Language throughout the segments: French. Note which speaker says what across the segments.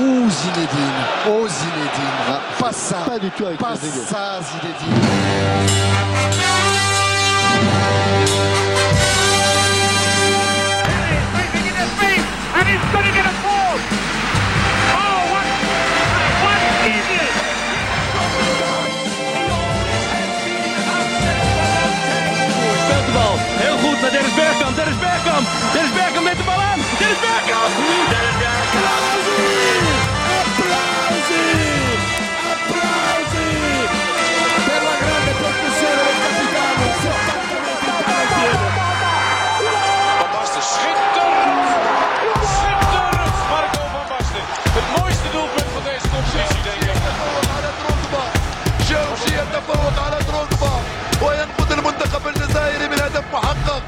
Speaker 1: Zinedine. Oh Zinedine. pas ça.
Speaker 2: Pas du tout avec
Speaker 1: Pas
Speaker 2: Trezeguet.
Speaker 1: ça, Zinedine.
Speaker 3: racing in his feet, and he's going to get a fall. Oh, what, what is it?
Speaker 4: Speelt de bal. Heel goed naar Dennis Bergkamp. Dennis Bergkamp. Dennis Bergkamp met de bal aan. Dennis Bergkamp. Dennis Bergkamp. Applausie. Applausie. Applausie. Per la grande percussione del capitano. Certamente il pallone.
Speaker 5: Van Basten, schitterend! Schitterend! Marco van Basten. Het mooiste doelpunt van deze competitie, denk ik.
Speaker 6: شيء التفوق على تركبا وينقذ المنتخب الجزائري من هدف محقق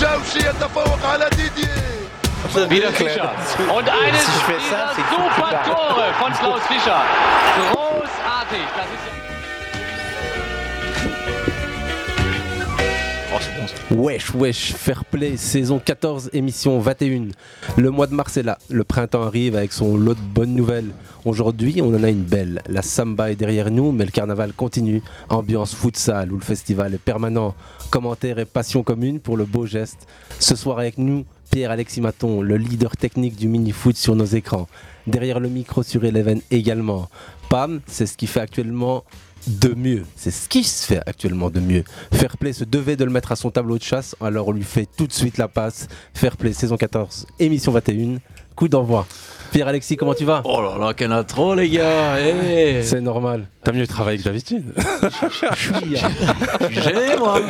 Speaker 6: شاوشي التفوق على ديدييه
Speaker 4: Wieder Fischer. Und eines dieser super Tore von Klaus Fischer. Großartig. Das ist ja
Speaker 7: Oh,
Speaker 8: Wesh, wesh, fair play, saison 14, émission 21. Le mois de mars est là, le printemps arrive avec son lot de bonnes nouvelles. Aujourd'hui, on en a une belle. La samba est derrière nous, mais le carnaval continue. Ambiance futsal où le festival est permanent. Commentaires et passion commune pour le beau geste. Ce soir avec nous, Pierre-Alexis Maton, le leader technique du mini-foot sur nos écrans. Derrière le micro sur Eleven également. Pam, c'est ce qui fait actuellement de mieux. C'est ce qui se fait actuellement de mieux. Fairplay se devait de le mettre à son tableau de chasse, alors on lui fait tout de suite la passe. Fairplay saison 14, émission 21, coup d'envoi. Pierre-Alexis, comment tu vas
Speaker 7: Oh là là, qu'elle a trop, les gars! eh. Hey.
Speaker 8: C'est normal. T'as mieux travaillé que d'habitude.
Speaker 7: J'ai, moi!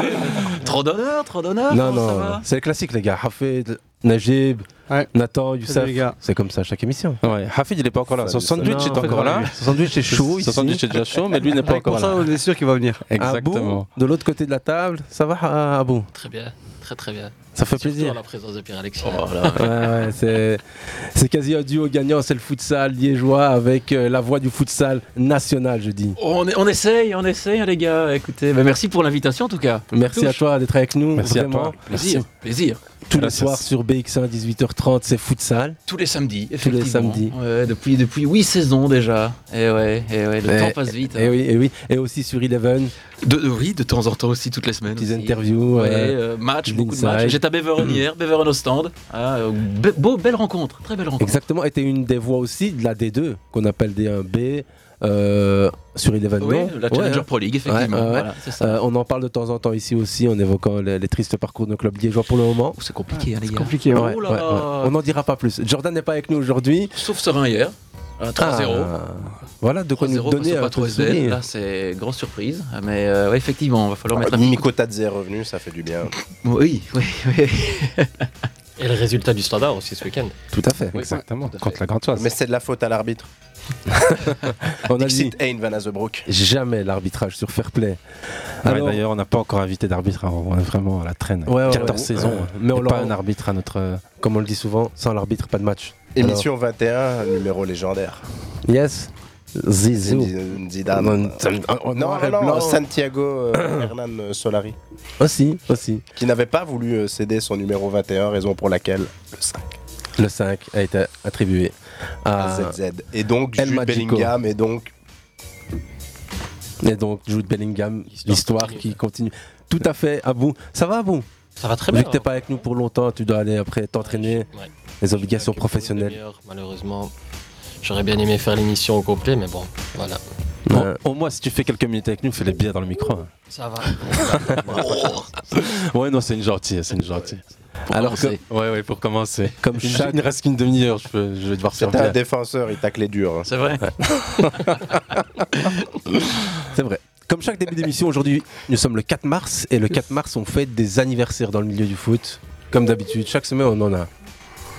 Speaker 7: Trop d'honneur, trop d'honneur!
Speaker 8: Non,
Speaker 7: comment Ah, ça
Speaker 8: non,
Speaker 7: va
Speaker 8: c'est le classique, les gars. Hafid, Najib,
Speaker 2: Ouais.
Speaker 8: Nathan, Youssef.
Speaker 2: les gars.
Speaker 8: C'est comme ça à chaque émission.
Speaker 9: Ouais, Hafid il est pas encore là. Son sandwich
Speaker 8: Non,
Speaker 9: est encore là.
Speaker 8: Son sandwich est chaud.
Speaker 9: Son
Speaker 8: ici.
Speaker 9: sandwich est déjà chaud, mais lui n'est pas
Speaker 2: Avec
Speaker 9: encore
Speaker 2: ça,
Speaker 9: là.
Speaker 2: on est sûr qu'il va venir.
Speaker 8: Abou,
Speaker 9: Exactement.
Speaker 8: de l'autre côté de la table, ça va, ah, Abou
Speaker 10: Très bien, très très bien.
Speaker 8: Ça fait
Speaker 10: Surtout
Speaker 8: plaisir.
Speaker 10: à la présence de Pierre-Alexis.
Speaker 8: Ouais, ouais, c'est, c'est quasi un duo gagnant, c'est le futsal liégeois avec euh, la voix du futsal national, je dis.
Speaker 7: On, on essaye, on essaye, hein, les gars. Écoutez, bah, merci pour l'invitation, en tout cas.
Speaker 8: Merci à
Speaker 7: Touche.
Speaker 8: toi d'être avec nous,
Speaker 9: Merci à
Speaker 8: vraiment.
Speaker 9: toi.
Speaker 7: Plaisir, plaisir.
Speaker 8: Tous les
Speaker 9: Gracias.
Speaker 8: soirs sur BX1, 18h30, c'est futsal.
Speaker 7: Tous les samedis,
Speaker 8: Tous les
Speaker 7: effectivement.
Speaker 8: samedis.
Speaker 7: Ouais, depuis, depuis 8 saisons déjà. Et ouais, et ouais, le
Speaker 8: Eh,
Speaker 7: temps passe vite.
Speaker 8: Et
Speaker 7: hein.
Speaker 8: oui, et oui. Et aussi sur Eleven,
Speaker 7: De, de- oui, de temps en temps aussi, toutes les semaines.
Speaker 8: petites
Speaker 7: aussi.
Speaker 8: interviews.
Speaker 7: Ouais,
Speaker 8: euh, Mm.
Speaker 7: euh, match,
Speaker 8: l'inside.
Speaker 7: beaucoup de matchs. J'étais à Beveren hier, Beveren au stand. Ah, euh, be- beau, belle rencontre, très belle rencontre.
Speaker 8: Exactement, et t'es une des voix aussi de la D2, qu'on appelle D1B, euh, sur Eleven.
Speaker 7: Oui,
Speaker 8: non
Speaker 7: la
Speaker 8: Ouais,
Speaker 7: Challenger
Speaker 8: hein.
Speaker 7: Pro League, effectivement.
Speaker 8: Ouais, ouais, ouais.
Speaker 7: Voilà, c'est ça.
Speaker 8: Euh, on en parle de temps en temps ici aussi, en évoquant les, les tristes parcours de nos clubs liégeois pour le moment.
Speaker 7: Oh, c'est compliqué, hein, les gars.
Speaker 2: Compliqué.
Speaker 7: Oh
Speaker 2: hein.
Speaker 7: là
Speaker 8: Ouais, ouais,
Speaker 7: là.
Speaker 8: ouais. On n'en dira pas plus. Jordan n'est pas avec nous aujourd'hui.
Speaker 7: Sauf Serein hier, Euh, à 3-0.
Speaker 8: Ah, voilà, de quoi nous
Speaker 7: 3-0
Speaker 8: donner
Speaker 7: face au
Speaker 8: un peu de
Speaker 7: Patro SBL.
Speaker 8: souvenirs.
Speaker 7: Là, c'est grosse surprise. Mais euh, ouais, effectivement, on va
Speaker 8: Ah,
Speaker 7: falloir mettre un petit
Speaker 11: Nico Tadze est revenu, ça fait du bien.
Speaker 7: coup- Oui, oui, oui.
Speaker 10: Et le résultat du standard aussi ce week-end.
Speaker 8: Tout à fait.
Speaker 9: Exactement.
Speaker 10: tout à fait.
Speaker 9: Contre la grande soie.
Speaker 11: Mais c'est de la faute à l'arbitre.
Speaker 8: On a dit
Speaker 11: Dixit Hein Van Azebroek.
Speaker 8: jamais l'arbitrage sur fair
Speaker 9: Ouais,
Speaker 8: play. Alors-
Speaker 9: D'ailleurs, on n'a pas encore invité d'arbitre. hein. On est vraiment à la traîne.
Speaker 8: Ouais, ouais,
Speaker 9: 14
Speaker 8: ouais.
Speaker 9: saisons. hein.
Speaker 8: Mais on
Speaker 9: Et pas
Speaker 8: leur-
Speaker 9: un arbitre à notre. euh,
Speaker 8: Comme on le dit souvent, sans l'arbitre, pas de match.
Speaker 11: Émission 21, numéro légendaire.
Speaker 8: Alors, yes. Zizou. Ah,
Speaker 11: Zidane.
Speaker 8: Non,
Speaker 11: Non,
Speaker 8: en
Speaker 11: non,
Speaker 8: noir et
Speaker 11: non,
Speaker 8: oh, blanc.
Speaker 11: Santiago euh, Hernan euh, Solari,
Speaker 8: Aussi, aussi.
Speaker 11: qui n'avait pas voulu euh, céder son numéro 21, raison pour laquelle le 5
Speaker 8: Le 5 a été attribué à.
Speaker 11: ZZ. Et donc
Speaker 8: El
Speaker 11: Jude
Speaker 8: Magico.
Speaker 11: Bellingham, et donc
Speaker 8: Et donc, Jude Bellingham,
Speaker 10: L'histoire
Speaker 8: l'histoire qui continue. Tout à fait, à bout. Ça va, à bout
Speaker 10: Ça va très
Speaker 8: Vu
Speaker 10: bien. hein.
Speaker 8: que t'es pas avec nous pour longtemps, tu dois aller après t'entraîner,
Speaker 10: Ouais.
Speaker 8: les obligations
Speaker 10: Que pour une
Speaker 8: professionnelles.
Speaker 10: demi-heure, Malheureusement, j'aurais bien aimé faire l'émission au complet, mais bon, voilà.
Speaker 8: Ouais.
Speaker 9: Au au moins, si tu fais quelques minutes avec nous, fais-les bien dans le micro. hein.
Speaker 10: Ça va.
Speaker 9: Ouais, non, c'est une gentille. C'est une gentille.
Speaker 8: Alors que,
Speaker 9: Ouais, ouais, pour commencer.
Speaker 8: comme
Speaker 9: Il
Speaker 8: chaque
Speaker 9: ne reste qu'une demi-heure. Je, peux- je vais devoir faire
Speaker 11: c'était un
Speaker 9: bien.
Speaker 11: défenseur, il taclait dur. hein.
Speaker 7: C'est vrai.
Speaker 8: C'est vrai. Comme chaque début d'émission, aujourd'hui, nous sommes le 4 mars et le 4 mars, on fête des anniversaires dans le milieu du foot. Comme d'habitude, chaque semaine, on en a.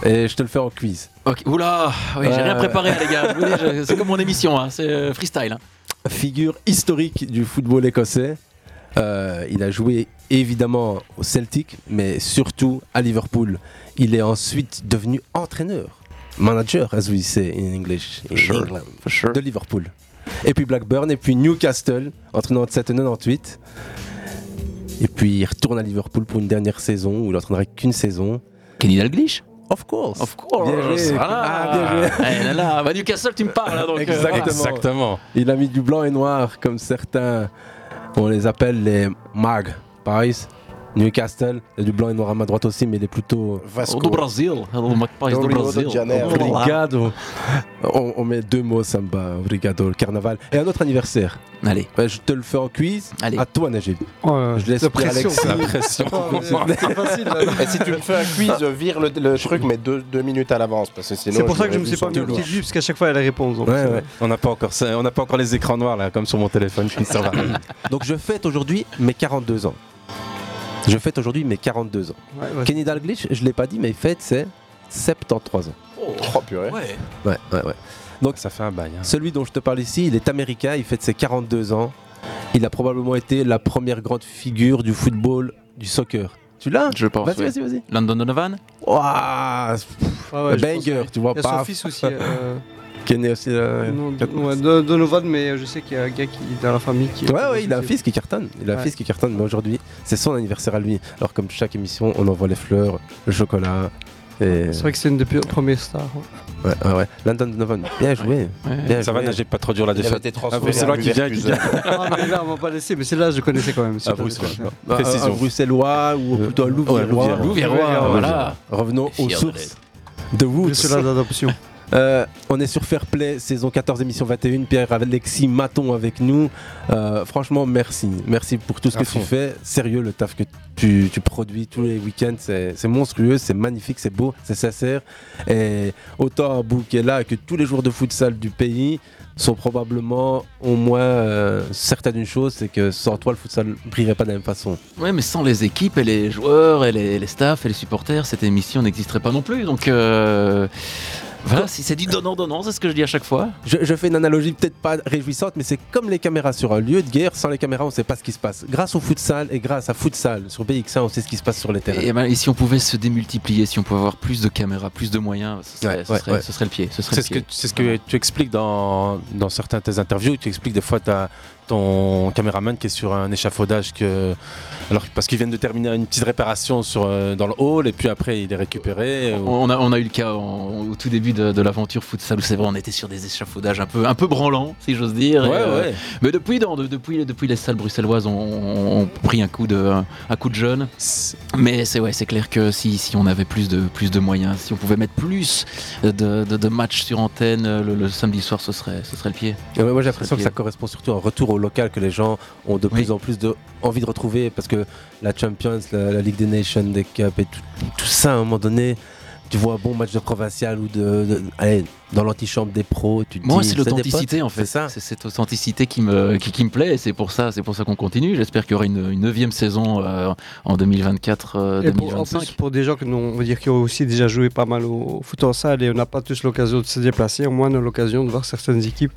Speaker 8: Et je te le fais en quiz.
Speaker 7: Ok. Oula, oui,
Speaker 8: Ouais,
Speaker 7: j'ai rien
Speaker 8: ouais.
Speaker 7: préparé, les gars. Vous voyez, je- C'est comme mon émission, hein, c'est euh, freestyle. hein.
Speaker 8: Figure historique du football écossais. Euh, il a joué évidemment au Celtic, mais surtout à Liverpool. Il est ensuite devenu entraîneur, manager, as we say in English, in
Speaker 9: Sure.
Speaker 8: England,
Speaker 9: Sure.
Speaker 8: de Liverpool. Et puis Blackburn, et puis Newcastle entre 97 et 98. Et puis il retourne à Liverpool pour une dernière saison où il n'entraînera qu'une saison.
Speaker 7: Kenny Dalglish
Speaker 8: Of course.
Speaker 7: Of course.
Speaker 8: Bien joué.
Speaker 7: Voilà.
Speaker 8: Ah, bien joué.
Speaker 7: Eh, là, là, bah, Newcastle, tu me parles. là, donc, euh, voilà.
Speaker 8: exactement. Il a mis du blanc et noir, comme certains, on les appelle les MAG. Paris, Newcastle, il y a du blanc et noir à ma droite aussi, mais il est plutôt.
Speaker 7: Ou do Brasil. Ou uma que faz do
Speaker 8: Do Rio de
Speaker 7: Brasil.
Speaker 8: Janeiro.
Speaker 7: Vamos lá.
Speaker 8: Obrigado. On, on met deux mots samba, obrigado, le carnaval. Et un autre anniversaire. Euh,
Speaker 7: Allez.
Speaker 8: je te le fais en quiz.
Speaker 7: Allez.
Speaker 8: À toi, Najib. je laisse
Speaker 11: la
Speaker 8: Pierre
Speaker 11: pression.
Speaker 8: Alex.
Speaker 11: La pression.
Speaker 2: Oh,
Speaker 11: Et si tu me fais un quiz, euh, vire le, le truc, mais deux, deux minutes à l'avance. parce que sinon,
Speaker 2: C'est pour ça que je me
Speaker 11: réponds
Speaker 2: suis pas mis
Speaker 11: sur
Speaker 2: au
Speaker 11: le
Speaker 2: petit
Speaker 11: lourd.
Speaker 2: jus, parce qu'à chaque fois, il y a la réponse. donc,
Speaker 9: Ouais,
Speaker 2: euh,
Speaker 9: ouais. On n'a pas encore ça- on n'a pas encore les écrans noirs là, comme sur mon téléphone. Je suis sur la-
Speaker 8: Donc je fête aujourd'hui mes 42 ans. Je fête aujourd'hui mes 42 ans. Kenny Dalglish, je l'ai pas dit, mais il fête ses 73 ans.
Speaker 11: Oh, purée.
Speaker 8: Ouais, ouais, ouais. Donc ça fait un bail.
Speaker 9: hein.
Speaker 8: Celui dont je te parle ici, il est américain, il fête ses 42 ans. Il a probablement été la première grande figure du football, du soccer. Tu l'as
Speaker 7: Je pense.
Speaker 8: Vas-y,
Speaker 7: oui.
Speaker 8: vas-y, vas-y.
Speaker 7: London Donovan
Speaker 8: Ouah,
Speaker 2: ouais, je pense,
Speaker 8: banger,
Speaker 2: ouais.
Speaker 8: tu vois
Speaker 2: Il y a
Speaker 8: pas.
Speaker 2: son fils aussi, euh,
Speaker 8: Kenny aussi. euh, là.
Speaker 2: non, ouais, Don- Donovan, mais je sais qu'il y a un gars qui dans la famille qui.
Speaker 8: Ouais, ouais, il a un fils qui cartonne. Il a un
Speaker 2: Ouais.
Speaker 8: fils qui cartonne, mais aujourd'hui, c'est son anniversaire à lui. Alors, comme chaque émission, on envoie les fleurs, le chocolat. Et...
Speaker 2: C'est vrai que c'est une des plus- premières stars. hein.
Speaker 8: Ouais, ouais, ouais. Landon Donovan, bien joué. Bien
Speaker 9: Ça va,
Speaker 8: joué.
Speaker 9: Najib, pas trop dur la
Speaker 8: Il avait
Speaker 9: défaite.
Speaker 8: été transféré
Speaker 9: Ah, c'est
Speaker 8: à
Speaker 9: là qui vient. qui gagne.
Speaker 2: Ah, mais là, on va pas laisser, mais celle-là, je connaissais quand même.
Speaker 8: Ah,
Speaker 2: celle-là, je
Speaker 8: Bruxelles,
Speaker 2: connaissais.
Speaker 8: Un-
Speaker 2: Précision.
Speaker 8: Un, bruxellois ou plutôt un
Speaker 2: Ouais,
Speaker 8: louvierois.
Speaker 2: Louvierois. Louvierois, voilà.
Speaker 8: Revenons aux
Speaker 2: Fier de
Speaker 8: sources de Woods.
Speaker 2: Bruxellois d'adoption.
Speaker 8: Euh, on est sur Fair Play, saison 14, émission 21. Pierre Alexis Maton avec nous. Euh, franchement, merci. Merci pour tout ce
Speaker 9: À
Speaker 8: que
Speaker 9: fond.
Speaker 8: tu fais. Sérieux, le taf que tu, tu produis tous les week-ends, c'est c'est monstrueux, c'est magnifique, c'est beau, c'est sincère. Et autant Abou qui est là que tous les joueurs de futsal du pays sont probablement au moins euh, certains d'une chose, c'est que sans toi, le futsal ne brillerait pas de la même façon.
Speaker 7: Ouais, mais sans les équipes et les joueurs et les, les staffs et les supporters, cette émission n'existerait pas non plus. Donc euh, voilà, si c'est du donnant-donnant, c'est ce que je dis à chaque fois.
Speaker 8: Je, je fais une analogie peut-être pas réjouissante, mais c'est comme les caméras sur un lieu de guerre. Sans les caméras, on ne sait pas ce qui se passe. Grâce au futsal et grâce à futsal sur BX1, on sait ce qui se passe sur les terrains.
Speaker 7: Et, ben, et si on pouvait se démultiplier, si on pouvait avoir plus de caméras, plus de moyens, ce serait, Eh, ce
Speaker 9: Ouais,
Speaker 7: serait-
Speaker 9: ouais.
Speaker 7: ce serait le pied. ce serait
Speaker 9: C'est
Speaker 7: le
Speaker 9: ce que,
Speaker 7: pied.
Speaker 9: c'est ce que tu expliques dans, dans certaines de tes interviews. Tu expliques des fois t'as ton caméraman qui est sur un échafaudage que, alors, parce qu'ils viennent de terminer une petite réparation sur, euh, dans le hall et puis après il est récupéré. ou-
Speaker 7: On on a, on a eu le cas en- au tout début de, de l'aventure futsal où c'est vrai on était sur des échafaudages un peu un peu branlants si j'ose dire euh,
Speaker 9: Ouais, ouais.
Speaker 7: mais depuis non, de- depuis depuis les salles bruxelloises ont, ont- ont pris un coup de un coup de jeune mais c'est ouais c'est clair que si, si on avait plus de plus de moyens si on pouvait mettre plus de, de- de matchs sur antenne euh, le, le samedi soir ce serait ce serait le pied
Speaker 8: Et ouais, moi j'ai l'impression que
Speaker 7: Ok.
Speaker 8: ça correspond surtout à un retour au local que les gens ont de plus en plus de envie de retrouver parce que la Champions, la, la Ligue des Nations, des Cups et tout, tout ça à un moment donné, tu vois un bon match de provincial ou de, de- allez, dans l'antichambre des pros, tu te
Speaker 7: Moi,
Speaker 8: dis,
Speaker 7: c'est
Speaker 8: des
Speaker 7: l'authenticité
Speaker 8: potes.
Speaker 7: en fait. C'est cette authenticité qui me, qui, qui me plaît. Et c'est pour ça, c'est pour ça qu'on continue. J'espère qu'il y aura une une neuvième saison euh, en 2024, euh,
Speaker 2: Et pour, en
Speaker 7: 2025.
Speaker 2: plus, pour des gens que nous, on va dire, qui ont aussi déjà joué pas mal au foot en salle et on n'a pas tous l'occasion de se déplacer, au moins on a l'occasion de voir certaines équipes.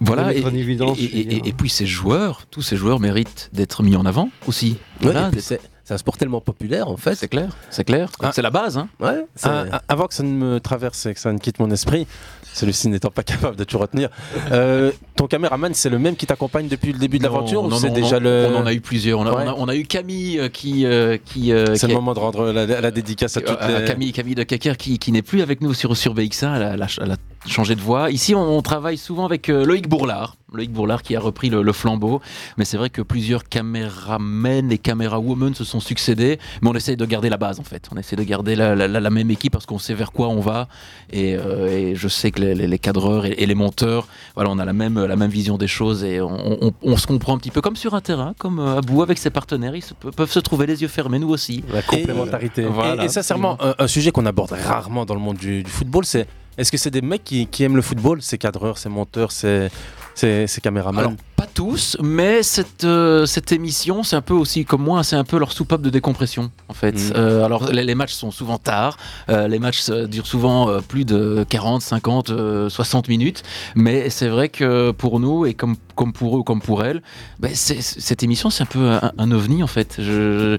Speaker 7: Voilà,
Speaker 2: de
Speaker 7: et,
Speaker 2: mettre en évidence.
Speaker 7: et- et- et- et puis ces joueurs, tous ces joueurs méritent d'être mis en avant aussi. Voilà,
Speaker 8: et puis c'est c'est un sport tellement populaire en fait.
Speaker 7: C'est clair, c'est clair. C'est la base. Hein.
Speaker 8: Ah. Ouais, c'est-
Speaker 9: Ah, ah, avant que ça ne me traverse et que ça ne quitte mon esprit, celui-ci n'étant pas capable de tout retenir, euh, ton caméraman, c'est le même qui t'accompagne depuis le début de l'aventure
Speaker 7: Non,
Speaker 9: ou
Speaker 7: non,
Speaker 9: c'est
Speaker 7: non,
Speaker 9: déjà
Speaker 7: on-
Speaker 9: le.
Speaker 7: On en a eu plusieurs. On a,
Speaker 9: Ouais.
Speaker 7: on a- on a eu Camille euh, qui. euh, qui euh,
Speaker 9: C'est
Speaker 7: qui
Speaker 9: le
Speaker 7: a-
Speaker 9: moment de rendre la, la- la dédicace à toutes
Speaker 7: Euh,
Speaker 9: les.
Speaker 7: Camille, Camille de Cacker qui, qui n'est plus avec nous sur, sur BX1, elle a, elle a- elle a changé de voix. Ici, on, on travaille souvent avec euh, Loïc Bourlard. Loïc Bourlard qui a repris le, le flambeau. Mais c'est vrai que plusieurs caméramen et camérawomen se sont succédés. Mais on essaye de garder la base en fait. On essaie de garder la, la- la- la même équipe parce qu'on sait vers quoi on va. Et, euh, et je sais que les, les- les cadreurs et, et les monteurs, voilà, on a la même, la même vision des choses et on, on- on se comprend un petit peu comme sur un terrain, comme euh, à bout avec ses partenaires. Ils se- peuvent se trouver les yeux fermés, nous aussi.
Speaker 8: La complémentarité. Mmh.
Speaker 9: Et, euh,
Speaker 7: Voilà.
Speaker 9: et sincèrement, un, un sujet qu'on aborde rarement dans le monde du, du football, c'est est-ce que c'est des mecs qui, qui aiment le football, ces cadreurs, ces monteurs, ces, ces, ces caméramans
Speaker 7: Alors, pas tous, mais cette, euh, cette émission, c'est un peu aussi, comme moi, c'est un peu leur soupape de décompression, en fait.
Speaker 8: Mmh.
Speaker 9: Mhm.
Speaker 7: Euh, alors, les, les matchs sont souvent tard, euh, les matchs euh, durent souvent euh, plus de 40, 50, euh, 60 minutes, mais c'est vrai que pour nous, et comme, comme pour eux, comme pour elles, ben, c'est- c'est- cette émission, c'est un peu un, un ovni, en fait. Je, je-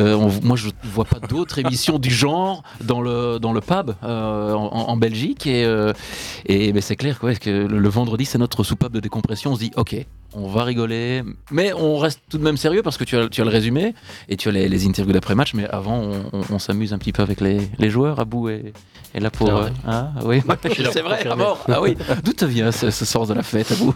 Speaker 7: euh, on- moi, je vois pas d'autres émissions du genre dans le, dans le pub euh, en, en Belgique, et, euh, et ben, c'est clair quoi, que le, le vendredi, c'est notre soupape de décompression, on se dit, ok, on va rigoler, mais on reste tout de même sérieux parce que tu as, tu as le résumé et tu as les, les interviews d'après-match, mais avant, on, on- on s'amuse un petit peu avec les, les joueurs. Abou est, est là pour...
Speaker 10: Ah ouais.
Speaker 7: euh, hein, oui,
Speaker 10: Ouais, je suis là
Speaker 7: c'est
Speaker 10: pour
Speaker 7: vrai, à
Speaker 10: confirmer.
Speaker 7: mort. Ah oui, d'où te vient ce, ce sens de la fête, Abou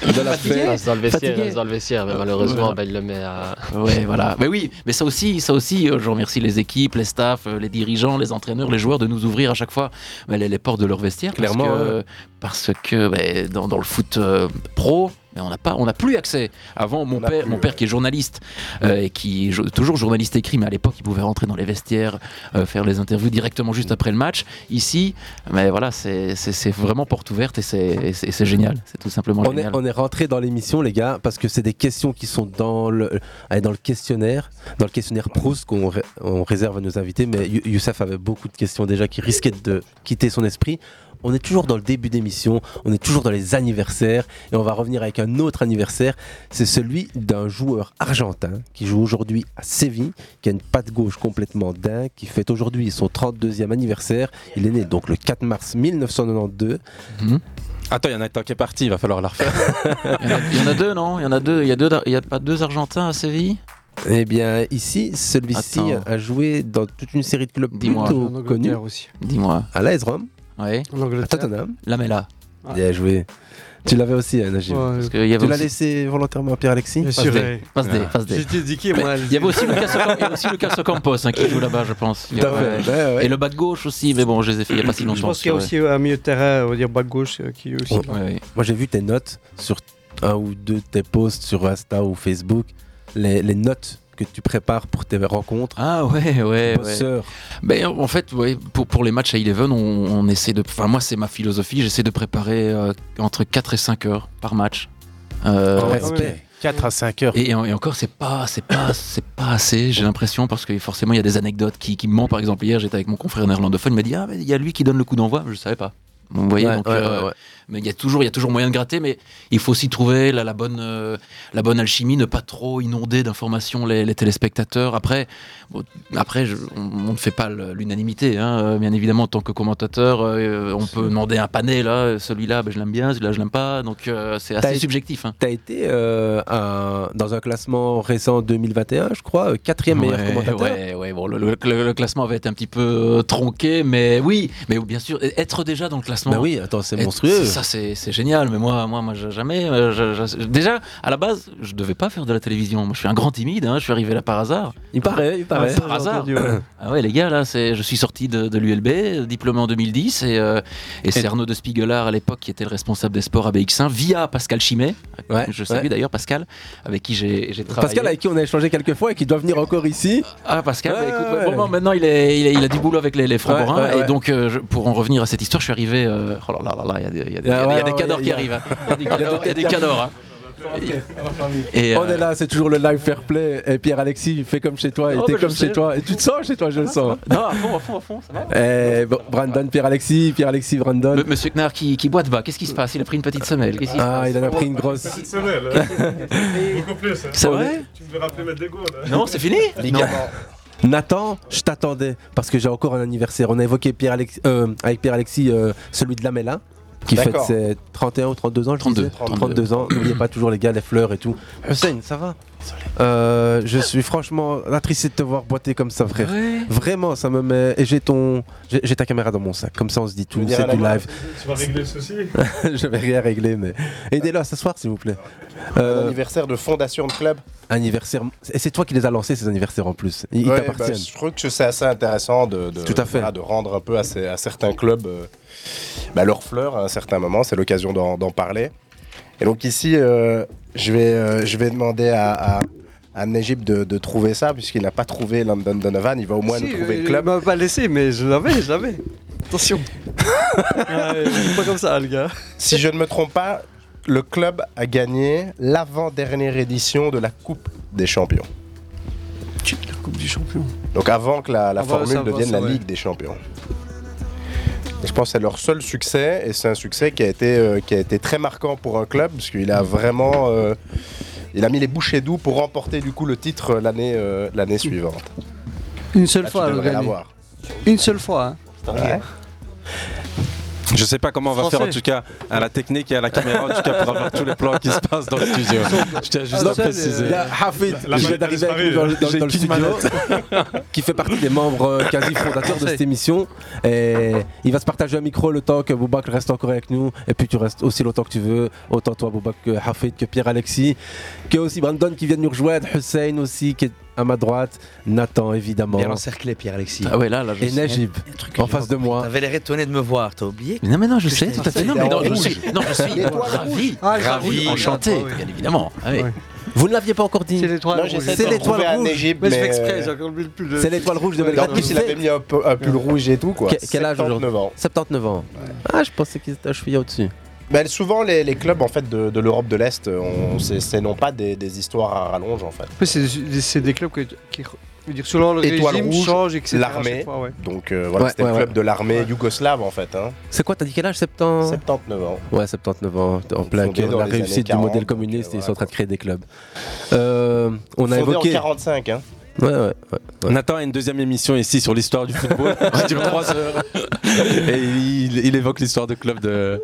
Speaker 10: De la
Speaker 7: Fatigué
Speaker 10: fête. Dans le vestiaire,
Speaker 7: Fatigué
Speaker 10: reste dans le vestiaire, mais malheureusement,
Speaker 7: Voilà.
Speaker 10: ben, il le met à.
Speaker 7: Ouais, voilà. Mais oui, mais ça aussi, ça aussi, euh, je remercie les équipes, les staffs, euh, les dirigeants, les entraîneurs, les joueurs de nous ouvrir à chaque fois bah, les, les portes de leur vestiaire. parce
Speaker 9: Clairement,
Speaker 7: que-
Speaker 9: ouais.
Speaker 7: parce que bah, dans, dans le foot euh, pro. mais on n'a pas, on n'a plus accès. Avant, mon père, mon père qui est journaliste euh, et qui est jo- toujours journaliste écrit, mais à l'époque, il pouvait rentrer dans les vestiaires, euh, faire les interviews directement juste après le match. Ici, mais voilà, c'est c'est- c'est vraiment porte ouverte et c'est- et c'est c'est génial. C'est tout simplement
Speaker 8: On est,
Speaker 7: génial.
Speaker 8: on est rentré dans l'émission, les gars, parce que c'est des questions qui sont dans le, allez, dans le questionnaire, dans le questionnaire Proust qu'on ré- on réserve à nos invités. Mais You- Youssef avait beaucoup de questions déjà qui risquaient de quitter son esprit. On est toujours dans le début d'émission, on est toujours dans les anniversaires, et on va revenir avec un autre anniversaire. C'est celui d'un joueur argentin qui joue aujourd'hui à Séville, qui a une patte gauche complètement dingue, qui fête aujourd'hui son 32e anniversaire. Il est né donc le 4 mars 1992.
Speaker 7: Mhm.
Speaker 9: Attends, il y en a un qui est parti, il va falloir la refaire.
Speaker 7: Il y en a deux, non Il y en a deux. Il y a deux. Il y a pas deux Argentins à Séville
Speaker 8: Eh bien, ici, celui-ci
Speaker 7: Attends.
Speaker 8: a joué dans toute une série de clubs
Speaker 7: Dis-moi.
Speaker 8: plutôt
Speaker 7: En
Speaker 8: connus.
Speaker 7: Angleterre aussi. Dis-moi.
Speaker 8: À l'AS Rome,
Speaker 7: Ouais.
Speaker 2: En
Speaker 8: à
Speaker 11: Ah,
Speaker 8: Tottenham.
Speaker 7: Lamela.
Speaker 8: Bien joué. Tu l'avais aussi, hein, Najib.
Speaker 2: Ouais,
Speaker 8: Parce
Speaker 7: que il y avait
Speaker 8: tu l'as
Speaker 7: aussi-
Speaker 8: laissé volontairement à Pierre-Alexis
Speaker 2: Bien
Speaker 8: Passe
Speaker 2: sûr,
Speaker 8: D.
Speaker 2: ouais.
Speaker 7: Passe D,
Speaker 8: Ah.
Speaker 7: passe D.
Speaker 2: J'étais diqué,
Speaker 7: Mais
Speaker 2: moi.
Speaker 7: Il y avait aussi Lucas, Ocam- il y avait aussi Lucas Ocampos hein, qui joue là-bas, je pense. Il y a-
Speaker 8: Tout à fait, ouais, ouais.
Speaker 7: Et le bas de gauche aussi, mais bon, je les ai fait il n'y a pas si longtemps. Oh.
Speaker 2: Je pense qu'il y a
Speaker 7: ouais.
Speaker 2: aussi euh, un milieu de terrain, on va dire back gauche, euh, qui est aussi.
Speaker 8: On- Moi, j'ai vu tes notes sur un ou deux de tes posts sur Insta ou Facebook, les, les notes que tu prépares pour tes rencontres.
Speaker 7: Ah ouais, ouais.
Speaker 8: Bosseur.
Speaker 7: Ben, en fait, ouais, pour, pour les matchs à Eleven, on, on essaie de. Enfin, moi, c'est ma philosophie, j'essaie de préparer euh, entre 4 et 5 heures par match.
Speaker 8: Ah
Speaker 7: Euh,
Speaker 9: Respect. 4 à 5 heures.
Speaker 7: Et, et encore, c'est pas, c'est pas, c'est pas assez. J'ai l'impression parce que forcément, il y a des anecdotes qui, qui me mentent. Par exemple, hier, j'étais avec mon confrère néerlandophone. Il m'a dit, ah, mais il y a lui qui donne le coup d'envoi. Je savais pas. Vous voyez,
Speaker 8: Ouais,
Speaker 7: donc,
Speaker 8: ouais,
Speaker 7: euh,
Speaker 8: ouais, ouais.
Speaker 7: mais il y a toujours, il y a toujours moyen de gratter. Mais il faut aussi trouver la, la bonne, euh, la bonne alchimie, ne pas trop inonder d'informations les, les téléspectateurs. Après, bon, après, je- on, on ne fait pas le- l'unanimité, hein. Euh, bien évidemment. En tant que commentateur, euh, on peut demander un panel. hein. Celui-là, ben, je l'aime bien. Celui-là, je l'aime pas. Donc, euh, c'est
Speaker 8: T'as
Speaker 7: assez
Speaker 8: été-
Speaker 7: subjectif. hein.
Speaker 8: T'as été euh, un- dans un classement récent 2021, je crois, euh, quatrième meilleur
Speaker 7: Ouais,
Speaker 8: commentateur.
Speaker 7: ouais, ouais, bon, le, le- le- le classement avait été un petit peu euh, tronqué, mais oui, mais bien sûr, être déjà dans le classement.
Speaker 8: Bah oui, attends, c'est
Speaker 7: être-
Speaker 8: monstrueux.
Speaker 7: Ça, c'est c'est génial, mais moi, moi, moi, j'ai jamais. euh, je- je- déjà, à la base, je devais pas faire de la télévision. Moi, je suis un grand timide. hein, je suis arrivé là par hasard.
Speaker 8: Il paraît, il paraît.
Speaker 7: par hasard. Ah ouais, les gars, là, c'est, je suis sorti de, de l'ULB, diplômé en 2010, et, euh, et c'est Arnaud de Spiegelard à l'époque qui était le responsable des sports à BX1 via Pascal Chimet.
Speaker 8: Ouais,
Speaker 7: je salue
Speaker 8: ouais.
Speaker 7: d'ailleurs Pascal, avec qui j'ai, j'ai travaillé.
Speaker 8: Pascal, avec qui on a échangé quelques fois et qui doit venir encore ici.
Speaker 7: Ah Pascal, bah,
Speaker 8: Ouais,
Speaker 7: écoute,
Speaker 8: ouais.
Speaker 7: bon, bon, maintenant il, est- il est- il a du boulot avec les, les Francs-Borains,
Speaker 8: Ouais, ouais, ouais.
Speaker 7: et donc euh, je- pour en revenir à cette histoire, je suis arrivé. euh, oh là là là là, il y a des- il y a des- il y
Speaker 8: Ah
Speaker 7: a des- il y a
Speaker 8: ouais,
Speaker 7: des
Speaker 8: ouais,
Speaker 7: cadors
Speaker 8: il y
Speaker 7: qui
Speaker 8: a-
Speaker 7: arrivent. hein. Il y a des- il y a des cadors. hein. Et,
Speaker 8: on
Speaker 7: euh,
Speaker 8: est là, c'est toujours le live fair play. Et Pierre-Alexis, fais comme chez toi, et
Speaker 7: Oh,
Speaker 8: t'es
Speaker 7: bah, je
Speaker 8: comme chez
Speaker 7: sais.
Speaker 8: toi. Et tu te sens chez toi, je le sens.
Speaker 7: Non, à fond, à fond, à fond, ça va.
Speaker 8: Eh, bon, Brandon, Pierre-Alexis, Pierre-Alexis, Brandon.
Speaker 7: Le- Monsieur Knarr qui, qui boite bas, qu'est-ce qui se passe Il a pris une petite semelle. qu'est-ce qui se
Speaker 8: Ah,
Speaker 7: passe
Speaker 8: il en a pris une grosse.
Speaker 7: hein.
Speaker 8: Euh.
Speaker 12: Beaucoup plus. hein.
Speaker 7: C'est vrai
Speaker 12: Tu me verras plus mettre des goals.
Speaker 7: Non, c'est fini
Speaker 8: Les gars. Nathan, je t'attendais parce que j'ai encore un anniversaire. On a évoqué Pierre Alex- euh, avec Pierre-Alexis euh, celui de Lamela qui fête
Speaker 11: D'accord.
Speaker 8: ses 31 ou 32 ans, je
Speaker 7: 32,
Speaker 8: disais. 32 ans. N'oubliez pas toujours les gars, les fleurs et tout. Hussein, ça va Euh, Je suis franchement attristé de te voir boiter comme ça, frère.
Speaker 7: Ouais.
Speaker 8: Vraiment, ça me met. Et j'ai ton, j'ai j'ai ta caméra dans mon sac. Comme ça, on se dit tout.
Speaker 11: me diras
Speaker 8: C'est
Speaker 11: la
Speaker 8: du
Speaker 11: main.
Speaker 8: live.
Speaker 12: Tu vas régler le souci.
Speaker 8: je vais rien régler, mais aidez-le à s'asseoir, s'il vous plaît.
Speaker 11: Un
Speaker 8: Euh,
Speaker 11: Anniversaire de fondation de club.
Speaker 8: anniversaire. Et c'est toi qui les as lancés ces anniversaires en plus. Ils ils
Speaker 11: Ouais,
Speaker 8: t'appartiennent.
Speaker 11: bah, je trouve que c'est assez intéressant de, de-
Speaker 8: Tout à fait.
Speaker 11: voilà, de rendre un peu à, ces- à certains clubs euh, bah, leurs fleurs à un certain moment. C'est l'occasion d'en d'en parler. Et donc ici, euh, je, vais, euh, je vais demander à, à, à Najib de, de trouver ça, puisqu'il n'a pas trouvé London Donovan. Il va au moins
Speaker 2: Si,
Speaker 11: nous trouver
Speaker 2: euh,
Speaker 11: le club.
Speaker 2: Il m'a pas laissé, mais je l'avais, je l'avais. Attention. Ah, euh, c'est pas comme ça, le gars.
Speaker 11: Si je ne me trompe pas, le club a gagné l'avant-dernière édition de la Coupe des Champions.
Speaker 2: La Coupe du Champion.
Speaker 11: Donc avant que la, la
Speaker 2: Ah bah,
Speaker 11: formule
Speaker 2: ça va,
Speaker 11: devienne
Speaker 2: ça,
Speaker 11: la
Speaker 2: ouais.
Speaker 11: Ligue des Champions. Et Je pense que c'est leur seul succès et c'est un succès qui a été, euh, qui a été très marquant pour un club parce qu'il a vraiment euh, il a mis les bouchées doux pour remporter du coup le titre euh, l'année euh, l'année suivante.
Speaker 2: Une seule
Speaker 11: Là, Ah, tu
Speaker 2: fois, le
Speaker 11: devrais
Speaker 2: gars.
Speaker 11: l'avoir.
Speaker 2: Une seule fois. hein.
Speaker 11: Ouais.
Speaker 9: Je sais pas comment on va
Speaker 8: Français.
Speaker 9: faire en tout cas à la technique et à la caméra en tout cas pour avoir tous les plans qui se passent dans le studio. Je tiens juste à préciser.
Speaker 8: Ah, Il y a Hafid
Speaker 9: La
Speaker 8: qui vient
Speaker 9: manette a
Speaker 8: d'arriver avec nous dans,
Speaker 9: disparu.
Speaker 8: le- dans-
Speaker 9: J'ai
Speaker 8: dans le
Speaker 9: qu'une
Speaker 8: studio,
Speaker 9: manette.
Speaker 8: qui fait partie des membres euh, quasi fondateurs de cette émission. Et il va se partager un micro le temps que Boubac reste encore avec nous. Et puis tu restes aussi longtemps que tu veux. Autant toi, Boubac, que Hafid, que Pierre-Alexis, que aussi Brandon qui vient de nous rejoindre, Hussein aussi qui est à ma droite, Nathan évidemment.
Speaker 13: Bien encerclé, Pierre-Alexis.
Speaker 8: Ah ouais, là, là, je
Speaker 13: Et
Speaker 8: sais.
Speaker 13: Najib,
Speaker 8: Un truc que
Speaker 13: en
Speaker 8: j'ai
Speaker 13: face de moi.
Speaker 8: T'avais
Speaker 13: l'air étonné de me voir, t'as oublié
Speaker 7: Mais non, mais non, je
Speaker 13: Que
Speaker 7: sais,
Speaker 13: j'étais
Speaker 7: tout à fait.
Speaker 13: en
Speaker 7: Non, mais non, je
Speaker 13: rouge.
Speaker 7: suis, non, je suis
Speaker 13: L'étoile
Speaker 7: ravi,
Speaker 13: rouge. Ah, l'étoile
Speaker 7: ravi,
Speaker 13: rouge.
Speaker 7: enchanté,
Speaker 13: Ah, oui.
Speaker 7: bien évidemment. Ah oui.
Speaker 8: Vous ne l'aviez pas encore dit. C'est
Speaker 11: l'étoile Non, rouge. j'essaie de retrouver un Égypte, Mais je fais mais- exprès, j'ai encore
Speaker 2: plus
Speaker 11: de-
Speaker 8: euh, C'est l'étoile rouge de
Speaker 11: En
Speaker 8: Belgrade.
Speaker 11: plus, il avait mis un peu- un pull rouge et tout, quoi.
Speaker 8: Que- Quel âge
Speaker 11: 79
Speaker 8: aujourd'hui
Speaker 11: ans.
Speaker 8: 79 ans. Ah, je pensais qu'il était un cheville au-dessus.
Speaker 11: Ben, souvent, les, les clubs en fait, de, de l'Europe de l'Est, euh, on- c'est c'est non pas des, des histoires à rallonge. En fait.
Speaker 2: Après, c'est des- c'est des clubs que- qui. je veux Dire, selon le
Speaker 11: Étoile
Speaker 2: régime,
Speaker 11: rouge,
Speaker 2: change, etc. à
Speaker 11: l'armée.
Speaker 2: chaque fois, ouais.
Speaker 11: Donc euh, voilà,
Speaker 8: Ouais,
Speaker 11: c'était
Speaker 8: ouais,
Speaker 11: le club
Speaker 8: ouais.
Speaker 11: de l'armée yougoslave en fait. hein.
Speaker 8: C'est quoi, t'as dit quel âge 70
Speaker 11: 79 ans.
Speaker 8: Ouais, 79 ans, en plein
Speaker 11: Fondé
Speaker 8: cœur de
Speaker 11: dans
Speaker 8: la
Speaker 11: les
Speaker 8: réussite
Speaker 11: années
Speaker 8: du
Speaker 11: 40,
Speaker 8: modèle communiste, et ils sont en train de créer des clubs. Euh, on a
Speaker 11: Fondé
Speaker 8: évoqué.
Speaker 11: en 45. Hein.
Speaker 8: Ouais, ouais, ouais.
Speaker 9: Nathan a une deuxième émission ici sur l'histoire du football qui dure 3 heures. Et il, il évoque l'histoire de club de.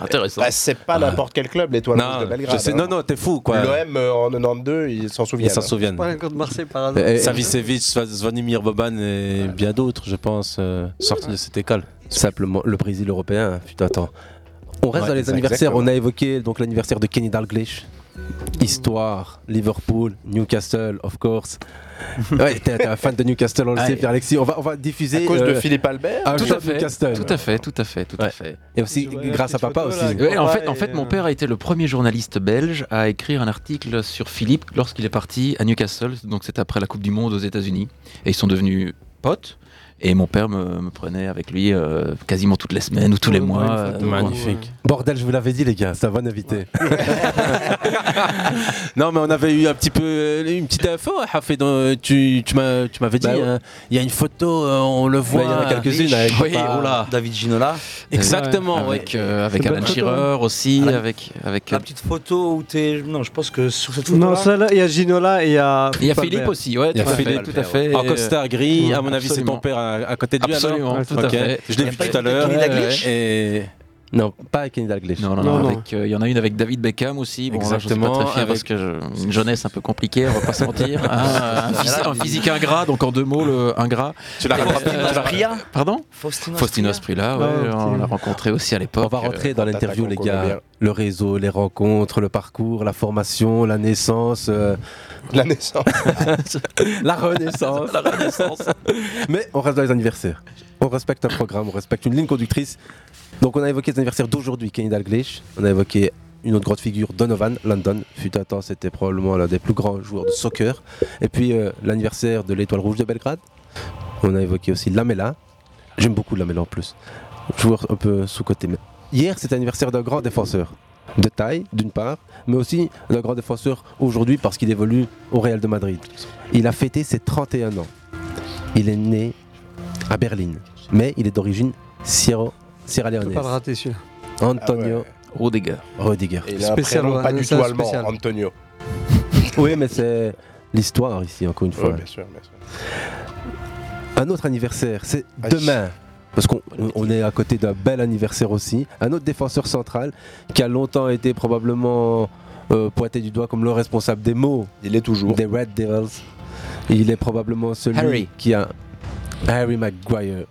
Speaker 7: Intéressant.
Speaker 11: Bah, c'est pas n'importe quel club, l'étoile
Speaker 9: Non,
Speaker 11: rouge de Belgrade. hein.
Speaker 9: je sais- non, non, t'es fou, quoi.
Speaker 11: L'OM euh, en 92, ils s'en souviennent.
Speaker 9: Ils s'en
Speaker 11: hein.
Speaker 9: souviennent.
Speaker 2: Pas un contre Marseille par hasard.
Speaker 8: Eh,
Speaker 9: Et- Savicevic, Sva- Zvonimir Boban et bien d'autres, je pense, euh, sortis de cette école.
Speaker 8: Simplement le Brésil européen, hein, putain, attends. On reste
Speaker 9: Ouais,
Speaker 8: dans les
Speaker 9: exact-
Speaker 8: anniversaires.
Speaker 9: exactement.
Speaker 8: On a évoqué donc l'anniversaire de Kenny Dalglish. Histoire, Liverpool, Newcastle, of course. Ouais, t'es t'es un fan de Newcastle, on le
Speaker 7: Ouais.
Speaker 8: sait, Pierre-Alexis. On va, on va diffuser.
Speaker 7: À cause de
Speaker 8: euh,
Speaker 7: Philippe Albert
Speaker 8: un
Speaker 7: Ah, Tout
Speaker 8: jeu
Speaker 7: à
Speaker 8: de
Speaker 7: fait,
Speaker 8: Newcastle.
Speaker 7: tout à fait, tout à fait, tout à fait.
Speaker 8: Et aussi grâce à papa aussi.
Speaker 7: Ouais, en fait, en fait, mon
Speaker 13: euh,
Speaker 7: père a été le premier journaliste belge à écrire un article sur Philippe lorsqu'il est parti à Newcastle. Donc c'était après la Coupe du Monde aux États-Unis, et ils sont devenus potes. Et mon père me, me prenait avec lui euh, quasiment toutes les semaines ou tous les mois. euh,
Speaker 9: Magnifique.
Speaker 8: Bordel, je vous l'avais dit, les gars, c'est un bon invité.
Speaker 9: Non, mais on avait eu un petit peu euh, une petite info. Hafid, euh, tu, tu m'as- tu m'avais dit,
Speaker 8: Bah
Speaker 9: euh,
Speaker 8: ouais. Bah,
Speaker 9: il y a une photo, euh, on le voit.
Speaker 8: il y en a quelques-unes hein, avec
Speaker 9: Oui,
Speaker 8: papa
Speaker 9: oula.
Speaker 13: David Ginola.
Speaker 9: Exactement, ouais.
Speaker 7: oh Avec, euh, avec
Speaker 13: C'est une
Speaker 7: Alan
Speaker 13: bonne photo,
Speaker 7: Shearer
Speaker 13: hein.
Speaker 7: aussi,
Speaker 13: Alan-
Speaker 7: avec, avec euh,
Speaker 13: La petite photo où t'es. Non, je pense que sur cette photo.
Speaker 2: Non, celle-là, il y a Ginola et il y a.
Speaker 7: Il y a
Speaker 2: Fulbert.
Speaker 7: Philippe aussi, ouais,
Speaker 9: Il y a
Speaker 7: tout à
Speaker 9: Philippe,
Speaker 7: fait, tout à fait.
Speaker 9: En costard gris,
Speaker 2: Mm.
Speaker 7: Mmh,
Speaker 9: à mon avis, c'est ton
Speaker 7: absolument.
Speaker 9: père à, à côté de lui.
Speaker 7: Absolument,
Speaker 9: alors
Speaker 7: tout à
Speaker 9: Ok.
Speaker 7: fait.
Speaker 9: Je l'ai
Speaker 7: Il y a
Speaker 9: vu
Speaker 7: pas
Speaker 9: tout à
Speaker 7: été
Speaker 9: l'heure.
Speaker 7: Kenny Dalglish
Speaker 9: Et.
Speaker 8: Non, pas avec Kenny Dalglish.
Speaker 7: Non, non, non, avec, euh, il y en a une avec David Beckham aussi. Bon, là, je suis pas
Speaker 9: Exactement,
Speaker 7: très fier parce
Speaker 9: avec-
Speaker 7: que je- une jeunesse un peu compliquée, on va pas se mentir. Ah, un, phys- un physique ingrat, donc en deux mots, le ingrat.
Speaker 9: Tu l'as
Speaker 13: rencontré, tu l'as- Pria
Speaker 7: Pardon
Speaker 13: Faustino
Speaker 7: Faustino
Speaker 13: Aspria.
Speaker 7: Asprilla, ouais,
Speaker 13: Ah, ok.
Speaker 7: on l'a rencontré aussi à l'époque.
Speaker 8: On va rentrer dans
Speaker 7: Euh,
Speaker 8: l'interview, les
Speaker 7: attaquant
Speaker 8: gars.
Speaker 7: colombien.
Speaker 8: Le réseau, les rencontres, le parcours, la formation, la naissance. euh,
Speaker 11: La naissance.
Speaker 8: la renaissance.
Speaker 7: la renaissance.
Speaker 8: Mais on reste dans les anniversaires. On respecte un programme, on respecte une ligne conductrice. Donc on a évoqué les anniversaires d'aujourd'hui, Kenny Dalglish. On a évoqué une autre grande figure, Donovan London. Fut un temps, c'était probablement l'un des plus grands joueurs de soccer. Et puis euh, l'anniversaire de l'Étoile Rouge de Belgrade. On a évoqué aussi Lamela. J'aime beaucoup Lamela en plus. Joueur un peu sous-côté. Mais hier, c'était l'anniversaire d'un grand défenseur. De taille, d'une part, mais aussi d'un grand défenseur aujourd'hui parce qu'il évolue au Real de Madrid. Il a fêté ses 31 ans. Il est né à Berlin, mais il est d'origine Sierra, Sierra
Speaker 2: On peut
Speaker 8: Leone.
Speaker 2: pas le rater celui-là.
Speaker 8: Antonio
Speaker 7: Rudiger.
Speaker 8: Rudiger.
Speaker 11: Ah Et il a un prénom pas du tout allemand, Antonio.
Speaker 8: Oui, mais c'est l'histoire ici, encore une fois.
Speaker 11: Ouais, bien sûr, bien sûr.
Speaker 8: Un autre anniversaire, c'est
Speaker 11: Ah,
Speaker 8: demain. Parce qu'on on- on est à côté d'un bel anniversaire aussi. Un autre défenseur central qui a longtemps été probablement euh, pointé du doigt comme le responsable des mots.
Speaker 11: Il est toujours.
Speaker 8: Des Red Devils. Il est probablement celui
Speaker 9: Harry.
Speaker 8: qui a. Harry Maguire.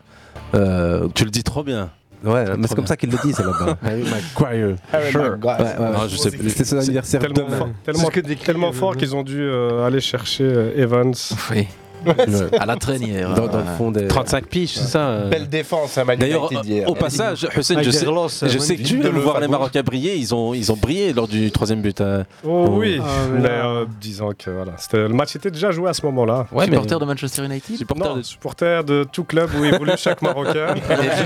Speaker 8: Euh,
Speaker 9: Tu le dis trop bien.
Speaker 8: Ouais, mais c'est
Speaker 9: bien.
Speaker 8: comme ça qu'ils le disent là-bas. Harry Maguire.
Speaker 12: Ah
Speaker 9: Harry
Speaker 8: Sure.
Speaker 9: Maguire.
Speaker 8: Ouais, ouais, ouais.
Speaker 9: Non, je sais plus.
Speaker 8: C'est son anniversaire
Speaker 12: Tellement,
Speaker 8: demain.
Speaker 12: fort- tellement, tellement fort qu'ils ont dû euh, aller chercher euh, Evans.
Speaker 7: Oui.
Speaker 8: Ouais.
Speaker 7: À la traînière.
Speaker 8: Dans- dans le fond des-
Speaker 9: 35 piges, c'est ça euh.
Speaker 11: Belle défense, hein, Man
Speaker 9: D'ailleurs,
Speaker 11: United hier.
Speaker 9: au au passage, Hussein, je sais, je sais que tu
Speaker 11: De
Speaker 9: aimes
Speaker 11: le
Speaker 9: voir les
Speaker 11: Fabregas.
Speaker 9: Marocains briller. Ils ont, ils ont brillé lors du troisième but. hein.
Speaker 12: Oh oui,
Speaker 9: Ah,
Speaker 12: mais,
Speaker 9: mais là-
Speaker 12: euh, disons que voilà, c'était- le match était déjà joué à ce moment-là.
Speaker 7: Ouais, supporter de Manchester United
Speaker 12: supporter, de... supporter de tout club où évolue chaque Marocain.
Speaker 7: Et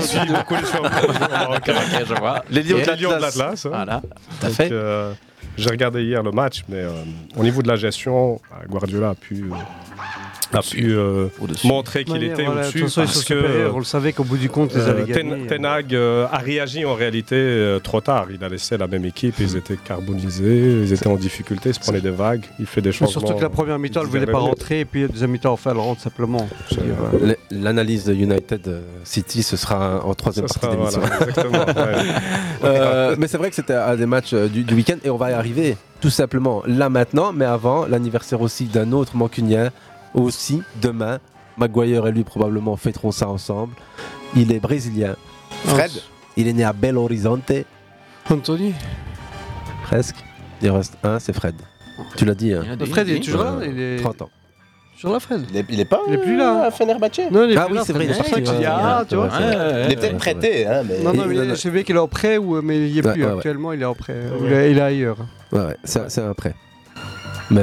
Speaker 12: je suis beaucoup les joueurs marocains.
Speaker 7: Ok, je vois.
Speaker 12: Ah, Les Lions
Speaker 7: Et-
Speaker 12: de l'Atlas. hein.
Speaker 7: Voilà, tout à
Speaker 12: Donc,
Speaker 7: fait.
Speaker 12: euh, bah, J'ai regardé hier le match, mais euh, au niveau de la gestion, euh, Guardiola a pu euh, a pu euh, montrer qu'il
Speaker 2: Ouais,
Speaker 12: était
Speaker 2: voilà,
Speaker 12: au-dessus.
Speaker 2: de toute façon, ils
Speaker 12: parce
Speaker 2: sont
Speaker 12: que, Euh,
Speaker 2: supérieurs, on le savait qu'au bout du compte, ils allaient
Speaker 12: Ten-
Speaker 2: gagner.
Speaker 12: Ten Hag euh, a réagi en réalité euh, trop tard. Il a laissé la même équipe, ils étaient carbonisés, ils étaient en difficulté, ils se prenaient des vagues, il fait des
Speaker 2: Mais
Speaker 12: changements.
Speaker 2: surtout que la première mi-temps, elle ne voulait pas rentrer, et puis la deuxième mi-temps, enfin, elle rentre simplement. Je veux dire, euh,
Speaker 8: L- L'analyse de United euh, City, ce sera en troisième
Speaker 2: Ce sera,
Speaker 8: partie d'émission.
Speaker 2: voilà, exactement, ouais.
Speaker 8: Euh, mais c'est vrai que c'était un des matchs euh, du, du week-end et on va y arriver tout simplement là maintenant, mais avant l'anniversaire aussi d'un autre mancunien, aussi demain. Maguire et lui probablement fêteront ça ensemble. Il est brésilien.
Speaker 11: Fred
Speaker 8: Il est né à Belo Horizonte.
Speaker 2: Anthony
Speaker 8: Presque. Il en reste un, c'est Fred. Tu l'as dit. hein.
Speaker 2: des- Fred, il est toujours là, il est-
Speaker 8: 30 ans.
Speaker 2: Sur la Fred.
Speaker 11: Il est, il est pas
Speaker 2: Il est plus là. hein.
Speaker 11: à Fenerbahçe
Speaker 2: Non, il est
Speaker 8: Ah
Speaker 2: plus
Speaker 8: oui,
Speaker 2: là,
Speaker 8: c'est vrai, il est
Speaker 2: C'est pour ça que je
Speaker 8: parti,
Speaker 2: dis,
Speaker 8: ouais,
Speaker 2: ah,
Speaker 8: ouais,
Speaker 2: tu vois.
Speaker 8: ouais, ouais,
Speaker 11: Il est peut-être prêté, hein, mais.
Speaker 2: Non, non, mais
Speaker 8: Il-
Speaker 2: il est- je sais qu'il est en prêt, ou, mais il n'y est
Speaker 8: Ouais,
Speaker 2: plus.
Speaker 8: ouais, ouais.
Speaker 2: Actuellement, il est en prêt. Ou il est- Il est ailleurs.
Speaker 8: Ouais, ouais, c'est c'est un prêt. Mais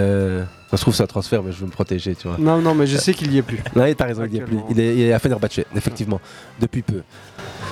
Speaker 8: ça se trouve, c'est un transfert, mais je veux me protéger, tu vois.
Speaker 2: Non, non, mais je sais qu'il n'y est plus.
Speaker 8: Ouais, t'as raison, il y est plus.
Speaker 2: Actuellement.
Speaker 8: Il est, il est à Fenerbahçe, effectivement, depuis peu.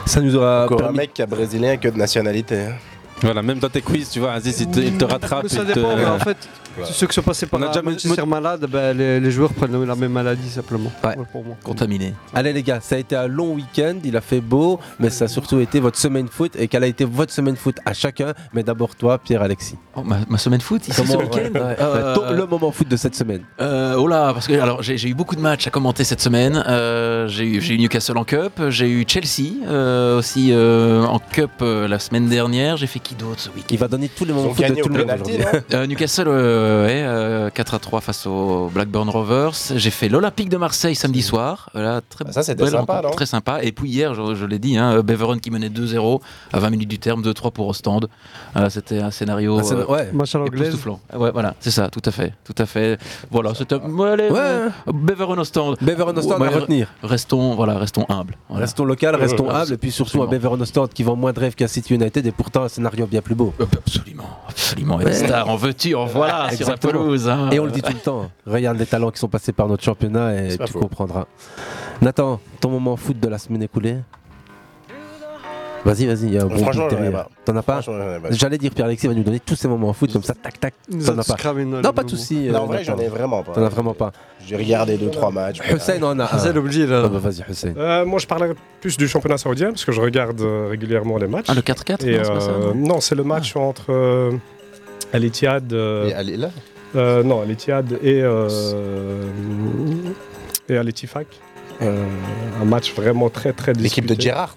Speaker 8: Ça nous aura
Speaker 11: Encore un
Speaker 8: permis-
Speaker 11: mec qui a brésilien que de nationalité. hein.
Speaker 9: Voilà, même dans tes quiz, tu vois, Aziz, il te, il te rattrape.
Speaker 2: Mais ça
Speaker 9: il te-
Speaker 2: dépend, mais en fait,
Speaker 9: Voilà.
Speaker 2: ceux qui sont passés par
Speaker 9: On a
Speaker 2: là,
Speaker 9: déjà
Speaker 2: Manchester malade, ben, les, les joueurs prennent la même maladie simplement. Ouais, pour moi.
Speaker 7: Contaminé.
Speaker 8: Allez les gars, ça a été un long week-end, il a fait beau, mais ça a surtout été votre semaine foot et qu'elle a été votre semaine foot à chacun, mais d'abord toi, Pierre-Alexis.
Speaker 7: Oh, ma, semaine foot, ici, ce week-end Euh,
Speaker 8: Le moment foot de cette semaine.
Speaker 7: Euh, oh là, parce que alors j'ai j'ai eu beaucoup de matchs à commenter cette semaine. Euh, j'ai eu, j'ai eu Newcastle en Cup, j'ai eu Chelsea euh, aussi euh, en Cup euh, la semaine dernière. J'ai fait qui d'autre ce week-end
Speaker 8: Il va donner tous les
Speaker 11: Ils
Speaker 8: moments
Speaker 11: ont
Speaker 8: foot de
Speaker 11: gagné
Speaker 8: tout
Speaker 11: au
Speaker 8: le monde
Speaker 11: penalty,
Speaker 8: aujourd'hui.
Speaker 7: Euh, Newcastle euh, ouais, euh, 4 à 3 face au Blackburn Rovers. J'ai fait l'Olympique de Marseille samedi soir. Euh, là, très
Speaker 11: Ah, ça, c'était
Speaker 7: belle
Speaker 11: sympa,
Speaker 7: rencontre,
Speaker 11: non
Speaker 7: Très sympa. Et puis hier, je, je l'ai dit, hein, Beveren qui menait 2-0 à 20 minutes du terme, 2-3 pour Ostende. Euh, C'était un scénario
Speaker 8: Un scén-
Speaker 7: euh,
Speaker 8: Ah, ouais.
Speaker 2: Match à l'anglaise.
Speaker 7: époustouflant. Euh, Ouais, voilà, c'est ça, tout à fait, tout à fait. Voilà, c'était ouais, allez,
Speaker 8: Ouais.
Speaker 7: euh, Beveren Ostende.
Speaker 8: Beveren Ostende
Speaker 7: Ouais,
Speaker 8: à
Speaker 7: re-
Speaker 8: retenir.
Speaker 7: Restons, voilà, restons humbles. Voilà.
Speaker 8: Restons local, restons humble et puis surtout à
Speaker 7: absolument.
Speaker 8: Beveren Ostend qui vend moins de rêves qu'à City United et pourtant un scénario bien plus beau.
Speaker 7: Euh, bah, Absolument, absolument. Et Star, en veux-tu, en voilà, sur la
Speaker 8: Exactement.
Speaker 7: pelouse. hein.
Speaker 8: Et on le dit tout le temps. Regarde les talents qui sont passés par notre championnat et
Speaker 11: C'est pas
Speaker 8: tu
Speaker 11: faux.
Speaker 8: comprendras. Nathan, ton moment foot de la semaine écoulée Vas-y, vas-y, il y a un bon
Speaker 11: Franchement,
Speaker 8: bout
Speaker 11: j'en ai
Speaker 8: derrière.
Speaker 11: pas.
Speaker 8: T'en as pas
Speaker 11: Franchement, j'en ai pas.
Speaker 8: J'allais dire Pierre-Alexis va nous donner tous ses moments foot comme ça, tac, tac.
Speaker 2: Nous
Speaker 8: T'en
Speaker 2: a
Speaker 8: as pas.
Speaker 2: scramé nos-
Speaker 8: Non,
Speaker 2: nos
Speaker 8: pas de
Speaker 2: moments.
Speaker 8: souci.
Speaker 11: Non,
Speaker 8: euh,
Speaker 11: en vrai,
Speaker 8: Nathan.
Speaker 11: j'en ai vraiment pas.
Speaker 8: T'en as vraiment pas.
Speaker 11: J'ai regardé 2-3 matchs.
Speaker 8: Hussein en a
Speaker 2: Hussein,
Speaker 8: un.
Speaker 2: obligé là.
Speaker 8: Ah bah vas-y, Hussein.
Speaker 12: Euh, moi, je parlerai plus du championnat saoudien parce que je regarde euh, régulièrement les matchs.
Speaker 7: Ah, le 4-4
Speaker 12: Et,
Speaker 7: non, c'est pas ça,
Speaker 12: euh,
Speaker 7: non Ah.
Speaker 12: non, c'est le match entre euh, Al Ittihad. euh,
Speaker 11: Et allez là
Speaker 12: euh, non, Al Ittihad et euh, et Al Ittifaq. Euh, un match vraiment très très disputé.
Speaker 11: L'équipe de Gerrard,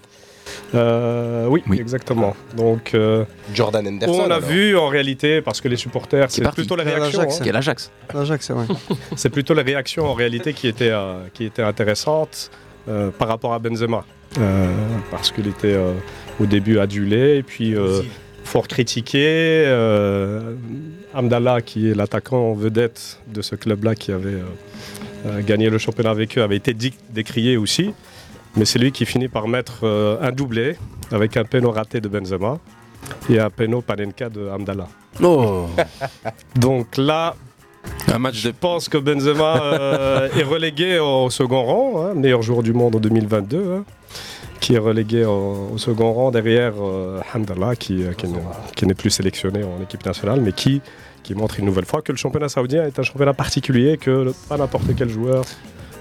Speaker 12: Euh, oui,
Speaker 7: Oui.
Speaker 12: exactement. Donc euh,
Speaker 11: Jordan Henderson.
Speaker 12: on a
Speaker 11: alors.
Speaker 12: vu en réalité parce que les supporters,
Speaker 7: est
Speaker 12: c'est
Speaker 7: parti.
Speaker 12: plutôt la
Speaker 2: Vers
Speaker 12: réaction.
Speaker 2: l'Ajax.
Speaker 12: hein.
Speaker 7: Qui est l'Ajax.
Speaker 2: L'Ajax, c'est vrai.
Speaker 12: C'est plutôt les réactions en réalité qui étaient, euh, qui étaient intéressantes euh, par rapport à Benzema. Euh, parce qu'il était euh, au début adulé et puis euh, fort critiqué. Euh, Amdallah, qui est l'attaquant en vedette de ce club-là qui avait euh, euh, gagné le championnat avec eux, avait été dit- décrié aussi. Mais c'est lui qui finit par mettre euh, un doublé avec un péno raté de Benzema et un péno panenka de Amdallah.
Speaker 8: Oh
Speaker 12: Donc là,
Speaker 9: Un match de.
Speaker 12: je pense que Benzema euh, est relégué au second rang, hein, meilleur joueur du monde en 2022, hein, qui est relégué au, au second rang derrière euh, Hamdallah, qui, euh, qui n'est- qui n'est plus sélectionné en équipe nationale, mais qui, qui montre une nouvelle fois que le championnat saoudien est un championnat particulier, que le- pas n'importe quel joueur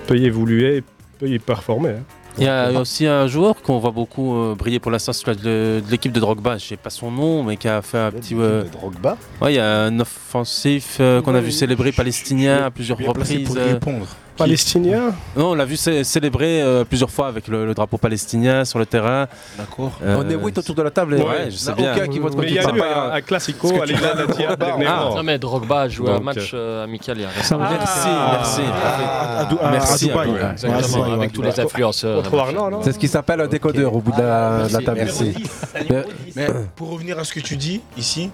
Speaker 12: peut y évoluer, peut y performer. hein.
Speaker 9: Il y a aussi un joueur qu'on voit beaucoup euh, briller pour l'instant, celui de, de l'équipe de Drogba. Je sais pas son nom, mais qui a fait un petit. euh,
Speaker 11: De Drogba.
Speaker 9: ouais, il y a un offensif euh, qu'on a vu célébrer palestinien à plusieurs reprises. euh,
Speaker 12: Palestinien
Speaker 9: Non, on l'a vu cé- célébrer euh, plusieurs fois avec le, le drapeau palestinien sur le terrain.
Speaker 7: D'accord.
Speaker 9: Euh,
Speaker 8: On est 8 autour de la table. et-
Speaker 9: Ouais, je sais
Speaker 8: Là,
Speaker 9: bien.
Speaker 8: Aucun qui voit de quoi
Speaker 12: Mais il y
Speaker 8: tu
Speaker 12: a eu
Speaker 8: parles.
Speaker 12: un, un classico à l'Ilal Attiyah dernièrement.
Speaker 9: Ah.
Speaker 10: Non, mais Drogba a joué un
Speaker 12: Donc,
Speaker 10: match euh, amical il y a récemment.
Speaker 9: Merci,
Speaker 12: Ah.
Speaker 9: merci.
Speaker 11: Ah,
Speaker 9: merci. à vous.
Speaker 10: Exactement, avec tous les influenceurs.
Speaker 12: Contre Arnaud, non
Speaker 8: C'est ce qui s'appelle un décodeur au bout de
Speaker 14: Ah,
Speaker 8: la, de Euh, la table ici. Euh, Mais-
Speaker 14: Mais pour revenir à ce que tu dis ici,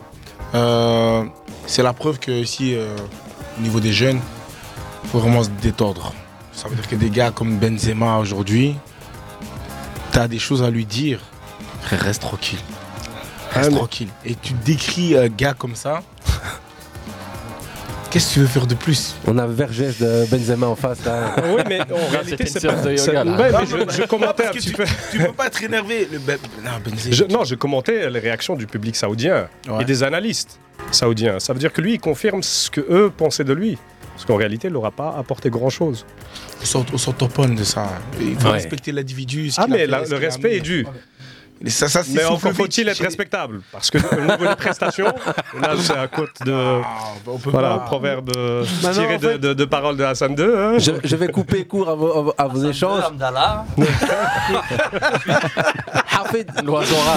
Speaker 14: euh, c'est la preuve que ici, euh, au niveau des jeunes, il faut vraiment se détendre. Ça veut dire que des gars comme Benzema aujourd'hui, tu as des choses à lui dire. Frère, reste tranquille.
Speaker 8: Ah,
Speaker 14: Reste tranquille. Et tu décris un gars comme ça. Qu'est-ce que tu veux faire de plus
Speaker 8: On a Vergès de Benzema en face là.
Speaker 12: Oui, mais en
Speaker 10: c'était
Speaker 12: réalité,
Speaker 10: une
Speaker 12: c'est
Speaker 10: séance
Speaker 12: pas.
Speaker 10: de
Speaker 12: c'est-
Speaker 10: yoga, là.
Speaker 12: ouais, mais
Speaker 14: Non, non,
Speaker 12: je, je
Speaker 14: non,
Speaker 12: commentais
Speaker 14: parce
Speaker 12: un
Speaker 14: que
Speaker 12: petit peu.
Speaker 14: Tu peux pas être énervé. Le Ben- non, Benzema.
Speaker 12: Je- non, je commentais les réactions du public saoudien
Speaker 14: Ouais.
Speaker 12: et des analystes saoudiens. Ça veut dire que lui, il confirme ce que eux pensaient de lui. Parce qu'en réalité, il n'aura pas apporté grand-chose.
Speaker 14: On s'en- on s'entoponne de ça. Il faut respecter l'individu. ce
Speaker 12: Ah,
Speaker 14: qu'il a
Speaker 12: mais
Speaker 14: fait,
Speaker 12: la-
Speaker 14: ce
Speaker 12: le
Speaker 14: qu'il a
Speaker 12: respect
Speaker 14: amené.
Speaker 12: est dû.
Speaker 14: Et ça- ça s'essouffle
Speaker 12: mais encore
Speaker 14: vite
Speaker 12: faut-il être
Speaker 14: chez-
Speaker 12: respectable Parce que au niveau des prestations, là, c'est à côte de. voilà, un proverbe euh,
Speaker 8: Bah non,
Speaker 12: tiré
Speaker 8: en
Speaker 12: de,
Speaker 8: fait-
Speaker 12: de- de paroles de Hassan II. hein.
Speaker 8: Je, je vais couper court à vos, à vos- à vos échanges. Hafid Loazora.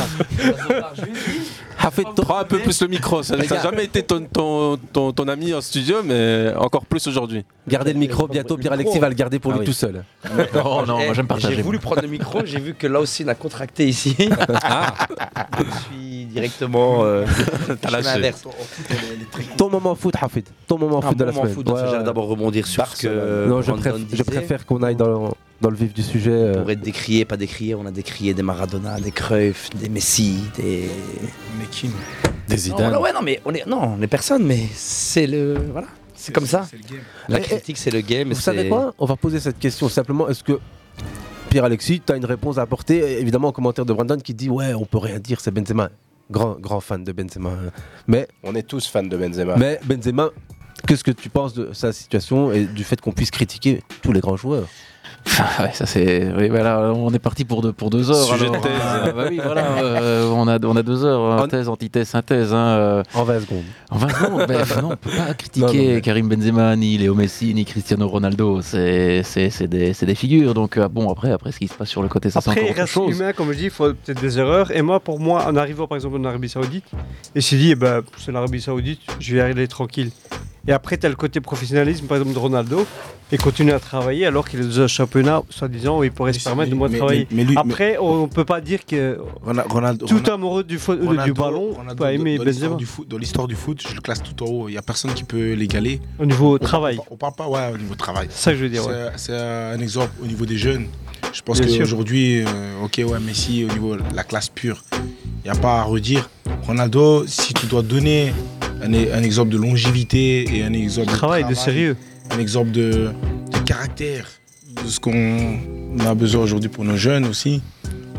Speaker 8: Hafid,
Speaker 9: Prends un peu plus le micro, ça
Speaker 8: Les
Speaker 9: n'a
Speaker 8: gars.
Speaker 9: jamais été ton, ton, ton, ton ami en studio, mais encore plus aujourd'hui.
Speaker 8: Gardez le micro, bientôt Pierre-Alexis va le garder
Speaker 13: Ah
Speaker 8: pour lui tout seul.
Speaker 9: Non, non, moi, j'aime partager,
Speaker 13: J'ai
Speaker 9: moi.
Speaker 13: voulu prendre le micro, j'ai vu que là aussi il a contracté ici. Je suis directement. euh,
Speaker 8: T'as
Speaker 13: chemin
Speaker 8: lâché.
Speaker 13: inverse.
Speaker 8: Ton moment foot, Hafid. Ton moment
Speaker 13: Ah,
Speaker 8: foot de la
Speaker 13: moment
Speaker 8: semaine.
Speaker 13: foot, donc j'allais d'abord rebondir sur ce que, euh,
Speaker 8: Non, je,
Speaker 13: Brandon
Speaker 8: préf- je
Speaker 13: disait.
Speaker 8: préfère qu'on aille dans, dans le vif du sujet. euh,
Speaker 13: Pour être décrié, pas décrié, on a décrié des Maradona, des Cruyff, des Messi, des.
Speaker 14: Mais qui
Speaker 13: Des
Speaker 8: Zidane.
Speaker 13: ouais, non, mais on est. Non, on est personne, mais c'est le. Voilà. C'est comme ça. La
Speaker 8: Eh, eh,
Speaker 13: critique, c'est le game.
Speaker 8: Vous savez
Speaker 13: c'est-
Speaker 8: quoi On va poser cette question simplement. Est-ce que Pierre-Alexis, tu as une réponse à apporter Et Évidemment, en commentaire de Brandon qui dit Ouais, on peut rien dire, c'est Benzema. Grand, grand fan de Benzema. Mais.
Speaker 11: On est tous fans de Benzema.
Speaker 8: Mais Benzema, qu'est-ce que tu penses de sa situation et du fait qu'on puisse critiquer tous les grands joueurs
Speaker 7: Ah Ouais, ça c'est. Oui, voilà, on est parti pour deux, pour deux heures.
Speaker 8: Sujet de
Speaker 7: alors.
Speaker 8: thèse.
Speaker 7: Ah, bah oui, voilà, euh, on, a, on a deux heures. hein, Thèse, antithèse, synthèse. hein, euh.
Speaker 8: En 20 secondes.
Speaker 7: En 20 secondes mais, enfin, Non, on peut pas critiquer Karim Benzema, ni Léo Messi, ni Cristiano Ronaldo. C'est c'est- c'est des, c'est des figures. Donc, euh, bon, après, après, ce qui se passe sur le côté, ça c'est
Speaker 2: Après,
Speaker 7: encore
Speaker 2: il
Speaker 7: autre
Speaker 2: reste
Speaker 7: chose.
Speaker 2: humain, comme je dis, il faut peut-être des erreurs. Et moi, pour moi, en arrivant par exemple en Arabie Saoudite, et s'est dit, eh ben, c'est l'Arabie Saoudite, je vais y aller tranquille. Et après, tu as le côté professionnalisme, par exemple, de Ronaldo, et continuer à travailler alors qu'il est dans un championnat, soi-disant, où il pourrait se permettre de moins
Speaker 14: mais-
Speaker 2: travailler.
Speaker 14: mais- mais lui-
Speaker 2: après, on ne peut pas dire que
Speaker 14: Ronaldo-
Speaker 2: tout
Speaker 14: Ronaldo-
Speaker 2: amoureux du, fo- euh, du
Speaker 14: Ronaldo-
Speaker 2: ballon
Speaker 14: Ronaldo,
Speaker 2: peut aimer
Speaker 14: dans
Speaker 2: Benzema.
Speaker 14: l'histoire du foot- Dans l'histoire du foot, je le classe tout en haut. Il n'y a personne qui peut l'égaler.
Speaker 2: Au niveau
Speaker 14: On parle-
Speaker 2: travail.
Speaker 14: On parle pas, ouais, au niveau travail.
Speaker 2: Ça que je veux dire,
Speaker 14: C'est-
Speaker 2: ouais.
Speaker 14: C'est un exemple au niveau des jeunes. Je pense
Speaker 2: Bien sûr.
Speaker 14: qu'aujourd'hui, euh, ok, ouais, Messi, au niveau de la classe pure, il n'y a pas à redire. Ronaldo, si tu dois donner un, e- un exemple de longévité et un exemple
Speaker 2: Travail,
Speaker 14: de
Speaker 2: de sérieux.
Speaker 14: un exemple de, de caractère, de ce qu'on a besoin aujourd'hui pour nos jeunes aussi.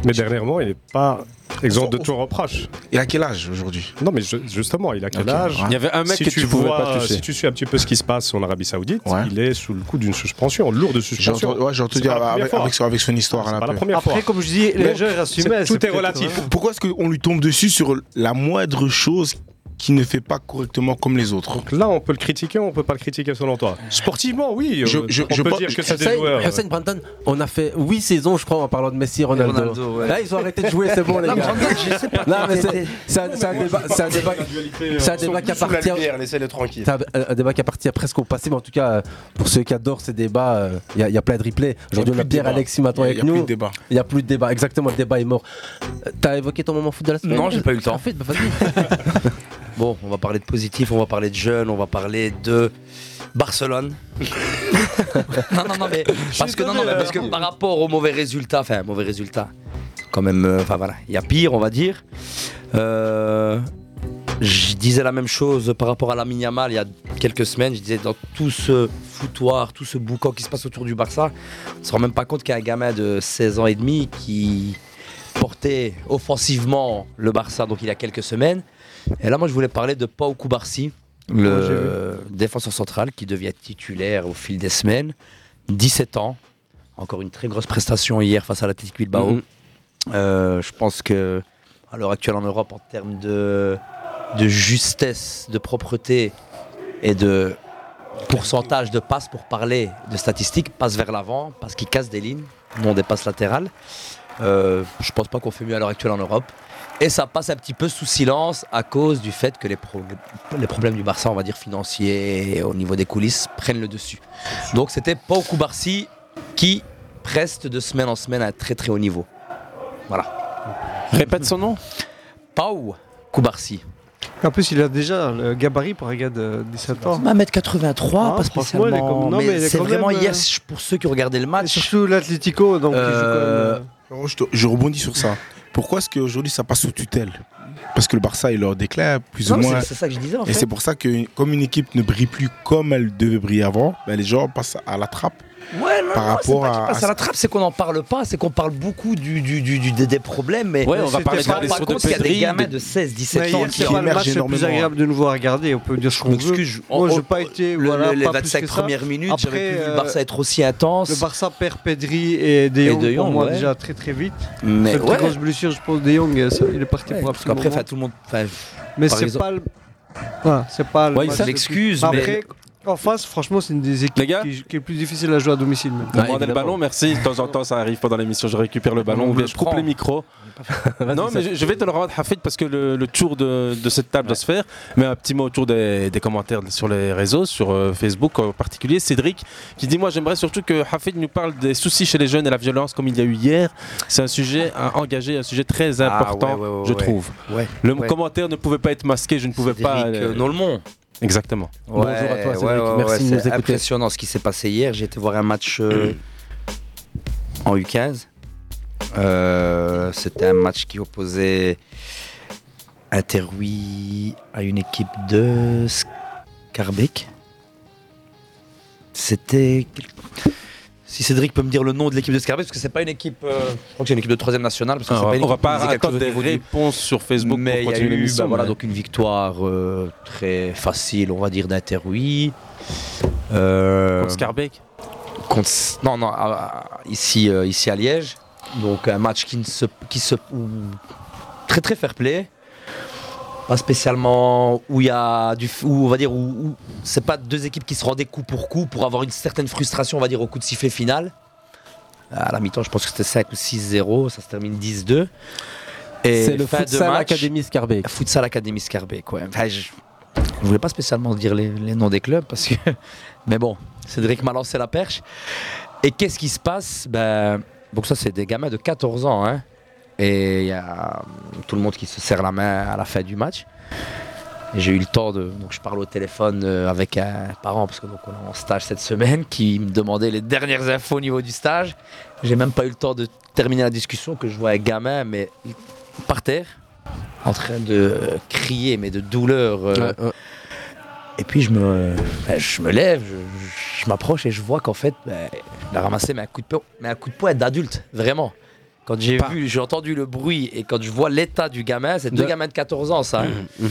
Speaker 12: Mais dernièrement, il n'est pas exempt de tout reproche.
Speaker 14: Il a quel âge aujourd'hui
Speaker 12: Non, mais ju- justement, il a quel
Speaker 14: Ok.
Speaker 12: âge
Speaker 14: Ouais. Il y avait un mec que tu pouvais
Speaker 12: vois,
Speaker 14: pas
Speaker 12: euh,
Speaker 14: toucher.
Speaker 12: Si tu suis un petit peu ce qui se passe en Arabie Saoudite, il est sous le coup d'une suspension, lourde
Speaker 14: J'ai
Speaker 12: suspension.
Speaker 14: entendu, ouais, j'ai entendu
Speaker 12: C'est pas la
Speaker 14: avec,
Speaker 12: première
Speaker 14: avec,
Speaker 12: fois.
Speaker 14: son- avec son histoire. là,
Speaker 12: pas la
Speaker 14: peu.
Speaker 12: première Après, fois. comme je dis, les
Speaker 14: Mais
Speaker 12: gens, ils restent humains,
Speaker 14: Tout
Speaker 12: c'est
Speaker 14: est
Speaker 12: peut-être,
Speaker 14: relatif.
Speaker 12: hein.
Speaker 14: Pourquoi est-ce qu'on lui tombe dessus sur la moindre chose qui ne fait pas correctement comme les autres
Speaker 12: Là, on peut le critiquer, on peut pas le critiquer selon toi. Sportivement, oui. euh, on peut dire que c'est des joueurs.
Speaker 8: Hussein Brandon, on a fait 8 saisons, je crois, en parlant de Messi et Ronaldo.
Speaker 12: Ronaldo, ouais.
Speaker 8: Là, ils ont arrêté de jouer, c'est bon, les
Speaker 12: Non,
Speaker 8: gars.
Speaker 12: mais Brandon,
Speaker 11: je sais pas.
Speaker 8: Non, mais c'est- c'est un- c'est un
Speaker 11: Non, mais
Speaker 8: débat-
Speaker 11: moi, je
Speaker 8: c'est un
Speaker 11: parle
Speaker 8: débat-
Speaker 11: de la dualité, euh,
Speaker 8: c'est un
Speaker 11: ils sont
Speaker 8: débat qui
Speaker 11: sous la
Speaker 8: appartient.
Speaker 11: lumière, laissez-les tranquilles.
Speaker 8: C'est un, un débat qui appartient presque au passé, mais en tout cas, euh, pour ceux qui adorent ces débats, il y, a plein de replays. Aujourd'hui,
Speaker 14: Il y
Speaker 8: on
Speaker 14: a plus
Speaker 8: a
Speaker 14: de
Speaker 8: Pierre
Speaker 14: débat.
Speaker 8: Alexis maintenant
Speaker 14: Il y a-
Speaker 8: avec
Speaker 14: il y a
Speaker 8: nous.
Speaker 14: plus de débat.
Speaker 8: Il n'y a plus de débat, exactement, le débat est mort. Euh, T'as évoqué ton moment foot de la semaine
Speaker 13: Non, j'ai pas eu le temps.
Speaker 8: En fait, bah, vas-y.
Speaker 13: Bon, on va parler de positif, on va parler de jeunes, on va parler de Barcelone. non, non, non, mais parce que, non, non, mais parce que par rapport aux mauvais résultats, enfin, mauvais résultats, quand même, euh, enfin voilà, il y a pire, on va dire. Euh, je disais la même chose par rapport à la Yamal il y a quelques semaines. Je disais dans tout ce foutoir, tout ce boucan qui se passe autour du Barça, on se rend même pas compte qu'il y a un gamin de 16 ans et demi qui portait offensivement le Barça donc il y a quelques semaines. Et là, moi, je voulais parler de Pau Koubarsi,
Speaker 8: Ouais, j'ai vu.
Speaker 13: le, euh, défenseur central qui devient titulaire au fil des semaines. 17 ans. Encore une très grosse prestation hier face à l'Atlético Bilbao.
Speaker 8: Mhm.
Speaker 13: Euh, je pense que à l'heure actuelle en Europe, en termes de, de justesse, de propreté et de pourcentage de passes pour parler de statistiques, passe vers l'avant, parce qu'il casse des lignes, non des passes latérales. Euh, je pense pas qu'on fait mieux à l'heure actuelle en Europe. Et ça passe un petit peu sous silence à cause du fait que les, pro- les problèmes du Barça, on va dire financiers, au niveau des coulisses, prennent le dessus. Donc c'était Pau Koubarsi qui preste de semaine en semaine à un très très haut niveau. Voilà.
Speaker 9: Répète son nom
Speaker 13: Pau Koubarsi.
Speaker 2: En plus, il a déjà le gabarit pour un gars de 17 ans.
Speaker 13: 1m83,
Speaker 2: Ah,
Speaker 13: pas
Speaker 2: franchement, il est
Speaker 13: spécialement.
Speaker 2: comme- non,
Speaker 13: mais
Speaker 2: mais il est
Speaker 13: c'est
Speaker 2: quand
Speaker 13: vraiment
Speaker 2: même, euh,
Speaker 13: yes pour ceux qui ont regardé le match.
Speaker 2: Surtout l'Atlético, donc il joue quand même, euh,
Speaker 14: oh, Je, te- je rebondis sur ça. Pourquoi est-ce qu'aujourd'hui ça passe sous tutelle Parce que le Barça est leur déclin, plus
Speaker 15: Non,
Speaker 14: ou
Speaker 15: mais
Speaker 14: moins.
Speaker 15: c'est- c'est ça que je disais, en
Speaker 14: Et
Speaker 15: fait.
Speaker 14: c'est pour ça que, comme une équipe ne brille plus comme elle devait briller avant, ben, les gens passent à la trappe.
Speaker 13: Ouais, non,
Speaker 14: Par
Speaker 13: non, Ah, c'est
Speaker 14: rapport
Speaker 13: pas qu'il
Speaker 14: à-
Speaker 13: passe
Speaker 14: à-
Speaker 13: à la trappe, c'est qu'on n'en parle pas, c'est qu'on parle beaucoup du, du, du- du- des, des problèmes, mais
Speaker 14: Ouais, on va
Speaker 13: se
Speaker 14: parler de
Speaker 13: rend
Speaker 14: la
Speaker 13: pas
Speaker 14: blessure de
Speaker 13: compte qu'il y a des
Speaker 14: Pedri,
Speaker 13: gamins
Speaker 14: des-
Speaker 13: de 16, 17
Speaker 2: Mais
Speaker 13: ans
Speaker 2: hier, c'est pas le match le plus agréable de nouveau à regarder. On peut dire ce qu'on veut.
Speaker 13: Excuse, on-
Speaker 2: Moi,
Speaker 13: on-
Speaker 2: j'ai pas été.
Speaker 13: le-
Speaker 2: voilà,
Speaker 13: les
Speaker 2: pas
Speaker 13: 25
Speaker 2: plus que ça.
Speaker 13: premières minutes, j'avais
Speaker 2: Après,
Speaker 13: plus vu le
Speaker 2: euh,
Speaker 13: Barça être aussi intense.
Speaker 2: Le Barça perd Pedri et De
Speaker 13: Et
Speaker 2: Jong,
Speaker 13: De
Speaker 2: pour
Speaker 13: Jong,
Speaker 2: moi
Speaker 13: ouais.
Speaker 2: déjà très très vite.
Speaker 13: Mais
Speaker 2: Cette
Speaker 13: ouais.
Speaker 2: grosse blessure, je pense, De Jong, euh, ça, il est parti
Speaker 13: Ouais,
Speaker 2: pour
Speaker 13: parce qu'après,
Speaker 2: absolument.
Speaker 13: enfin, tout le monde. enfin,
Speaker 2: Mais
Speaker 13: par
Speaker 2: c'est
Speaker 13: exemple-
Speaker 2: pas le. Voilà, c'est pas le.
Speaker 13: Ouais,
Speaker 2: match
Speaker 13: ça
Speaker 2: le plus-
Speaker 13: l'excuse, mais-
Speaker 2: Après, en face, franchement, c'est une des équipes qui, qui est plus difficile à jouer à domicile. même.
Speaker 9: On prend le ballon, merci. De temps en temps, ça arrive pendant l'émission. Je récupère le ballon,
Speaker 2: On
Speaker 9: ou bien
Speaker 2: le
Speaker 9: je coupe
Speaker 2: prend.
Speaker 9: les micros. non, mais je, je vais te le rendre, Hafid, parce que le, le tour de, de cette table doit se faire. Mais un petit mot autour des, des commentaires sur les réseaux, sur euh, Facebook en particulier. Cédric qui dit Moi, j'aimerais surtout que Hafid nous parle des soucis chez les jeunes et la violence comme il y a eu hier. C'est un sujet à engager, un sujet très
Speaker 13: Ah,
Speaker 9: important,
Speaker 13: ouais, ouais, ouais,
Speaker 9: je
Speaker 13: ouais.
Speaker 9: trouve.
Speaker 13: Ouais,
Speaker 9: le
Speaker 13: ouais.
Speaker 9: commentaire ne pouvait pas être masqué, je ne pouvais pas.
Speaker 13: Cédric, euh, Nolmont.
Speaker 9: Exactement. Bonjour à toi, Cédric.
Speaker 13: ouais, ouais,
Speaker 9: Merci
Speaker 13: ouais,
Speaker 9: de nous
Speaker 13: c'est
Speaker 9: écouter.
Speaker 13: impressionnant ce qui s'est passé hier. J'ai été voir un match euh, en U15. Euh, C'était un match qui opposait Interui à une équipe de Scarbeck. C'était. Si Cédric peut me dire le nom de l'équipe de Scarbeck, parce que c'est pas une équipe. euh, je crois que c'est une équipe de 3 nationale. Parce que
Speaker 9: Ah,
Speaker 13: c'est
Speaker 9: on
Speaker 13: pas une
Speaker 9: va- on va
Speaker 13: équipe qui
Speaker 9: pas
Speaker 13: faisait quelque
Speaker 9: attendre
Speaker 13: chose au
Speaker 9: des
Speaker 13: niveau du-
Speaker 9: réponses sur Facebook
Speaker 13: mais
Speaker 9: pour
Speaker 13: il y a
Speaker 9: continuer
Speaker 13: eu,
Speaker 9: l'émission,
Speaker 13: bah voilà,
Speaker 9: mais-
Speaker 13: donc une victoire euh, très facile, on va dire, d'Interoui. Euh,
Speaker 9: Contre Scarbeck
Speaker 13: contre- Non, non, à- à- ici, euh, ici à Liège. Donc un match qui, ne se, qui se. où- très très fair play. Pas spécialement où il y a du. f- Où, on va dire, où, où c'est pas deux équipes qui se rendaient coup pour coup pour avoir une certaine frustration, on va dire, au coup de sifflet final. À la mi-temps, je pense que c'était 5 ou 6-0, ça se termine 10-2. Et
Speaker 8: C'est le
Speaker 13: fin de
Speaker 8: Futsal
Speaker 13: match-
Speaker 8: Academy Scarbeck.
Speaker 13: Futsal Academy Scarbeck, ouais. Enfin, je ne voulais pas spécialement dire les, les noms des clubs parce que. Mais bon, Cédric m'a lancé la perche. Et qu'est-ce qui se passe ben, Donc, ça, c'est des gamins de 14 ans. hein. Et il y a hum, tout le monde qui se serre la main à la fin du match. Et J'ai eu le temps de. Donc, je parle au téléphone euh, avec un parent, parce que donc on est en stage cette semaine, qui me demandait les dernières infos au niveau du stage. J'ai même pas eu le temps de terminer la discussion, que je vois un gamin, mais par terre, en train de euh, crier, mais de douleur. euh, Et puis, je me, ben, je me lève, je, je- je m'approche et je vois qu'en fait, ben, il a ramassé mais un coup de poing, mais un coup de poing d'adulte, vraiment. Quand j'ai vu, j'ai entendu le bruit et quand je vois l'état du gamin, c'est deux
Speaker 8: De-
Speaker 13: gamins de 14 ans, ça. hein.
Speaker 4: Mmh.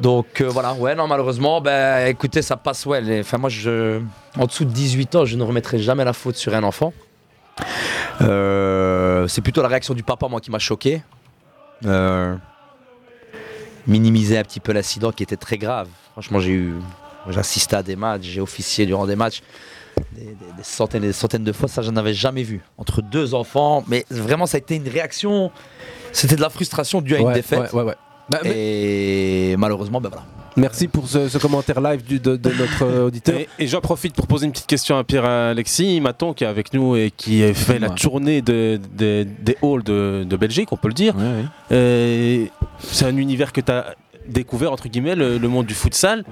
Speaker 13: Donc euh, voilà, ouais, non, malheureusement, ben écoutez, ça passe, ouais. les- Enfin, moi, je, en dessous de 18 ans, je ne remettrai jamais la faute sur un enfant. Euh, c'est plutôt la réaction du papa, moi, qui m'a choqué. Euh, minimiser un petit peu l'accident qui était très grave. Franchement, j'ai eu. J'ai assisté à des matchs, j'ai officié durant des matchs des, des- des centaines et des centaines de fois, ça, j'en avais jamais vu. Entre deux enfants, mais vraiment, ça a été une réaction. C'était de la frustration due à une
Speaker 8: Ouais,
Speaker 13: défaite.
Speaker 8: ouais, ouais, ouais. Bah,
Speaker 13: Et malheureusement, ben voilà.
Speaker 8: Merci pour ce, ce commentaire live du- de, de notre euh, auditeur.
Speaker 9: Et, et j'en profite pour poser une petite question à Pierre-Alexis Maton qui est avec nous et qui a fait la tournée de- de- des halls de, de Belgique, on peut le dire. Euh, C'est un univers que tu as découvert, entre guillemets, le, le monde du futsal.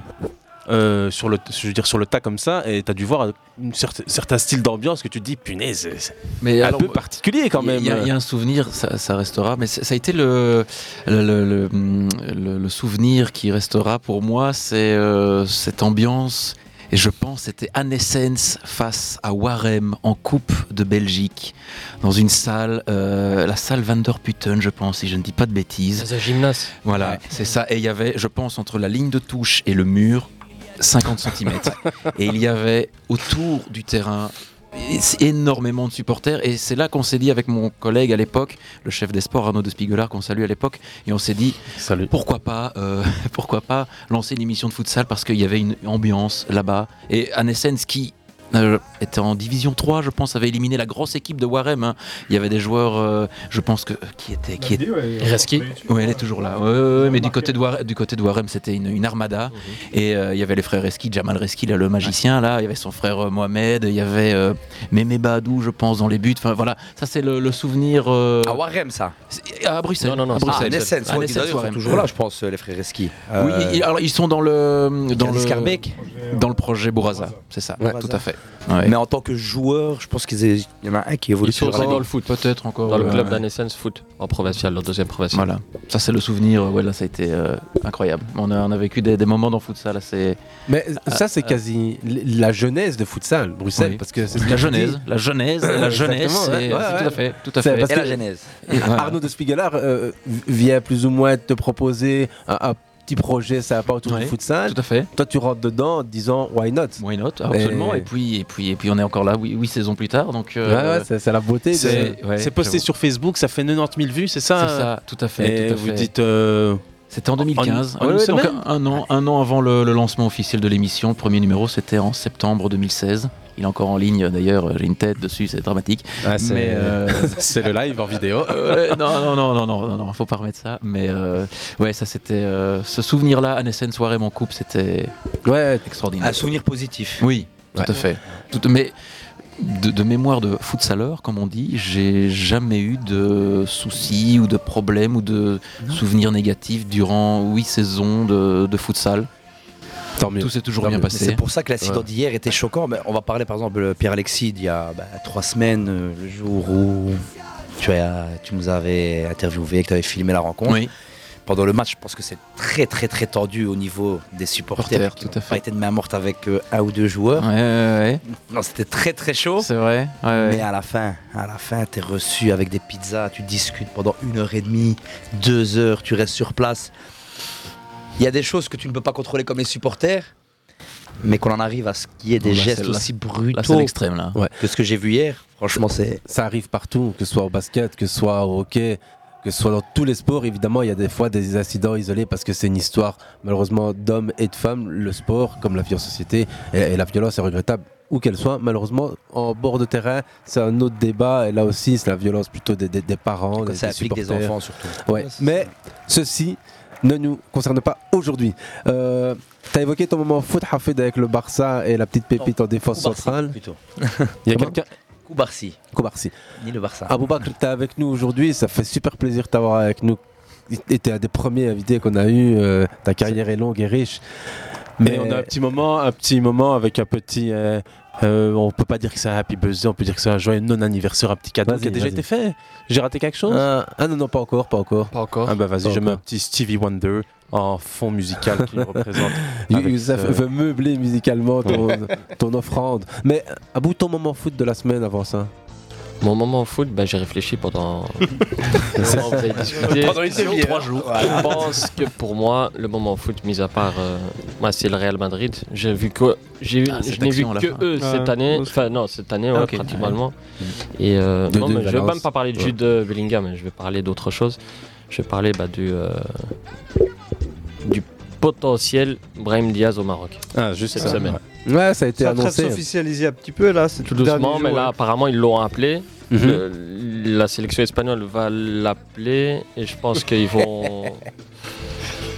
Speaker 9: euh, sur le, je veux dire sur le tas comme ça et t'as dû voir un certain, certain style d'ambiance que tu te dis punaise c'est- c'est
Speaker 7: Mais
Speaker 9: un
Speaker 7: alors,
Speaker 9: peu particulier quand même
Speaker 7: Il y, a- il y a un souvenir, ça, ça restera, mais c'est- ça a été le, le, le- le- hum, le- le souvenir qui restera pour moi, c'est euh, cette ambiance. Et je pense c'était Anessence face à Warem en Coupe de Belgique, dans une salle, euh, la salle Van der Putten, je pense, si je ne dis pas de bêtises.
Speaker 10: C'est un gymnase.
Speaker 7: Voilà, c'est ça. Et il y avait, je pense, entre la ligne de touche et le mur, 50 cm. et il y avait autour du terrain é- énormément de supporters. Et c'est là qu'on s'est dit avec mon collègue à l'époque, le chef des sports Arnaud de Spiegelard, qu'on salue à l'époque, et on s'est dit pourquoi pas, euh, pourquoi pas lancer une émission de futsal parce qu'il y avait une ambiance là-bas. Et Anessens qui euh, était en division 3 je pense avait éliminé la grosse équipe de Warem hein. il y avait des joueurs euh, je pense que qui étaient qui
Speaker 10: Nabdi,
Speaker 7: étaient
Speaker 10: ouais, il est Reski. encore
Speaker 7: Ouais, elle est toujours là. Ouais, ouais, ouais, mais du côté de Warem, du côté de Warem, c'était une, une armada. Et euh, il y avait les frères Reski, Jamal Reski, là, le magicien. Là, il y avait son frère euh, Mohamed. Il y avait euh, Mémé Badou, je pense, dans les buts. Enfin voilà, ça c'est le, le souvenir. euh,
Speaker 13: À Warem, ça
Speaker 7: C'est- euh, À Bruxelles.
Speaker 13: Non, non, non.
Speaker 7: À Bruxelles.
Speaker 13: Ah, Nessens,
Speaker 7: À
Speaker 13: ouais,
Speaker 7: Nessens,
Speaker 13: d'ailleurs, ils sont
Speaker 7: Warem.
Speaker 13: toujours là, je pense, euh, les frères Reski.
Speaker 7: Oui,
Speaker 13: Euh,
Speaker 7: ils- alors ils sont dans le dans
Speaker 13: Yannis
Speaker 7: le
Speaker 13: Karbeck
Speaker 7: dans le projet Bouraza, c'est ça, tout à fait. Ouais.
Speaker 13: Mais en tant que joueur, je pense qu'il y en a un qui évolue
Speaker 7: Ils sont encore
Speaker 13: la
Speaker 7: dans
Speaker 13: ligue.
Speaker 7: le foot, peut-être encore.
Speaker 10: Dans le
Speaker 7: ouais.
Speaker 10: club
Speaker 7: Ouais.
Speaker 10: d'Anessens Foot, en provincial, le deuxième provincial.
Speaker 7: Voilà, ça c'est le souvenir. Ouais, là ça a été euh, incroyable. On a, on a vécu des, des moments dans futsal assez.
Speaker 8: Mais
Speaker 7: Ah,
Speaker 8: ça, c'est
Speaker 7: ah.
Speaker 8: quasi l- la genèse de futsal, Bruxelles,
Speaker 7: Oui.
Speaker 8: parce que c'est
Speaker 7: La genèse, la genèse, la genèse, et- tout à fait, tout à fait. Et la genèse. Et voilà.
Speaker 8: Arnaud de Spiegelard euh, vient plus ou moins te proposer un, un petit projet sympa autour
Speaker 7: Ouais,
Speaker 8: du futsal.
Speaker 7: Tout à fait.
Speaker 8: Toi, tu rentres dedans en te disant why not
Speaker 7: Why not Ah, Absolument.
Speaker 8: Et-
Speaker 7: Et puis, et puis, et puis, on est encore là. huit huit saisons plus tard, donc. euh,
Speaker 8: Ouais, ouais, c'est- c'est la beauté de-
Speaker 9: C'est c'est posté
Speaker 7: sur
Speaker 9: sur Facebook, ça fait 90 000 vues, c'est ça hein
Speaker 7: C'est ça, tout à fait.
Speaker 9: Et
Speaker 7: tout à
Speaker 9: vous
Speaker 7: fait.
Speaker 9: dites. euh,
Speaker 7: C'était en 2015.
Speaker 8: Ah,
Speaker 9: en
Speaker 7: Ouais,
Speaker 9: une
Speaker 7: ouais, donc
Speaker 9: semaine
Speaker 7: un, un an, un an avant le, le lancement officiel de l'émission. Le premier numéro, c'était en septembre 2016. Il est encore en ligne d'ailleurs, j'ai une tête dessus, c'est dramatique.
Speaker 9: Ah, c'est-
Speaker 7: Mais, euh,
Speaker 9: c'est le live en vidéo.
Speaker 7: Euh, non, non, non, non, non, non, non, faut pas remettre ça. Mais euh, ouais, ça c'était euh, ce souvenir-là, Anessen soirée mon couple, c'était
Speaker 8: ouais
Speaker 7: extraordinaire.
Speaker 13: Un souvenir positif.
Speaker 7: Oui, tout
Speaker 13: Ouais.
Speaker 7: à fait. Tout- mais de, de mémoire de futsaleur, comme on dit, j'ai jamais eu de soucis ou de problèmes ou de souvenirs négatifs durant huit saisons de, de futsal. Tout s'est toujours bien passé.
Speaker 13: C'est pour ça que l'accident
Speaker 7: Ouais.
Speaker 13: d'hier était choquant. Mais on va parler par exemple de Pierre-Alexis d'il y a bah, trois semaines, euh, le jour où tu, as, tu nous avais interviewé, que tu avais filmé la rencontre.
Speaker 7: Oui.
Speaker 13: Pendant le match, je pense que c'est très très très tendu au niveau des supporters.
Speaker 7: Supporters,
Speaker 13: qui n'ont Pas été de main morte avec euh, un ou deux joueurs. Non, c'était très très chaud.
Speaker 7: C'est vrai. ouais.
Speaker 13: Mais à la fin, à la fin, t'es reçu avec des pizzas, tu discutes pendant une heure et demie, deux heures, tu restes sur place. Il y a des choses que tu ne peux pas contrôler comme les supporters, mais qu'on en arrive à ce qu'il y ait des
Speaker 8: Là,
Speaker 13: gestes
Speaker 8: c'est là.
Speaker 13: aussi
Speaker 8: Là, c'est
Speaker 13: brutaux
Speaker 8: l'extrême, là. Ouais.
Speaker 13: que ce que j'ai vu hier. Franchement, c'est.
Speaker 8: Ça arrive partout, que ce soit au basket, que ce soit au hockey, que ce soit dans tous les sports. Évidemment, il y a des fois des accidents isolés parce que c'est une histoire, malheureusement, d'hommes et de femmes. Le sport, comme la vie en société, et, et la violence est regrettable, où qu'elle soit. Malheureusement, en bord de terrain, c'est un autre débat. Et là aussi, c'est la violence plutôt des, des- des parents, des,
Speaker 13: ça
Speaker 8: des
Speaker 13: implique des
Speaker 8: supporters.
Speaker 13: enfants, surtout.
Speaker 8: Ouais. Mais ceci ne nous concerne pas aujourd'hui. Euh, T'as évoqué ton moment foot Hafid avec le Barça et la petite pépite
Speaker 13: Oh,
Speaker 8: en défense
Speaker 13: Koubarsi,
Speaker 8: centrale.
Speaker 13: plutôt.
Speaker 8: Il y a quelqu'un
Speaker 13: Koubarsi.
Speaker 8: Koubarsi.
Speaker 13: Ni le Barça.
Speaker 8: Aboubakr, tu es avec nous aujourd'hui, ça fait super plaisir de t'avoir avec nous. Et tu un des premiers invités qu'on a eu, euh, ta carrière est longue et riche.
Speaker 9: Mais on a un petit moment, un petit moment avec un petit. euh, euh, on peut pas dire que c'est un happy birthday, on peut dire que c'est un joyeux non anniversaire, un petit cadeau
Speaker 8: Vas-y,
Speaker 9: qui a déjà
Speaker 8: vas-y.
Speaker 9: été fait. J'ai raté quelque chose
Speaker 8: Ah, ah non non pas encore, pas encore.
Speaker 9: Pas encore. Ah bah
Speaker 8: Pas
Speaker 9: vas-y, je mets
Speaker 8: encore.
Speaker 9: un petit Stevie Wonder en fond musical qui me représente.
Speaker 8: You-
Speaker 9: avec
Speaker 8: Youssef
Speaker 9: ce-
Speaker 8: veut meubler musicalement ton,
Speaker 9: Ouais.
Speaker 8: ton offrande. Mais à bout de ton moment foot de la semaine avant ça.
Speaker 10: Mon moment au foot, bah, j'ai réfléchi pendant. on a discuté.
Speaker 13: Pendant une demi-heure.
Speaker 10: Trois jours. Je pense que pour moi, le moment au foot, mis à part, euh, moi, c'est le Real Madrid. J'ai vu que j'ai
Speaker 7: Ah, cette
Speaker 10: je n'ai vu
Speaker 7: action à la
Speaker 10: que
Speaker 7: fin.
Speaker 10: eux
Speaker 7: Ouais.
Speaker 10: cette année. Enfin non, cette année,
Speaker 7: Ah,
Speaker 10: ouais,
Speaker 7: ok.
Speaker 10: pratiquement.
Speaker 7: Ouais.
Speaker 10: Et euh,
Speaker 7: De-
Speaker 10: non,
Speaker 7: de
Speaker 10: mais je vais
Speaker 7: Valence.
Speaker 10: même pas parler de Jude Bellingham. Je vais parler d'autre chose. Je vais parler bah, du euh, du potentiel Brahim Diaz au Maroc.
Speaker 9: Ah, juste
Speaker 10: cette
Speaker 2: ça,
Speaker 10: semaine.
Speaker 8: Ouais, ça a été
Speaker 2: Ça trace
Speaker 8: annoncé.
Speaker 2: officialisé un petit peu là. c'est
Speaker 10: Tout doucement, mais là, apparemment, ils l'ont appelé.
Speaker 2: Mhm.
Speaker 10: Le- la sélection espagnole va l'appeler et je pense qu'ils vont,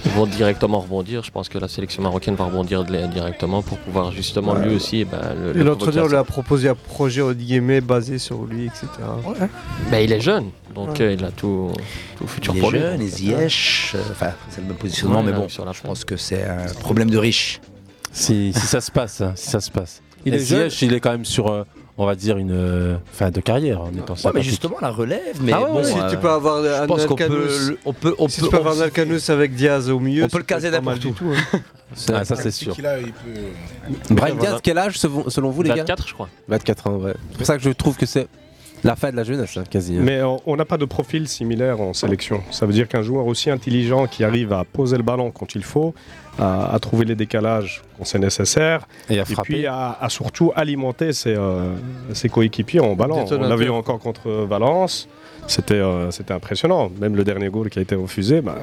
Speaker 10: ils vont directement rebondir. Je pense que la sélection marocaine va rebondir de- directement pour pouvoir justement
Speaker 2: Ouais.
Speaker 10: lui aussi. bah, le-
Speaker 2: Et
Speaker 10: le
Speaker 2: l'entraîneur
Speaker 10: provoquer à
Speaker 2: lui a proposé un projet entre guillemets basé sur lui, etc.
Speaker 10: ça. Bah, il est jeune, donc
Speaker 2: Ouais.
Speaker 10: euh, il a tout, tout futur
Speaker 13: Les
Speaker 10: pour lui.
Speaker 13: jeunes, les IH, euh, enfin, c'est le même positionnement,
Speaker 10: Ouais,
Speaker 13: mais
Speaker 10: là,
Speaker 13: bon,
Speaker 10: sur
Speaker 13: je pense que c'est un problème de riche.
Speaker 9: Si, si ça se passe, hein, si ça se passe.
Speaker 13: Il
Speaker 9: Il
Speaker 13: est
Speaker 9: est
Speaker 13: jeune.
Speaker 9: il est quand même sur, euh, on va dire, une euh, fin de carrière en étant
Speaker 13: Ouais, mais
Speaker 9: sympathique.
Speaker 13: justement, la relève, mais
Speaker 9: Ah ouais,
Speaker 13: bon,
Speaker 9: ouais. Si
Speaker 13: euh,
Speaker 2: tu peux avoir
Speaker 13: je
Speaker 2: un
Speaker 13: pense qu'on peut
Speaker 2: Alcanos-
Speaker 13: le- on peut, on
Speaker 2: si
Speaker 13: peut-
Speaker 2: tu peux
Speaker 13: on-
Speaker 2: avoir un Alcanos avec Diaz au milieu,
Speaker 13: On peut le caser
Speaker 2: n'importe
Speaker 13: n'importe
Speaker 2: où. hein.
Speaker 9: Ah, ça c'est sûr.
Speaker 14: Qu'il a, il peut.
Speaker 8: Brian
Speaker 9: Voilà.
Speaker 8: Diaz, quel âge selon, selon vous les gars
Speaker 10: 24, je crois.
Speaker 8: 24 ans, ouais. C'est pour ça que je trouve que c'est la fin de la jeunesse, hein, quasi. hein.
Speaker 12: Mais on on n'a pas de profil similaire en sélection. Ça veut dire qu'un joueur aussi intelligent qui arrive à poser le ballon quand il faut, à, à trouver les décalages quand c'est nécessaire,
Speaker 9: et, frapper.
Speaker 12: puis à, à surtout alimenter ses, euh, ses coéquipiers en ballon. On l'a vu
Speaker 2: Détonateur.
Speaker 12: encore contre Valence. C'était euh, c'était impressionnant. Même le dernier goal qui a été refusé, bah,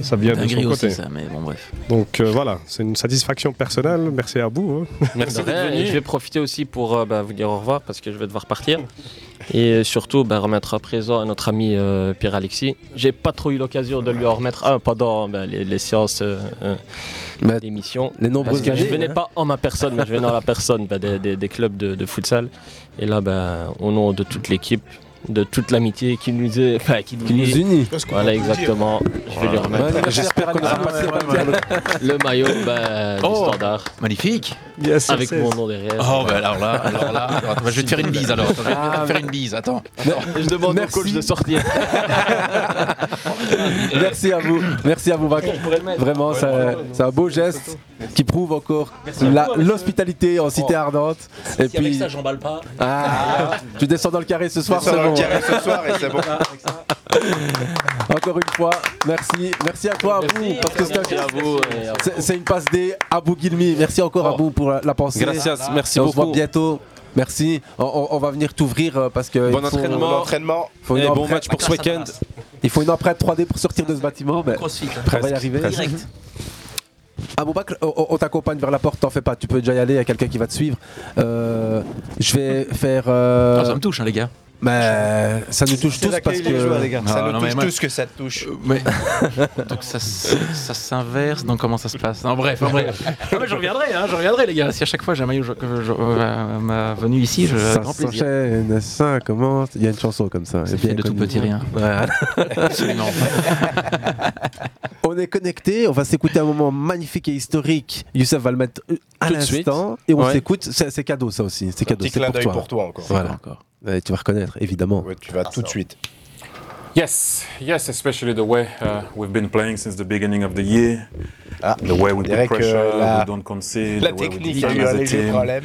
Speaker 12: ça vient de
Speaker 7: dinguerie
Speaker 12: son
Speaker 7: aussi,
Speaker 12: côté.
Speaker 7: ça, mais bon, bref.
Speaker 12: Donc euh, voilà, c'est une satisfaction personnelle. Merci à vous. hein.
Speaker 10: De rien, et je vais profiter aussi pour euh, bah, vous dire au revoir parce que je vais devoir partir. Et surtout, bah, remettre à présent à notre ami euh, Pierre-Alexis. J'ai pas trop eu l'occasion de lui en remettre un pendant bah, les, les séances euh, euh, d'émission.
Speaker 8: Les nombreuses
Speaker 10: Parce que je
Speaker 8: années,
Speaker 10: venais
Speaker 8: hein.
Speaker 10: pas en ma personne, mais je venais en la personne bah, des, des- des clubs de, de futsal. Et là, bah, au nom de toute l'équipe, de toute l'amitié qui nous, est, bah, qui nous,
Speaker 8: Qui nous unit. Parce qu'on
Speaker 10: Voilà,
Speaker 8: peut le dire.
Speaker 10: exactement. Je vais lui
Speaker 8: Voilà. Ah,
Speaker 10: remettre
Speaker 8: J'espère qu'on aura
Speaker 10: le maillot bah, du
Speaker 7: Oh,
Speaker 10: standard.
Speaker 7: Magnifique
Speaker 2: Bien sûr,
Speaker 10: Avec
Speaker 2: c'est-
Speaker 10: mon nom derrière.
Speaker 7: Oh, bah alors là, alors là, alors, attends, je vais te faire une bise alors. Attends, je vais te faire une bise, attends.
Speaker 10: Je demande au coach de sortir.
Speaker 8: Merci à vous, merci à vous Vac. Vraiment, ça- c'est un beau geste qui prouve encore
Speaker 10: Merci à
Speaker 8: la-
Speaker 10: vous, monsieur.
Speaker 8: l'hospitalité en cité ardente. Et
Speaker 10: Si avec
Speaker 8: puis,
Speaker 10: ça, j'emballe pas.
Speaker 8: Ah, tu descends dans le carré ce soir,
Speaker 10: Descends
Speaker 8: c'est
Speaker 10: dans
Speaker 8: bon.
Speaker 10: le carré ce soir et c'est bon.
Speaker 8: Encore une fois, merci, merci à toi, à vous, parce que c'est
Speaker 10: Merci
Speaker 8: un-
Speaker 10: à vous, et Oh. à
Speaker 8: c'est- c'est une passe D à Bougilmi. Merci encore à vous pour la, la pensée.
Speaker 9: Gracias, merci
Speaker 8: Et On se voit
Speaker 9: beaucoup.
Speaker 8: bientôt. Merci. On, on- on va venir t'ouvrir euh, parce que
Speaker 9: Bon
Speaker 8: il faut-
Speaker 9: entraînement. Bon entraînement. Et bon
Speaker 8: empreinte-
Speaker 9: match pour ce week-end.
Speaker 8: Il faut une empreinte 3D pour sortir de ce bâtiment, mais
Speaker 9: Crossfit, hein.
Speaker 8: on va y
Speaker 9: Presque,
Speaker 8: arriver.
Speaker 9: presque. Direct.
Speaker 8: Ah bon, Bacre, on, on t'accompagne vers la porte, t'en fais pas, tu peux déjà y aller, il y a quelqu'un qui va te suivre. Euh, je vais faire. euh,
Speaker 7: Ah, ça me touche, hein, les gars.
Speaker 8: Mais ça nous touche
Speaker 7: C'est
Speaker 8: tous
Speaker 7: l'accueil
Speaker 8: parce
Speaker 7: des
Speaker 8: que.
Speaker 7: joueurs, les gars. Ça nous touche
Speaker 8: mais
Speaker 7: tous
Speaker 8: moi-
Speaker 7: que ça te touche. Mais- Donc ça, s- ça s'inverse, donc comment ça se passe En bref, en bref. Ah, mais je reviendrai, hein, je reviendrai les gars. Si à chaque fois j'ai un maillot je- que je- euh, ma venue ici, je
Speaker 8: ça
Speaker 7: grand plaisir.
Speaker 8: s'enchaîne, ça commence. Il y a une chanson comme ça.
Speaker 7: C'est
Speaker 8: et
Speaker 7: fait
Speaker 8: bien
Speaker 7: de tout
Speaker 8: connue.
Speaker 7: petit rien.
Speaker 8: Voilà.
Speaker 7: Absolument.
Speaker 8: on est connecté, on va s'écouter un moment magnifique et historique. Youssef va le mettre euh, à
Speaker 9: Tout de suite.
Speaker 8: l'instant et on
Speaker 9: Ouais.
Speaker 8: s'écoute. C'est c'est cadeau ça aussi, c'est cadeau.
Speaker 9: petit
Speaker 8: c'est
Speaker 9: clin
Speaker 8: pour
Speaker 9: d'œil
Speaker 8: toi.
Speaker 9: pour toi encore.
Speaker 8: Voilà.
Speaker 9: C'est encore.
Speaker 8: Ouais, tu vas reconnaître évidemment.
Speaker 9: tu vas tout de suite.
Speaker 15: Yes, yes, especially the way uh, we've been playing since the beginning of the year. the way we put
Speaker 11: dirait que
Speaker 15: pressure,
Speaker 11: Ah, uh, la-
Speaker 15: we don't concede.
Speaker 11: la
Speaker 15: the way we
Speaker 11: technique
Speaker 15: defend
Speaker 11: a eu
Speaker 15: as
Speaker 11: un
Speaker 15: a
Speaker 11: léger
Speaker 15: team.
Speaker 11: problème.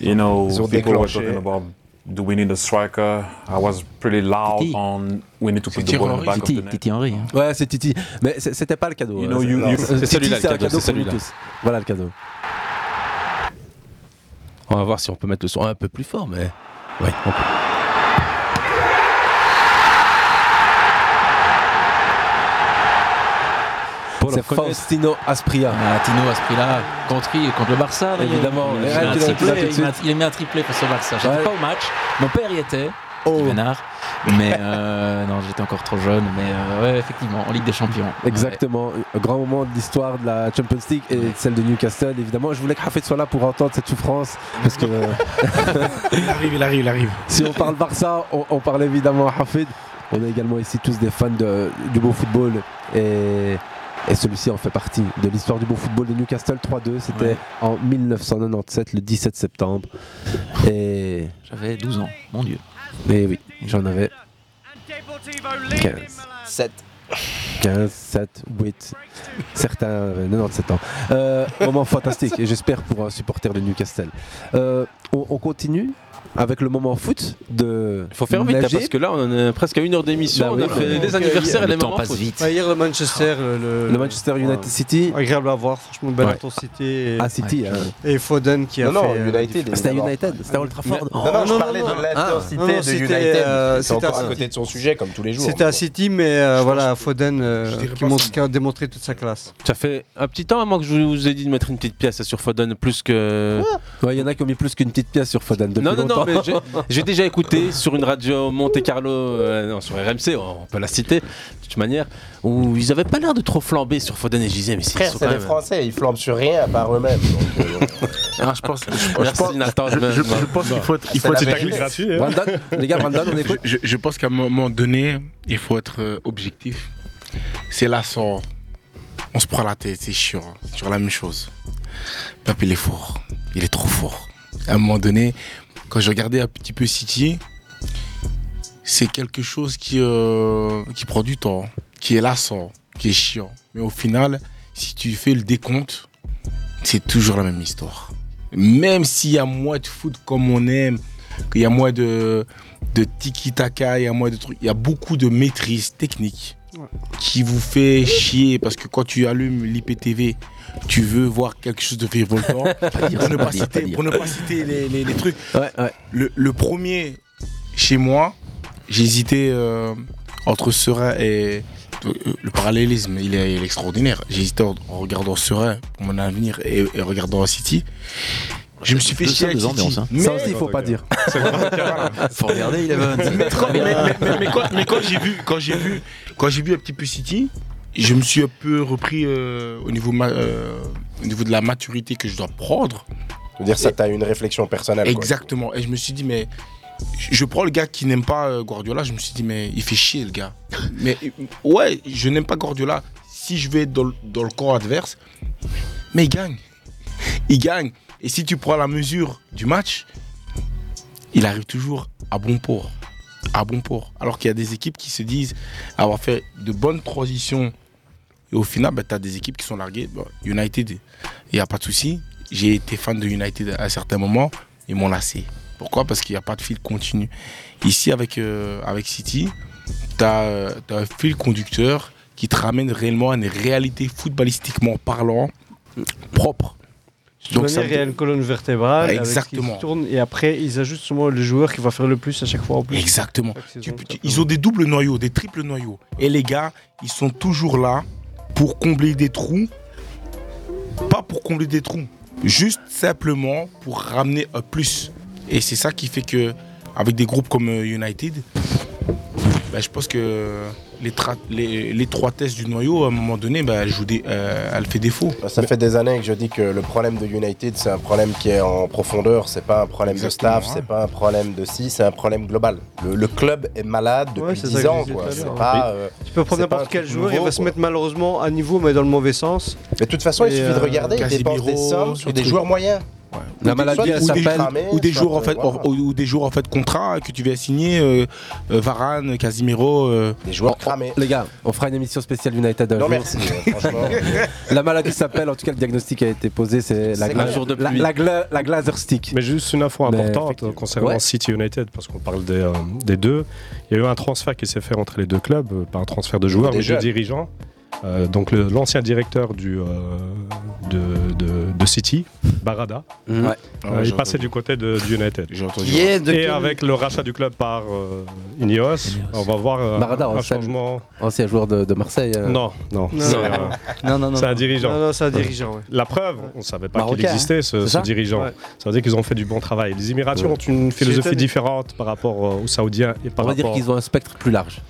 Speaker 15: You know,
Speaker 11: Ils ont
Speaker 15: people were
Speaker 11: déclenché.
Speaker 15: talking about do we need a striker? I was pretty loud on we need to put the ball in the back of the net.
Speaker 7: Henry.
Speaker 8: Ouais, c'est Titi. Mais c'est- c'était pas le cadeau.
Speaker 15: You
Speaker 8: hein,
Speaker 15: know, you-
Speaker 8: non,
Speaker 15: you-
Speaker 8: c'est-
Speaker 15: c'est
Speaker 8: Titi,
Speaker 15: celui-là,
Speaker 8: c'est
Speaker 15: le
Speaker 8: un
Speaker 15: cadeau,
Speaker 8: cadeau
Speaker 15: c'est
Speaker 8: pour nous
Speaker 15: celui-là.
Speaker 8: tous. Voilà le cadeau.
Speaker 9: On va voir si on peut mettre le son un peu plus fort, mais. Oui, on peut.
Speaker 7: Pour le
Speaker 8: C'est
Speaker 7: reconnaître.
Speaker 8: Faustino Aspria.
Speaker 7: Ah, Tino Aspria, contre, contre le Barça. là, il-
Speaker 8: Évidemment.
Speaker 7: il,
Speaker 8: Et
Speaker 7: a
Speaker 8: ouais,
Speaker 7: un
Speaker 8: tu l'as- tu l'as
Speaker 7: triplé,
Speaker 8: tout de
Speaker 7: il a-
Speaker 8: suite.
Speaker 7: il a mis un triplé face au Barça. J'étais
Speaker 8: Ouais.
Speaker 7: pas au match. Mon père y était. Oh. Mais euh, non, j'étais encore trop jeune. Mais euh, ouais, effectivement, en Ligue des Champions.
Speaker 8: Exactement, un grand moment de l'histoire de la Champions League et de celle de Newcastle. Évidemment, je voulais que Hafid soit là pour entendre cette souffrance. Parce que, il arrive, il arrive, il arrive. Si on parle Barça, on, on parle évidemment à Hafid. On est également ici tous des fans de- du beau football. Et, et celui-ci en fait partie de l'histoire du beau football de Newcastle 3-2. C'était
Speaker 7: Ouais.
Speaker 8: en 1997, le 17 septembre. Et.
Speaker 7: J'avais 12 ans, mon Dieu.
Speaker 8: Mais oui, j'en avais 15.
Speaker 11: 7.
Speaker 8: 15, 7, 8. Certains avaient 97 ans. Euh, moment fantastique, et j'espère pour un supporter de Newcastle. Euh, on, on continue avec le moment foot de.
Speaker 9: Faut faire vite, hein, parce que là, on en est presque à une heure d'émission.
Speaker 2: Ah
Speaker 8: Bah
Speaker 9: on
Speaker 8: oui,
Speaker 9: a fait
Speaker 8: oui.
Speaker 9: des
Speaker 8: Donc,
Speaker 9: anniversaires et
Speaker 8: le
Speaker 9: les Ah.
Speaker 8: temps
Speaker 9: moments
Speaker 8: passe
Speaker 9: fautes.
Speaker 8: vite.
Speaker 2: Ouais, hier, le Manchester, le,
Speaker 8: Le Manchester United City.
Speaker 2: Agréable à voir, franchement, belle
Speaker 8: Ouais.
Speaker 2: à ton City. Et,
Speaker 8: Ah, City, hein.
Speaker 2: Et Foden qui a
Speaker 8: Non, non,
Speaker 2: fait. euh,
Speaker 8: United, il est C'était d'abord. United, c'était Old Trafford.
Speaker 9: Oh,
Speaker 8: Non, non, je parlais de
Speaker 9: Ah,
Speaker 11: l'intensité de United.
Speaker 2: euh,
Speaker 11: Ils sont
Speaker 2: c'était
Speaker 11: encore à
Speaker 2: un-
Speaker 11: côté de son sujet, comme tous les jours.
Speaker 2: C'était à City, mais euh, voilà, Foden euh, qui, montre, qui a démontré toute sa classe.
Speaker 9: Ça fait un petit temps avant que je vous ai dit de mettre une petite pièce sur Foden, plus que.
Speaker 8: Ouais, il y en a qui ont mis plus qu'une petite pièce sur Foden. Depuis
Speaker 9: Non, non, non,
Speaker 8: longtemps.
Speaker 9: mais j'ai- j'ai déjà écouté sur une radio Monte Carlo, euh, non, sur RMC, on peut la citer, de toute manière, où ils avaient pas l'air de trop flamber sur Foden et je disais, mais s'ils
Speaker 11: Frère,
Speaker 9: sont
Speaker 11: c'est
Speaker 9: quand
Speaker 11: les
Speaker 9: même-
Speaker 11: Français, ils flambent sur rien à part eux-mêmes. donc, euh,
Speaker 9: Ah, je pense,
Speaker 11: Merci, Nathan,
Speaker 14: je,
Speaker 11: mais-
Speaker 14: je-
Speaker 11: bah,
Speaker 14: je pense qu'il faut être, il
Speaker 11: C'est
Speaker 14: faut être
Speaker 11: la
Speaker 14: tactique.
Speaker 11: vérité. Gratuit, hein. Brandon, les gars, Brandon, on écoute.
Speaker 14: Je, je pense qu'à un moment donné, il faut être euh, objectif. C'est là sans. On se prend la tête, c'est chiant. hein. C'est toujours la même chose. Pape, il est fort. Il est trop fort. À un moment donné, quand je regardais un petit peu City, c'est quelque chose qui, euh, qui prend du temps, qui est lassant, qui est chiant. Mais au final, si tu fais le décompte, c'est toujours la même histoire. Même s'il y a moins de foot comme on aime, qu'il y a moins de, de tiki-taka, il y a moins de trucs, il y a beaucoup de maîtrise technique qui vous fait chier parce que quand tu allumes l'IPTV, tu veux voir quelque chose de révoltant.
Speaker 9: Pas dire
Speaker 14: pour,
Speaker 9: ça,
Speaker 14: ne
Speaker 9: pas
Speaker 14: pas
Speaker 9: dire,
Speaker 14: citer,
Speaker 9: pas dire.
Speaker 14: pour ne pas citer les, les- les trucs. Le, le premier chez moi, j'hésitais euh, entre Serein et. euh, Le parallélisme, il est, il est extraordinaire. J'hésitais en, en regardant Serein pour mon avenir et, et regardant City. Je me suis fait
Speaker 7: Deux
Speaker 14: chier
Speaker 7: salles,
Speaker 14: avec
Speaker 7: deux
Speaker 14: City.
Speaker 7: ambiances, hein.
Speaker 14: Mais-
Speaker 8: Ça aussi, il faut pas dire.
Speaker 7: Faut regarder Eleven.
Speaker 14: mais, mais- mais- mais- mais quand, mais quand j'ai vu, quand j'ai vu, quand j'ai vu un petit peu City, je me suis un peu repris euh, au niveau ma- euh, au niveau de la maturité que je dois prendre.
Speaker 11: Je veux dire, ça, t'as une réflexion personnelle. quoi.
Speaker 14: Exactement. Et je me suis dit, mais je prends le gars qui n'aime pas euh, Guardiola, je me suis dit, mais il fait chier le gars. mais euh, ouais, je n'aime pas Guardiola. Si je vais dans, le- dans le camp adverse, mais il gagne. il gagne. Et si tu prends la mesure du match, il arrive toujours à bon port. À bon port. Alors qu'il y a des équipes qui se disent avoir fait de bonnes transitions. Et au final, tu as des équipes qui sont larguées. Bon, United, il n'y a pas de souci. J'ai été fan de United à un certain moment. Ils m'ont lassé. Pourquoi Parce qu'il n'y a pas de fil continu. Ici, avec, euh, avec City, tu as, un fil conducteur qui te ramène réellement à une réalité footballistiquement parlant propre.
Speaker 2: Donc
Speaker 14: ça
Speaker 2: ça
Speaker 14: me-
Speaker 2: il y a une colonne vertébrale avec ce qui se
Speaker 14: Bah, Exactement.
Speaker 2: tourne et après ils ajustent souvent le joueur qui va faire le plus à chaque fois en plus.
Speaker 14: Exactement. Ils ont des doubles noyaux, des triples noyaux. Et les gars, ils sont toujours là pour combler des trous. Pas pour combler des trous, juste simplement pour ramener un plus. Et c'est ça qui fait que, avec des groupes comme euh, United, ben, je pense que les tra- les- l'étroitesse du noyau, à un moment donné, ben, elle, joue des- euh, elle fait défaut.
Speaker 11: Ça fait des années que je dis que le problème de United, c'est un problème qui est en profondeur, c'est pas un problème
Speaker 14: Exactement,
Speaker 11: de staff,
Speaker 14: ouais.
Speaker 11: c'est pas un problème de si, c'est un problème global. Le, le club est malade depuis
Speaker 2: Ouais, c'est ça
Speaker 11: 10
Speaker 2: que
Speaker 11: ans,
Speaker 2: je disais
Speaker 11: quoi.
Speaker 2: tout à
Speaker 11: C'est
Speaker 2: l'heure.
Speaker 11: pas,
Speaker 2: Oui.
Speaker 11: euh,
Speaker 2: tu peux prendre
Speaker 11: c'est pas
Speaker 2: n'importe
Speaker 11: un
Speaker 2: quel
Speaker 11: truc
Speaker 2: joueur, il
Speaker 11: nouveau,
Speaker 2: va se mettre malheureusement à niveau, mais dans le mauvais sens.
Speaker 11: Mais de toute façon, il
Speaker 2: Et,
Speaker 11: suffit de
Speaker 2: euh,
Speaker 11: regarder, ils dépensent des
Speaker 2: Casemiro,
Speaker 11: sommes
Speaker 2: des
Speaker 11: sur des
Speaker 2: trucs.
Speaker 11: joueurs moyens.
Speaker 8: La
Speaker 11: Ou des-
Speaker 8: maladie,
Speaker 11: soit-
Speaker 8: elle
Speaker 11: ou des
Speaker 8: s'appelle-
Speaker 11: cramés,
Speaker 14: ou des euh,
Speaker 11: soit-
Speaker 14: joueurs en fait
Speaker 11: voilà.
Speaker 14: ou, ou des joueurs en fait contrat que tu vas signer euh, euh, Varane, Casimiro, euh.
Speaker 11: des
Speaker 8: Oh, oh, Les gars, on fera une émission spéciale United un
Speaker 14: Non,
Speaker 8: jour.
Speaker 14: merci, euh, franchement.
Speaker 8: la maladie s'appelle, en tout cas le diagnostic a été posé, c'est la,
Speaker 12: C'est
Speaker 8: gla-
Speaker 12: un jour de
Speaker 8: la,
Speaker 12: pluie.
Speaker 8: la gla- la glazer stick.
Speaker 12: Mais juste une info
Speaker 8: Mais
Speaker 12: importante
Speaker 8: effectivement.
Speaker 12: euh, concernant
Speaker 8: Ouais.
Speaker 12: City United, parce qu'on parle des, euh, des deux. Il y a eu un transfert qui s'est fait entre les deux clubs, euh, pas un transfert de joueurs,
Speaker 11: Des
Speaker 12: mais de
Speaker 11: jeunes.
Speaker 12: dirigeants. Euh, donc le- l'ancien directeur du, euh, de, de- de City, Barada, euh,
Speaker 8: Mhm. Ouais. Ouais, j'ai
Speaker 12: il
Speaker 8: entendu.
Speaker 12: passait du côté de, du United.
Speaker 8: Qui est de
Speaker 12: Et
Speaker 8: quel-
Speaker 12: avec le rachat du club par euh, Ineos, on va voir euh,
Speaker 8: Barada,
Speaker 12: un
Speaker 8: ancien-
Speaker 12: changement.
Speaker 8: ancien joueur de, de Marseille. euh.
Speaker 12: Non, non.
Speaker 8: Non.
Speaker 12: c'est, euh,
Speaker 8: Non, non, non,
Speaker 12: C'est un
Speaker 8: non.
Speaker 12: dirigeant.
Speaker 8: Non, non, c'est un dirigeant, ouais.
Speaker 12: La preuve, on ne savait pas qu'il
Speaker 8: Marocain,
Speaker 12: existait, ce,
Speaker 8: hein, c'est
Speaker 12: ce
Speaker 8: ça
Speaker 12: dirigeant.
Speaker 8: Ouais.
Speaker 12: Ça veut dire qu'ils ont fait du bon travail. Les Émiratis
Speaker 8: Ouais.
Speaker 12: ont une
Speaker 8: J'ai étonné.
Speaker 12: philosophie différente par rapport euh, aux Saoudiens et
Speaker 8: On
Speaker 12: par
Speaker 8: va dire
Speaker 12: rapport.
Speaker 8: qu'ils ont un spectre plus large.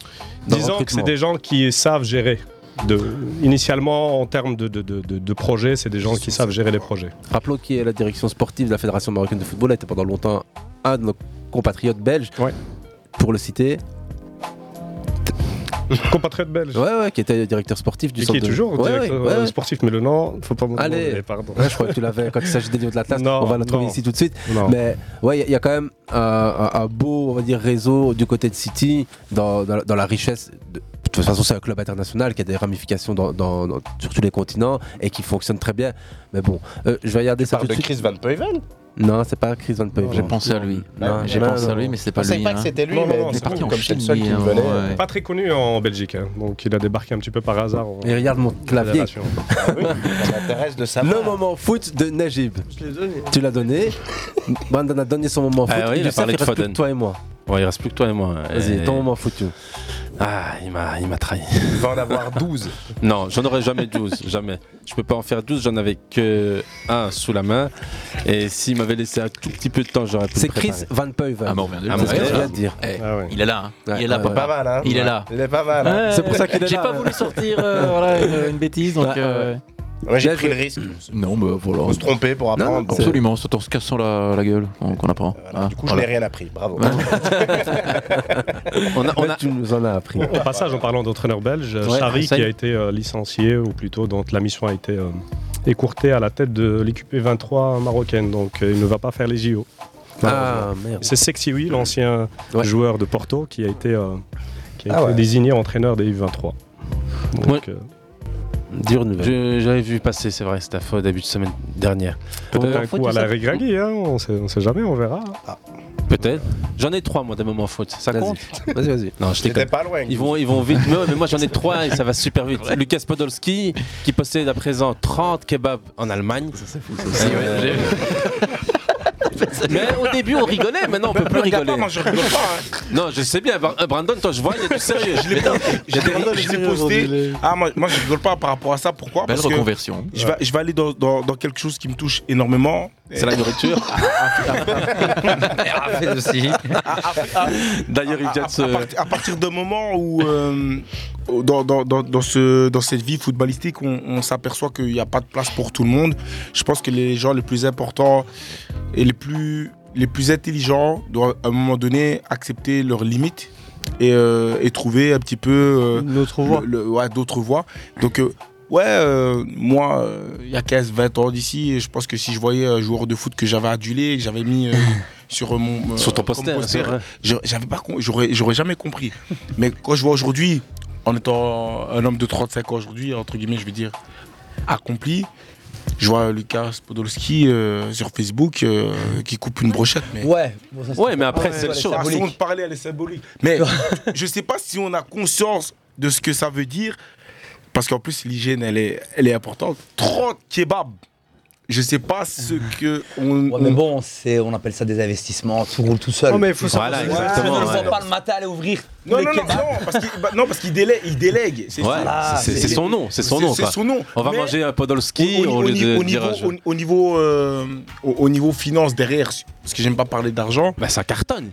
Speaker 8: dans le
Speaker 12: Disons que
Speaker 8: recrutement.
Speaker 12: c'est des gens qui savent gérer. De, initialement, en termes de, de, de, de- de projets, c'est des gens qui savent gérer les projets.
Speaker 8: Rappelons qui est la direction sportive de la Fédération marocaine de football, a été pendant longtemps un de nos compatriotes belges. Pour le citer.
Speaker 12: Compatriote belge.
Speaker 8: Ouais, ouais, qui était directeur sportif
Speaker 12: Et
Speaker 8: du
Speaker 12: qui
Speaker 8: centre
Speaker 12: est
Speaker 8: de-
Speaker 12: toujours
Speaker 8: Ouais,
Speaker 12: directeur
Speaker 8: ouais, ouais,
Speaker 12: euh,
Speaker 8: ouais.
Speaker 12: sportif, mais le nom, faut pas me
Speaker 8: Allez,
Speaker 12: demander, pardon.
Speaker 8: Ouais, je crois que tu l'avais quand il s'agit des Lions de l'Atlas.
Speaker 12: Non,
Speaker 8: On va la trouver
Speaker 12: non.
Speaker 8: ici tout de suite.
Speaker 12: Non.
Speaker 8: Mais ouais, il y a- il y, a quand même un, un- un beau, on va dire, réseau du côté de City dans, dans la- dans la richesse. De, de toute façon, c'est un club international qui a des ramifications dans, dans- dans- sur tous les continents et qui fonctionne très bien. Mais bon, euh, je vais regarder ça tout
Speaker 11: parles
Speaker 8: de
Speaker 11: de
Speaker 8: suite.
Speaker 11: Chris Van Peuvel
Speaker 8: Non, c'est pas Chris Van Peuvel.
Speaker 7: J'ai pensé à lui. J'ai pensé à lui, mais c'est pas
Speaker 11: Je pensais
Speaker 7: lui.
Speaker 11: pas
Speaker 7: hein.
Speaker 11: que c'était lui,
Speaker 12: Non,
Speaker 11: mais
Speaker 12: non, non,
Speaker 11: du
Speaker 12: c'est
Speaker 11: coup,
Speaker 12: parti
Speaker 11: comme
Speaker 12: en
Speaker 11: j'étais le
Speaker 12: Chine,
Speaker 11: seul qui euh,
Speaker 12: lui,
Speaker 11: me venait.
Speaker 12: hein, ouais. Pas très connu en Belgique, hein, donc il a débarqué un petit peu par hasard. en-
Speaker 8: Et regarde mon clavier.
Speaker 12: Fédération.
Speaker 11: Ça m'intéresse de savoir.
Speaker 8: Le moment foot de Najib.
Speaker 2: Je l'ai donné.
Speaker 8: Tu l'as donné. Brandon a donné son moment foot.
Speaker 9: Ah oui,
Speaker 8: Et
Speaker 9: il a
Speaker 8: je sais
Speaker 9: parlé
Speaker 8: qu'il
Speaker 9: de
Speaker 8: reste plus
Speaker 9: Foden.
Speaker 8: que toi et moi.
Speaker 9: Ouais, il reste plus que toi et moi.
Speaker 8: Vas-y,
Speaker 9: Et-
Speaker 8: ton moment foot. you.
Speaker 9: Ah, il m'a, il m'a trahi.
Speaker 11: Il va en avoir 12.
Speaker 9: non, j'en aurais jamais 12, jamais. Je peux pas en faire 12, j'en avais que un sous la main. Et s'il m'avait laissé un tout petit peu de temps, j'aurais pu.
Speaker 8: C'est Chris Van Peuvel.
Speaker 9: Ah, mais on revient de lui, c'est ce que je viens de dire.
Speaker 7: Il est là. hein. Il est là,
Speaker 8: Ouais,
Speaker 7: papa.
Speaker 8: pas mal, hein.
Speaker 7: Il est
Speaker 8: Ouais.
Speaker 7: là.
Speaker 11: Il est pas mal. hein.
Speaker 8: C'est pour ça qu'il est
Speaker 7: J'ai
Speaker 8: là,
Speaker 7: pas
Speaker 8: ouais.
Speaker 7: voulu sortir euh, voilà, une, une bêtise, donc. euh,
Speaker 11: Moi, j'ai
Speaker 7: Là,
Speaker 11: pris
Speaker 7: je-
Speaker 11: le risque.
Speaker 9: Mmh.
Speaker 7: Non, bah voilà.
Speaker 11: Faut se tromper pour
Speaker 7: Non, non,
Speaker 11: apprendre. Bon.
Speaker 7: absolument, c'est en se cassant la, la gueule qu'on qu'on apprend. hein.
Speaker 11: Du coup,
Speaker 7: Voilà.
Speaker 11: je n'ai rien appris. Bravo.
Speaker 8: On a, on a... Tu nous en as appris.
Speaker 12: Au passage, en parlant d'entraîneur belge,
Speaker 8: Ouais,
Speaker 12: Chari qui
Speaker 8: Hassane.
Speaker 12: a été euh, licencié, ou plutôt dont la mission a été euh, écourtée à la tête de l'équipe 23 marocaine, donc euh, il ne va pas faire les JO.
Speaker 8: Ah,
Speaker 12: Malheureusement.
Speaker 8: merde.
Speaker 12: C'est Sexy oui, l'ancien joueur de Porto, qui a été, euh, qui a
Speaker 9: Ah
Speaker 12: été
Speaker 9: ouais.
Speaker 12: désigné entraîneur des U23. Donc,
Speaker 9: Ouais.
Speaker 12: euh,
Speaker 9: Dure nouvelle. J'avais vu passer, c'est vrai, c'était au début de semaine dernière.
Speaker 12: peut-être un coup à la Regragui, hein, on sait, on sait jamais, on verra.
Speaker 8: Ah,
Speaker 9: Peut-être. J'en ai trois, moi, des moments faute. Ça compte
Speaker 8: Vas-y, vas-y.
Speaker 9: Non, je déconne.
Speaker 11: T'étais pas loin.
Speaker 9: Ils vont, ils vont vite. mais, ouais, mais moi, j'en ai trois et ça va super vite. Lucas Podolski, qui possède à présent 30 kebabs en Allemagne. Euh, Mais au début, on rigolait. Maintenant, on peut plus rigoler. Non, je sais bien. Bra- euh, Brandon, toi, je vois, il est tout sérieux. hein. Je l'ai
Speaker 14: J'étais je l'ai posté. Ah, moi, moi, je rigole pas par rapport à ça. Pourquoi
Speaker 9: Belle
Speaker 14: Parce que
Speaker 9: reconversion.
Speaker 14: Je vais, je vais aller dans, dans- dans quelque chose qui me touche énormément.
Speaker 9: C'est la nourriture.
Speaker 14: aussi. D'ailleurs, il à, à, partir- à partir d'un moment où, euh, dans, dans- dans- dans ce, dans cette vie footballistique, on, on s'aperçoit qu'il n'y a pas de place pour tout le monde, je pense que les gens les plus importants et les plus, les plus intelligents doivent à un moment donné accepter leurs limites. Et, euh, et trouver un petit peu euh,
Speaker 2: Une autre voie.
Speaker 14: le- le- ouais, d'autres voies. Donc, euh, Ouais, euh, moi, euh, il y a 15-20 ans d'ici, et je pense que si je voyais un joueur de foot que j'avais adulé, que j'avais mis euh, sur euh, mon. euh,
Speaker 8: Sur ton
Speaker 14: comme
Speaker 8: poster, c'est vrai.
Speaker 14: je- j'avais pas com- j'aurais j'aurais jamais compris. Mais quand je vois aujourd'hui, en étant un homme de 35 ans aujourd'hui, entre guillemets, je veux dire, accompli, je vois Lucas Podolski euh, sur Facebook euh, qui coupe une brochette. Mais...
Speaker 13: Ouais,
Speaker 8: Ouais, mais après, c'est le show.
Speaker 14: La façon de parler, elle est symbolique. Mais je sais pas si on a conscience de ce que ça veut dire, parce qu'en plus l'hygiène elle est, elle est importante. 30 kebabs. Je sais pas ce que on.
Speaker 13: mais bon, c'est, on appelle ça des investissements. Tout roule tout seul.
Speaker 14: Oh, mais il faut
Speaker 13: Voilà,
Speaker 14: savoir-
Speaker 13: exactement,
Speaker 14: Ouais.
Speaker 13: Je ne vois pas le matin aller ouvrir.
Speaker 14: Non,
Speaker 13: tous les
Speaker 14: non, non,
Speaker 13: kebabs.
Speaker 14: non, parce qu'il bah, non, parce qu'il délègue, il délègue.
Speaker 8: Ouais,
Speaker 14: ça.
Speaker 8: c'est- c'est son nom, c'est son nom,
Speaker 14: ah, C'est
Speaker 8: quoi.
Speaker 14: son nom.
Speaker 8: On va
Speaker 14: Mais
Speaker 8: manger un podolski
Speaker 14: au,
Speaker 8: au lieu de
Speaker 14: niveau, au
Speaker 8: dire un
Speaker 14: niveau,
Speaker 8: jeu.
Speaker 14: au, au niveau, euh, au- au niveau finance derrière, parce que j'aime pas parler d'argent.
Speaker 8: Bah ça cartonne.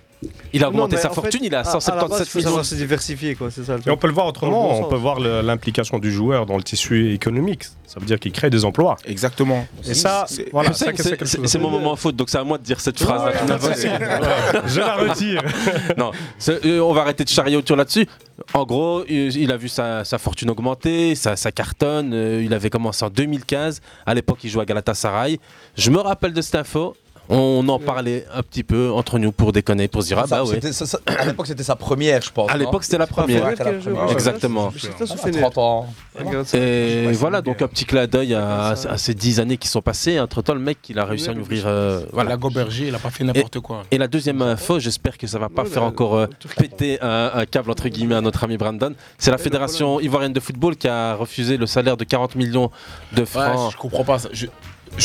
Speaker 8: Il a augmenté sa fortune, il est à 177 millions.
Speaker 2: C'est diversifié, quoi, c'est ça.
Speaker 12: Et on peut le voir autrement,
Speaker 2: Dans le bon
Speaker 12: on peut
Speaker 2: sens.
Speaker 12: voir le- l'implication du joueur dans le tissu économique. Ça veut dire qu'il crée des emplois.
Speaker 14: Exactement.
Speaker 12: Et ça, voilà,
Speaker 8: Tu sais
Speaker 12: ça,
Speaker 8: que
Speaker 12: c'est quelque
Speaker 8: c'est c'est-
Speaker 12: chose.
Speaker 8: c'est mon moment faute, donc c'est à moi de dire cette
Speaker 12: Ouais,
Speaker 8: phrase-là.
Speaker 12: ouais,
Speaker 8: tout
Speaker 12: pas
Speaker 8: à
Speaker 12: de
Speaker 8: l'heure.
Speaker 12: souci. Je la retire.
Speaker 8: non, c'est- euh, on va arrêter de charrier autour là-dessus. En gros, euh, il a vu sa, sa fortune augmenter, ça, ça cartonne. euh, il avait commencé en 2015. À l'époque, il jouait à Galatasaray. Je me rappelle de cette info. On en parlait un petit peu entre nous pour déconner, pour se dire ah
Speaker 13: Ça,
Speaker 8: bah oui.
Speaker 13: c'était- ça, ça- à l'époque, c'était sa première, je pense.
Speaker 8: À
Speaker 13: non
Speaker 8: l'époque, c'était la
Speaker 13: C'est pas
Speaker 8: première.
Speaker 13: Federer qui a joué.
Speaker 8: Exactement.
Speaker 13: Ah, 30 ans.
Speaker 8: Et voilà, donc un petit clin d'œil à, à ces 10 années qui sont passées. Entre temps, le mec, il a réussi à ouvrir. euh, voilà.
Speaker 14: La Goberger, il a pas fait n'importe quoi.
Speaker 8: Et la deuxième info, j'espère que ça va pas faire encore euh, péter un, un câble entre guillemets à notre ami Brandon. C'est la fédération ivoirienne de football qui a refusé le salaire de 40 millions de francs.
Speaker 14: je comprends pas ça.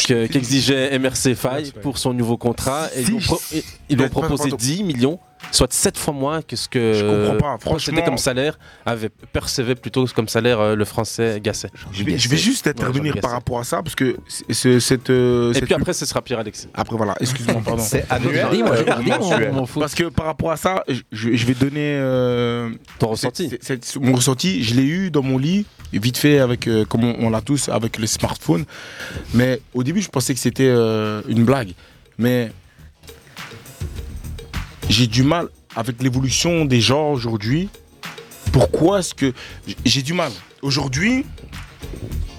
Speaker 8: que- Qu'exigeait MRC Faye pour son nouveau contrat et ils lui ont, pro- et- ils lui ont
Speaker 14: Pardon.
Speaker 8: proposé 10 millions, soit 7 fois moins que ce que
Speaker 14: Je comprends pas,
Speaker 8: procédait
Speaker 14: franchement.
Speaker 8: comme salaire, avait percevait plutôt comme salaire euh, le français Gasset.
Speaker 14: Je vais, je vais juste
Speaker 8: Ouais,
Speaker 14: intervenir
Speaker 8: Jean
Speaker 14: par
Speaker 8: Gasset.
Speaker 14: rapport à ça parce que c- ce- cette, euh,
Speaker 8: Et
Speaker 14: cette
Speaker 8: puis après, ce sera Pierre Alexis.
Speaker 14: Après, voilà, excuse-moi, pardon.
Speaker 8: C'est annuel, Dis, moi, je euh, dis, ou on- mensuel on m'en fout.
Speaker 14: Parce que par rapport à ça, je- je, je vais donner. euh, cette- cette- cette- mon ressenti, je l'ai eu dans mon lit, vite fait, avec, euh, comme on, on l'a tous, avec le smartphone. Mais au début, je pensais que c'était euh, une blague. Mais j'ai du mal avec l'évolution des gens aujourd'hui. Pourquoi est-ce que. J'ai du mal. Aujourd'hui,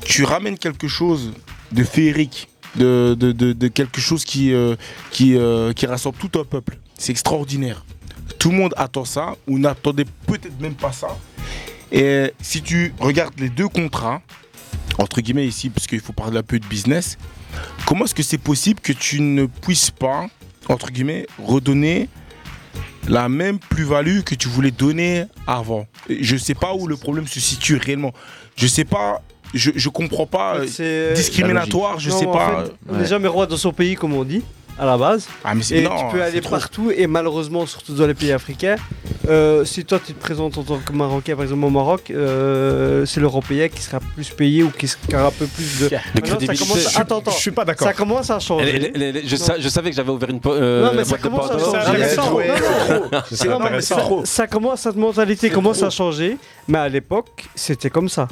Speaker 14: tu ramènes quelque chose de féerique, de, de- de- de quelque chose qui, euh, qui, euh, qui rassemble tout un peuple. C'est extraordinaire. Tout le monde attend ça, ou n'attendait peut-être même pas ça. Et si tu regardes les deux contrats, entre guillemets ici, parce qu'il faut parler un peu de business, comment est-ce que c'est possible que tu ne puisses pas, entre guillemets, redonner la même plus-value que tu voulais donner avant. Et Je sais pas où le problème se situe réellement. Je sais pas, je, je comprends pas. euh,
Speaker 2: C'est, euh,
Speaker 14: discriminatoire, je
Speaker 2: Non,
Speaker 14: sais
Speaker 2: en
Speaker 14: pas.
Speaker 2: fait,
Speaker 14: euh,
Speaker 2: On est jamais roi dans son pays, comme on dit, à la base.
Speaker 14: Ah, mais c'est-
Speaker 2: et
Speaker 14: non,
Speaker 2: tu peux
Speaker 14: c'est
Speaker 2: aller
Speaker 14: trop.
Speaker 2: partout, et malheureusement, surtout dans les pays africains, euh, si toi tu te présentes en tant que Marocain, par exemple au Maroc, euh, c'est l'Européen qui sera plus payé ou qui sera un peu plus de. Maintenant,
Speaker 8: crédibilité.
Speaker 2: ça commence...
Speaker 8: Je suis-
Speaker 2: attends, attends.
Speaker 8: je suis pas d'accord.
Speaker 2: Ça commence à changer.
Speaker 8: Les- les- les- les- je,
Speaker 2: Non.
Speaker 8: sa- je savais que j'avais ouvert une po- euh,
Speaker 2: non mais ça
Speaker 8: boîte de
Speaker 2: commence à
Speaker 8: Pandore.
Speaker 2: changer. Non, non, non.
Speaker 8: C'est
Speaker 2: Non, mais ça-
Speaker 8: intéressant.
Speaker 2: Ça commence, cette mentalité commence à changer. Mais à l'époque, c'était comme ça.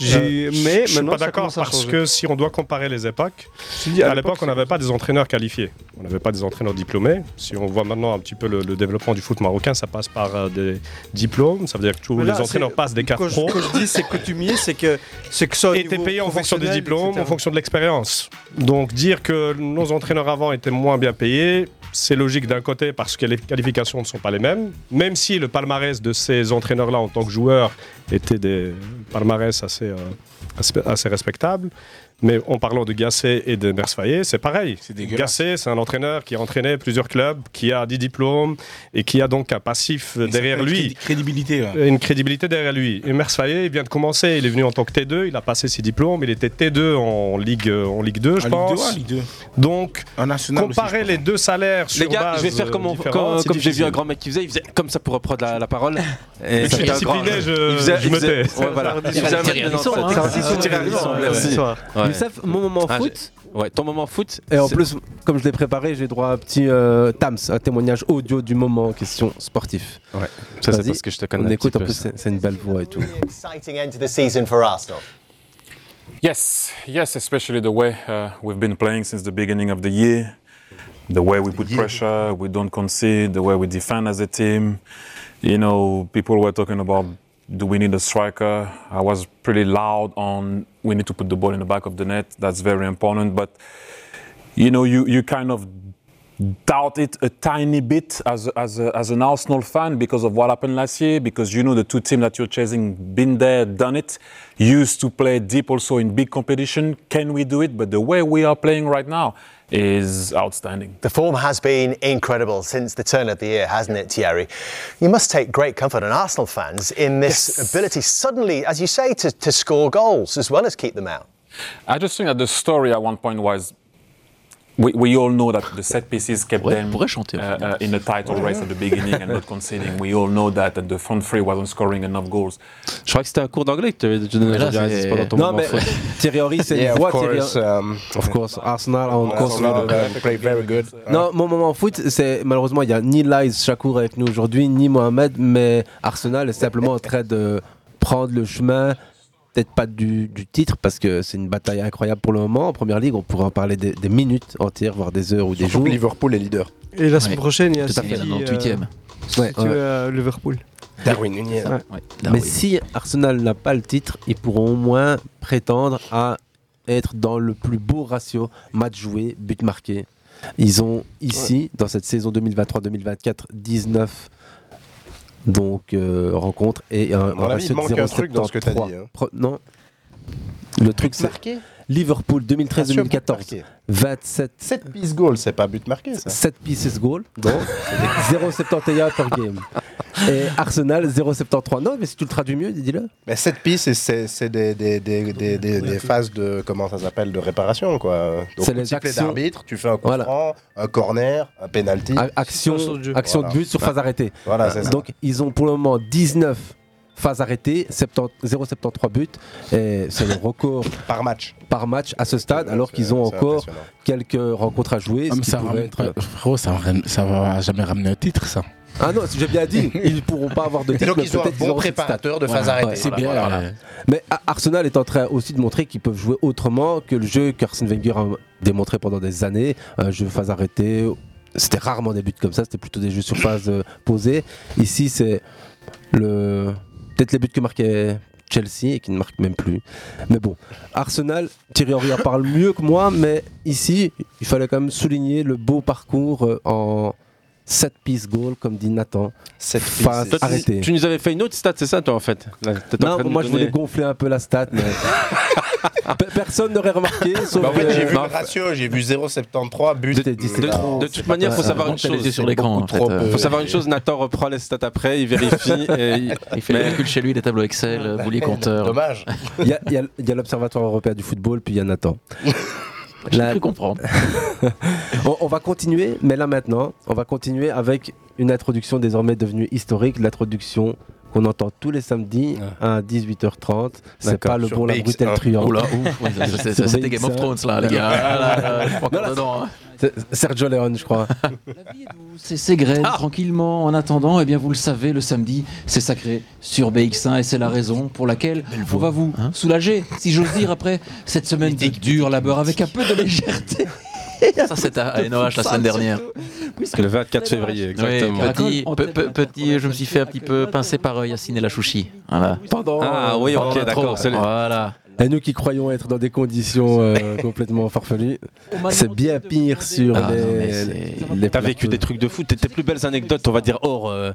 Speaker 2: J'ai-
Speaker 12: Euh,
Speaker 2: mais
Speaker 12: je suis
Speaker 2: maintenant,
Speaker 12: pas
Speaker 2: ça
Speaker 12: d'accord
Speaker 2: commence à
Speaker 12: parce
Speaker 2: changer.
Speaker 12: que si on doit comparer les époques,
Speaker 2: dis, à
Speaker 12: à l'époque on n'avait pas des entraîneurs qualifiés, on n'avait pas des entraîneurs diplômés. Si on voit maintenant un petit peu le, le développement du foot marocain, ça passe par euh, des diplômes, ça veut dire que tous
Speaker 2: Mais là,
Speaker 12: les entraîneurs
Speaker 2: c'est-
Speaker 12: passent des cartes
Speaker 2: quand je-
Speaker 12: pro.
Speaker 2: quand je dis c'est coutumier, c'est que c'est que ça.
Speaker 12: Et t'es payé en fonction des diplômes, en fonction de l'expérience. Donc dire que nos entraîneurs avant étaient moins bien payés, c'est logique d'un côté parce que les qualifications ne sont pas les mêmes, même si le palmarès de ces entraîneurs-là en tant que joueurs était des palmarès assez, euh, assez, assez respectables. Mais en parlant de Gasset et de Mersfayer, c'est pareil. Gasset, c'est un entraîneur qui a entraîné plusieurs clubs, qui a des diplômes et qui a donc un passif euh, derrière
Speaker 14: certaine
Speaker 12: lui.
Speaker 14: crédi- crédibilité, ouais.
Speaker 12: Et une crédibilité derrière lui. Et Mersfayer, il vient de commencer, il est venu en tant que T2, il a passé ses diplômes, il était T2 en Ligue, euh, en Ligue 2,
Speaker 14: En Ligue
Speaker 12: je
Speaker 14: 2,
Speaker 12: pense.
Speaker 14: ouais, Ligue 2. Ah,
Speaker 12: Donc,
Speaker 14: aussi,
Speaker 12: comparer les deux salaires sur
Speaker 8: Les gars,
Speaker 12: base,
Speaker 8: je vais faire
Speaker 12: euh,
Speaker 8: comme, on-
Speaker 12: différente,
Speaker 8: comme,
Speaker 12: c'est
Speaker 8: comme j'ai vu
Speaker 12: difficile.
Speaker 8: un grand mec qui faisait, il faisait comme ça pour reprendre la, la parole.
Speaker 12: Mais je suis
Speaker 8: c'était un
Speaker 12: discipliné,
Speaker 8: grand-
Speaker 12: je-
Speaker 7: Euh,
Speaker 8: il faisait-
Speaker 12: je
Speaker 8: il
Speaker 12: me
Speaker 8: faisait-
Speaker 12: tais.
Speaker 8: ouais, voilà.
Speaker 12: Ça va
Speaker 8: Il
Speaker 12: retirer
Speaker 8: faisait un
Speaker 12: les
Speaker 8: mètre
Speaker 12: leçons, hein.
Speaker 8: 97.
Speaker 12: Ça retire
Speaker 8: Ça retire
Speaker 12: les
Speaker 8: les leçons,
Speaker 12: leçons,
Speaker 8: merci.
Speaker 12: ce soir.
Speaker 8: Ouais.
Speaker 7: Youssef, mon moment
Speaker 8: Ah,
Speaker 7: foot.
Speaker 8: j'ai- Ouais, ton moment foot.
Speaker 7: Et en
Speaker 8: c'est-
Speaker 7: plus, comme je l'ai préparé, j'ai droit à un petit euh, Tams, un témoignage audio du moment en question sportif.
Speaker 8: Ouais, ça, c'est
Speaker 7: Vas-y,
Speaker 8: parce que je te connais
Speaker 7: On
Speaker 8: un
Speaker 7: écoute,
Speaker 8: petit
Speaker 7: en
Speaker 8: peu,
Speaker 7: plus,
Speaker 8: ça.
Speaker 7: c'est c'est une belle voix et tout.
Speaker 16: exciting end to the season for Arsenal.
Speaker 15: Yes, yes, especially the way uh, we've been playing since the beginning of the year. The way we put pressure, we don't concede, the way we defend as a team. You know, people were talking about do we need a striker? I was pretty loud on we need to put the ball in the back of the net. That's very important. But you know, you, you kind of doubt it a tiny bit as, as, a, as an Arsenal fan because of what happened last year, because you know the two teams that you're chasing been there, done it, used to play deep also in big competition. Can we do it? But the way we are playing right now is outstanding.
Speaker 16: The form has been incredible since the turn of the year, hasn't it, Thierry? You must take great comfort in Arsenal fans in this ability suddenly, as you say, to, to score goals as well as keep them out.
Speaker 15: I just think that the story at one point was we, we all know that the set pieces kept
Speaker 7: Ouais,
Speaker 15: them
Speaker 7: pourrait chanter, en
Speaker 15: uh,
Speaker 7: fait.
Speaker 15: uh, in the title race at the beginning and not conceding. We all know that, and the front three wasn't scoring enough goals.
Speaker 8: Je crois que c'était un cours d'anglais que tu avais donné
Speaker 15: Mais là,
Speaker 8: aujourd'hui, hein,
Speaker 15: c'est-
Speaker 8: c'est pas dans ton
Speaker 15: Non,
Speaker 8: moment
Speaker 15: mais-
Speaker 8: fou. Thierry Henry, c'est
Speaker 11: Yeah,
Speaker 8: une
Speaker 11: of
Speaker 8: fois Thierry
Speaker 11: course,
Speaker 8: Henry. Of course, Arsenal on course.
Speaker 11: Arsenal, uh, play very good.
Speaker 8: Non, mon moment foot, c'est malheureusement, il n'y a ni Lies Chakour avec nous aujourd'hui, ni Mohamed, mais Arsenal est simplement en train de prendre le chemin, peut-être pas du, du titre, parce que c'est une bataille incroyable pour le moment. En première ligue, on pourrait en parler des, des minutes entières, voire des heures ou des
Speaker 11: Surtout
Speaker 8: jours.
Speaker 11: que Liverpool est leader.
Speaker 2: Et la semaine
Speaker 8: Ouais.
Speaker 2: prochaine, il y a
Speaker 8: Tout à
Speaker 2: City,
Speaker 8: fait, dans le
Speaker 2: euh,
Speaker 8: huitième.
Speaker 2: City,
Speaker 8: Ouais, ouais.
Speaker 2: euh, Liverpool.
Speaker 11: Darwin Nunez.
Speaker 2: Ouais.
Speaker 8: Mais si Arsenal n'a pas le titre, ils pourront au moins prétendre à être dans le plus beau ratio match joué, but marqué. Ils ont ici, dans cette saison 2023-2024, 19 donc, euh, rencontres et un,
Speaker 11: À mon
Speaker 8: un
Speaker 11: avis,
Speaker 8: ratio
Speaker 11: il
Speaker 8: de
Speaker 11: manque un truc dans ce que t'as
Speaker 8: 0,73.
Speaker 11: dit, hein.
Speaker 8: Pro- Non. Le truc, c'est
Speaker 11: marqué
Speaker 8: Liverpool
Speaker 11: Ratio but
Speaker 8: 2013-2014,
Speaker 11: marqué.
Speaker 8: 27.
Speaker 11: 7 pieces goal, c'est pas but marqué ça.
Speaker 8: 7 pieces goal, donc 0,71 per game. Et Arsenal 0,73. Non, mais si tu le traduis mieux, dis-le.
Speaker 11: Mais 7 pieces, c'est- c'est des, des, des, des, des, des phases de comment ça s'appelle de réparation quoi. Donc
Speaker 8: C'est
Speaker 11: coup
Speaker 8: les
Speaker 11: de sifflet
Speaker 8: actions.
Speaker 11: d'arbitre, tu fais un coup franc, un corner, un penalty,
Speaker 8: A- action, action
Speaker 11: Voilà.
Speaker 8: de but sur phase arrêtée.
Speaker 11: Voilà, c'est ça.
Speaker 8: Donc ils ont pour le moment 19 phases arrêtées, 70 0,73 buts. Et c'est le record
Speaker 11: par match.
Speaker 8: Par match à ce stade, alors qu'ils ont
Speaker 11: c'est
Speaker 8: encore
Speaker 11: impressionnant.
Speaker 8: quelques rencontres à jouer.
Speaker 14: Ah,
Speaker 8: ce
Speaker 14: mais
Speaker 8: qui
Speaker 14: ça,
Speaker 8: pourrait
Speaker 14: ramène
Speaker 8: être-
Speaker 14: pas- frérot, ça, ramène- ça va jamais ramener un titre, ça.
Speaker 8: Ah non, j'ai bien dit, ils ne pourront pas avoir de
Speaker 14: Et
Speaker 8: titre.
Speaker 14: donc,
Speaker 8: mais
Speaker 14: ils ont un
Speaker 8: peut-être
Speaker 14: bon
Speaker 8: auront cette
Speaker 14: préparateur
Speaker 8: stat.
Speaker 14: de phase arrêtée.
Speaker 8: c'est
Speaker 14: Voilà,
Speaker 8: bien.
Speaker 14: voilà.
Speaker 8: voilà. Mais A- Arsenal est en train aussi de montrer qu'ils peuvent jouer autrement que le jeu qu'Arsène Wenger a démontré pendant des années, un jeu phase arrêtée. C'était rarement des buts comme ça, c'était plutôt des jeux sur phase euh, posée. Ici, c'est le peut-être les buts que marquait Chelsea et qui ne marque même plus. Mais bon, Arsenal, Thierry Henry en parle mieux que moi, mais ici, il fallait quand même souligner le beau parcours euh, en 7 piece goal, comme dit Nathan.
Speaker 11: Cette
Speaker 8: phase
Speaker 9: Toi, tu-
Speaker 8: arrêtée.
Speaker 9: Tu nous avais fait une autre stat, c'est ça, toi, en fait Là, t'es en
Speaker 8: Non,
Speaker 9: train de
Speaker 8: moi
Speaker 9: nous
Speaker 8: je voulais
Speaker 9: donner-
Speaker 8: gonfler un peu la stat, mais pe- personne n'aurait remarqué. Sauf
Speaker 11: Bah, en fait,
Speaker 8: que-
Speaker 11: j'ai vu
Speaker 8: Non,
Speaker 11: le ratio, j'ai vu 0,73 but.
Speaker 8: De- de-
Speaker 11: Non,
Speaker 9: De
Speaker 11: c'est
Speaker 9: toute
Speaker 11: pas
Speaker 9: manière, il faut
Speaker 11: possible.
Speaker 9: savoir une chose.
Speaker 8: euh.
Speaker 9: Il faut savoir une chose, Nathan reprend les stats après, il vérifie. et
Speaker 7: Il fait les calculs chez lui, des tableaux Excel, euh, vous les compteurs.
Speaker 11: Dommage.
Speaker 8: Il y a, il y a- il y a l'Observatoire européen du football, puis il y a Nathan.
Speaker 7: J'ai cru comprendre.
Speaker 8: on, on va continuer, mais là maintenant, on va continuer avec une introduction désormais devenue historique, l'introduction qu'on entend tous les samedis à 18h30. C'est
Speaker 7: Ah. D'accord.
Speaker 8: pas le
Speaker 7: Sur Ah.
Speaker 8: bon, la
Speaker 7: BX1.
Speaker 8: brutelle truand.
Speaker 7: Oula, ouf, oui, ça- ça- ça-
Speaker 8: Sur
Speaker 7: c'était Game of
Speaker 8: BX1.
Speaker 7: Thrones, là, les gars. Ah, là, là, je suis pas encore
Speaker 8: Non, là,
Speaker 7: dedans, hein.
Speaker 8: c'est- c'est Sergio Leone, je crois.
Speaker 7: C'est ses graines
Speaker 9: Ah.
Speaker 7: tranquillement. En attendant, eh bien, vous le savez, le samedi, c'est sacré sur BX1 et c'est la raison pour laquelle on va vous
Speaker 9: hein.
Speaker 7: soulager, si j'ose dire, après cette semaine de dur labeur avec un peu de légèreté. Ça, c'était à NOH la semaine dernière.
Speaker 9: Le 24 février, exactement.
Speaker 7: Petit, pe- pe- petit, je me suis fait un petit peu pincer par euh, Yacine et la chouchi. Voilà.
Speaker 9: Ah oui, ok,
Speaker 7: Pendant
Speaker 9: d'accord,
Speaker 7: l'intro.
Speaker 9: c'est le-
Speaker 7: Voilà.
Speaker 8: Et nous qui croyons être dans des conditions euh, complètement farfelues, c'est bien pire sur
Speaker 9: Ah, non, mais
Speaker 8: les,
Speaker 9: c'est-
Speaker 8: les
Speaker 9: T'as vécu des trucs de fou, t'es tes plus belles anecdotes, on va dire, hors, euh,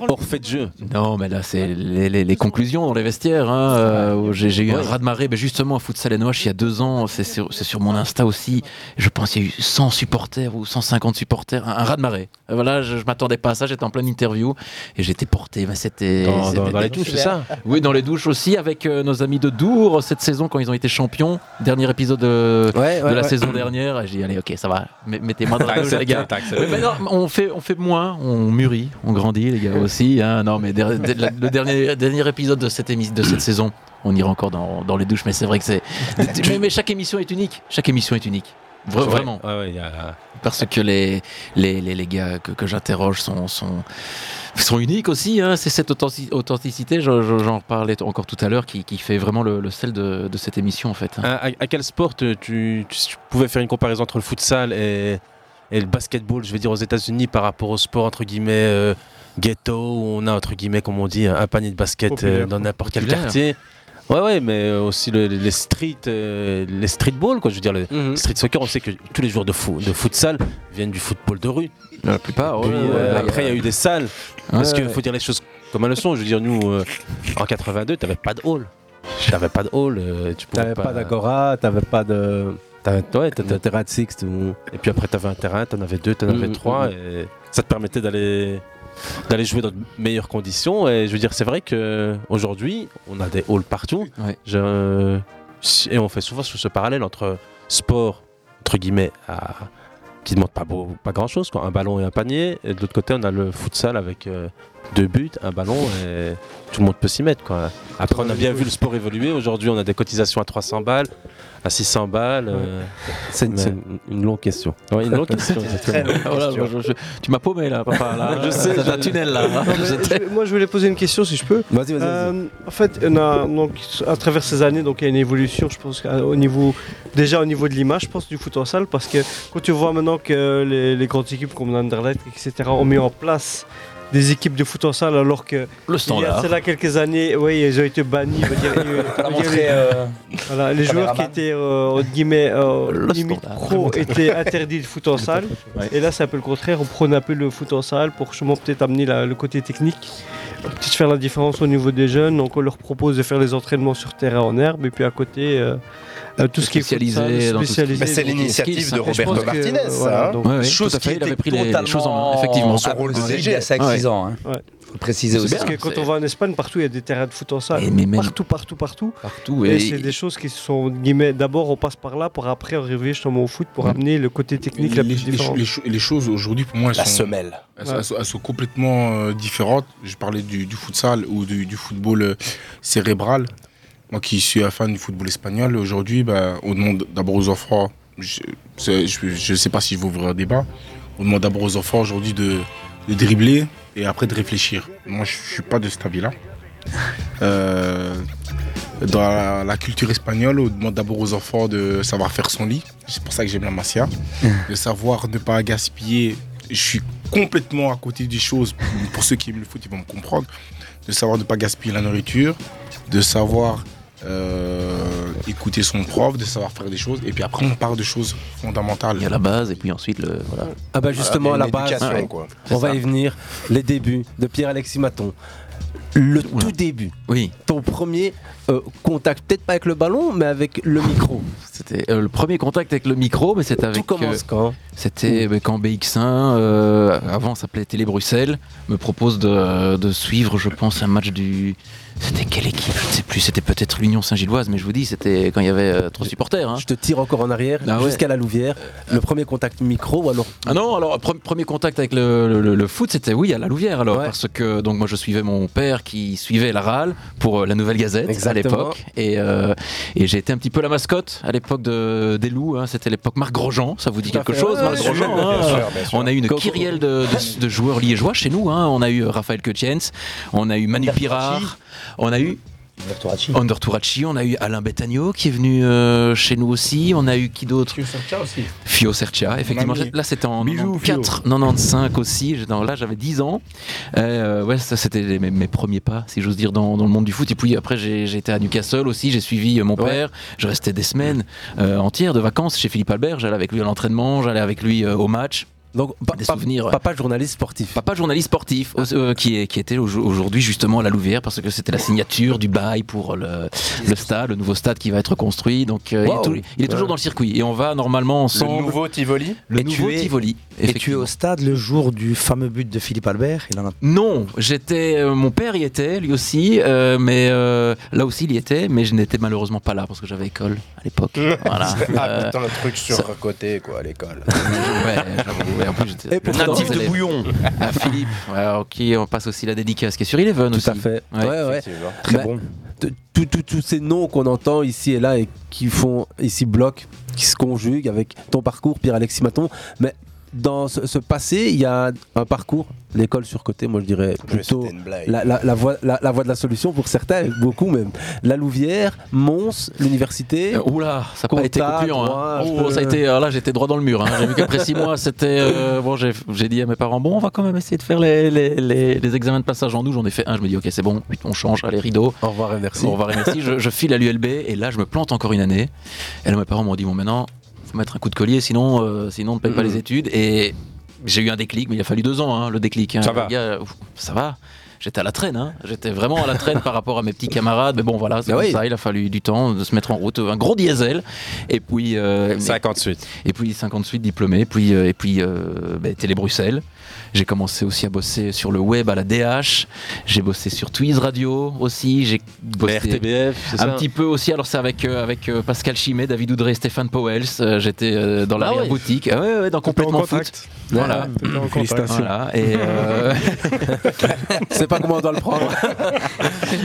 Speaker 9: hors fait de jeu.
Speaker 7: Non, mais là, c'est les, les- les conclusions dans les vestiaires. hein, euh, où j'ai j'ai eu un
Speaker 9: Ouais.
Speaker 7: raz de marée. Mais justement, à Futsal et Noach, il y a deux ans, c'est sur, c'est sur mon Insta aussi. Je pense qu'il y a eu 100 supporters ou 150 supporters. Un, un raz de marée. Euh, Voilà, je, je m'attendais pas à ça. J'étais en pleine interview et j'étais porté. Mais c'était.
Speaker 9: Dans- dans-
Speaker 7: c'était-
Speaker 9: dans les douches, c'est ça
Speaker 7: Oui, dans les douches aussi, avec euh, nos amis de Dour cette saison quand ils ont été champions. Dernier épisode euh, de,
Speaker 8: Eh,
Speaker 9: ouais,
Speaker 7: la
Speaker 9: ouais.
Speaker 7: saison dernière. Et J'ai dit, allez, ok, ça va. met- Mettez-moi dans la douche, les gars.
Speaker 9: T'as accepté, t'as
Speaker 7: Mais
Speaker 9: accepté.
Speaker 7: maintenant, on fait, on fait moins, on mûrit, on grandit, les gars aussi. hein. Non, mais der- de- la- le dernier, dernier épisode de cette, émi- de cette saison, on ira encore dans, dans les douches, mais c'est vrai que c'est. Mais, mais chaque émission est unique. Chaque émission est unique. Vra-
Speaker 9: Ouais,
Speaker 7: vraiment.
Speaker 9: ouais, ouais, il y a-
Speaker 7: Parce que les, les, les, les gars que, que j'interroge sont, sont, sont uniques aussi. hein. C'est cette authentici- authenticité, je- je- j'en parlais encore tout à l'heure, qui, qui fait vraiment le, le sel de, de cette émission en fait. hein.
Speaker 9: À, à- à quel sport te- tu, tu- si tu pouvais faire une comparaison entre le futsal et, et le basketball, je vais dire aux États-Unis, par rapport au sport entre guillemets euh, ghetto où on a, entre guillemets, comme on dit, un panier de basket euh,
Speaker 8: Populaire.
Speaker 9: dans n'importe quel
Speaker 8: Populaire.
Speaker 9: quartier. Ouais, ouais, mais euh, aussi le- les street, euh, les street ball, quoi. Je veux dire, le
Speaker 7: Mhm.
Speaker 9: street soccer, on sait que tous les joueurs de, fo- de futsal viennent du football de rue.
Speaker 7: La plupart,
Speaker 9: Puis,
Speaker 7: ouais,
Speaker 9: euh,
Speaker 7: ouais,
Speaker 9: Après, il y a eu des salles. parce
Speaker 7: Ouais,
Speaker 9: qu'il
Speaker 7: ouais.
Speaker 9: faut dire les choses comme elles sont. Je veux dire, nous, euh, en 82, t'avais pas de hall. T'avais pas de hall. euh, tu pouvais
Speaker 8: T'avais pas d'Agora, t'avais pas de.
Speaker 9: T'avais ouais, t'avais un terrain de six. Et puis après, t'avais un terrain, t'en avais deux, t'en
Speaker 8: Mm,
Speaker 9: avais
Speaker 8: mm,
Speaker 9: trois.
Speaker 8: mm.
Speaker 9: Et ça te permettait d'aller d'aller jouer dans de meilleures conditions. Et je veux dire, c'est vrai que aujourd'hui, on a des halls partout. Je- si- et on fait souvent ce ce parallèle entre sport, entre guillemets, à, qui demande pas, beau- pas grand chose, quoi. un ballon et un panier. Et de l'autre côté, on a le futsal avec euh, deux buts, un ballon, et tout le monde peut s'y mettre. Quoi. Après, on a bien vu le sport évoluer. Aujourd'hui, on a des cotisations à 300 balles, à 600 balles. euh,
Speaker 8: C'est une-
Speaker 9: mais-
Speaker 8: c'est une, une longue question.
Speaker 9: Ouais, une longue question, exactement.
Speaker 7: Voilà, Oh je- je- tu m'as paumé là, papa. Là,
Speaker 9: Je sais,
Speaker 7: Dans un
Speaker 9: je-
Speaker 7: tunnel là.
Speaker 2: Non, mais je- moi, je voulais poser une question si je peux. Euh,
Speaker 8: Vas-y, vas-y, vas-y.
Speaker 2: en fait, on a, donc, à travers ces années, donc, il y a une évolution, je pense, qu'à- au niveau, déjà au niveau de l'image, je pense, du foot en salle, parce que quand tu vois maintenant que les, les grandes équipes comme l'Anderlecht, etc., ont mis en place des équipes de foot en salle, alors que
Speaker 7: Le
Speaker 2: il y
Speaker 7: standard.
Speaker 2: a cela quelques années, oui, ils ont été bannis. on va dire, euh, on va dire,
Speaker 17: montré,
Speaker 2: les-
Speaker 17: euh,
Speaker 2: voilà, les joueurs qui
Speaker 17: caméraman.
Speaker 2: étaient euh, entre guillemets euh, limite pro étaient interdits de foot en salle. Et là, c'est un peu le contraire. On prône un peu le foot en salle pour justement peut-être amener la- le côté technique, peut-être faire la différence au niveau des jeunes. Donc, on leur propose de faire les entraînements sur terrain en herbe et puis à côté. euh, euh, tout ce qui est foot
Speaker 7: Spécialisé
Speaker 2: salle,
Speaker 7: dans tout ce
Speaker 2: spécialisé
Speaker 7: qui- Mais c'est
Speaker 2: dans tout ce qui est
Speaker 7: l'initiative
Speaker 2: skills,
Speaker 7: de
Speaker 2: hein. Et je
Speaker 7: Roberto
Speaker 2: pense que,
Speaker 7: Martinez,
Speaker 2: euh,
Speaker 7: ça,
Speaker 2: voilà,
Speaker 7: hein.
Speaker 2: donc- Ah,
Speaker 7: Ouais, ouais, Chose tout à fait, qui il avait était pris les- les totalement choses en main, effectivement. son rôle de
Speaker 13: abandonné
Speaker 7: DG.
Speaker 13: il y a 5-6
Speaker 7: Ouais.
Speaker 13: ans. hein.
Speaker 2: Ouais.
Speaker 13: Faut le préciser aussi.
Speaker 2: Parce que quand on va en Espagne, partout il y a des terrains de foot en salle. Partout, partout, partout.
Speaker 7: Eh, Partout. eh,
Speaker 2: Et,
Speaker 7: Et,
Speaker 2: c'est des choses qui sont entre guillemets. D'abord, on passe par là pour après arriver justement au foot pour amener le côté technique
Speaker 14: les,
Speaker 2: la plus
Speaker 14: les-
Speaker 2: différente.
Speaker 14: les cho- les choses aujourd'hui pour moi elles
Speaker 2: La
Speaker 14: sont
Speaker 2: semelle.
Speaker 14: elles, sont-
Speaker 2: Ouais.
Speaker 14: elles sont- elles sont complètement euh, différentes je parlais du, du futsal ou du, du football euh, cérébral moi qui suis un fan du football espagnol aujourd'hui bah, on demande d'abord aux enfants je c'est- je- je sais pas si je vais ouvrir un débat on demande d'abord aux enfants aujourd'hui de, de dribbler et après de réfléchir moi je suis pas de cet avis là Euh, dans la, la culture espagnole, on demande d'abord aux enfants de savoir faire son lit. C'est pour ça que j'aime la Masia. De savoir ne pas gaspiller. Je suis complètement à côté des choses. Pour ceux qui aiment le foot, ils vont me comprendre. De savoir ne pas gaspiller la nourriture. De savoir euh, écouter son prof. De savoir faire des choses. Et puis après, on parle de choses fondamentales.
Speaker 7: il y a la base et puis ensuite le. Voilà.
Speaker 8: Ah bah justement à la base,
Speaker 7: éducation,
Speaker 8: ouais.
Speaker 7: quoi. C'est
Speaker 8: on va
Speaker 7: ça.
Speaker 8: y venir. Les débuts de Pierre-Alexis Maton. Le tout début.
Speaker 7: Oui.
Speaker 8: Ton premier euh, contact, peut-être pas avec le ballon, mais avec le micro.
Speaker 7: C'était euh, le premier contact avec le micro, mais c'était avec. euh,
Speaker 8: commence quand
Speaker 7: C'était ben, quand BX1, euh, avant ça s'appelait Télé Bruxelles, me propose de, de suivre, je pense, un match du. C'était quelle équipe Je ne sais plus, c'était peut-être l'Union Saint-Gilloise, mais je vous dis, c'était quand il y avait euh, trois supporters. hein.
Speaker 8: Je te tire encore en arrière
Speaker 7: Ah ouais. Euh.
Speaker 8: jusqu'à la Louvière. Le premier contact micro ou alors
Speaker 7: Ah non, alors pre- premier contact avec le, le- le- le foot, c'était oui à la Louvière alors parce que donc moi je suivais mon père qui suivait la RAL pour euh, la Nouvelle Gazette
Speaker 8: Exactement.
Speaker 7: à l'époque et, euh, et j'ai été un petit peu la mascotte à l'époque de, des loups, hein. c'était l'époque Marc Grosjean, ça vous dit
Speaker 8: Tout à
Speaker 7: quelque
Speaker 8: fait.
Speaker 7: chose
Speaker 8: Ouais,
Speaker 7: Marc
Speaker 8: bien sûr,
Speaker 7: Grosjean
Speaker 8: bien
Speaker 7: hein.
Speaker 8: sûr, bien sûr.
Speaker 7: On a eu une
Speaker 8: Coco.
Speaker 7: kyrielle de, de- de joueurs liégeois chez nous, hein. on a eu Raphaël Koetiens, on a eu Manu Pirard, on a eu Under Touracci, on a eu Alain Betagno qui est venu euh, chez nous aussi, on a eu qui d'autre Fio Sertia, effectivement.
Speaker 8: Mon ami.
Speaker 7: Là, c'était en
Speaker 8: Bisous,
Speaker 7: 94, 95 aussi. J'étais dans- Là, j'avais 10 ans. Euh, ouais, ça, c'était les- mes, mes premiers pas, si j'ose dire, dans, dans le monde du foot. Et puis après, j'ai j'ai été à Newcastle aussi. J'ai suivi euh, mon père. Je restais des semaines euh, entières de vacances chez Philippe Albert. J'allais avec lui à l'entraînement, j'allais avec lui euh, au match.
Speaker 8: Donc,
Speaker 7: des souvenirs.
Speaker 8: Papa journaliste sportif.
Speaker 7: Papa journaliste sportif, au- euh, qui, est- qui était au- aujourd'hui justement à la Louvière, parce que c'était la signature du bail pour le, le stade, le nouveau stade qui va être construit. Donc euh, il est
Speaker 8: Wow.
Speaker 7: tou- il est, toujours
Speaker 8: Ouais.
Speaker 7: dans le circuit. Et on va normalement ensemble.
Speaker 9: Tivoli
Speaker 7: Le
Speaker 17: Et tu
Speaker 7: nouveau
Speaker 17: es-
Speaker 7: Tivoli.
Speaker 17: Et tu es au stade le jour du fameux but de Philippe Albert. Il en a
Speaker 7: Non, j'étais, euh, mon père y était, lui aussi, euh, mais euh, là aussi il y était, mais je n'étais malheureusement pas là parce que j'avais école à l'époque. voilà.
Speaker 11: Ah,
Speaker 7: Euh,
Speaker 11: putain, le truc sur
Speaker 7: ça-
Speaker 11: le côté, quoi, à l'école.
Speaker 7: Euh, ouais, j'avoue, ouais, en plus, j'étais-
Speaker 11: Et pour
Speaker 7: Natif
Speaker 11: Florence,
Speaker 7: de Bouillon. À Philippe. Ouais, ok, on passe aussi la dédicace qui est sur Eleven aussi. Tout à fait.
Speaker 8: Ouais, ouais. Bah, t- tout- tout- Tous ces noms qu'on entend ici et là et qui font ici bloc, qui se conjuguent avec ton parcours, Pierre-Alexis Maton. Mais dans ce, ce passé, il y a un parcours, l'école surcotée, moi je dirais plutôt la, la- la voie, la- la voie de la solution pour certains, et beaucoup même. La Louvière, Mons, l'université.
Speaker 7: Euh, oula, ça n'a pas été concluant. hein. Oh, ça a été, euh, là, j'étais droit dans le mur. hein. J'ai vu qu'après six mois, c'était. euh, bon, j'ai j'ai dit à mes parents, bon, on va quand même essayer de faire les, les- les- les examens de passage en nous. J'en ai fait un. Je me dis, ok, c'est bon, on change, allez, rideau.
Speaker 8: Au revoir et merci.
Speaker 7: Au revoir et merci. Je, je file à l'ULB et là, je me plante encore une année. Et là, mes parents m'ont dit, bon, maintenant, faut mettre un coup de collier, sinon, euh, sinon on ne paye pas
Speaker 8: Mhm.
Speaker 7: les études. Et j'ai eu un déclic, mais il a fallu deux ans, hein, le déclic. hein.
Speaker 8: Ça
Speaker 7: Le
Speaker 8: va.
Speaker 7: gars, ouf, ça va. J'étais à la traîne, hein. j'étais vraiment à la traîne par rapport à mes petits camarades, mais bon voilà, c'est
Speaker 8: Bah
Speaker 7: comme
Speaker 8: oui.
Speaker 7: ça, il a fallu du temps de se mettre en route, un gros diesel, et puis... euh,
Speaker 9: 58.
Speaker 7: Et puis 58 diplômé, puis, euh, et puis euh, bah, Télé Bruxelles. J'ai commencé aussi à bosser sur le web à la DH, j'ai bossé sur Twiz Radio aussi, j'ai bossé
Speaker 9: RTBF,
Speaker 7: un
Speaker 9: c'est ça
Speaker 7: petit peu aussi, alors c'est avec, euh, avec euh, Pascal Chimet, David Oudré, Stéphane Powels, euh, j'étais euh, dans
Speaker 9: Ah ouais.
Speaker 7: la boutique, Ah ouais, ouais, dans complètement foot.
Speaker 9: contact.
Speaker 7: Voilà.
Speaker 9: Ah, t'étais en contact.
Speaker 7: Voilà, et euh,
Speaker 8: C'est pas comment on doit le prendre.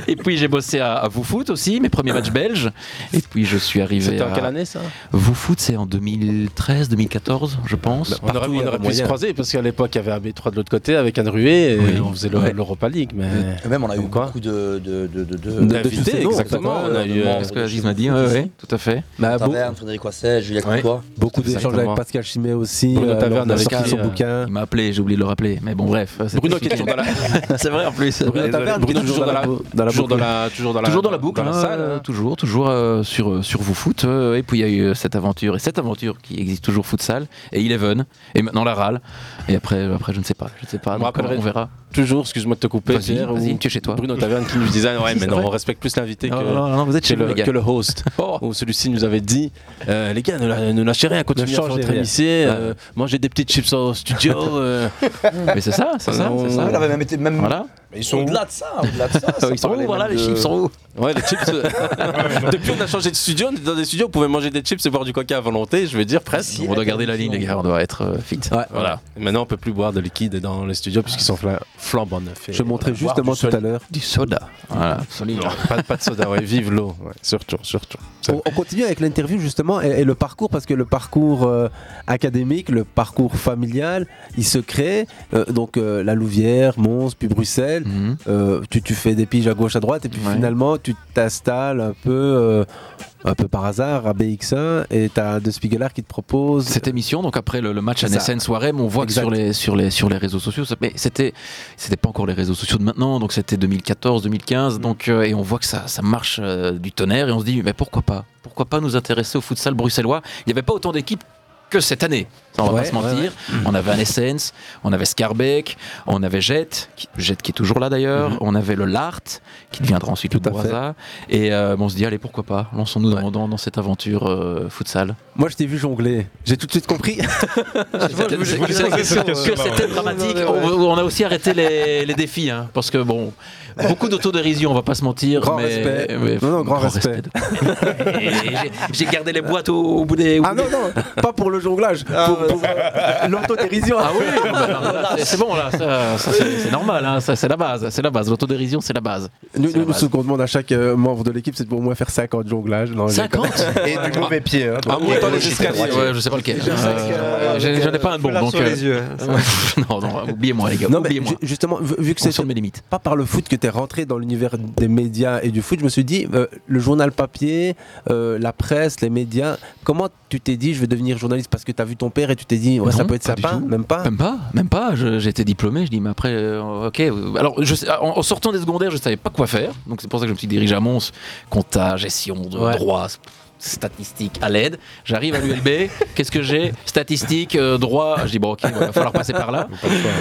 Speaker 7: et puis j'ai bossé à, à Vous Foot aussi, mes premiers matchs belges. Et puis je suis arrivé.
Speaker 10: C'était en
Speaker 7: à-
Speaker 10: quelle année, ça
Speaker 7: Vous Foot, c'est en 2013, 2014, je pense.
Speaker 9: On aurait, on aurait pu se croiser parce qu'à l'époque, il y avait AB3 de l'autre côté avec Anne Rué et on faisait le- l'Europa League. Mais...
Speaker 13: Et même, on a eu
Speaker 9: quoi
Speaker 13: beaucoup de. de, de, de, de-
Speaker 9: D'invités,
Speaker 13: de-
Speaker 9: exactement.
Speaker 13: de-
Speaker 9: On a
Speaker 13: de-
Speaker 9: eu,
Speaker 13: de-
Speaker 9: euh,
Speaker 13: de-
Speaker 9: ce que
Speaker 13: de-
Speaker 9: Aziz
Speaker 13: de-
Speaker 9: m'a dit,
Speaker 13: de-
Speaker 9: ouais,
Speaker 13: de-
Speaker 9: ouais,
Speaker 7: tout à fait.
Speaker 8: Bah,
Speaker 13: Taverne, Frédéric Wasset, Julien
Speaker 7: Ouais.
Speaker 13: Courtois.
Speaker 8: Beaucoup d'échanges
Speaker 7: Exactement.
Speaker 8: avec Pascal Chimet aussi. euh, lors de la sortie de son bouquin.
Speaker 7: Il m'a appelé, j'ai oublié de le rappeler. Mais bon, bref. c'était-
Speaker 9: Bruno qui est toujours dans la-
Speaker 7: c'est vrai en plus.
Speaker 9: Bruno Désolé, Taverne qui Bruno est toujours dans la- toujours dans la- dans la
Speaker 7: toujours
Speaker 9: boucle.
Speaker 7: dans la-
Speaker 9: Toujours dans la-
Speaker 7: toujours dans la boucle.
Speaker 9: dans la
Speaker 7: hein,
Speaker 9: salle,
Speaker 7: euh, Toujours, toujours euh, sur euh, sur vous foot. euh, Et puis il y a eu euh, cette aventure et cette aventure qui existe toujours futsal et Eleven et maintenant la RAL. Et après euh, après je ne sais pas, je ne sais pas.
Speaker 9: On
Speaker 7: donc,
Speaker 9: rappellerait
Speaker 7: on verra.
Speaker 9: Toujours, excuse-moi de te couper,
Speaker 7: Vas-y,
Speaker 9: Pierre,
Speaker 7: vas-y,
Speaker 9: ou
Speaker 7: tu es chez toi.
Speaker 9: Bruno Taverne qui nous disait Ouais,
Speaker 7: Si,
Speaker 9: mais
Speaker 7: c'est
Speaker 9: non,
Speaker 7: vrai.
Speaker 9: on respecte plus l'invité que,
Speaker 7: Non, non, non, vous êtes
Speaker 9: que
Speaker 7: chez nous,
Speaker 9: le,
Speaker 7: les gars.
Speaker 9: que
Speaker 7: Oh.
Speaker 9: le host. Ou celui-ci nous avait dit euh, Les gars, ne, la- ne lâchez rien, continuez
Speaker 7: Ne
Speaker 9: à faire
Speaker 7: changez
Speaker 9: votre
Speaker 7: rien. Ah.
Speaker 9: émission, euh, mangez des petites chips au studio. euh.
Speaker 7: Mais c'est ça, c'est ça,
Speaker 9: On-
Speaker 7: c'est ça.
Speaker 13: Il avait même été. Même...
Speaker 7: Voilà.
Speaker 13: Mais Ils sont au-delà de ça, au-delà de ça. ça
Speaker 9: Ils sont
Speaker 13: parlait
Speaker 9: où, voilà,
Speaker 13: même
Speaker 9: les
Speaker 13: de-
Speaker 9: chips sont où Ouais, les chips. euh, Depuis, on a changé de studio. On était dans des studios, on pouvait manger des chips et boire du coca à volonté, je veux dire, presque.
Speaker 7: On doit garder la ligne, les gars, on doit être euh, fit. Voilà.
Speaker 9: Et Maintenant, on peut plus boire de liquide dans les studios puisqu'ils sont fla- flambant neufs.
Speaker 8: Je montrais justement tout à l'heure.
Speaker 7: Du soda. Voilà, absolument.
Speaker 9: Pas, pas de soda, ouais, vive l'eau. ouais, surtout, surtout.
Speaker 8: On, on continue avec l'interview justement et, et le parcours parce que le parcours euh, académique, le parcours familial, il se crée. Euh, donc euh, la Louvière, Mons, puis Bruxelles. Euh, tu, tu fais des piges à gauche, à droite et puis
Speaker 7: Mhm. Ouais.
Speaker 8: finalement tu t'installes un peu, euh, un peu par hasard à BX1 et t'as De Spiegelard qui te propose.
Speaker 7: cette émission. Donc après le, le match à
Speaker 8: C'est ça.
Speaker 7: Nessen Soirem, on voit
Speaker 8: Exact.
Speaker 7: que sur les, sur, les, sur les réseaux sociaux, ça- mais c'était, c'était pas encore les réseaux sociaux de maintenant, donc c'était 2014, 2015,
Speaker 8: Mm.
Speaker 7: donc, euh, et on voit que ça, ça marche euh, du tonnerre, et on se dit, mais pourquoi pas Pourquoi pas nous intéresser au futsal bruxellois Il n'y avait pas autant d'équipes que cette année, Ça, on va
Speaker 8: Ouais,
Speaker 7: pas se mentir. On avait un Essence, on avait Scarbeck, on avait Jet, qui, Jet qui est toujours là d'ailleurs,
Speaker 8: Mm-hmm.
Speaker 7: on avait le Lart, qui deviendra ensuite le Bourassa, et euh, bon, on se dit, allez, pourquoi pas Lançons-nous dans, dans, dans cette aventure euh, futsal.
Speaker 8: Moi je t'ai vu jongler, j'ai tout de suite compris.
Speaker 7: C'était-
Speaker 8: je
Speaker 7: c'est-
Speaker 8: voulais
Speaker 7: c'est-
Speaker 8: poser
Speaker 7: que
Speaker 8: cette question, euh, là,
Speaker 7: c'était
Speaker 8: ouais.
Speaker 7: dramatique.
Speaker 8: Ouais, ouais, ouais.
Speaker 7: On, on a aussi arrêté les, les défis, hein, parce que bon, beaucoup d'autodérision, on va pas se mentir.
Speaker 8: Grand
Speaker 7: mais,
Speaker 8: respect.
Speaker 7: mais-
Speaker 8: non, non, grand, respect.
Speaker 7: Et j'ai- J'ai gardé les boîtes au, au bout des.
Speaker 8: Ah non, non, pas pour le jonglage, pour, pour, euh, l'autodérision.
Speaker 7: Ah oui, bah non, là, c'est bon là, ça, ça, c'est c'est normal, hein, ça, c'est la base, c'est la base. L'autodérision, c'est la base.
Speaker 8: Nous,
Speaker 7: C'est la
Speaker 8: nous, nous,
Speaker 7: base.
Speaker 8: ce qu'on demande à chaque euh, membre de l'équipe, c'est de pour moi faire 50 jonglages. Non, j'ai-
Speaker 7: 50
Speaker 11: Et du mauvais pied. Hein, donc,
Speaker 7: montant
Speaker 11: euh,
Speaker 7: les escaliers. Ouais, je sais pas lequel.
Speaker 11: Je sais que,
Speaker 7: Euh,
Speaker 11: euh,
Speaker 7: J'en j'en ai pas un de bon.
Speaker 11: foulard
Speaker 7: Donc, euh,
Speaker 11: sur les yeux,
Speaker 7: non, non, oubliez-moi les gars.
Speaker 8: Non, mais
Speaker 7: oubliez-moi.
Speaker 8: ju- justement, vu- vu que c'est pas par le foot que tu es rentré dans l'univers des médias et du foot, je me suis dit, euh, le journal papier, euh, la presse, les médias, comment tu t'es dit, je vais devenir journaliste parce que tu as vu ton père et tu t'es dit, ouais, ça
Speaker 7: Non,
Speaker 8: peut être
Speaker 7: pas du
Speaker 8: sympa,
Speaker 7: tout.
Speaker 8: même pas
Speaker 7: Même pas, même pas. Je- J'étais diplômé. Je dis, mais après, euh, ok. Alors, je sais- en, en sortant des secondaires, je savais pas quoi faire. Donc, c'est pour ça que je me suis dirigé à Mons, compta, gestion, de
Speaker 8: Ouais.
Speaker 7: droit, s- statistique à l'aide. J'arrive à l'ULB. Qu'est-ce que j'ai Statistique, euh, droit. Je dis, bon, ok, il va falloir passer par là.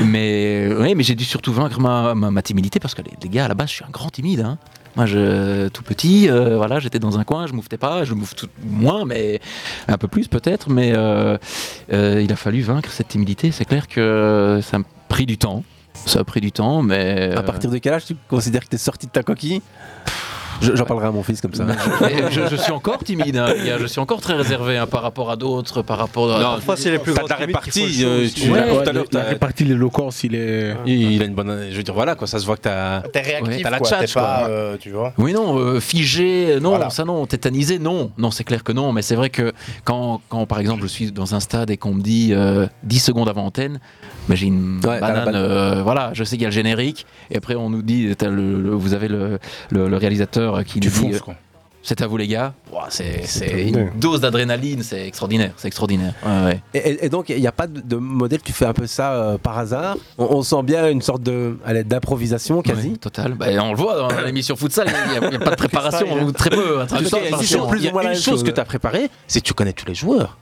Speaker 7: Mais, ouais, mais j'ai dû surtout vaincre ma, ma- ma timidité parce que les, les gars, à la base, je suis un grand timide. hein. Moi, je, tout petit, euh, voilà, j'étais dans un coin, je m'ouvrais pas, je m'ouvre tout moins, mais un peu plus peut-être. Mais euh, euh, il a fallu vaincre cette timidité. C'est clair que ça a pris du temps. Ça a pris du temps, mais
Speaker 8: À partir de quel âge tu considères que tu es sorti de ta coquille Je- J'en parlerai à mon fils comme ça.
Speaker 7: Mais je, je suis encore timide, hein, les gars, je suis encore très réservé hein, par rapport à d'autres, par rapport à.
Speaker 9: Non, parfois, c'est les plus
Speaker 7: T'as
Speaker 9: grandes
Speaker 7: de la
Speaker 9: limites
Speaker 7: répartie,
Speaker 9: qu'il faut
Speaker 7: euh,
Speaker 9: aussi.
Speaker 7: tu-
Speaker 9: Ouais,
Speaker 7: tout à
Speaker 9: la-
Speaker 7: l'heure,
Speaker 9: la
Speaker 7: t'as-
Speaker 14: répartie, l'éloquence, il est.
Speaker 9: Il, il a une bonne. Je veux dire, voilà, quoi, ça se voit que t'as.
Speaker 11: T'es réactif,
Speaker 9: Ouais,
Speaker 7: quoi, Ah. t'es pas, euh,
Speaker 11: tu vois.
Speaker 7: Oui, non, euh, figé, non,
Speaker 11: Voilà.
Speaker 7: ça non, tétanisé, non. Non, c'est clair que non, mais c'est vrai que quand, quand, par exemple, je suis dans un stade et qu'on me dit euh, 10 secondes avant antenne, bah, j'ai une
Speaker 8: la
Speaker 7: banane,
Speaker 8: banane.
Speaker 7: euh, voilà, je sais qu'il y a le générique, et après on nous dit, t'as le- le- vous avez le, le- le réalisateur qui nous dit...
Speaker 9: fonces,
Speaker 7: euh,
Speaker 9: quoi.
Speaker 7: C'est à vous les gars. Ouah, c'est c'est
Speaker 8: terminé.
Speaker 7: une dose d'adrénaline, c'est extraordinaire, c'est extraordinaire. Ouais, ouais.
Speaker 8: Et, et- et donc, il n'y a pas de, de modèle, tu fais un peu ça euh, par hasard. On, on sent bien une sorte de, allez, d'improvisation quasi.
Speaker 7: total. Bah, on le voit dans l'émission futsal, il n'y a, pas de préparation, ou très peu.
Speaker 9: Tu sens qu'il y a toujours plus ou moins la même chose que t'as préparé, c'est que tu connais tous les joueurs.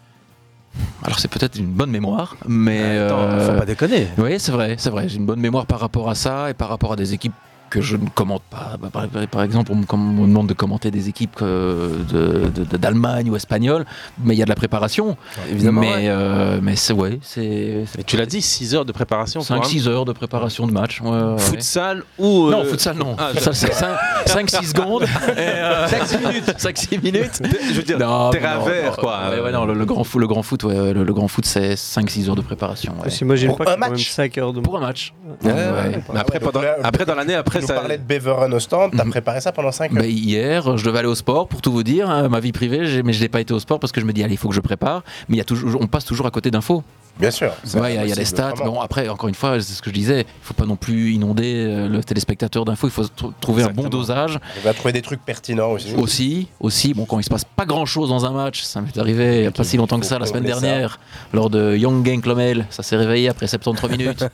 Speaker 7: Alors c'est peut-être une bonne mémoire, mais
Speaker 9: Bah, Attends,
Speaker 7: euh,
Speaker 9: faut pas déconner.
Speaker 7: Oui, c'est vrai, c'est vrai. J'ai une bonne mémoire par rapport à ça et par rapport à des équipes que je ne commente pas. Bah, par, par- par exemple, on me, com- on me demande de commenter des équipes euh, de- de- de- d'Allemagne ou espagnole, mais il y a de la préparation.
Speaker 9: Évidemment,
Speaker 7: Mais,
Speaker 9: ouais.
Speaker 7: euh, mais c'est ouais, c'est.
Speaker 9: Tu l'as dit, 6 heures de préparation.
Speaker 7: 5-6 heures de préparation de match. ouais, Ah ouais.
Speaker 9: Futsal
Speaker 8: euh,
Speaker 9: ou. euh, Ah,
Speaker 7: Non, futsal non.
Speaker 8: Ah,
Speaker 7: Futsal, c'est cinq- 5-6 secondes.
Speaker 8: euh,
Speaker 9: 5-6
Speaker 7: minutes. 5-6 minutes.
Speaker 9: Je veux dire,
Speaker 7: Non,
Speaker 9: terrain
Speaker 7: non,
Speaker 9: vert,
Speaker 7: non,
Speaker 9: quoi.
Speaker 7: ouais, ouais, non, le, le grand foot, le grand foot, ouais, ouais, le, le grand foot, c'est 5-6 heures de préparation. ouais. Euh,
Speaker 2: J'imagine pas qu'il y a quand même
Speaker 11: match.
Speaker 2: 5 heures de
Speaker 7: Pour un match.
Speaker 11: Ouais,
Speaker 7: Ouais,
Speaker 11: ouais,
Speaker 7: ouais.
Speaker 11: ouais.
Speaker 7: Mais après,
Speaker 11: Ouais, donc
Speaker 7: pendant-
Speaker 11: là,
Speaker 7: après, dans l'année, après,
Speaker 11: tu
Speaker 7: ça-
Speaker 11: nous parlais de Beveren au stand, t'as préparé ça pendant 5 heures.
Speaker 7: Ben, hier, je devais aller au sport pour tout vous dire, hein, ma vie privée, j'ai- mais je n'ai pas été au sport parce que je me dis, allez, il faut que je prépare. Mais il y a toujours, on passe toujours à côté d'infos.
Speaker 11: Bien sûr.
Speaker 7: Ouais, Il y, a- il y a des stats. Bon, après, encore une fois, c'est ce que je disais, il ne faut pas non plus inonder euh, le téléspectateur d'infos, il faut tr- trouver un bon dosage.
Speaker 11: On va trouver des trucs pertinents aussi.
Speaker 7: Aussi, aussi, bon, quand il se passe pas grand chose dans un match, ça m'est arrivé il n'y a pas si longtemps que ça la
Speaker 11: faut
Speaker 7: semaine
Speaker 11: combler ça.
Speaker 7: dernière, lors de Young Gang Clomel, ça s'est réveillé après 73 minutes.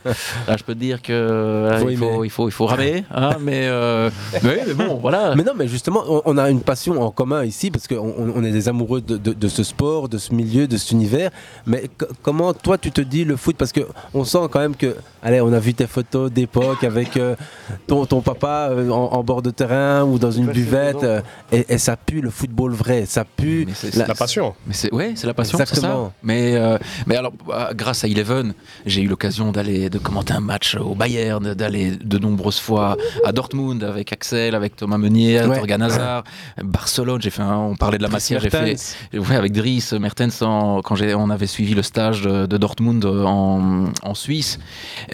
Speaker 7: Là, je peux te dire que euh,
Speaker 8: Faut
Speaker 7: il, faut, il, faut, il faut ramer, hein, mais, euh, mais, mais bon, voilà.
Speaker 8: Mais non, mais justement, on, on a une passion en commun ici parce qu'on on on est des amoureux de, de- de ce sport, de ce milieu, de cet univers. Mais co- comment toi tu te dis le foot Parce que on sent quand même que, allez, on a vu tes photos d'époque avec euh, ton, ton papa euh, en, en bord de terrain ou dans une buvette, euh, et, et ça pue le football vrai, ça pue
Speaker 7: Mais c'est ouais, c'est la passion, c'est
Speaker 8: Exactement.
Speaker 7: ça. Mais euh, mais alors bah, grâce à Eleven, j'ai eu l'occasion d'aller de commenter un match au Bayern, d'aller de nombreuses fois à Dortmund avec Axel, avec Thomas Meunier,
Speaker 8: Ouais.
Speaker 7: Torgan Hazard, Barcelone, j'ai fait un- on parlait de la
Speaker 8: Dries
Speaker 7: Masia, j'ai fait
Speaker 8: Mertens.
Speaker 7: ouais, avec Dries Mertens en- quand j'ai on avait suivi le stage de, de Dortmund euh, en, en Suisse.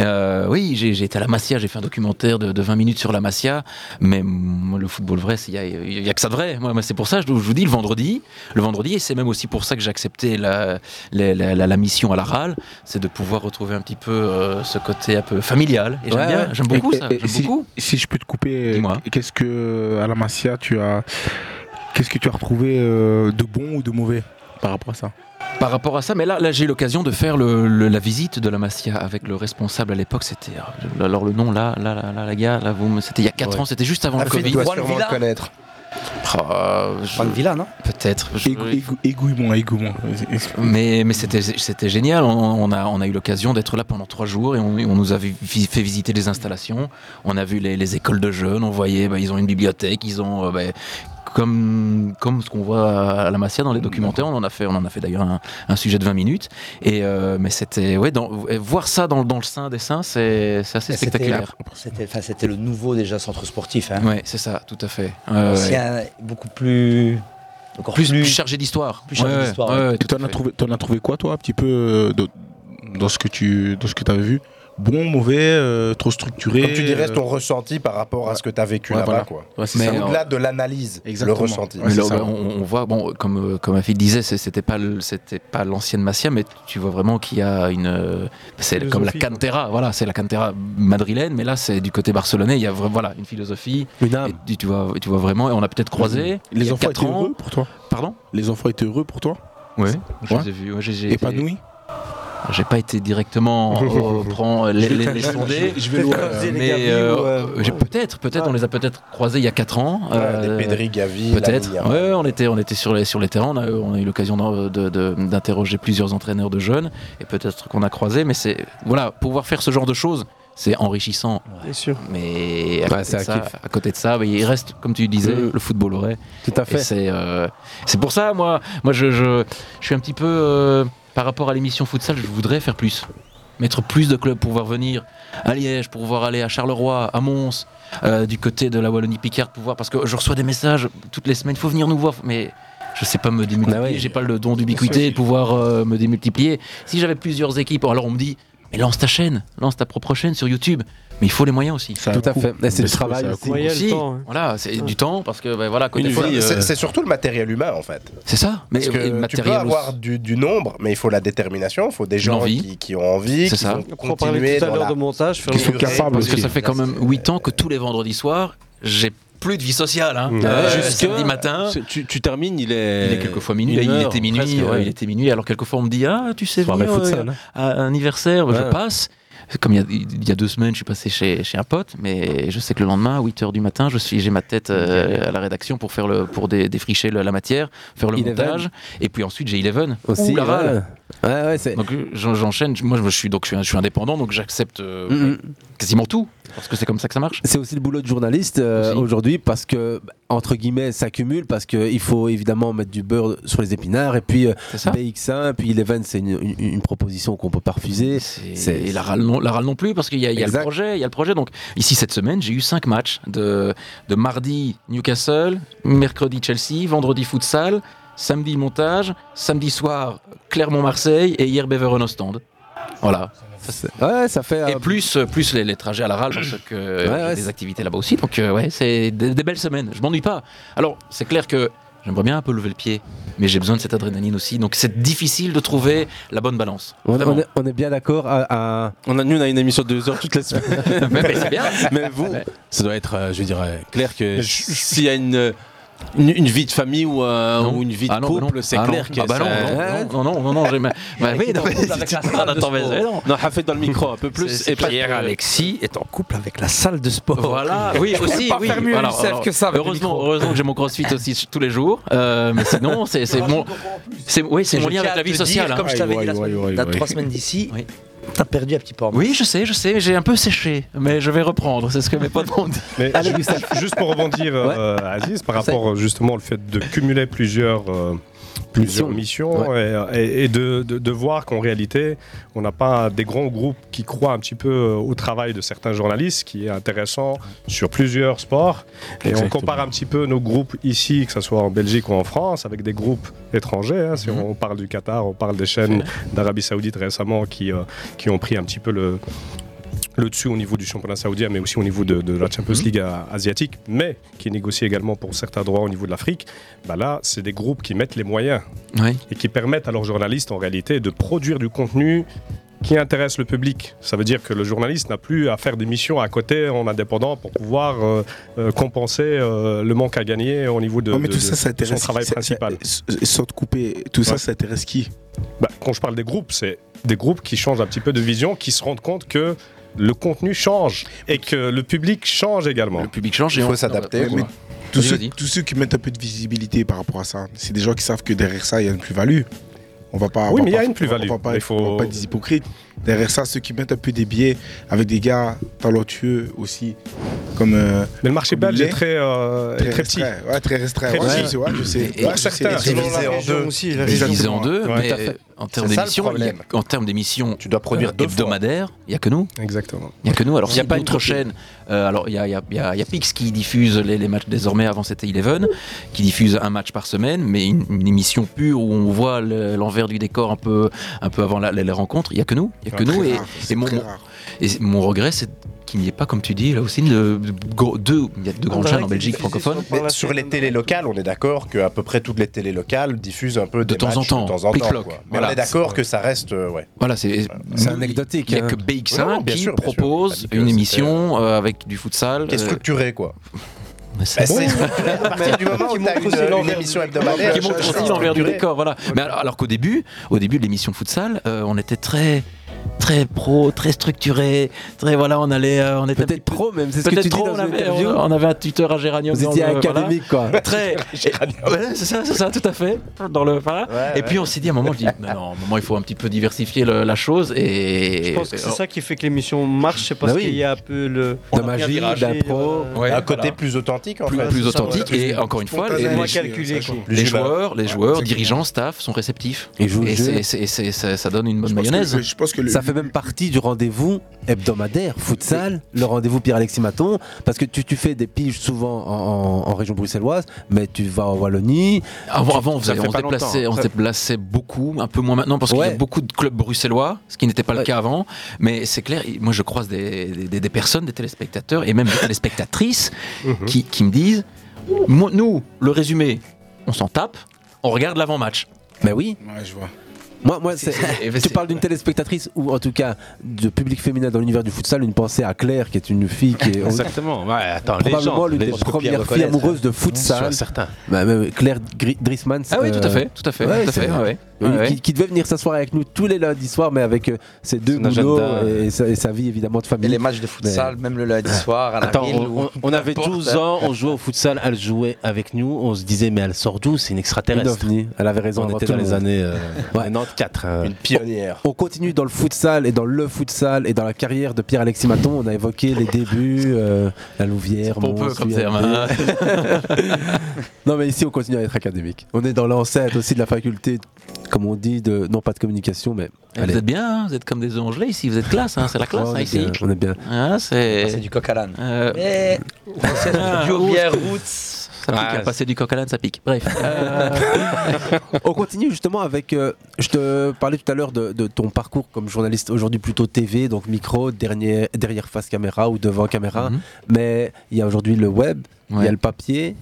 Speaker 7: Euh, oui, j'ai j'ai été à la Masia, j'ai fait un documentaire de, de 20 minutes sur la Masia, mais mm, le football vrai, c'est- il y a, il y a que ça de vrai. Moi, moi, c'est pour ça, je, vous- je vous dis le vendredi, le vendredi, et c'est même aussi pour ça que j'ai accepté la, la, la- la- la mission à la RAL, c'est de pouvoir retrouver un petit peu euh, ce côté un peu familial. Et j'aime
Speaker 8: Ouais,
Speaker 7: bien,
Speaker 8: ouais.
Speaker 7: j'aime beaucoup
Speaker 14: Et-
Speaker 7: ça.
Speaker 14: et- et
Speaker 7: j'aime
Speaker 14: si,
Speaker 7: beaucoup.
Speaker 14: si je peux te couper, euh, qu'est-ce que à la Masia tu as, qu'est-ce que tu as retrouvé euh, de bon ou de mauvais par rapport à ça
Speaker 7: Par rapport à ça, mais là, là j'ai eu l'occasion de faire le- le- la visite de la Masia avec le responsable à l'époque. C'était euh, alors le nom là, là, là, là, les gars, là, vous, me- c'était il y a 4 ans, c'était juste avant le Covid. Ah,
Speaker 11: doit sûrement le connaître.
Speaker 7: Villa, non Peut-être. je-
Speaker 14: Aiguille-moi, aiguille-moi.
Speaker 7: Mais, mais c'était, c'était génial. On, on a, on a eu l'occasion d'être là pendant trois jours et on, on nous a vi- vi- fait visiter les installations. On a vu les, les écoles de jeunes. On voyait, bah, ils ont une bibliothèque, ils ont. euh, bah, comme, comme ce qu'on voit à la Masia dans les documentaires, on en a fait, on en a fait d'ailleurs un, un sujet de 20 minutes. Et euh, mais c'était, ouais, dans- et voir ça dans, dans le sein des seins, c'est, c'est assez
Speaker 18: Bah, C'était-
Speaker 7: spectaculaire.
Speaker 18: C'était enfin, c'était le nouveau déjà centre sportif. Hein.
Speaker 7: Ouais, c'est ça, tout à fait. Ouais, ouais.
Speaker 18: L'ancien, beaucoup plus. Encore
Speaker 7: Plus-
Speaker 18: plus,
Speaker 7: plus chargé d'histoire.
Speaker 18: Plus chargé
Speaker 7: Ouais,
Speaker 18: d'histoire.
Speaker 7: ouais,
Speaker 18: ouais.
Speaker 7: ouais.
Speaker 14: Et t'en as trouvé, t'en as trouvé quoi toi, un petit peu euh, de- dans ce que tu, dans ce que t'avais vu Bon, mauvais, euh, trop structuré.
Speaker 11: Comme tu dirais,
Speaker 14: euh,
Speaker 11: ton ressenti par rapport à ce que tu as vécu
Speaker 14: Ouais,
Speaker 11: là-bas.
Speaker 14: voilà.
Speaker 11: quoi.
Speaker 14: Ouais, c'est
Speaker 11: Mais
Speaker 14: ça.
Speaker 11: au-delà de l'analyse, le
Speaker 14: Exactement.
Speaker 11: ressenti.
Speaker 7: Mais là, on, on voit, bon, comme, euh, comme ma fille disait, c'est- c'était pas, le- c'était pas l'ancienne Masia, mais tu vois vraiment qu'il y a une. euh, C'est comme la
Speaker 8: Philosophie,
Speaker 7: Cantera, voilà, c'est la Cantera madrilène, mais là, c'est du côté barcelonais, il y a vra- voilà, une philosophie. Et tu, tu vois, tu vois vraiment, et on a peut-être croisé. il y
Speaker 14: Les
Speaker 7: a
Speaker 14: enfants
Speaker 7: quatre
Speaker 14: étaient
Speaker 7: ans.
Speaker 14: heureux pour toi
Speaker 7: Pardon
Speaker 14: Les enfants étaient heureux pour toi
Speaker 7: Ouais, je les ai vus. ouais, j'ai- j'ai été-
Speaker 14: Épanouis
Speaker 7: J'ai pas été directement euh, prendre les,
Speaker 14: Je vais-
Speaker 7: les- les sonder.
Speaker 14: je vais loin.
Speaker 7: Euh,
Speaker 14: Les
Speaker 7: Mais
Speaker 14: Gavi
Speaker 7: euh,
Speaker 14: ou, euh,
Speaker 7: j'ai- peut-être, peut-être, on les a peut-être croisés il y a 4 ans. euh,
Speaker 11: Ah. des Pedri, Gavi,
Speaker 7: Peut-être.
Speaker 11: Lamine,
Speaker 7: Ouais, on était, on était sur les, sur les terrains. On a, on a eu l'occasion d'en- de- de- d'interroger plusieurs entraîneurs de jeunes et peut-être qu'on a croisé. Mais c'est voilà, pouvoir faire ce genre de choses, c'est enrichissant.
Speaker 2: Bien sûr.
Speaker 7: Mais à,
Speaker 8: Ouais,
Speaker 7: côté, de
Speaker 8: c'est un
Speaker 7: Bah, ça,
Speaker 8: kiff.
Speaker 7: à côté de ça, bah, il reste, comme tu disais,
Speaker 8: Mm.
Speaker 7: le football vrai.
Speaker 8: Tout à
Speaker 7: Et
Speaker 8: fait.
Speaker 7: C'est euh, c'est pour ça, moi, moi, je, je, je suis un petit peu euh, par rapport à l'émission futsal, je voudrais faire plus. mettre plus de clubs pour pouvoir venir à Liège, pour pouvoir aller à Charleroi, à Mons, euh, du côté de la Wallonie-Picard, pour voir. Parce que je reçois des messages toutes les semaines, il faut venir nous voir. Mais je sais pas me
Speaker 8: Bah
Speaker 7: démultiplier, j'ai pas le don d'ubiquité de pouvoir euh, me démultiplier. Si j'avais plusieurs équipes, alors on me dit, mais lance ta chaîne, lance ta propre chaîne sur YouTube. Mais il faut les moyens aussi.
Speaker 8: Tout à fait. Et c'est du travail aussi.
Speaker 7: aussi.
Speaker 8: Moyen, le temps, hein.
Speaker 7: Voilà, c'est du temps parce que bah, voilà, côté
Speaker 11: Une
Speaker 7: folie,
Speaker 11: vie,
Speaker 7: euh,
Speaker 11: c'est c'est surtout le matériel humain en fait.
Speaker 7: C'est ça. Mais
Speaker 11: Parce que
Speaker 7: et le
Speaker 11: euh, tu peux
Speaker 7: matériel
Speaker 11: avoir
Speaker 7: aussi.
Speaker 11: du, du nombre, mais il faut la détermination, il faut des gens
Speaker 7: envie.
Speaker 11: qui, qui ont envie,
Speaker 7: C'est
Speaker 11: qui
Speaker 7: ça.
Speaker 11: sont
Speaker 7: On parlait
Speaker 11: continuer
Speaker 7: tout à
Speaker 11: dans
Speaker 7: l'heure
Speaker 11: la-
Speaker 7: de montage,
Speaker 11: qui sont capables
Speaker 7: parce que
Speaker 11: aussi.
Speaker 7: ça fait quand même 8 ans que tous les vendredis soirs, j'ai plus de vie sociale. Hein.
Speaker 9: Mm.
Speaker 7: Euh,
Speaker 9: Jusque-
Speaker 7: samedi matin,
Speaker 9: C'est- Tu, tu termines, il est.
Speaker 7: il est quelquefois minuit. là,
Speaker 9: Euh, une
Speaker 7: il
Speaker 9: heure,
Speaker 7: était minuit.
Speaker 9: presque,
Speaker 7: ouais,
Speaker 9: ouais.
Speaker 7: Il était minuit. Alors quelquefois on me dit ah tu sais
Speaker 9: Soirée
Speaker 7: venir, euh,
Speaker 9: futsal, hein.
Speaker 7: à un anniversaire, je
Speaker 9: Ouais.
Speaker 7: passe. Comme il y, a, il y a deux semaines, je suis passé chez, chez un pote, mais je sais que le lendemain, à 8h du matin, je suis- j'ai ma tête euh, à la rédaction pour, faire le, pour dé- défricher le- la matière, faire le
Speaker 8: Eleven.
Speaker 7: montage. Et puis ensuite, j'ai Eleven.
Speaker 8: Aussi,
Speaker 7: Ouh, Laval.
Speaker 8: ouais. Ouais, ouais, c'est-
Speaker 7: Donc euh, j'en- j'enchaîne. Moi, je suis donc je suis, un- je suis indépendant, donc j'accepte euh,
Speaker 8: Mm, mm.
Speaker 7: quasiment tout parce que c'est comme ça que ça marche.
Speaker 8: C'est aussi le boulot de journaliste euh, aujourd'hui parce que bah, entre guillemets ça cumule parce qu'il faut évidemment mettre du beurre sur les épinards et puis euh, BX1 puis Eleven c'est une, une- une proposition qu'on peut pas refuser. C'est
Speaker 7: Et la RAL non, la RAL non plus, parce qu'il y a, il y a le
Speaker 8: Exact.
Speaker 7: projet. Il y a le projet. Donc, ici, cette semaine, j'ai eu cinq matchs de, de mardi Newcastle, mercredi Chelsea, vendredi futsal, samedi montage, samedi soir Clermont-Marseille et hier Beveren Ostende. Voilà.
Speaker 8: Ouais, ça fait.
Speaker 7: Et plus, euh, plus les, les trajets à la râle, parce que euh,
Speaker 8: Ouais,
Speaker 7: j'ai
Speaker 8: ouais,
Speaker 7: des
Speaker 8: c'est-
Speaker 7: activités là-bas aussi. Donc, euh, ouais, c'est des, des belles semaines. Je m'ennuie pas. Alors, c'est clair que j'aimerais bien un peu lever le pied, mais j'ai besoin de cette adrénaline aussi. Donc, c'est difficile de trouver la bonne balance.
Speaker 8: On, on est, on est bien d'accord à, à-
Speaker 9: On a, nous, on a une émission de deux heures toutes les semaines.
Speaker 7: mais mais c'est bien.
Speaker 9: Mais vous,
Speaker 18: Ah,
Speaker 9: ça doit être, euh, je veux dire, euh, clair que s'il y a une, une, une vie de famille ou, euh, ou une vie de
Speaker 7: Ah non, bah non.
Speaker 9: couple, c'est
Speaker 7: Ah non.
Speaker 9: clair que
Speaker 7: Ah bah non,
Speaker 18: hein.
Speaker 9: ça-
Speaker 7: non, non, non, non, non, non, j'ai ma- ma- oui, non, mais c'est- ah, non, attends, mais- non.
Speaker 9: Non, Hafid dans le micro un peu plus.
Speaker 7: C'est-
Speaker 9: et pas-
Speaker 7: Pierre
Speaker 18: Alexis est en couple avec la salle de sport.
Speaker 7: Voilà, oui, aussi, oui. Voilà, alors, heureusement, heureusement que j'ai mon crossfit aussi ch- tous les jours. Euh, mais sinon, c'est c'est mon, c'est oui, c'est
Speaker 18: Et
Speaker 7: mon
Speaker 18: je
Speaker 7: lien
Speaker 18: tiens
Speaker 7: avec la
Speaker 18: à
Speaker 7: vie
Speaker 18: te dire,
Speaker 7: sociale. hein.
Speaker 18: Comme je t'avais dit la semaine- t'as trois semaines d'ici, t'as perdu un petit peu. en
Speaker 7: Oui, je sais, je sais, j'ai un peu séché, mais je vais reprendre. C'est ce que mes potes m'ont dit.
Speaker 12: Mais ju- juste pour rebondir, euh, Aziz, par rapport euh, justement au fait de cumuler plusieurs, euh, plusieurs missions et, euh, et- et de, de- de voir qu'en réalité, on n'a pas des grands groupes qui croient un petit peu euh, au travail de certains journalistes, qui est intéressant sur plusieurs sports. Et on
Speaker 9: Exactement.
Speaker 12: compare un petit peu nos groupes ici, que ce soit en Belgique ou en France, avec des groupes étrangers. hein. si on parle du Qatar, on parle des chaînes d'Arabie Saoudite récemment qui, euh, qui ont pris un petit peu le, le dessus au niveau du championnat saoudien, mais aussi au niveau de, de la
Speaker 14: Mhm.
Speaker 12: Champions League a- asiatique, mais qui négocie également pour certains droits au niveau de l'Afrique, bah là, c'est des groupes qui mettent les moyens
Speaker 7: Oui.
Speaker 12: et qui permettent à leurs journalistes, en réalité, de produire du contenu qui intéresse le public. Ça veut dire que le journaliste n'a plus à faire des missions à côté en indépendant pour pouvoir euh, euh, compenser euh, le manque à gagner au niveau de,
Speaker 14: Non, mais
Speaker 12: de-
Speaker 14: tout
Speaker 12: de-
Speaker 14: ça, ça
Speaker 12: de son
Speaker 14: intéresse.
Speaker 12: travail
Speaker 14: ça- ça-
Speaker 12: principal.
Speaker 14: s- Sans te couper, tout ça,
Speaker 12: Ouais.
Speaker 14: ça intéresse qui
Speaker 12: Bah, quand je parle des groupes, c'est des groupes qui changent un petit peu de vision, qui se rendent compte que le contenu change et que le public change également. Le
Speaker 7: public change
Speaker 12: et on-
Speaker 14: Ouais,
Speaker 12: Ouais,
Speaker 14: mais
Speaker 12: mais-
Speaker 14: tous,
Speaker 12: Vas-y,
Speaker 14: ceux,
Speaker 12: vas-y.
Speaker 14: tous ceux qui mettent un peu de visibilité par rapport à ça, c'est des gens qui savent que derrière ça, il y a une plus-value. On va pas.
Speaker 12: Oui,
Speaker 14: on va
Speaker 12: mais il y
Speaker 14: pas-
Speaker 12: a une plus-value.
Speaker 14: On va pas,
Speaker 12: Il faut-
Speaker 14: on va pas être des hypocrites. Derrière ça, ceux qui mettent un peu des biais avec des gars talentueux aussi, comme. euh,
Speaker 12: Mais le marché
Speaker 14: comme
Speaker 12: belge
Speaker 14: il
Speaker 12: est très, euh, est très petit.
Speaker 14: restreint. Ouais, très restreint.
Speaker 12: Très
Speaker 14: Ouais,
Speaker 12: petit.
Speaker 14: je sais, ouais, je sais.
Speaker 12: Et- et-
Speaker 14: Ouais, je sais,
Speaker 7: Ah,
Speaker 12: certains,
Speaker 14: je sais.
Speaker 12: selon la
Speaker 14: Divisé en
Speaker 12: région
Speaker 14: deux.
Speaker 12: aussi, la
Speaker 14: Exactement.
Speaker 7: divisé en deux,
Speaker 14: Ouais,
Speaker 7: mais
Speaker 14: tout à fait.
Speaker 7: en termes
Speaker 14: C'est ça, le
Speaker 7: d'émission, il y a-
Speaker 14: problème.
Speaker 7: en termes d'émission, euh, tu dois
Speaker 14: produire deux fois.
Speaker 7: hebdomadaire. Il y a que nous.
Speaker 12: Exactement.
Speaker 7: Il n'y a que nous. Alors,
Speaker 12: Il
Speaker 7: il
Speaker 12: y
Speaker 7: y
Speaker 12: a
Speaker 7: a
Speaker 12: pas
Speaker 7: pas
Speaker 12: une
Speaker 7: d'autres
Speaker 12: copie.
Speaker 7: chaînes. Euh, alors, il y a, il y a- il y a- il y a Pix qui diffuse les, les matchs désormais. Avant, c'était Eleven, qui diffuse un match par semaine, mais une, une émission pure où on voit le- l'envers du décor un peu, un peu avant la, les, les rencontres. Il n'y a que nous. Il y a que
Speaker 14: Ah,
Speaker 7: nous.
Speaker 14: très
Speaker 7: Et,
Speaker 14: rare,
Speaker 7: et mon, mon- et mon regret, c'est qu'il n'y ait pas, comme tu dis, là aussi, le- go- deux, il y a deux grandes chaînes en Belgique francophone.
Speaker 11: Mais sur les télés locales, on est d'accord que à peu près toutes les télés locales diffusent un peu
Speaker 7: De
Speaker 11: des
Speaker 7: temps en
Speaker 11: matchs
Speaker 7: temps,
Speaker 11: de temps en
Speaker 7: pic-ploc.
Speaker 11: temps. quoi. Mais
Speaker 7: Voilà.
Speaker 11: on est d'accord que ça reste, euh, ouais.
Speaker 7: Voilà, c'est
Speaker 11: C'est
Speaker 7: nous,
Speaker 11: anecdotique,
Speaker 7: Il n'y a
Speaker 11: hein.
Speaker 7: que
Speaker 11: Ouais,
Speaker 7: BX1
Speaker 11: non, bien
Speaker 7: qui
Speaker 11: sûr, bien sûr. Bah,
Speaker 7: propose une émission euh, avec du futsal.
Speaker 11: Qui est
Speaker 7: euh,
Speaker 11: structuré, quoi.
Speaker 7: mais
Speaker 11: Bah, c'est
Speaker 7: bon.
Speaker 11: structuré à partir du moment où
Speaker 12: Qui
Speaker 11: t'as
Speaker 12: montre
Speaker 11: une,
Speaker 12: aussi
Speaker 11: une
Speaker 12: l'envers
Speaker 11: émission
Speaker 12: du-
Speaker 11: hebdomadaire.
Speaker 7: qui montre aussi l'envers du décor, voilà. Mais alors, alors qu'au début, au début de l'émission futsal, euh, on était très très pro, très structuré, très voilà, on allait, euh, on était peut-être
Speaker 8: trop même, c'est ce que
Speaker 7: peut-être
Speaker 8: tu dis
Speaker 7: trop,
Speaker 8: dans
Speaker 7: on,
Speaker 8: une
Speaker 7: avait,
Speaker 8: interview.
Speaker 7: on, on avait un tuteur à géranium.
Speaker 8: Vous
Speaker 7: dans
Speaker 8: étiez
Speaker 7: le- voilà.
Speaker 8: académique, quoi.
Speaker 7: Très. Voilà, c'est ça, c'est ça, tout à fait. Dans le voilà. Et puis on s'est dit à un moment, je dis, non, non, à un moment il faut un petit peu diversifier le- la chose et.
Speaker 2: Je pense que c'est ça qui fait que l'émission marche, c'est parce
Speaker 7: Eh, oh. Bah oui.
Speaker 2: qu'il y a un peu le.
Speaker 7: De magie, d'impro. Ouais, Un côté voilà.
Speaker 11: plus authentique,
Speaker 2: en
Speaker 7: plus,
Speaker 2: fait.
Speaker 7: plus
Speaker 2: C'est ça,
Speaker 7: authentique
Speaker 2: ouais.
Speaker 7: et encore une fois
Speaker 2: Spontané,
Speaker 7: les, les-
Speaker 2: moins calculé, quoi.
Speaker 7: les
Speaker 2: Plus
Speaker 7: joueurs les joueurs
Speaker 2: exactement.
Speaker 7: dirigeants staff sont réceptifs
Speaker 8: Et jouent au
Speaker 7: et
Speaker 8: jeu.
Speaker 7: c'est- c'est- c'est- c'est- ça donne une bonne
Speaker 14: pense que
Speaker 7: mayonnaise
Speaker 14: le- je pense que le-
Speaker 7: ça fait
Speaker 8: même partie du rendez-vous hebdomadaire, futsal, le rendez-vous Pierre-Alexis Maton, parce que tu, tu fais des piges souvent en, en- en région bruxelloise, mais tu vas en Wallonie.
Speaker 7: Avant,
Speaker 8: Tu-
Speaker 7: avant, on,
Speaker 8: ça
Speaker 7: faisait-
Speaker 8: fait
Speaker 7: on se
Speaker 8: pas
Speaker 7: déplaçait,
Speaker 8: longtemps.
Speaker 7: on se
Speaker 8: Ça-
Speaker 7: déplaçait beaucoup, un peu moins maintenant parce qu'il y
Speaker 8: Ouais.
Speaker 7: a beaucoup de clubs bruxellois, ce qui n'était pas le cas avant. Mais c'est clair, il- moi je croise des, des- des personnes, des téléspectateurs et même des téléspectatrices
Speaker 14: Mhm.
Speaker 7: qui, qui me disent Moi, Nous, le résumé, on s'en tape, on regarde l'avant-match.
Speaker 8: Mais oui.
Speaker 14: Ouais, je vois.
Speaker 8: Moi, moi c'est- tu parles d'une téléspectatrice ou en tout cas de public féminin dans l'univers du futsal, une pensée à Claire qui est une fille qui est
Speaker 9: Exactement. Ouais, attends,
Speaker 8: probablement
Speaker 9: légende,
Speaker 8: l'une des
Speaker 9: légende que Pierre Hmm.
Speaker 8: premières filles
Speaker 9: reconnaît,
Speaker 8: amoureuses
Speaker 9: ça.
Speaker 8: de futsal.
Speaker 9: Je suis certain.
Speaker 8: Bah, même Claire Gri- Drisman.
Speaker 7: Ah oui, tout à fait, tout à fait, tout à
Speaker 8: c'est
Speaker 7: fait,
Speaker 8: vrai.
Speaker 7: ouais.
Speaker 8: Oui,
Speaker 7: Ouais,
Speaker 8: Qui,
Speaker 7: ouais.
Speaker 8: qui devait venir s'asseoir avec nous tous les lundis soirs, mais avec euh, ses deux
Speaker 9: Son
Speaker 8: boulots
Speaker 9: agenda.
Speaker 8: et, sa, et sa vie évidemment de famille.
Speaker 13: les matchs de futsal, même le lundi soir, à la
Speaker 9: Attends,
Speaker 13: ville,
Speaker 9: on,
Speaker 13: ou-
Speaker 9: on- on avait
Speaker 13: peu importe.
Speaker 9: 12 ans, on jouait au futsal, elle jouait avec nous, on se disait mais elle sort d'où C'est une extraterrestre.
Speaker 8: Une ovni. Elle avait raison,
Speaker 9: On
Speaker 8: avant
Speaker 9: était
Speaker 8: tout
Speaker 9: dans
Speaker 8: le
Speaker 9: les
Speaker 8: monde.
Speaker 9: années euh,
Speaker 8: Ouais.
Speaker 9: 94. Une
Speaker 8: On, on continue dans le futsal et dans le futsal et dans la carrière de Pierre-Alexis Maton. On a évoqué les débuts, euh, la Louvière,
Speaker 7: pompeux
Speaker 8: Mons,
Speaker 7: comme
Speaker 8: URD.
Speaker 7: terme, hein.
Speaker 8: non, mais ici, on continue à être académique. On est dans l'ancêtre aussi de la faculté, comme on dit, de non pas de communication, mais.
Speaker 7: Et Vous êtes bien, hein, vous êtes comme des angelés ici, vous êtes classe, hein, c'est la classe
Speaker 8: Oh, on
Speaker 7: hein,
Speaker 8: est
Speaker 7: ici.
Speaker 8: bien, on est bien.
Speaker 7: Hein, c'est...
Speaker 13: C'est du coq à l'âne.
Speaker 7: Euh,
Speaker 13: Mais
Speaker 7: Ah,
Speaker 13: du bière
Speaker 7: roots.
Speaker 13: roots.
Speaker 7: Ça pique,
Speaker 8: Ouais,
Speaker 7: hein, passer du coq à l'âne, ça pique. Bref.
Speaker 8: Euh, On continue justement avec. euh, je te parlais tout à l'heure de, de ton parcours comme journaliste aujourd'hui plutôt TV, donc micro, dernier, derrière face caméra ou devant caméra. Mais il y a aujourd'hui le web, il y a
Speaker 7: Mhm. Ouais.
Speaker 8: le papier,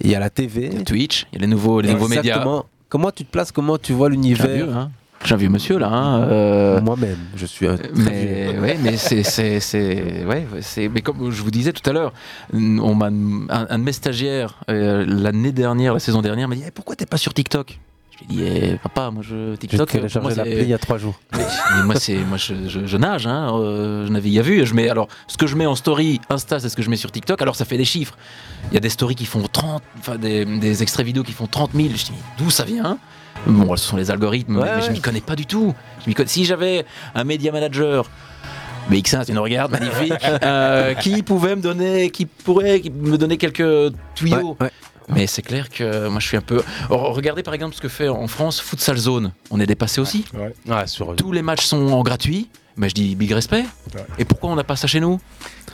Speaker 8: il y a la TV. Il y a
Speaker 7: Twitch, il y a les nouveaux, les nouveaux médias.
Speaker 8: Exactement. Comment tu te places Comment tu vois
Speaker 7: Je suis un
Speaker 8: l'univers
Speaker 7: vieux, hein. Je suis un vieux monsieur là. hein, euh,
Speaker 8: Moi-même, je suis un très
Speaker 7: mais
Speaker 8: vieux.
Speaker 7: ouais, mais c'est c'est c'est ouais, ouais, c'est mais comme je vous disais tout à l'heure, on m'a un, un de mes stagiaires euh, l'année dernière, la saison dernière, m'a dit Eh, pourquoi t'es pas sur TikTok Je lui ai dit Eh, papa, moi je TikTok.
Speaker 8: J'ai
Speaker 7: pour moi,
Speaker 8: téléchargé
Speaker 7: c'est-
Speaker 8: l'appli il y a trois jours.
Speaker 7: Mais moi, c'est, moi je, je- je nage, hein, euh, je navigue à vue. Je mets, alors, ce que je mets en story Insta, c'est ce que je mets sur TikTok. Alors, ça fait des chiffres. Il y a des stories qui font 30, enfin, des, des extraits vidéo qui font 30 000. Je me dis, mais d'où ça vient hein? Bon, ce sont les algorithmes,
Speaker 8: Ouais,
Speaker 7: mais, mais je
Speaker 8: ouais.
Speaker 7: m'y connais pas du tout. Je m'y connais- Si j'avais un média manager. Mais X1, tu nous regardes, magnifique. euh, qui pouvait me donner, qui pourrait me donner quelques
Speaker 8: Bah,
Speaker 7: tuyaux Mais c'est clair que moi je suis un peu. Or, Regardez par exemple ce que fait en France Futsal Zone. On est dépassé aussi. Tous les matchs sont en gratuit. Mais je dis big respect. Et pourquoi on n'a pas ça chez nous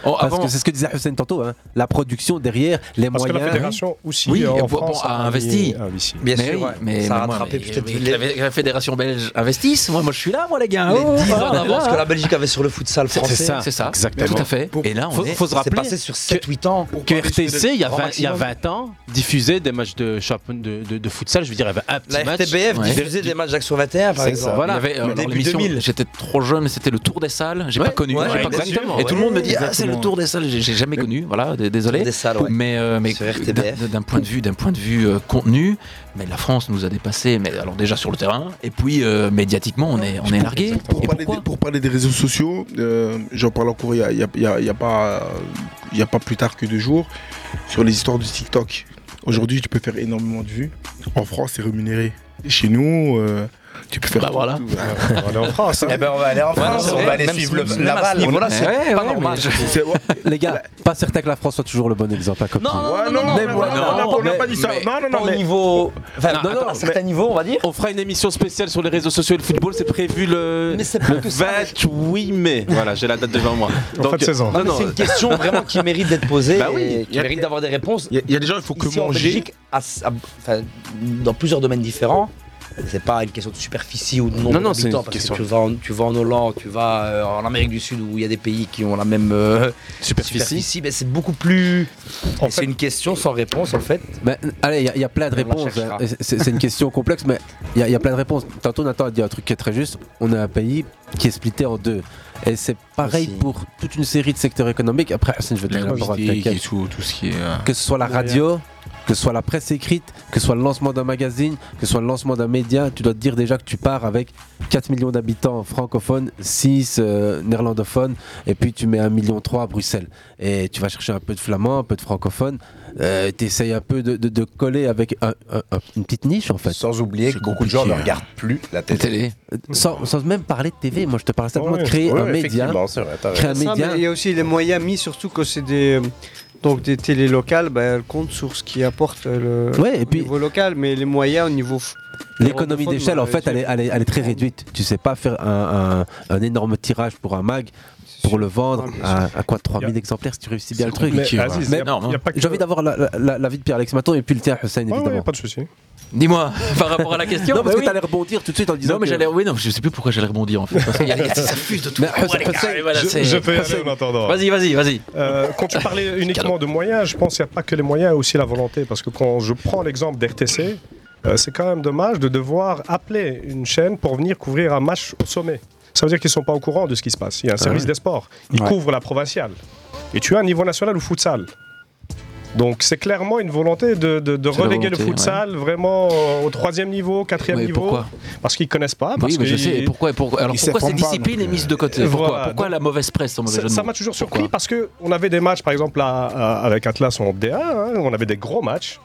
Speaker 7: Oh,
Speaker 8: Parce
Speaker 7: avant-
Speaker 8: que c'est ce que disait Hussein tantôt, hein, la production derrière, les
Speaker 7: Parce que la
Speaker 8: moyens.
Speaker 7: fédération aussi, Oui, euh, en bon, France, bon, a a investi. Ah investi. Bien
Speaker 8: Mais
Speaker 7: sûr,
Speaker 8: oui,
Speaker 7: ouais. Ça a rattrapé peut-être les- la fédération belge investisse. Moi, moi, je suis là, moi, les gars.
Speaker 13: Les
Speaker 7: Oh,
Speaker 13: 10
Speaker 7: voilà,
Speaker 13: ans d'avance
Speaker 7: voilà.
Speaker 13: que la Belgique avait sur le futsal
Speaker 7: C'est-
Speaker 13: français.
Speaker 7: c'est ça, c'est ça. Exactement. Tout à fait. Et là, on
Speaker 13: faut,
Speaker 7: est-
Speaker 13: faut se
Speaker 7: c'est
Speaker 13: rappeler.
Speaker 7: passé
Speaker 13: sur 7-8 ans.
Speaker 9: Que RTC, il y a 20, il y a 20 ans, diffusait des matchs de, champion- de, de, de futsal. Je veux dire, il y avait un petit
Speaker 13: La
Speaker 9: match.
Speaker 13: RTBF
Speaker 9: Ouais.
Speaker 13: diffusait des matchs d'Action 21, par
Speaker 9: C'est
Speaker 13: exemple.
Speaker 9: ça. Voilà.
Speaker 7: Il y avait, euh,
Speaker 9: Mais
Speaker 7: alors,
Speaker 9: début
Speaker 7: l'émission,
Speaker 9: 2000.
Speaker 7: J'étais trop jeune, c'était le tour des salles. J'ai
Speaker 9: Ouais.
Speaker 7: pas connu.
Speaker 9: Ouais,
Speaker 7: j'ai pas
Speaker 9: bien
Speaker 7: connu.
Speaker 9: sûr,
Speaker 7: Et tout le monde me dit
Speaker 9: ouais.
Speaker 7: ah, c'est le tour des salles. J'ai j'ai jamais connu. Voilà, d- désolé.
Speaker 13: des salles, ouais.
Speaker 7: Mais, euh, mais d'un d'un point de vue, d'un point de vue euh, contenu, mais la France nous a dépassés. Mais alors déjà sur le terrain, et puis euh, médiatiquement, on est on est largué.
Speaker 14: Pour parler, des, pour parler des réseaux sociaux, euh, j'en parle encore il n'y a, il y a- il y a- il y a pas, euh, il y a pas plus tard que deux jours, sur les histoires de TikTok. Aujourd'hui, tu peux faire énormément de vues. En France, c'est rémunéré. Et Chez nous, euh, tu peux faire. Bah
Speaker 7: voilà.
Speaker 14: on est en France. hein.
Speaker 11: Eh ben, on va aller en France, on va aller suivre le- la balle.
Speaker 14: Voilà, c'est pas normal. C'est-
Speaker 8: Les gars, pas certain que la France soit toujours le bon exemple. hein, comme tu dis.
Speaker 14: Ouais, non,
Speaker 8: Mais
Speaker 14: non,
Speaker 8: voilà.
Speaker 14: non, non, on n'a pas dit ça.
Speaker 9: mais-
Speaker 14: Non, non, non,
Speaker 9: pas au
Speaker 14: mais-
Speaker 9: niveau-
Speaker 14: Enfin, non, non, mais-
Speaker 9: niveau, on va dire. On fera une émission spéciale sur les réseaux sociaux et le football. C'est prévu le, le 28 mai. Voilà, j'ai la date devant moi.
Speaker 14: En fin de saison.
Speaker 9: Non, non.
Speaker 13: C'est une question vraiment qui mérite d'être posée,
Speaker 9: Bah oui,
Speaker 13: et
Speaker 9: il y
Speaker 13: qui
Speaker 9: a-
Speaker 13: mérite d'avoir des réponses.
Speaker 14: Il y, a des gens, il faut que
Speaker 13: Ici, en
Speaker 14: manger.
Speaker 13: Belgique, à- à- enfin, dans plusieurs domaines différents, c'est pas une question de superficie ou de nombre
Speaker 9: Non, non, c'est
Speaker 13: d'habitants,
Speaker 9: une
Speaker 13: parce
Speaker 9: question.
Speaker 13: que tu vas, en, tu vas en Hollande, tu vas euh, en Amérique du Sud où il y a des pays qui ont la même euh,
Speaker 9: Superficie.
Speaker 13: mais c'est beaucoup plus. Et C'est une question sans réponse en fait.
Speaker 8: Ben, allez, il y a- il y, a plein de
Speaker 13: On la
Speaker 8: réponses.
Speaker 13: cherchera.
Speaker 8: hein. C'est c'est une question complexe, mais il y, a- il y a plein de réponses. Tantôt, Nathan a dit un truc qui est très juste. On a un pays qui est splitté en deux. Et c'est pareil pour toute une série de secteurs économiques. Après, Hassan, je vais te donner la parole.
Speaker 9: Linguistique
Speaker 8: t'inquiète.
Speaker 9: et tout, tout ce qui est, euh,
Speaker 8: Que ce soit la radio, que ce soit la presse écrite, que ce soit le lancement d'un magazine, que ce soit le lancement d'un média, tu dois te dire déjà que tu pars avec 4 millions d'habitants francophones, 6 euh, néerlandophones, et puis tu mets 1,3 million à Bruxelles. Et tu vas chercher un peu de flamands, un peu de francophones, euh, tu essayes un peu de, de- de coller avec un- un- un- une petite niche en fait.
Speaker 11: Sans oublier que beaucoup de gens ne
Speaker 8: compliqué, hein.
Speaker 11: regardent plus la télé.
Speaker 8: Sans, sans même parler de TV, moi je te parle simplement
Speaker 11: Ouais,
Speaker 8: de créer
Speaker 11: ouais,
Speaker 8: un média.
Speaker 11: effectivement, c'est vrai, t'as
Speaker 8: créer un
Speaker 2: Ça,
Speaker 8: média.
Speaker 2: mais Il y a aussi les moyens mis, surtout que c'est des, donc des bah, télés locales, ben, elles comptent sur ce qui apporte le
Speaker 8: Ouais, et puis-
Speaker 2: au niveau local, mais les moyens au niveau f-
Speaker 8: L'économie d'échelle, en fait, elle est, elle, est, elle est très réduite. Tu sais pas faire un, un- un énorme tirage pour un mag pour le vendre à, à quoi 3000 exemplaires si tu réussis
Speaker 9: C'est
Speaker 8: bien le truc.
Speaker 9: compliqué, Mais, voilà. Aziz, y a-
Speaker 8: Mais
Speaker 9: y a pas que-
Speaker 8: J'ai envie d'avoir la- la- la- l'avis de Pierre-Alex Maton et puis le tien, Hussein, évidemment.
Speaker 12: pas de souci.
Speaker 7: Dis-moi, par rapport à la question.
Speaker 8: Non, parce
Speaker 7: bah
Speaker 8: que
Speaker 7: oui.
Speaker 8: t'allais rebondir tout de suite en disant.
Speaker 7: Non, mais
Speaker 8: que-
Speaker 7: j'allais. Oui, non, je sais plus pourquoi j'allais rebondir en fait. Parce qu'il y a- il y a- ça fuse de tout.
Speaker 12: Mais,
Speaker 7: le monde,
Speaker 12: euh,
Speaker 7: les gars,
Speaker 12: Hussein,
Speaker 7: et voilà,
Speaker 12: je-
Speaker 7: c'est-
Speaker 12: je peux y aller
Speaker 7: Hussein.
Speaker 12: en attendant.
Speaker 7: Vas-y, vas-y, vas-y.
Speaker 12: Euh, quand tu parlais uniquement de moyens, je pense qu'il n'y a pas que les moyens, il y a aussi la volonté. Parce que quand je prends l'exemple d'RTC, euh, c'est quand même dommage de devoir appeler une chaîne pour venir couvrir un match au sommet. Ça veut dire qu'ils ne sont pas au courant de ce qui se passe.
Speaker 7: Ah
Speaker 12: Il y a un service
Speaker 14: ouais.
Speaker 12: des sports. Ils
Speaker 14: Ouais.
Speaker 12: couvrent la provinciale. Et tu as un niveau national ou futsal. Donc c'est clairement une volonté de, de- de
Speaker 14: C'est la
Speaker 12: reléguer
Speaker 14: volonté,
Speaker 12: le futsal vraiment euh, au troisième niveau, quatrième
Speaker 7: Oui,
Speaker 12: niveau.
Speaker 7: pourquoi
Speaker 12: parce qu'ils connaissent pas.
Speaker 7: Oui,
Speaker 12: Parce
Speaker 7: mais je
Speaker 12: qu'ils-
Speaker 7: sais. Et pourquoi, et pourquoi, alors
Speaker 12: ils
Speaker 7: pourquoi cette
Speaker 12: s'informent pas,
Speaker 7: discipline
Speaker 12: donc,
Speaker 7: est mise de côté
Speaker 12: euh,
Speaker 7: Pourquoi,
Speaker 12: voilà.
Speaker 7: pourquoi la mauvaise presse sans mauvais
Speaker 12: Ça-
Speaker 7: jeu de
Speaker 12: Ça
Speaker 7: mots
Speaker 12: m'a toujours surpris parce que on avait des matchs, par exemple, à- à- avec Atlas en D1, hein, on avait des gros matchs.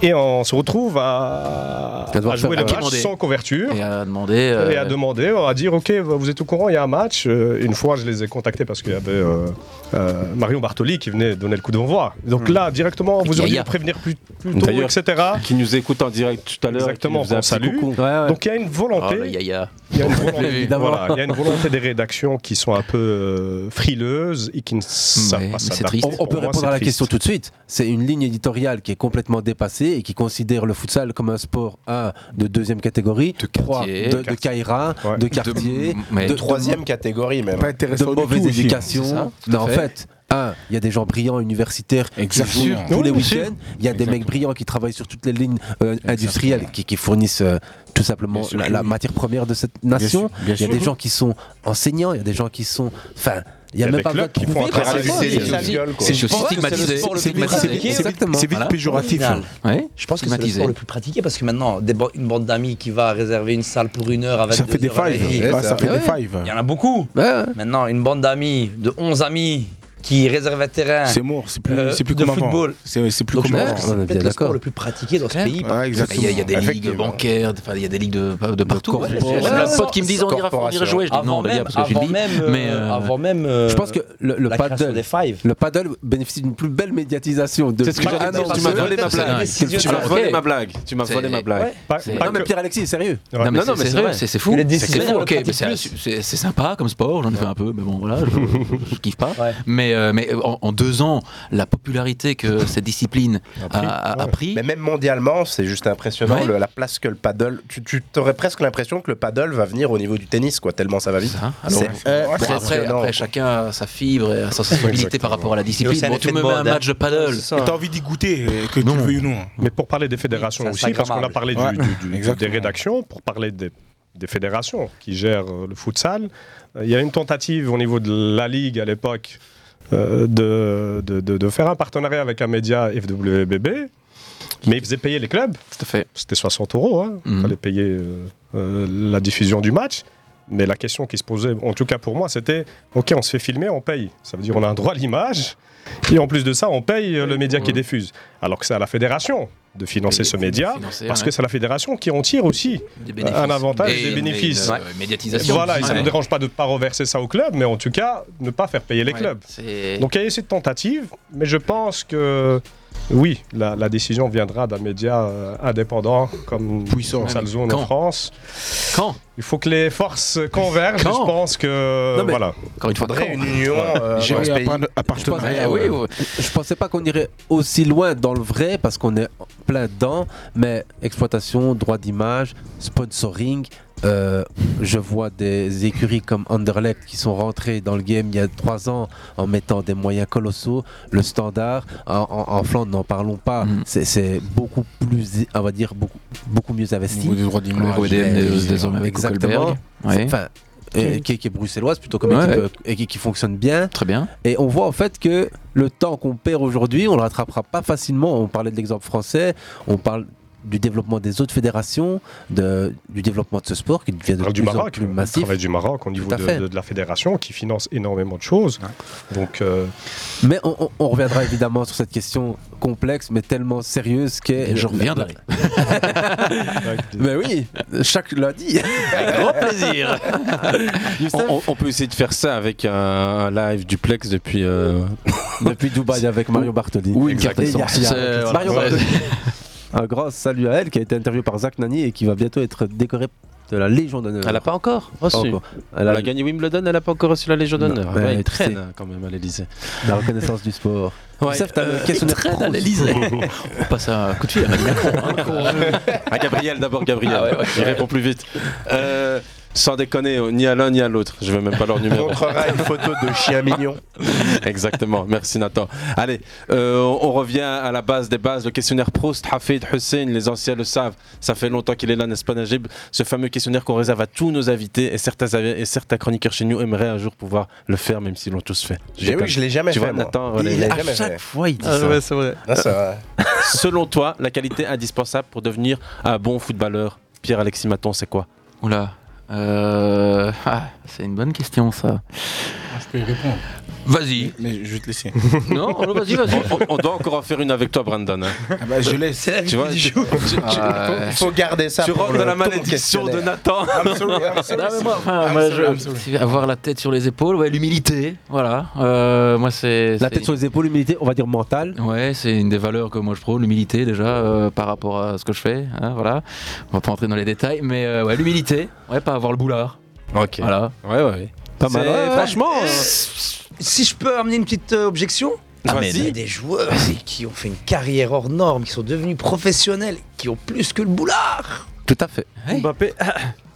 Speaker 12: Et on se retrouve à,
Speaker 7: À devoir
Speaker 12: à jouer
Speaker 7: faire-
Speaker 12: le
Speaker 7: à
Speaker 12: match
Speaker 7: demander.
Speaker 12: sans couverture.
Speaker 7: Et à demander. euh,
Speaker 12: Et à demander, à dire ok, vous êtes au courant, il y a un match. Euh, Une fois, je les ai contactés parce qu'il y avait euh, euh, Marion Bartoli qui venait donner le coup d'envoi. Donc là, directement, vous auriez
Speaker 9: Yaya.
Speaker 12: dû prévenir plus, plus tôt,
Speaker 9: Hmm. D'ailleurs,
Speaker 12: etc.
Speaker 9: Qui nous écoute en direct tout à l'heure. et qui
Speaker 12: Exactement,
Speaker 9: nous faisait un
Speaker 12: on
Speaker 9: petit
Speaker 12: salue.
Speaker 9: coucou.
Speaker 12: Donc il y a une volonté.
Speaker 9: Oh, le yaya.
Speaker 12: Il y a une
Speaker 9: Oui,
Speaker 12: volonté,
Speaker 9: évidemment.
Speaker 12: voilà, il y a une volonté des rédactions qui sont un peu euh, frileuses et qui ne savent pas
Speaker 8: C'est
Speaker 12: s'adapter.
Speaker 8: triste. On, on
Speaker 12: Pour
Speaker 8: peut
Speaker 12: moi,
Speaker 8: répondre
Speaker 12: c'est
Speaker 8: à la
Speaker 12: triste.
Speaker 8: question tout de suite. C'est une ligne éditoriale qui est complètement dépassée et qui considère le futsal comme un sport 1 de deuxième catégorie, 3
Speaker 11: quartier.
Speaker 8: de, de Kaira, de quartier,
Speaker 11: mais
Speaker 8: de
Speaker 11: troisième catégorie même.
Speaker 8: de mauvaise
Speaker 14: hein.
Speaker 8: éducation.
Speaker 11: C'est ça,
Speaker 8: Non, en
Speaker 11: tout à
Speaker 8: fait, un, il y a des gens brillants universitaires
Speaker 11: Exactement.
Speaker 8: qui jouent tous
Speaker 11: Oui,
Speaker 8: les
Speaker 11: bien sûr.
Speaker 8: week-ends. Il y a des mecs brillants qui travaillent sur toutes les lignes euh, industrielles qui, qui fournissent euh, tout simplement la, la matière première de cette nation.
Speaker 11: sûr,
Speaker 8: Il
Speaker 11: bien
Speaker 8: y a
Speaker 11: sûr.
Speaker 8: des gens qui sont enseignants, il y a des gens qui sont. Enfin, il y a même
Speaker 11: des
Speaker 8: pas besoin
Speaker 11: clubs
Speaker 8: de
Speaker 11: qui font
Speaker 8: trouver
Speaker 11: un travail
Speaker 8: parce que
Speaker 11: dédié
Speaker 8: c'est-
Speaker 11: au viol, quoi.
Speaker 8: c'est-
Speaker 11: Je
Speaker 8: je pense que c'est le
Speaker 7: stigmatisé.
Speaker 8: sport le
Speaker 7: C'est
Speaker 8: plus
Speaker 7: stigmatisé.
Speaker 8: pratiqué.
Speaker 7: C'est-
Speaker 8: Exactement.
Speaker 7: c'est vite
Speaker 8: Voilà.
Speaker 7: péjoratif.
Speaker 13: Original.
Speaker 7: Ouais.
Speaker 13: Je pense que c'est le
Speaker 7: Stigmatisé.
Speaker 13: sport le plus pratiqué parce que maintenant, des ban- une bande d'amis qui va réserver une salle pour une heure à 22
Speaker 14: Ça fait des
Speaker 13: heures à la
Speaker 14: fives.
Speaker 13: nuit.
Speaker 14: Ouais, ça fait des
Speaker 13: Ouais.
Speaker 14: fives.
Speaker 13: Il y en a beaucoup. Maintenant, une bande d'amis, de 11 amis qui réservent un terrain.
Speaker 14: C'est mort, c'est plus-
Speaker 13: euh,
Speaker 14: c'est plus
Speaker 13: de
Speaker 14: comme avant.
Speaker 13: football.
Speaker 14: C'est- c'est plus
Speaker 13: Donc, je
Speaker 14: comme
Speaker 13: pense
Speaker 14: avant.
Speaker 13: que
Speaker 14: On est
Speaker 13: C'est
Speaker 14: bien
Speaker 13: peut-être le sport
Speaker 14: d'accord.
Speaker 13: le plus pratiqué dans ce pays.
Speaker 14: Ouais,
Speaker 7: Il y, a- il y a des ligues
Speaker 13: Effectivement.
Speaker 7: bancaires, enfin, il y a des ligues de, de partout.
Speaker 13: corps-
Speaker 7: J'ai j'ai plein de potes qui me disent on ira, on ira jouer. Je dis non,
Speaker 13: Avant
Speaker 7: on va bien
Speaker 13: même-
Speaker 7: parce que j'ai une
Speaker 13: avant
Speaker 7: vie.
Speaker 13: même, euh,
Speaker 7: Mais euh,
Speaker 13: avant même, euh,
Speaker 8: je pense que le, le
Speaker 13: la création
Speaker 8: paddle,
Speaker 13: des fives.
Speaker 8: le paddle bénéficie d'une plus belle médiatisation. De
Speaker 9: C'est ce que
Speaker 8: Ah,
Speaker 9: j'allais
Speaker 8: non,
Speaker 9: dire.
Speaker 8: tu
Speaker 9: C'est
Speaker 8: m'as
Speaker 9: la
Speaker 8: volé ma
Speaker 9: décision
Speaker 8: blague.
Speaker 9: de
Speaker 8: Tu
Speaker 9: la
Speaker 8: m'as volé
Speaker 9: décision.
Speaker 8: ma blague. Tu m'as
Speaker 9: C'est-
Speaker 8: volé ma blague.
Speaker 9: Ouais. Pas-
Speaker 8: C'est-
Speaker 9: pas
Speaker 8: Non mais
Speaker 9: que-
Speaker 8: Pierre Alexis, sérieux.
Speaker 7: Non, mais c'est- c'est vrai, c'est c'est fou. C'est fou, ok, mais c'est c'est- c'est sympa comme sport, j'en ai fait un peu, mais bon voilà, je, je kiffe pas. Mais, euh, mais en, en deux ans, la popularité que cette discipline a, a- a pris.
Speaker 11: Mais même mondialement, c'est juste impressionnant
Speaker 7: Ouais.
Speaker 11: le- la place que le paddle. Tu, tu aurais presque l'impression que le paddle va venir au niveau du tennis, quoi, tellement ça va vite.
Speaker 7: Alors,
Speaker 11: C'est
Speaker 7: après, après,
Speaker 11: impressionnant.
Speaker 7: après, chacun a sa fibre et a sa sensibilité par rapport à la discipline. Bon, tu me mets un
Speaker 8: hein.
Speaker 7: match de paddle.
Speaker 14: Et t'as envie d'y goûter, euh, que tu le veuilles ou non.
Speaker 12: Mais pour parler des fédérations
Speaker 14: Oui, c'est
Speaker 12: aussi, parce qu'on a parlé
Speaker 14: Instagrammable.
Speaker 12: du-
Speaker 14: Ouais.
Speaker 12: du- du- des rédactions, pour parler des, des fédérations qui gèrent euh, le futsal, euh, il y a une tentative au niveau de la Ligue à l'époque euh, de, de, de- de faire un partenariat avec un média FWBB, mais ils faisaient payer les clubs. C'était 60 euros, hein. il fallait payer euh, euh, la diffusion du match. Mais la question qui se posait, en tout cas pour moi, c'était ok, on se fait filmer, on paye. Ça veut dire on a un droit à l'image, et en plus de ça, on paye euh, le média qui diffuse. Alors que c'est à la fédération de financer ce média,
Speaker 7: financer,
Speaker 12: parce
Speaker 7: ouais.
Speaker 12: que c'est la fédération qui en tire aussi
Speaker 7: bénéfices.
Speaker 12: un avantage et,
Speaker 7: Et-
Speaker 12: des
Speaker 7: et
Speaker 12: bénéfices.
Speaker 7: de- ouais, médiatisation.
Speaker 12: Voilà, et ça ne
Speaker 7: Ouais.
Speaker 12: me dérange pas de ne pas reverser ça au club, mais en tout cas, ne pas faire payer les
Speaker 7: Ouais,
Speaker 12: clubs.
Speaker 7: c'est-
Speaker 12: Donc il y a eu cette tentative, mais je pense que oui, la, la décision viendra d'un média euh, indépendant comme Puissant Salzone
Speaker 7: Quand
Speaker 12: en France.
Speaker 7: Quand
Speaker 12: Il faut que les forces convergent,
Speaker 7: Quand
Speaker 12: je pense que
Speaker 8: Non, mais-
Speaker 12: voilà.
Speaker 7: Encore une fois,
Speaker 11: Faudrait une union, euh, dans ce pays.
Speaker 8: Je pensais, eh je pensais pas qu'on irait aussi loin dans le vrai parce qu'on est en plein dedans, mais exploitation, droit d'image, sponsoring. euh, je vois des écuries comme Anderlecht qui sont rentrées dans le game il y a trois ans en mettant des moyens colossaux. Le standard en, en- en Flandre, n'en parlons pas,
Speaker 14: Mm.
Speaker 8: c'est- c'est beaucoup plus, on va dire beaucoup, beaucoup mieux investi.
Speaker 14: niveau des droits d'image. Le ODM
Speaker 8: Mais-
Speaker 14: des- des hommes avec
Speaker 8: exactement.
Speaker 14: Kukelberg. Ouais.
Speaker 8: Enfin, euh, qui, qui est bruxelloise plutôt comme
Speaker 7: Ouais,
Speaker 8: équipe,
Speaker 7: ouais.
Speaker 8: euh, et qui, qui fonctionne bien.
Speaker 7: Très bien.
Speaker 8: Et on voit en fait que le temps qu'on perd aujourd'hui, on le rattrapera pas facilement. On parlait de l'exemple français, on parle du développement des autres fédérations, de, du développement de ce sport qui devient de
Speaker 12: parle
Speaker 8: plus
Speaker 12: du
Speaker 8: en
Speaker 12: Maroc,
Speaker 8: plus
Speaker 12: le
Speaker 8: massif.
Speaker 12: travail du Maroc au niveau
Speaker 8: à
Speaker 12: de,
Speaker 8: fait.
Speaker 12: de- de la fédération qui finance énormément de choses. Donc, euh,
Speaker 8: Mais on, on- on reviendra évidemment sur cette question complexe mais tellement sérieuse qu'est...
Speaker 7: Et je reviendrai.
Speaker 8: mais Ben oui, chaque lundi.
Speaker 7: Avec grand plaisir.
Speaker 9: on, on- on peut essayer de faire ça avec un, un live duplex depuis, euh,
Speaker 8: depuis Dubaï avec Mario Bartoli.
Speaker 9: Ou une carte
Speaker 8: Exactement.
Speaker 9: essence.
Speaker 8: Il y a- il y a-
Speaker 9: C'est-
Speaker 8: Mario
Speaker 9: voilà.
Speaker 8: Bartoli.
Speaker 19: Un grand salut à elle qui a été interviewée par Zach Nani et qui va bientôt être décorée de la Légion d'honneur.
Speaker 8: Elle n'a pas encore reçu. Elle, a... gagné Wimbledon, elle n'a pas encore reçu la Légion
Speaker 19: Non,
Speaker 8: d'honneur.
Speaker 19: mais
Speaker 8: Ouais,
Speaker 14: Bah,
Speaker 19: tu
Speaker 8: elle traîne
Speaker 19: sais.
Speaker 8: hein, quand même à l'Elysée.
Speaker 19: La reconnaissance du sport.
Speaker 8: Ouais,
Speaker 19: Youssef, t'as le
Speaker 8: euh,
Speaker 19: questionnaire
Speaker 8: il traîne à
Speaker 19: Proust.
Speaker 8: l'Élysée.
Speaker 7: On passe un coup de fil à Emmanuel Macron, hein.
Speaker 8: À Gabriel d'abord, Gabriel.
Speaker 7: Ah ouais, ouais.
Speaker 8: Il répond plus vite. Euh, sans déconner, euh, ni à l'un ni à l'autre. Je veux même pas leur numéro.
Speaker 11: Montrera une photo de chien mignon.
Speaker 8: Exactement. Merci Nathan. Allez, euh, on, on revient à la base des bases. Le questionnaire Proust, Hafid, Hussein, les anciens le savent. Ça fait longtemps qu'il est là, n'est-ce pas Najib Ce fameux questionnaire qu'on réserve à tous nos invités et certains, avi- et certains chroniqueurs chez nous aimeraient un jour pouvoir le faire, même s'ils l'ont tous fait.
Speaker 11: J'ai- Eh oui, je l'ai jamais
Speaker 8: tu
Speaker 11: fait,
Speaker 8: Vois,
Speaker 11: moi.
Speaker 8: Nathan,
Speaker 11: Il
Speaker 8: les-
Speaker 11: l'a
Speaker 8: à
Speaker 11: jamais
Speaker 8: chaque
Speaker 11: fait.
Speaker 8: fois, il dit
Speaker 11: Ah
Speaker 8: ça.
Speaker 11: ouais, c'est vrai. Non, c'est vrai.
Speaker 8: Euh, Selon toi, la qualité indispensable pour devenir un bon footballeur, Pierre-Alexis Maton, c'est quoi
Speaker 7: Oula. Euh, ah, c'est une bonne question ça.
Speaker 14: Je peux y répondre.
Speaker 7: Vas-y.
Speaker 14: Mais je vais te laisser.
Speaker 8: Non, oh, vas-y, vas-y. On, on doit encore en faire une avec toi, Brandon. hein.
Speaker 14: Ah bah, je laisse. C'est la
Speaker 8: Tu vois,
Speaker 14: vie
Speaker 8: tu-
Speaker 14: du jour.
Speaker 8: tu- tu-
Speaker 14: Ah ouais. Faut- faut garder ça
Speaker 8: Tu
Speaker 14: pour
Speaker 8: rentres
Speaker 14: le-
Speaker 8: dans la
Speaker 14: pour mon
Speaker 8: malédiction de
Speaker 14: questionnaire.
Speaker 8: Nathan.
Speaker 14: I'm sorry, I'm sorry.
Speaker 8: Ah,
Speaker 7: Non, mais moi,
Speaker 19: Ah,
Speaker 7: enfin,
Speaker 14: I'm
Speaker 7: moi,
Speaker 14: sorry,
Speaker 7: je-
Speaker 14: I'm sorry.
Speaker 7: c'est avoir la tête sur les épaules, ouais, l'humilité, voilà. Euh, moi, c'est
Speaker 19: La
Speaker 7: c'est-
Speaker 19: tête sur les épaules, l'humilité, on va dire mentale.
Speaker 7: Ouais, c'est une des valeurs que moi je prône, l'humilité déjà euh, par rapport à ce que je fais. hein, voilà, on va pas entrer dans les détails, mais euh, ouais, l'humilité, ouais, pas avoir le boulard.
Speaker 8: Ok.
Speaker 7: Voilà.
Speaker 8: Ouais, ouais. Pas
Speaker 7: mal.
Speaker 8: C'est-
Speaker 7: Ouais, euh,
Speaker 8: franchement,
Speaker 7: ouais.
Speaker 13: Si je peux amener une petite euh, objection
Speaker 8: Ah,
Speaker 13: Il
Speaker 8: mais
Speaker 13: y a
Speaker 8: dis.
Speaker 13: des joueurs qui ont fait une carrière hors norme, qui sont devenus professionnels, qui ont plus que le boulard.
Speaker 8: Tout à fait.
Speaker 2: Mbappé.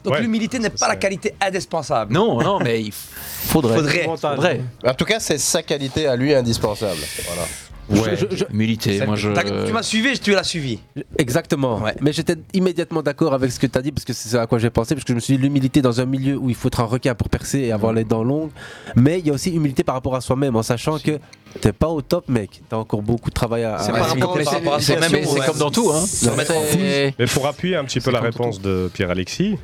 Speaker 13: Donc
Speaker 2: Ouais.
Speaker 13: l'humilité n'est pas la qualité indispensable.
Speaker 7: Non, non, mais il faudrait.
Speaker 13: Faudrait. faudrait.
Speaker 11: En tout cas, c'est sa qualité à lui indispensable. Voilà.
Speaker 7: Ouais, humilité, moi je.
Speaker 13: T'as- Tu m'as suivi, tu l'as suivi.
Speaker 19: Exactement. Mais j'étais immédiatement d'accord avec ce que tu as dit parce que c'est ce à quoi j'ai pensé parce que je me suis dit l'humilité dans un milieu où il faut être un requin pour percer et avoir les dents longues. Mais il y a aussi humilité par rapport à soi-même en sachant que t'es pas au top, mec. T'as encore beaucoup de travail à.
Speaker 13: C'est
Speaker 19: à-
Speaker 13: par
Speaker 19: à-
Speaker 13: rapport-
Speaker 19: à-
Speaker 13: c'est par rapport à
Speaker 19: C'est
Speaker 13: son
Speaker 19: même-
Speaker 13: action,
Speaker 19: c'est
Speaker 13: ouais.
Speaker 19: comme dans tout, hein.
Speaker 13: C'est-
Speaker 19: Non, mais-
Speaker 12: Mais pour appuyer un petit peu la réponse de Pierre-Alexis,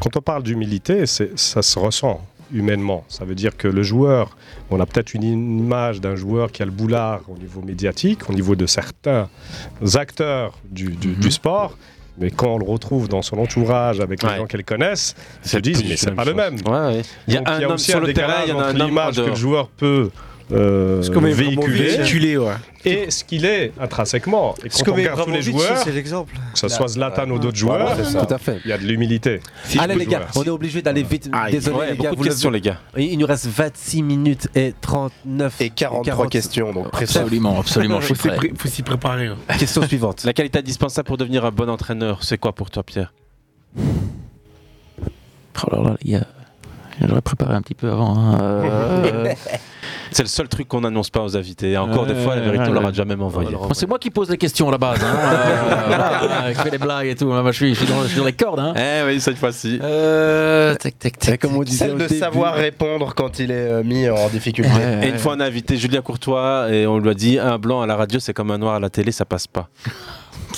Speaker 12: quand on parle d'humilité, c'est- ça se ressent humainement. Ça veut dire que le joueur, on a peut-être une image d'un joueur qui a le boulard au niveau médiatique, au niveau de certains acteurs du, du-
Speaker 8: Mm-hmm.
Speaker 12: du sport. Mais quand on le retrouve dans son entourage avec les gens qu'elle connaissent, ils se disent mais c'est pas le même.
Speaker 8: Il y a
Speaker 12: Donc,
Speaker 8: un homme
Speaker 12: aussi
Speaker 8: sur le
Speaker 12: décalage
Speaker 8: terrain, il y en a
Speaker 12: entre
Speaker 8: un homme
Speaker 12: l'image
Speaker 8: en
Speaker 12: que le
Speaker 8: dehors.
Speaker 12: joueur peut euh,
Speaker 8: Ce qu'on met vraiment
Speaker 12: véhiculer,
Speaker 8: véhiculé, ouais.
Speaker 12: et ce qu'il est intrinsèquement. Et
Speaker 2: Ce
Speaker 12: quand
Speaker 2: que
Speaker 12: on
Speaker 2: met
Speaker 12: regarde tous les
Speaker 2: Ibrahimovic,
Speaker 12: joueurs,
Speaker 2: c'est l'exemple.
Speaker 12: que ce soit Zlatan ou d'autres
Speaker 8: Voilà,
Speaker 12: joueurs,
Speaker 8: c'est ça. Tout à fait. Ah,
Speaker 12: il y a de l'humilité.
Speaker 19: Allez les gars, on est obligé d'aller vite.
Speaker 8: Aïe.
Speaker 19: Désolé
Speaker 8: Ouais,
Speaker 19: les gars,
Speaker 8: beaucoup de
Speaker 19: vous le-
Speaker 8: questions, les gars.
Speaker 19: Il il nous reste 26 minutes et 39 et
Speaker 11: 43 questions, donc
Speaker 7: Absolument, absolument, je suis prêt.
Speaker 8: Il faut s'y préparer. hein. Question suivante. La qualité indispensable pour devenir un bon entraîneur, c'est quoi pour toi, Pierre
Speaker 7: Oh là là, les gars, j'aurais préparé un petit peu avant. hein. Euh,
Speaker 8: C'est le seul truc qu'on n'annonce pas aux invités. Et encore des fois, la vérité, Euh, on leur a déjà même envoyé.
Speaker 7: Bon, c'est moi qui pose les questions à la base. Hein. Euh, voilà, je fais les blagues et tout. hein. Moi, je, suis, je suis dans, je suis dans les cordes. Hein.
Speaker 8: Eh oui, cette fois-ci.
Speaker 7: Euh, tac, tac, tac.
Speaker 11: Comme on Celle de savoir répondre quand il est euh, mis en difficulté.
Speaker 8: Et une fois, on a invité Julien Courtois et on lui a dit un blanc à la radio, c'est comme un noir à la télé, ça passe pas.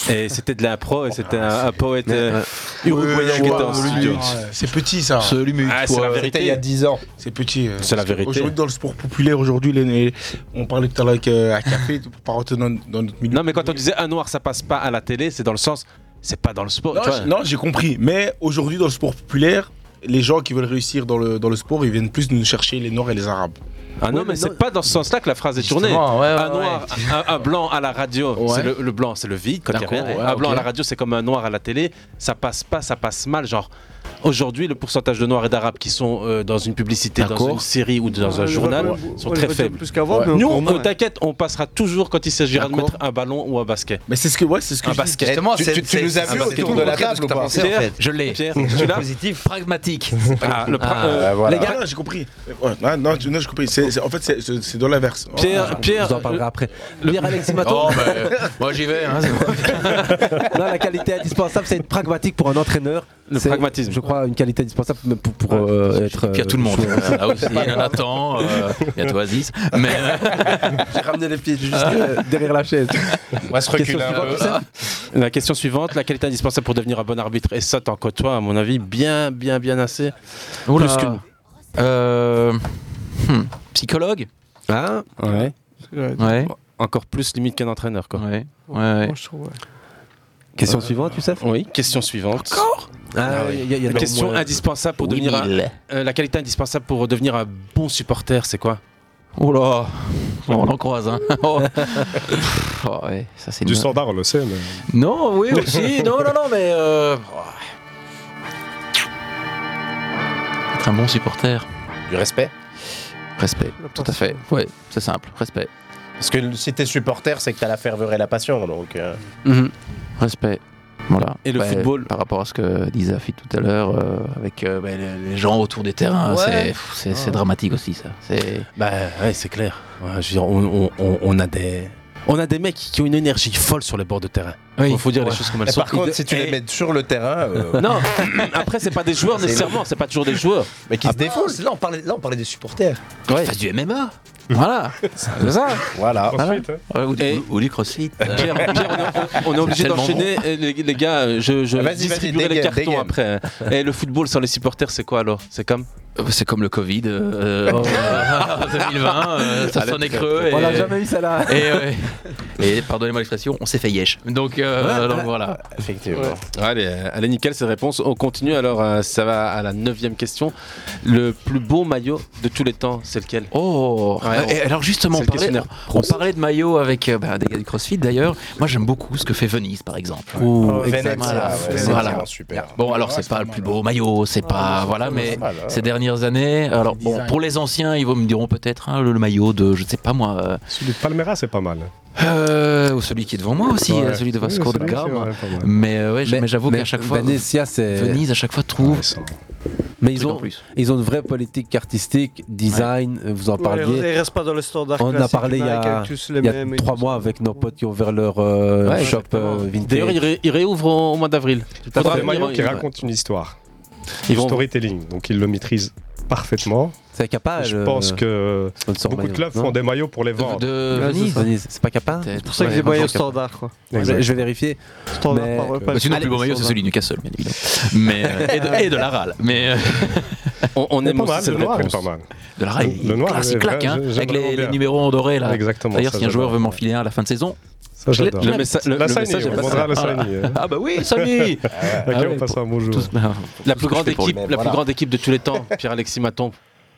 Speaker 8: Et c'était de l'impro et c'était un, un poète euh, uruguayen qui était en studio.
Speaker 14: C'est petit ça.
Speaker 8: C'est limite, Ah, c'est la ouais. vérité.
Speaker 14: C'était
Speaker 11: 10 ans.
Speaker 14: C'est petit. euh,
Speaker 8: C'est la
Speaker 14: parce que
Speaker 8: vérité.
Speaker 14: Aujourd'hui, dans le sport populaire, aujourd'hui, les- les- on parlait tout à l'heure avec euh, à café, tout, pour pas rentrer dans, dans notre milieu.
Speaker 8: Non, mais quand on disait un noir, ça passe pas à la télé, c'est dans le sens, c'est pas dans le sport.
Speaker 14: Non,
Speaker 8: tu vois.
Speaker 14: j'ai- non, j'ai compris. Mais aujourd'hui, dans le sport populaire, les gens qui veulent réussir dans le, dans le sport, ils viennent plus nous chercher les Noirs et les Arabes.
Speaker 8: Ah non, mais c'est pas dans ce sens-là que la phrase est tournée.
Speaker 14: Justement, ouais, ouais,
Speaker 8: un noir, un, un blanc à la radio,
Speaker 14: Ouais.
Speaker 8: c'est le, le blanc, c'est le vide quand il y a
Speaker 14: D'accord,
Speaker 8: rien.
Speaker 14: ouais,
Speaker 8: un blanc
Speaker 14: ok.
Speaker 8: à la radio, c'est comme un noir à la télé. Ça passe pas, ça passe mal. Genre, aujourd'hui, le pourcentage de noirs et d'arabes qui sont euh, dans une publicité, dans
Speaker 2: D'accord.
Speaker 8: une série ou dans
Speaker 2: On
Speaker 8: un
Speaker 2: les
Speaker 8: journal
Speaker 2: voit pas-
Speaker 8: sont
Speaker 2: on les
Speaker 8: très
Speaker 2: voit déjà
Speaker 8: faibles.
Speaker 2: plus qu'avant, mais
Speaker 8: Nous,
Speaker 2: encore moins.
Speaker 8: on t'inquiète, on passera toujours quand il s'agira de mettre un ballon ou un basket.
Speaker 14: Mais c'est ce que, ouais, c'est ce
Speaker 8: que un basket.
Speaker 11: tu, tu- tu nous as vu autour de la table ou pas
Speaker 7: Pierre, Je l'ai.
Speaker 8: Pierre,
Speaker 14: tu l'as
Speaker 7: Positif, pragmatique.
Speaker 8: Ah, le pra- euh,
Speaker 14: Les gars, non, j'ai compris.
Speaker 7: Ah.
Speaker 14: Ouais, non, non, tu- non, j'ai compris. C'est- c'est- en fait, c'est- c'est c'est dans l'inverse.
Speaker 8: Pierre, Pierre,
Speaker 14: on en
Speaker 19: parlera après. Pierre Alexis Maton.
Speaker 14: Oh, bah,
Speaker 7: moi j'y vais. hein,
Speaker 19: Non, la qualité indispensable, c'est être pragmatique pour un entraîneur.
Speaker 8: Le
Speaker 19: C'est,
Speaker 8: pragmatisme.
Speaker 19: Je crois une qualité indispensable même pour, pour, euh, être.
Speaker 7: Puis il y a tout le monde.
Speaker 19: joueur.
Speaker 8: Ah
Speaker 7: Euh, Là aussi, il y a Nathan, euh, il y a toi Aziz. Mais
Speaker 19: J'ai ramené les pieds juste euh, derrière la chaise.
Speaker 11: On va se
Speaker 8: Question
Speaker 11: reculer un
Speaker 8: suivante,
Speaker 11: peu.
Speaker 8: Youssef La question suivante, la qualité indispensable pour devenir un bon arbitre, et ça t'en côtoies à mon avis bien, bien, bien assez.
Speaker 7: Oula.
Speaker 8: Plus qu'une.
Speaker 7: psychologue
Speaker 8: Ah ouais.
Speaker 7: Ouais.
Speaker 8: Encore plus limite qu'un entraîneur quoi.
Speaker 7: Ouais.
Speaker 8: ouais.
Speaker 19: Question suivante, tu sais
Speaker 8: Oui, question suivante. Encore
Speaker 19: Ah, il y a- il y a
Speaker 8: La
Speaker 19: dans
Speaker 8: question
Speaker 19: moi-
Speaker 8: indispensable pour
Speaker 19: Oui,
Speaker 8: devenir un-
Speaker 19: mille.
Speaker 8: euh, la qualité indispensable pour devenir un bon supporter, c'est quoi
Speaker 7: Oh là On en croise, hein. Oh. Oh, ouais, ça, c'est
Speaker 12: Du
Speaker 7: une-
Speaker 12: standard, on le sait. mais-
Speaker 7: Non, oui aussi. non, non, non, mais. euh, Être un bon supporter.
Speaker 11: Du respect
Speaker 7: Respect, tout à fait. Ouais, c'est simple, respect.
Speaker 11: Parce que si t'es supporter, c'est que t'as la ferveur et la passion. Donc, euh,
Speaker 7: Mhm. Respect. Voilà.
Speaker 11: Et le
Speaker 7: football Par rapport à ce que disait Afid tout à l'heure, euh, avec euh, bah, les, les gens autour des terrains,
Speaker 8: Ouais.
Speaker 7: c'est- pff, c'est c'est
Speaker 8: Ah.
Speaker 7: dramatique aussi, ça. C'est.
Speaker 8: Bah ouais, c'est clair. Ouais, je veux dire, on, on- on- on a des. On a des mecs qui ont une énergie folle sur les bords de terrain. Il
Speaker 11: Oui.
Speaker 8: faut dire
Speaker 11: Ouais.
Speaker 8: les choses comme elles
Speaker 11: Et
Speaker 8: sont.
Speaker 11: par contre,
Speaker 8: Et de-
Speaker 11: si tu les
Speaker 8: et-
Speaker 11: mets sur le terrain. euh,
Speaker 8: Non, après, c'est pas des joueurs
Speaker 11: C'est-
Speaker 8: nécessairement, c'est pas toujours des joueurs. Ah bah,
Speaker 11: Mais qui se
Speaker 8: défoncent.
Speaker 20: Là, on parlait, là, on parlait des supporters.
Speaker 7: Ouais. Fasse du MMA. Voilà. c'est ça.
Speaker 12: Ah,
Speaker 11: Voilà.
Speaker 8: hein.
Speaker 7: Ouais, ou, du, ou du crossfit.
Speaker 8: Pierre, Pierre, on, est- on est obligé
Speaker 7: C'est tellement
Speaker 8: d'enchaîner.
Speaker 7: bon.
Speaker 8: Et Les, les gars, euh, je, je
Speaker 7: Ah, vas-y,
Speaker 8: distribuerai
Speaker 7: vas-y,
Speaker 8: les
Speaker 7: dégaine,
Speaker 8: cartons
Speaker 7: dégaine.
Speaker 8: après. hein. Et le football sans les supporters, c'est quoi alors Euh, C'est comme euh.
Speaker 7: C'est comme le Covid. Euh, Oh. 2020, euh, ça
Speaker 8: Allez,
Speaker 7: sonnait
Speaker 8: très-
Speaker 7: creux.
Speaker 8: on
Speaker 7: et-
Speaker 8: l'a jamais eu, celle-là.
Speaker 7: Et, ouais. et pardonnez-moi l'expression, on s'est fait yesh. Donc, euh, donc voilà.
Speaker 8: Effectivement.
Speaker 7: Ouais.
Speaker 8: Allez, euh, allez, nickel, cette réponse. On continue alors, euh, ça va à la neuvième question. Le plus beau maillot de tous les temps, c'est lequel
Speaker 7: Oh Et alors justement, on
Speaker 8: C'est le
Speaker 7: parlait,
Speaker 8: questionnaire.
Speaker 7: on parlait de maillot avec euh, bah, des gars du CrossFit d'ailleurs. Moi j'aime beaucoup ce que fait Venise par exemple.
Speaker 8: Ouh, Oh, exact. Venise,
Speaker 7: Voilà,
Speaker 8: ouais, Venise,
Speaker 7: voilà.
Speaker 8: c'est un super.
Speaker 7: Bon alors c'est
Speaker 8: Ah,
Speaker 7: pas le plus beau maillot, c'est pas voilà, mais
Speaker 8: normal, hein.
Speaker 7: ces dernières années, alors bon
Speaker 12: Design.
Speaker 7: pour les anciens ils vont me diront peut-être hein, le, le maillot de je ne sais pas moi. euh,
Speaker 12: Celui de Palmera, c'est pas mal.
Speaker 7: euh, ou celui qui est devant moi aussi,
Speaker 12: Ouais.
Speaker 7: euh, celui de
Speaker 12: Oui,
Speaker 7: Vasco
Speaker 12: c'est
Speaker 7: de
Speaker 12: vrai,
Speaker 7: Gama.
Speaker 12: c'est vrai, pas mal.
Speaker 7: Mais euh, ouais, j-
Speaker 12: Mais-
Speaker 7: mais j'avoue
Speaker 12: mais
Speaker 7: qu'à chaque fois,
Speaker 8: Venezia, c'est-
Speaker 7: Venise à chaque fois trouve.
Speaker 8: Mais ils
Speaker 7: Truc en
Speaker 8: ont,
Speaker 7: plus.
Speaker 8: ils ont une vraie politique artistique, design, euh, vous en
Speaker 2: Ouais,
Speaker 8: parliez.
Speaker 2: ils restent pas dans le standard
Speaker 8: On en a
Speaker 2: classique,
Speaker 8: parlé il y
Speaker 2: avec
Speaker 8: a,
Speaker 2: tous les
Speaker 8: il y a
Speaker 2: mêmes et
Speaker 8: trois mois avec nos potes qui ont ouvert leur euh,
Speaker 12: Ouais,
Speaker 8: shop
Speaker 12: exactement.
Speaker 8: euh, vintage.
Speaker 12: D'ailleurs, ils ré-
Speaker 8: ils réouvrent au mois d'avril.
Speaker 12: C'est un maillot qui raconte une histoire.
Speaker 8: Ils
Speaker 12: Ils
Speaker 8: vont-
Speaker 12: storytelling, donc ils le maîtrisent parfaitement.
Speaker 8: C'est Capa,
Speaker 12: Je
Speaker 8: le-
Speaker 12: pense que
Speaker 8: sponsor
Speaker 12: beaucoup de
Speaker 8: maillot,
Speaker 12: clubs
Speaker 8: non
Speaker 12: font des maillots pour les vendre. Euh,
Speaker 7: de Venise.
Speaker 8: Euh, Venise, c'est pas Capa
Speaker 7: C'est pour
Speaker 2: ça que
Speaker 8: Ouais,
Speaker 2: j'ai moyen
Speaker 8: Capa.
Speaker 2: standard, quoi.
Speaker 8: Ouais, Je, je vais vérifier.
Speaker 2: Standard
Speaker 8: Mais-
Speaker 2: par-
Speaker 7: Bah, sinon, le plus beau maillot, c'est celui de Newcastle, bien évidemment. Mais, euh, et, de, et de la râle. Mais, euh,
Speaker 8: on, on
Speaker 12: Mais
Speaker 8: aime
Speaker 12: pas
Speaker 8: aussi
Speaker 12: mal,
Speaker 8: cette
Speaker 12: le noir
Speaker 8: réponse.
Speaker 12: est pas mal.
Speaker 7: de la râle,
Speaker 12: Le-
Speaker 7: il
Speaker 12: le noir,
Speaker 7: classe, il
Speaker 12: ouais,
Speaker 7: claque,
Speaker 12: ouais,
Speaker 7: hein,
Speaker 12: j'aime
Speaker 7: avec les,
Speaker 12: vraiment
Speaker 7: les
Speaker 12: bien.
Speaker 7: numéros en doré, là.
Speaker 12: Exactement,
Speaker 7: D'ailleurs,
Speaker 12: ça,
Speaker 7: si un joueur
Speaker 12: j'adore.
Speaker 7: veut m'enfiler un à la fin de saison,
Speaker 12: Ça,
Speaker 7: je l'ai-
Speaker 12: j'adore.
Speaker 7: je le messa- le-
Speaker 12: La
Speaker 7: le
Speaker 12: Sani,
Speaker 7: message,
Speaker 12: on
Speaker 7: je le
Speaker 12: demandera à la
Speaker 7: passe.
Speaker 12: Sani, hein.
Speaker 7: Ah bah oui, Sani
Speaker 12: À qui
Speaker 7: Ah ouais,
Speaker 12: on passe un bonjour.
Speaker 7: tous- bah,
Speaker 8: La plus grande
Speaker 7: je fais pour le
Speaker 8: équipe,
Speaker 7: même,
Speaker 8: la plus
Speaker 7: voilà.
Speaker 8: grande équipe de tous les temps, Pierre-Alexis Maton.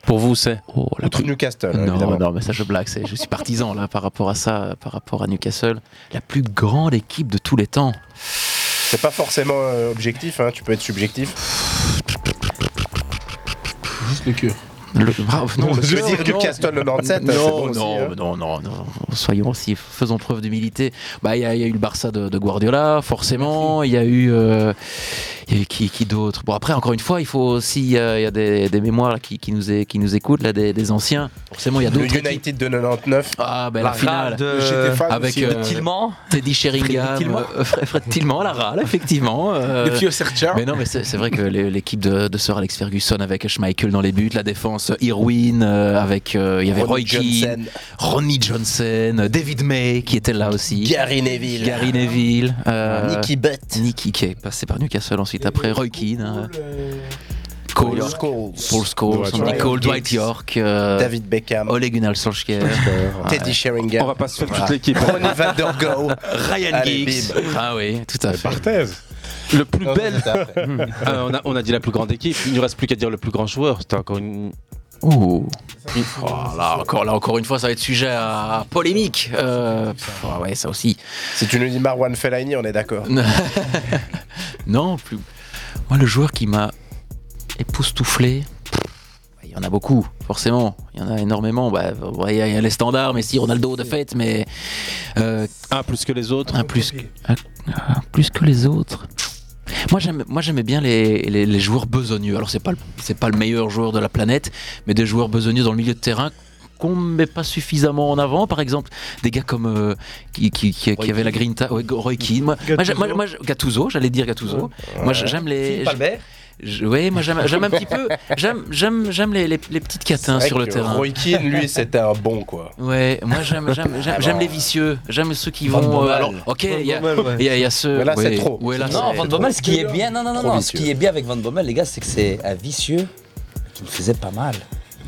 Speaker 8: Pour vous, c'est
Speaker 11: Outre Newcastle.
Speaker 7: Oh, Non,
Speaker 11: évidemment.
Speaker 7: non, mais ça je blague, c'est- je suis partisan là par rapport à ça, euh, par rapport à Newcastle. La plus grande équipe de tous les temps.
Speaker 11: C'est pas forcément euh, objectif, hein, tu peux être subjectif.
Speaker 21: Juste le cœur.
Speaker 7: Le, ah, non, le
Speaker 11: Je veux
Speaker 7: cœur,
Speaker 11: dire
Speaker 7: non.
Speaker 11: Newcastle 97, c'est
Speaker 7: Non,
Speaker 11: bon aussi,
Speaker 7: non,
Speaker 11: hein.
Speaker 7: non, non, non. Soyons aussi, faisons preuve d'humilité. Bah, il y, a il y a eu le Barça de, de Guardiola, forcément. Il y a eu, euh, il y a eu qui, qui d'autre. Bon, après, encore une fois, il faut aussi, euh, il y a des, des mémoires là, qui, qui nous, é- qui nous écoutent là, des, des anciens. Forcément, il y a
Speaker 11: Le
Speaker 7: d'autres.
Speaker 11: United
Speaker 7: équipes.
Speaker 11: de 99.
Speaker 7: Ah, ben la,
Speaker 11: La
Speaker 7: finale
Speaker 11: râle de- J'étais fan
Speaker 7: avec
Speaker 11: aussi.
Speaker 7: euh,
Speaker 11: Tillman.
Speaker 7: Teddy Sheringham,
Speaker 11: Tillman.
Speaker 7: euh, Fred, Fred Tillman, la râle, effectivement. euh,
Speaker 21: Le vieux Sergio.
Speaker 7: Mais non, mais c'est c'est vrai que les- l'équipe de, de Sir Alex Ferguson avec Schmeichel dans les buts, la défense Irwin, euh, avec euh, il y avait Roy
Speaker 11: Ronnie
Speaker 7: Keane,
Speaker 11: Johnson.
Speaker 7: Ronnie Johnson, euh, David May qui était là aussi,
Speaker 11: Gary Neville.
Speaker 7: Gary Neville, euh,
Speaker 11: Nicky Butt.
Speaker 7: Nicky qui est passé par Newcastle ensuite après Roy Keane. hein. Cole,
Speaker 11: Paul Scholes.
Speaker 7: Paul Scholes,
Speaker 11: euh, Dwight
Speaker 7: Andy
Speaker 11: York.
Speaker 7: Cole, Dwight York, euh,
Speaker 11: David Beckham,
Speaker 7: Ole Gunnar Solskjaer,
Speaker 11: Teddy Sheringham. On va pas se faire
Speaker 7: toute l'équipe.
Speaker 11: Ronnie Van Der Go.
Speaker 7: Ryan
Speaker 11: Allez,
Speaker 7: Giggs.
Speaker 11: bim.
Speaker 7: Ah oui, tout à fait.
Speaker 8: Le plus
Speaker 11: Non,
Speaker 8: bel.
Speaker 11: c'était après.
Speaker 8: Hmm. Ah, on, a, on a dit la plus grande équipe. Il ne reste plus qu'à dire le plus grand joueur. C'était encore une.
Speaker 7: Oh. là, encore, là, encore une fois, ça va être sujet à polémique. Euh, pff, ah ouais, ça aussi.
Speaker 11: Si tu nous dis Marwan Fellaini, on est d'accord.
Speaker 7: non, plus. Moi, le joueur qui m'a époustouflé, pff, il y en a beaucoup, forcément. Il y en a énormément. Bah, ouais, il y, a- il y a les standards, mais si Ronaldo de fait, mais euh,
Speaker 8: un plus que les autres,
Speaker 7: un plus, que- un- un plus que les autres. Moi, j'aime- moi, j'aimais bien les, les- les joueurs besogneux. Alors, c'est pas le- c'est pas le meilleur joueur de la planète, mais des joueurs besogneux dans le milieu de terrain qu'on ne met pas suffisamment en avant. Par exemple, des gars comme euh, qui, qui, qui, qui avaient la grinta, ouais, Roy Keane. Moi, moi, j'ai- moi- moi, j'ai- Gattuso, j'allais dire Gattuso. Moi, j'ai- j'aime les.
Speaker 13: Philippe Albert
Speaker 7: je- ouais, moi j'aime j'aime un petit peu. J'aime j'aime j'aime les, les, les petites catins
Speaker 11: C'est
Speaker 7: sur
Speaker 11: vrai
Speaker 7: le
Speaker 11: que
Speaker 7: terrain.
Speaker 11: Roy Keane, lui, c'était un bon, quoi.
Speaker 7: Ouais, moi j'aime j'aime j'aime-
Speaker 11: Ah
Speaker 7: j'aime
Speaker 11: bon.
Speaker 7: les vicieux, j'aime ceux qui
Speaker 11: Van
Speaker 7: vont. euh,
Speaker 11: Bommel.
Speaker 7: alors, ok, il y a
Speaker 11: Van Bommel, ouais.
Speaker 7: il y a- il y a ceux.
Speaker 11: Mais là, c'est
Speaker 7: ouais,
Speaker 11: trop.
Speaker 7: ouais, là,
Speaker 11: Non,
Speaker 7: c'est-
Speaker 13: Van Bommel, ce qui est bien, non, non, non,
Speaker 7: Trop
Speaker 13: non, ce
Speaker 7: vicieux.
Speaker 13: qui est bien avec Van Bommel, les gars, c'est que c'est un vicieux qui me faisait pas mal.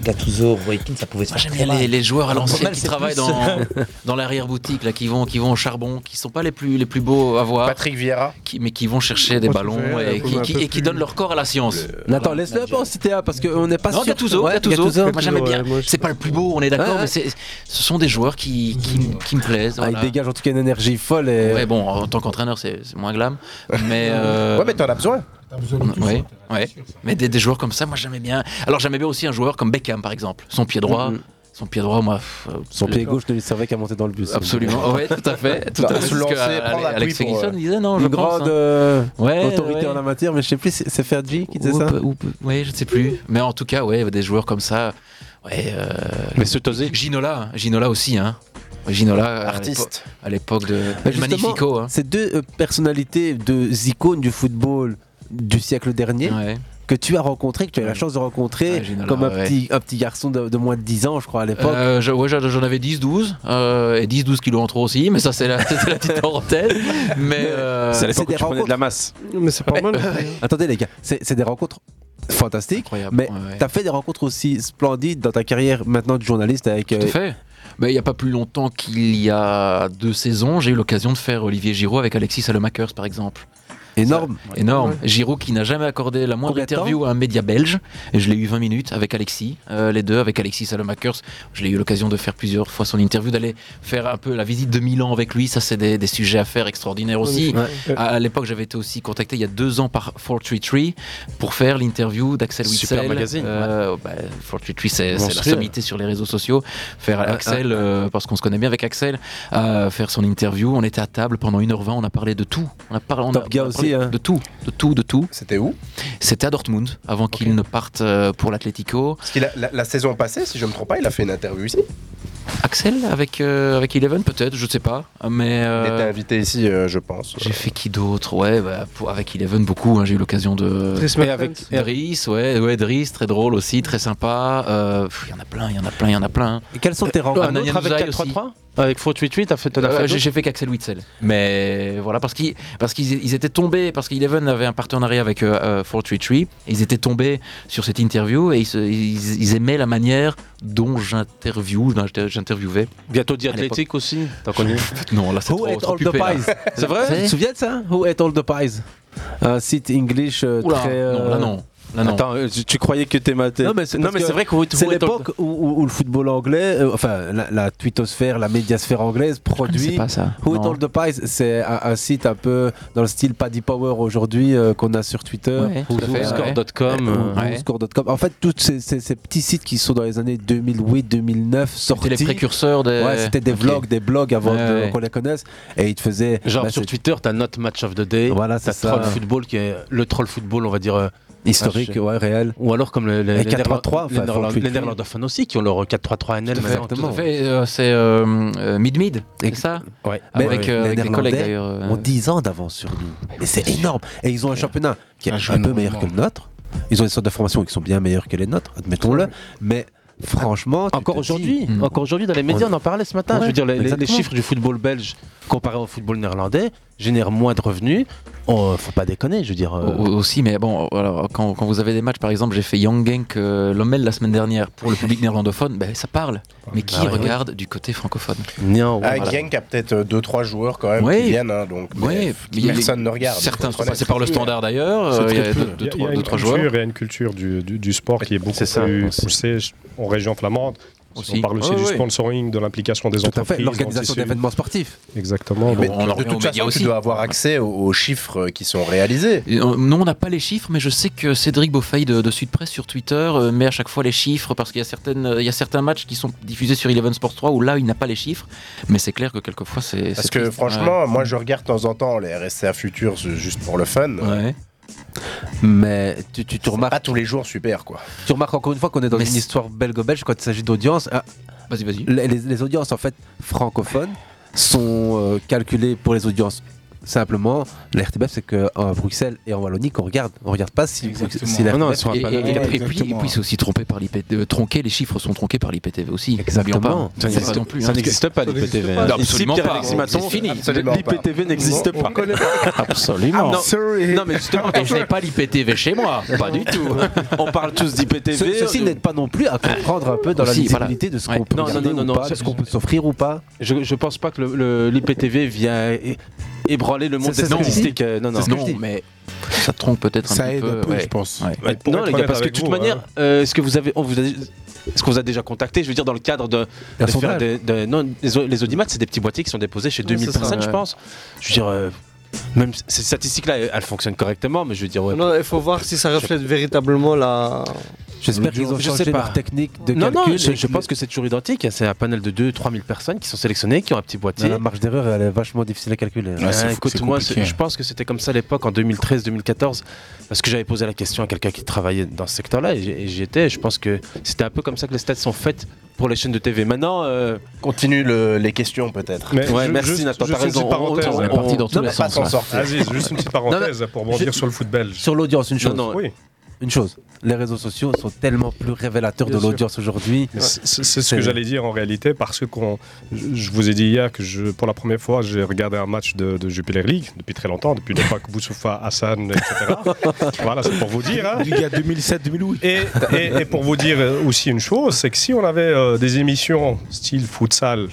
Speaker 13: Gattuso, Roy Keane, ça pouvait se
Speaker 7: Moi,
Speaker 13: faire
Speaker 7: j'aime
Speaker 13: très
Speaker 7: bien les,
Speaker 13: mal.
Speaker 7: les joueurs à
Speaker 13: Encore
Speaker 7: l'ancienne
Speaker 13: mal,
Speaker 7: qui
Speaker 13: c'est
Speaker 7: travaillent
Speaker 13: plus- euh,
Speaker 7: dans,
Speaker 11: euh,
Speaker 7: dans l'arrière-boutique, là, qui vont, qui vont au charbon, qui sont pas les plus, les plus beaux à voir.
Speaker 11: Patrick Vieira.
Speaker 7: mais qui vont chercher des
Speaker 8: Moi, je
Speaker 7: ballons
Speaker 8: préfère,
Speaker 7: et
Speaker 8: euh,
Speaker 7: qui,
Speaker 8: un
Speaker 7: qui-
Speaker 8: peu
Speaker 7: et qui donnent leur corps à la science.
Speaker 8: Nathan, laisse-le penser TA parce qu'on n'est pas
Speaker 7: non,
Speaker 8: sûr.
Speaker 7: Gattuso,
Speaker 8: Ouais,
Speaker 7: Gattuso,
Speaker 8: Gattuso.
Speaker 7: moi j'aimais bien.
Speaker 8: Ouais, moi, je-
Speaker 7: C'est pas le plus beau, on est d'accord,
Speaker 8: Ouais, ouais.
Speaker 7: mais c'est- ce sont des joueurs qui, qui, qui me plaisent.
Speaker 8: Ah, il
Speaker 7: voilà.
Speaker 8: dégage en tout cas une énergie folle. Et...
Speaker 7: Ouais, bon, en tant qu'entraîneur, c'est c'est moins glam. Mais euh,
Speaker 11: Ouais, mais t'en as besoin. hein.
Speaker 7: Ouais, ouais. Mais des, des joueurs comme ça, moi j'aimais bien. Alors j'aimais bien aussi un joueur comme Beckham par exemple. Son pied droit. Son pied droit, moi. pff, euh,
Speaker 8: Mm-hmm. Son
Speaker 7: le-
Speaker 8: pied gauche ne lui servait qu'à monter dans le bus.
Speaker 7: Absolument, ouais, tout à fait. Tout à fait. Parce que, euh, Alex Ferguson disait non,
Speaker 8: Une
Speaker 7: je pense,
Speaker 8: grande
Speaker 7: hein.
Speaker 8: euh,
Speaker 7: Ouais,
Speaker 8: autorité
Speaker 7: ouais.
Speaker 8: en la matière, mais je sais plus, c'est c'est Fergie qui disait
Speaker 7: Ou
Speaker 8: ça
Speaker 7: peu- ou peu- Ouais, je ne sais plus. Mais en tout cas, ouais, des joueurs comme ça. Ouais. euh, Ginola, Ginola aussi, hein. Ginola, à
Speaker 11: Artiste.
Speaker 7: l'épo- À l'époque de
Speaker 8: Bah,
Speaker 7: du
Speaker 8: justement,
Speaker 7: Magnifico, hein.
Speaker 8: Ces deux euh, personnalités, deux icônes du football du siècle dernier. Que tu as rencontré, que tu as eu la chance de rencontrer
Speaker 7: Ginola,
Speaker 8: comme un,
Speaker 7: Ah, ouais.
Speaker 8: petit, un petit garçon de, de moins de 10 ans, je crois, à l'époque.
Speaker 7: Euh, je- ouais, j'en j'en avais 10, 12, euh, et 10, 12 kilos en trop aussi, mais ça, c'est la, c'est la petite parenthèse. Mais, euh,
Speaker 9: C'est à l'époque où tu prenais de la masse.
Speaker 2: Mais c'est pas mal.
Speaker 8: Attendez les gars, c'est c'est des rencontres fantastiques, mais t'as fait des rencontres aussi splendides dans ta carrière maintenant de journaliste avec... euh,
Speaker 7: Tout à fait. Mais il n'y a pas plus longtemps qu'il y a deux saisons, j'ai eu l'occasion de faire Olivier Giroud avec Alexis Salomakers, par exemple.
Speaker 8: Énorme.
Speaker 7: Ça, énorme.
Speaker 8: Ouais.
Speaker 7: Giroud qui n'a jamais accordé la moindre
Speaker 8: Combien de temps
Speaker 7: interview à un média belge. Et je l'ai eu 20 minutes avec Alexis, euh, les deux, avec Alexis Salomakers. Je l'ai eu l'occasion de faire plusieurs fois son interview, d'aller faire un peu la visite de Milan avec lui. Ça, c'est des, des sujets à faire extraordinaires aussi.
Speaker 8: Ouais.
Speaker 7: À, à l'époque, j'avais été aussi contacté il y a deux ans par 433 pour faire l'interview d'Axel Witsel.
Speaker 9: Super magazine,
Speaker 7: Euh, bah, 433, c'est c'est la
Speaker 9: Monstrueux.
Speaker 7: sommité sur les réseaux sociaux. Faire Axel, euh, parce qu'on se connaît bien avec Axel, euh, faire son interview. On était à table pendant 1h20, on a parlé de tout. On a parlé, on a-
Speaker 8: Top Gear
Speaker 7: on a parlé
Speaker 8: aussi, hein.
Speaker 7: De tout, de tout, de tout.
Speaker 11: C'était où
Speaker 7: C'était à Dortmund, avant qu'il ne parte euh, pour l'Atlético.
Speaker 11: Parce qu'il a- la, la saison passée, si je me trompe pas, il a fait une interview ici.
Speaker 7: Axel avec, euh, avec Eleven, peut-être, je sais pas. Euh, Mais,
Speaker 11: Il était invité ici, euh, je pense.
Speaker 7: J'ai fait qui d'autre Ouais, bah, pour- avec Eleven, beaucoup. hein, J'ai eu l'occasion de.
Speaker 2: Dries
Speaker 7: Et
Speaker 2: Mertens.
Speaker 7: avec Driss, ouais, ouais, Driss, très drôle aussi, très sympa. Euh, pff, Il y en a plein, il y en a plein, il y en a plein. Euh,
Speaker 8: Et quelles sont tes
Speaker 7: rencontres
Speaker 9: Un autre avec 4-3-3 Avec 4-8-8, t'as fait t'en as fait
Speaker 7: Euh,
Speaker 9: un
Speaker 7: j'ai
Speaker 9: autre
Speaker 7: j'ai fait qu'Axel Witzel. Mais voilà, parce qu'ils parce qu'ils ils étaient tombés, parce qu'Eleven avait un partenariat avec euh, euh, 433, et ils étaient tombés sur cette interview et ils, se- ils- ils aimaient la manière dont j'interview, dont j'inter- j'interviewais.
Speaker 9: Bientôt dit
Speaker 7: À l'époque.
Speaker 9: Athlétique aussi, t'as connu
Speaker 7: Non, là c'est
Speaker 8: Who
Speaker 7: trop,
Speaker 8: ate
Speaker 7: trop
Speaker 8: all the
Speaker 7: pupé, là.
Speaker 8: pies C'est vrai Tu te souviens de ça hein? Who ate all the pies Un site English euh,
Speaker 9: Oula,
Speaker 8: très... euh,
Speaker 9: non, là, non. Là, non. Attends, euh, tu- tu croyais que t'es maté
Speaker 8: Non mais c'est
Speaker 9: Non,
Speaker 8: parce
Speaker 9: mais c'est vrai que Who ate-
Speaker 8: c'est
Speaker 9: Who ate all the-
Speaker 8: l'époque où, où- où le football anglais, euh, enfin la, la twittosphère, la médiasphère anglaise produit.
Speaker 7: pas ça.
Speaker 8: Who
Speaker 7: Non.
Speaker 8: ate all the pies C'est un, un site un peu dans le style Paddy Power aujourd'hui euh, qu'on a sur Twitter.
Speaker 7: Ouais, tout à fait,
Speaker 8: Whoscore.com,
Speaker 7: ouais.
Speaker 8: euh,
Speaker 7: Ouais.
Speaker 8: whoscore.com. En fait, tous ces, ces- ces petits sites qui sont dans les années 2008-2009 sortis.
Speaker 7: les précurseurs des-
Speaker 8: Ouais, c'était des
Speaker 7: Ok.
Speaker 8: vlogs, des blogs avant
Speaker 9: Ouais,
Speaker 8: de-
Speaker 9: ouais.
Speaker 8: qu'on les connaisse. Et ils te faisaient.
Speaker 9: Genre
Speaker 8: bah,
Speaker 9: sur
Speaker 8: c'est-
Speaker 9: Twitter, t'as Not Match of the Day,
Speaker 8: Voilà,
Speaker 9: t'as
Speaker 8: c'est ça.
Speaker 9: Troll Football qui est le Troll Football, on va dire euh,
Speaker 8: Historique,
Speaker 9: ah, je-
Speaker 8: ouais, réel.
Speaker 9: Ou alors comme le- le-
Speaker 8: Et
Speaker 9: les,
Speaker 8: 4-3-3,
Speaker 9: Néerland- les
Speaker 8: enfin,
Speaker 9: Néerland-
Speaker 8: faut le
Speaker 9: les néerlandophones aussi qui ont leur 4-3-3 NL.
Speaker 7: Tout à fait,
Speaker 9: maintenant.
Speaker 7: tout à fait, euh, c'est euh, euh, Mid-Mid, c'est ça
Speaker 8: Bah Ouais.
Speaker 7: Avec, euh, avec des collègues d'ailleurs. euh. Bah
Speaker 8: ont 10 ans d'avance sur nous. Et c'est énorme. Et ils ont un championnat qui est un, peu meilleur que le nôtre. Ils ont des sortes de formations qui sont bien meilleures que les nôtres, admettons-le. Mais franchement. Encore
Speaker 9: aujourd'hui, encore aujourd'hui dans les médias, on en parlait ce matin.
Speaker 8: Hmm. Ouais,
Speaker 9: je veux dire, les- les, les
Speaker 8: exactement.
Speaker 9: chiffres du football belge comparé au football néerlandais génèrent moins de revenus. Oh, faut pas déconner, je veux dire. euh,
Speaker 7: Au- Aussi, mais bon, alors, quand, quand vous avez des matchs, par exemple, j'ai fait Young Genk euh, Lommel la semaine dernière pour le public néerlandophone, ben, ça parle. Mais
Speaker 9: Bah
Speaker 7: qui
Speaker 11: Ah ouais.
Speaker 7: regarde du côté francophone
Speaker 11: Ah, Genk a peut-être 2-3 joueurs quand même
Speaker 7: Ouais.
Speaker 11: qui viennent, hein, donc mais
Speaker 7: Ouais,
Speaker 11: pff,
Speaker 7: mais il y a
Speaker 11: personne
Speaker 7: les-
Speaker 11: ne regarde.
Speaker 7: certains
Speaker 11: faut
Speaker 7: sont
Speaker 11: être honnête.
Speaker 7: passés par le standard d'ailleurs,
Speaker 11: C'est
Speaker 7: euh, il y a
Speaker 11: très peu.
Speaker 7: deux- deux,
Speaker 12: Il y
Speaker 7: trois-
Speaker 12: a une
Speaker 7: deux, trois
Speaker 12: culture,
Speaker 7: joueurs.
Speaker 12: il y a une culture du, du- du sport qui est beaucoup plus poussée je- en région flamande.
Speaker 7: Aussi.
Speaker 12: On parle aussi
Speaker 7: Ouais,
Speaker 12: du
Speaker 7: ouais.
Speaker 12: sponsoring, de l'implication des
Speaker 8: Tout à
Speaker 12: entreprises.
Speaker 8: fait, l'organisation
Speaker 12: dans le tissu.
Speaker 8: d'événements sportifs.
Speaker 12: Exactement.
Speaker 11: Mais
Speaker 12: donc,
Speaker 7: on en
Speaker 11: de
Speaker 7: revient aux
Speaker 11: toute
Speaker 7: médias
Speaker 11: façon,
Speaker 7: aussi.
Speaker 11: tu dois avoir accès aux, aux chiffres qui sont réalisés.
Speaker 7: Et, euh, Non, on n'a pas les chiffres, mais je sais que Cédric Beaufeuille de, de Sud Presse sur Twitter euh, met à chaque fois les chiffres parce qu'il y, a certaines- euh, il y a certains matchs qui sont diffusés sur Eleven Sports 3 où là il n'a pas les chiffres, mais c'est clair que quelquefois c'est.
Speaker 11: Parce
Speaker 7: c'est
Speaker 11: que
Speaker 7: triste.
Speaker 11: franchement,
Speaker 7: Ouais.
Speaker 11: moi je regarde de temps en temps les RSCA Futurs euh, juste pour le fun.
Speaker 8: Mais tu, tu, tu remarques.
Speaker 11: Pas tous les jours super quoi.
Speaker 8: Tu remarques encore une fois qu'on est dans
Speaker 11: Mais
Speaker 8: une
Speaker 11: c'est-
Speaker 8: histoire belgo-belge quand il s'agit d'audience. ah, Les, les- les audiences en fait francophones sont euh, calculées pour les audiences simplement, la RTBF, c'est qu'en Bruxelles et en Wallonie, qu'on regarde. On regarde pas si, si la
Speaker 7: Non, non,
Speaker 8: RTBF
Speaker 7: elles sont
Speaker 8: est-
Speaker 7: pas-
Speaker 8: est- est-
Speaker 7: et, puis, et puis c'est aussi trompé par l'IPTV. Euh, tronqué, les chiffres sont tronqués par l'IPTV aussi.
Speaker 8: Exactement.
Speaker 7: N'oublions
Speaker 8: Ça
Speaker 7: Pas.
Speaker 8: n'existe-
Speaker 7: C'est non plus,
Speaker 8: ça
Speaker 7: hein.
Speaker 8: n'existe pas, l'IPTV.
Speaker 7: Non,
Speaker 8: Ici,
Speaker 7: absolument pas.
Speaker 8: Pierre-Alexis Maton,
Speaker 7: C'est fini.
Speaker 8: absolument pas. L'IPTV n'existe On- on pas. connaît
Speaker 7: Absolument.
Speaker 8: Ah,
Speaker 7: non.
Speaker 8: non. Sorry.
Speaker 7: Non, mais justement, et je n'ai pas l'IPTV chez moi. Pas du tout.
Speaker 8: On parle tous d'IPTV. Ce- ceci
Speaker 7: Euh,
Speaker 8: n'aide pas non plus à comprendre un peu dans
Speaker 9: Aussi,
Speaker 8: la visibilité
Speaker 9: euh, voilà.
Speaker 8: de ce
Speaker 9: Ouais.
Speaker 8: qu'on peut
Speaker 9: Non,
Speaker 8: regarder
Speaker 9: non, non,
Speaker 8: ou
Speaker 9: non,
Speaker 8: pas,
Speaker 9: non,
Speaker 8: de
Speaker 9: ça-
Speaker 8: ce qu'on peut s'offrir ou pas.
Speaker 9: Je, je pense pas que le- le- l'IPTV vient é- ébranler le monde
Speaker 8: C'est-
Speaker 9: des
Speaker 8: c'est ce que je
Speaker 9: statistiques.
Speaker 8: dis.
Speaker 9: euh, Non, non,
Speaker 8: C'est ce que je dis.
Speaker 7: mais ça trompe peut-être
Speaker 9: Ça aide un peu, je pense. Ouais, non, les gars, parce que de toute
Speaker 8: hein.
Speaker 9: manière, euh, est-ce que vous avez, on vous a- est-ce qu'on vous a déjà contacté Je veux dire, dans le cadre de,
Speaker 8: D'un
Speaker 9: de faire
Speaker 8: sondage.
Speaker 9: des- de- non, les, o- les audimates, c'est des petits boîtiers qui sont déposés chez
Speaker 8: Ouais,
Speaker 9: 2000
Speaker 8: c'est ça.
Speaker 9: personnes, je
Speaker 8: Ouais.
Speaker 9: pense. Je veux dire, euh, même c- ces statistiques-là, elles elles fonctionnent correctement, mais je veux dire, ouais,
Speaker 2: Non, il faut voir si ça reflète véritablement la.
Speaker 9: J'espère qu'ils ont changé leur technique de non,
Speaker 2: calcul
Speaker 9: Non, je,
Speaker 2: et
Speaker 9: je
Speaker 2: que-
Speaker 9: pense que c'est toujours identique. hein. C'est un panel de 2-3000 personnes qui sont sélectionnées, qui ont un petit boîtier.
Speaker 8: Mais La marge d'erreur, elle est vachement difficile à calculer.
Speaker 9: Ouais, écoute, moi, c'est- je pense que c'était comme ça à l'époque, en 2013-2014, parce que j'avais posé la question à quelqu'un qui travaillait dans ce secteur-là, et j'y- et j'y étais. Je pense que c'était un peu comme ça que les stats sont faites pour les chaînes de TV. Maintenant, euh,
Speaker 11: continue les questions peut-être.
Speaker 9: Mais ouais, merci Nathan, t'as raison.
Speaker 11: On est parti dans tous les sens, là. Aziz, juste une petite parenthèse pour rebondir sur le
Speaker 12: foot belge.
Speaker 8: Sur l'audience, une
Speaker 12: Non,
Speaker 8: chose.
Speaker 12: non. Oui.
Speaker 8: Une chose, les réseaux sociaux sont tellement plus révélateurs
Speaker 12: Bien
Speaker 8: de
Speaker 12: sûr.
Speaker 8: l'audience aujourd'hui.
Speaker 12: Mais C'est c'est ce que j'allais dire en réalité parce que quand je je vous ai dit hier que je, pour la première fois j'ai regardé un match de, de Jupiler League depuis très longtemps, depuis l'époque Boussoufa, Hassan, etc. voilà, c'est pour vous dire. Hein.
Speaker 14: Liga 2007-2008.
Speaker 12: Et, et, et pour vous dire euh, aussi une chose, c'est que si on avait euh, des émissions style futsal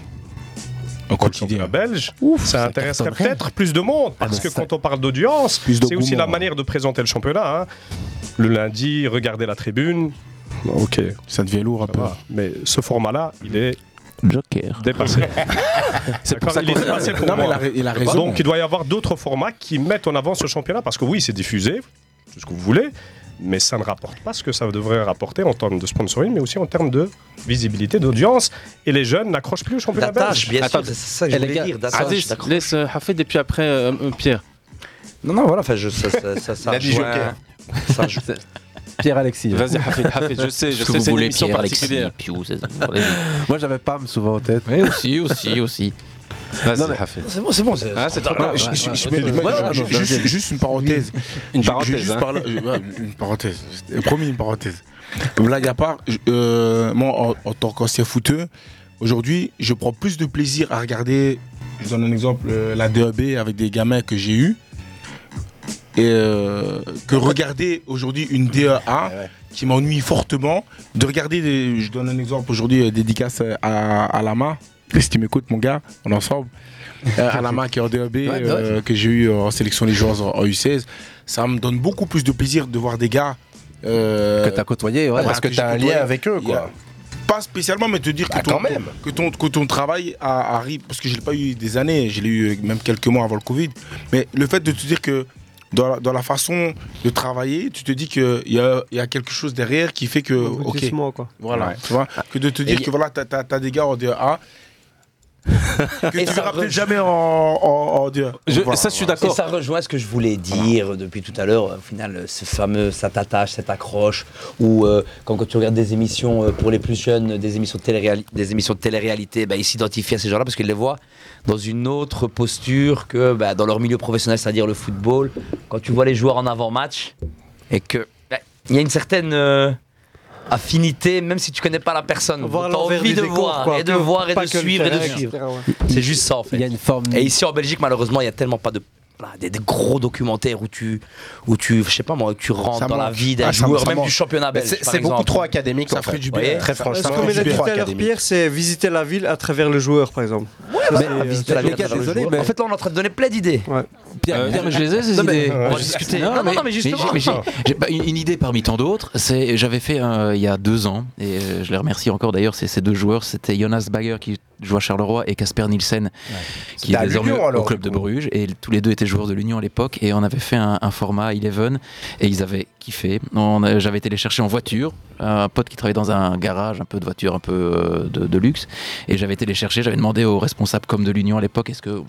Speaker 14: en
Speaker 12: championnat belge, ça intéresserait peut-être plus de monde. Parce que quand on parle d'audience, c'est aussi la manière de présenter le championnat. hein. Le lundi, regarder la tribune. Ok.
Speaker 14: Ça devient lourd un peu.
Speaker 12: Mais ce format-là, il est
Speaker 7: Joker.
Speaker 12: dépassé.
Speaker 14: C'est pour
Speaker 12: D'accord,
Speaker 14: ça
Speaker 12: il est
Speaker 14: qu'on-
Speaker 12: dépassé pour
Speaker 14: Non, mais
Speaker 12: moi.
Speaker 14: il a- il a raison.
Speaker 12: Donc il doit y avoir d'autres formats qui mettent en avant ce championnat parce que oui, c'est diffusé, tout ce que vous voulez, mais ça ne rapporte pas ce que ça devrait rapporter en termes de sponsoring, mais aussi en termes de visibilité, d'audience. Et les jeunes n'accrochent plus au championnat
Speaker 13: Ah ben,
Speaker 12: belge.
Speaker 9: Attends, eh, les gars, Aziz, laisse euh, Hafid et puis après euh, euh, Pierre.
Speaker 13: Non, non, voilà, enfin, je, ça, ça, ça, ça
Speaker 9: Il a dit
Speaker 13: rejoint-
Speaker 9: Joker.
Speaker 13: ça rejoint-
Speaker 8: Pierre-Alexis.
Speaker 9: Vas-y, Hafid, Hafid, je sais, je sais, c'est une émission particulière.
Speaker 8: Moi, j'avais Pam souvent en tête.
Speaker 7: Oui, aussi, aussi, aussi.
Speaker 8: Non,
Speaker 9: Vas-y,
Speaker 8: mais-
Speaker 9: Hafid.
Speaker 8: C'est bon, c'est bon, c'est-
Speaker 9: Ah, c'est trop
Speaker 8: Ouais,
Speaker 9: tard.
Speaker 8: ouais,
Speaker 9: Je- je-
Speaker 8: ouais,
Speaker 9: je-
Speaker 8: ouais.
Speaker 9: je- je-
Speaker 8: Voilà,
Speaker 9: je-
Speaker 8: non,
Speaker 9: je-
Speaker 14: Juste, juste une parenthèse.
Speaker 9: Une
Speaker 14: Je- je-
Speaker 9: parenthèse,
Speaker 14: juste
Speaker 9: hein.
Speaker 14: par là- je- ouais, une parenthèse. C'était Promis, une parenthèse. Blague à part, je- euh, moi, en, en tant qu'ancien footeux, aujourd'hui, je prends plus de plaisir à regarder, je donne un exemple, euh, la DEB avec des gamins que j'ai eus, et, euh, que regarder aujourd'hui une DEA qui m'ennuie fortement. De regarder, des- je donne un exemple aujourd'hui, euh, dédicace à, à Lama. Si tu m'écoutes, mon gars, on est ensemble. Euh, à la main qui est en DEB,
Speaker 8: Ouais, ouais.
Speaker 14: euh, que j'ai eu en sélection des joueurs en, en U16, ça me donne beaucoup plus de plaisir de voir des gars. euh,
Speaker 8: Que t'as côtoyé, ouais.
Speaker 14: voilà,
Speaker 8: Parce que
Speaker 14: j'ai
Speaker 8: t'as un lien
Speaker 14: côtoyé.
Speaker 8: avec eux,
Speaker 14: Il
Speaker 8: quoi.
Speaker 14: y a- Pas spécialement, mais te dire que, ton, que, ton, que ton travail a- arrive, parce que je l'ai pas eu des années, je l'ai eu euh, même quelques mois avant le Covid, mais le fait de te dire que dans la, dans la façon de travailler, tu te dis qu'il y a, il y a quelque chose derrière qui fait que. ok
Speaker 2: L'aboutissement, quoi.
Speaker 14: Voilà,
Speaker 2: Ouais.
Speaker 14: tu vois, que de te
Speaker 2: Et
Speaker 14: dire
Speaker 2: y-
Speaker 14: que voilà, t'as-
Speaker 7: Euh,
Speaker 14: t'as t'as des gars en DA. que
Speaker 13: Et
Speaker 14: tu
Speaker 13: ça
Speaker 14: verras
Speaker 13: re-
Speaker 14: peut-être jamais en, en, en DEA. Voilà, voilà.
Speaker 13: Et ça rejoint ce que je voulais dire depuis tout à l'heure. Au final, euh, ce fameux, cette attache, cette accroche, ou euh, quand, quand tu regardes des émissions euh, pour les plus jeunes, euh, des émissions de télé des émissions de télé-réalité, bah, ils s'identifient à ces gens-là parce qu'ils les voient dans une autre posture que bah, dans leur milieu professionnel, c'est-à-dire le football. Quand tu vois les joueurs en avant-match et que bah, il y a une certaine euh, affinité, même si tu connais pas la personne,
Speaker 2: Voir
Speaker 13: t'as
Speaker 2: l'envers
Speaker 13: envie
Speaker 2: du
Speaker 13: de
Speaker 2: décor,
Speaker 13: voir
Speaker 2: quoi.
Speaker 13: et de voir et
Speaker 2: Pas
Speaker 13: de
Speaker 2: que le
Speaker 13: suivre et de
Speaker 2: terrain,
Speaker 13: suivre.
Speaker 2: etc., ouais.
Speaker 13: C'est juste ça en fait.
Speaker 8: Il y a une forme.
Speaker 13: Et ici en Belgique, malheureusement, il y a tellement pas de voilà, des, des gros documentaires où tu, où tu, je sais pas moi, tu rentres
Speaker 11: Ça
Speaker 13: dans la
Speaker 11: manque.
Speaker 13: vie d'un
Speaker 11: Ah, ça-
Speaker 13: joueur,
Speaker 11: ça
Speaker 13: même
Speaker 11: manque.
Speaker 13: du championnat
Speaker 11: Mais
Speaker 13: belge.
Speaker 11: c'est-
Speaker 13: par
Speaker 11: c'est beaucoup
Speaker 13: exemple.
Speaker 11: trop académique, Ça en ferait fait. du bien.
Speaker 13: Voyez
Speaker 11: Très
Speaker 2: Ce
Speaker 11: franchement,
Speaker 2: qu'on
Speaker 11: ça
Speaker 2: l'a
Speaker 11: fait
Speaker 2: dit
Speaker 11: du
Speaker 2: tout
Speaker 11: bien.
Speaker 2: à l'heure, Pierre, c'est visiter la ville à travers le joueur, par exemple. Ça,
Speaker 13: Ouais,
Speaker 2: c'est-
Speaker 11: euh,
Speaker 13: bah, visiter la
Speaker 2: c'est-
Speaker 13: ville à travers le joueur. En fait, là, on est en train de donner plein d'idées.
Speaker 7: Pierre,
Speaker 13: Euh,
Speaker 7: Pierre, je les ai, ces
Speaker 13: non, mais-
Speaker 7: idées.
Speaker 13: on va
Speaker 7: Je-
Speaker 13: discuter.
Speaker 7: Non,
Speaker 13: Non, non,
Speaker 7: mais,
Speaker 13: non, mais justement.
Speaker 7: j'ai- j'ai- j'ai pas- une, une idée parmi tant d'autres, c'est j'avais fait un- il y a deux ans, et euh, je les remercie encore d'ailleurs, c'est ces deux joueurs, c'était Jonas Bagger qui joue à Charleroi et Casper Nielsen qui
Speaker 11: C'était à
Speaker 7: est désormais
Speaker 11: l'Union, alors,
Speaker 7: au club de Bruges. Et tous les deux étaient joueurs de l'Union à l'époque, et on avait fait un, un format Eleven, et ils avaient kiffé. On a- J'avais été les chercher en voiture, un pote qui travaillait dans un garage, un peu de voiture, un peu euh, de, de luxe, et j'avais été les chercher, j'avais demandé au responsable comme de l'Union à l'époque, est-ce que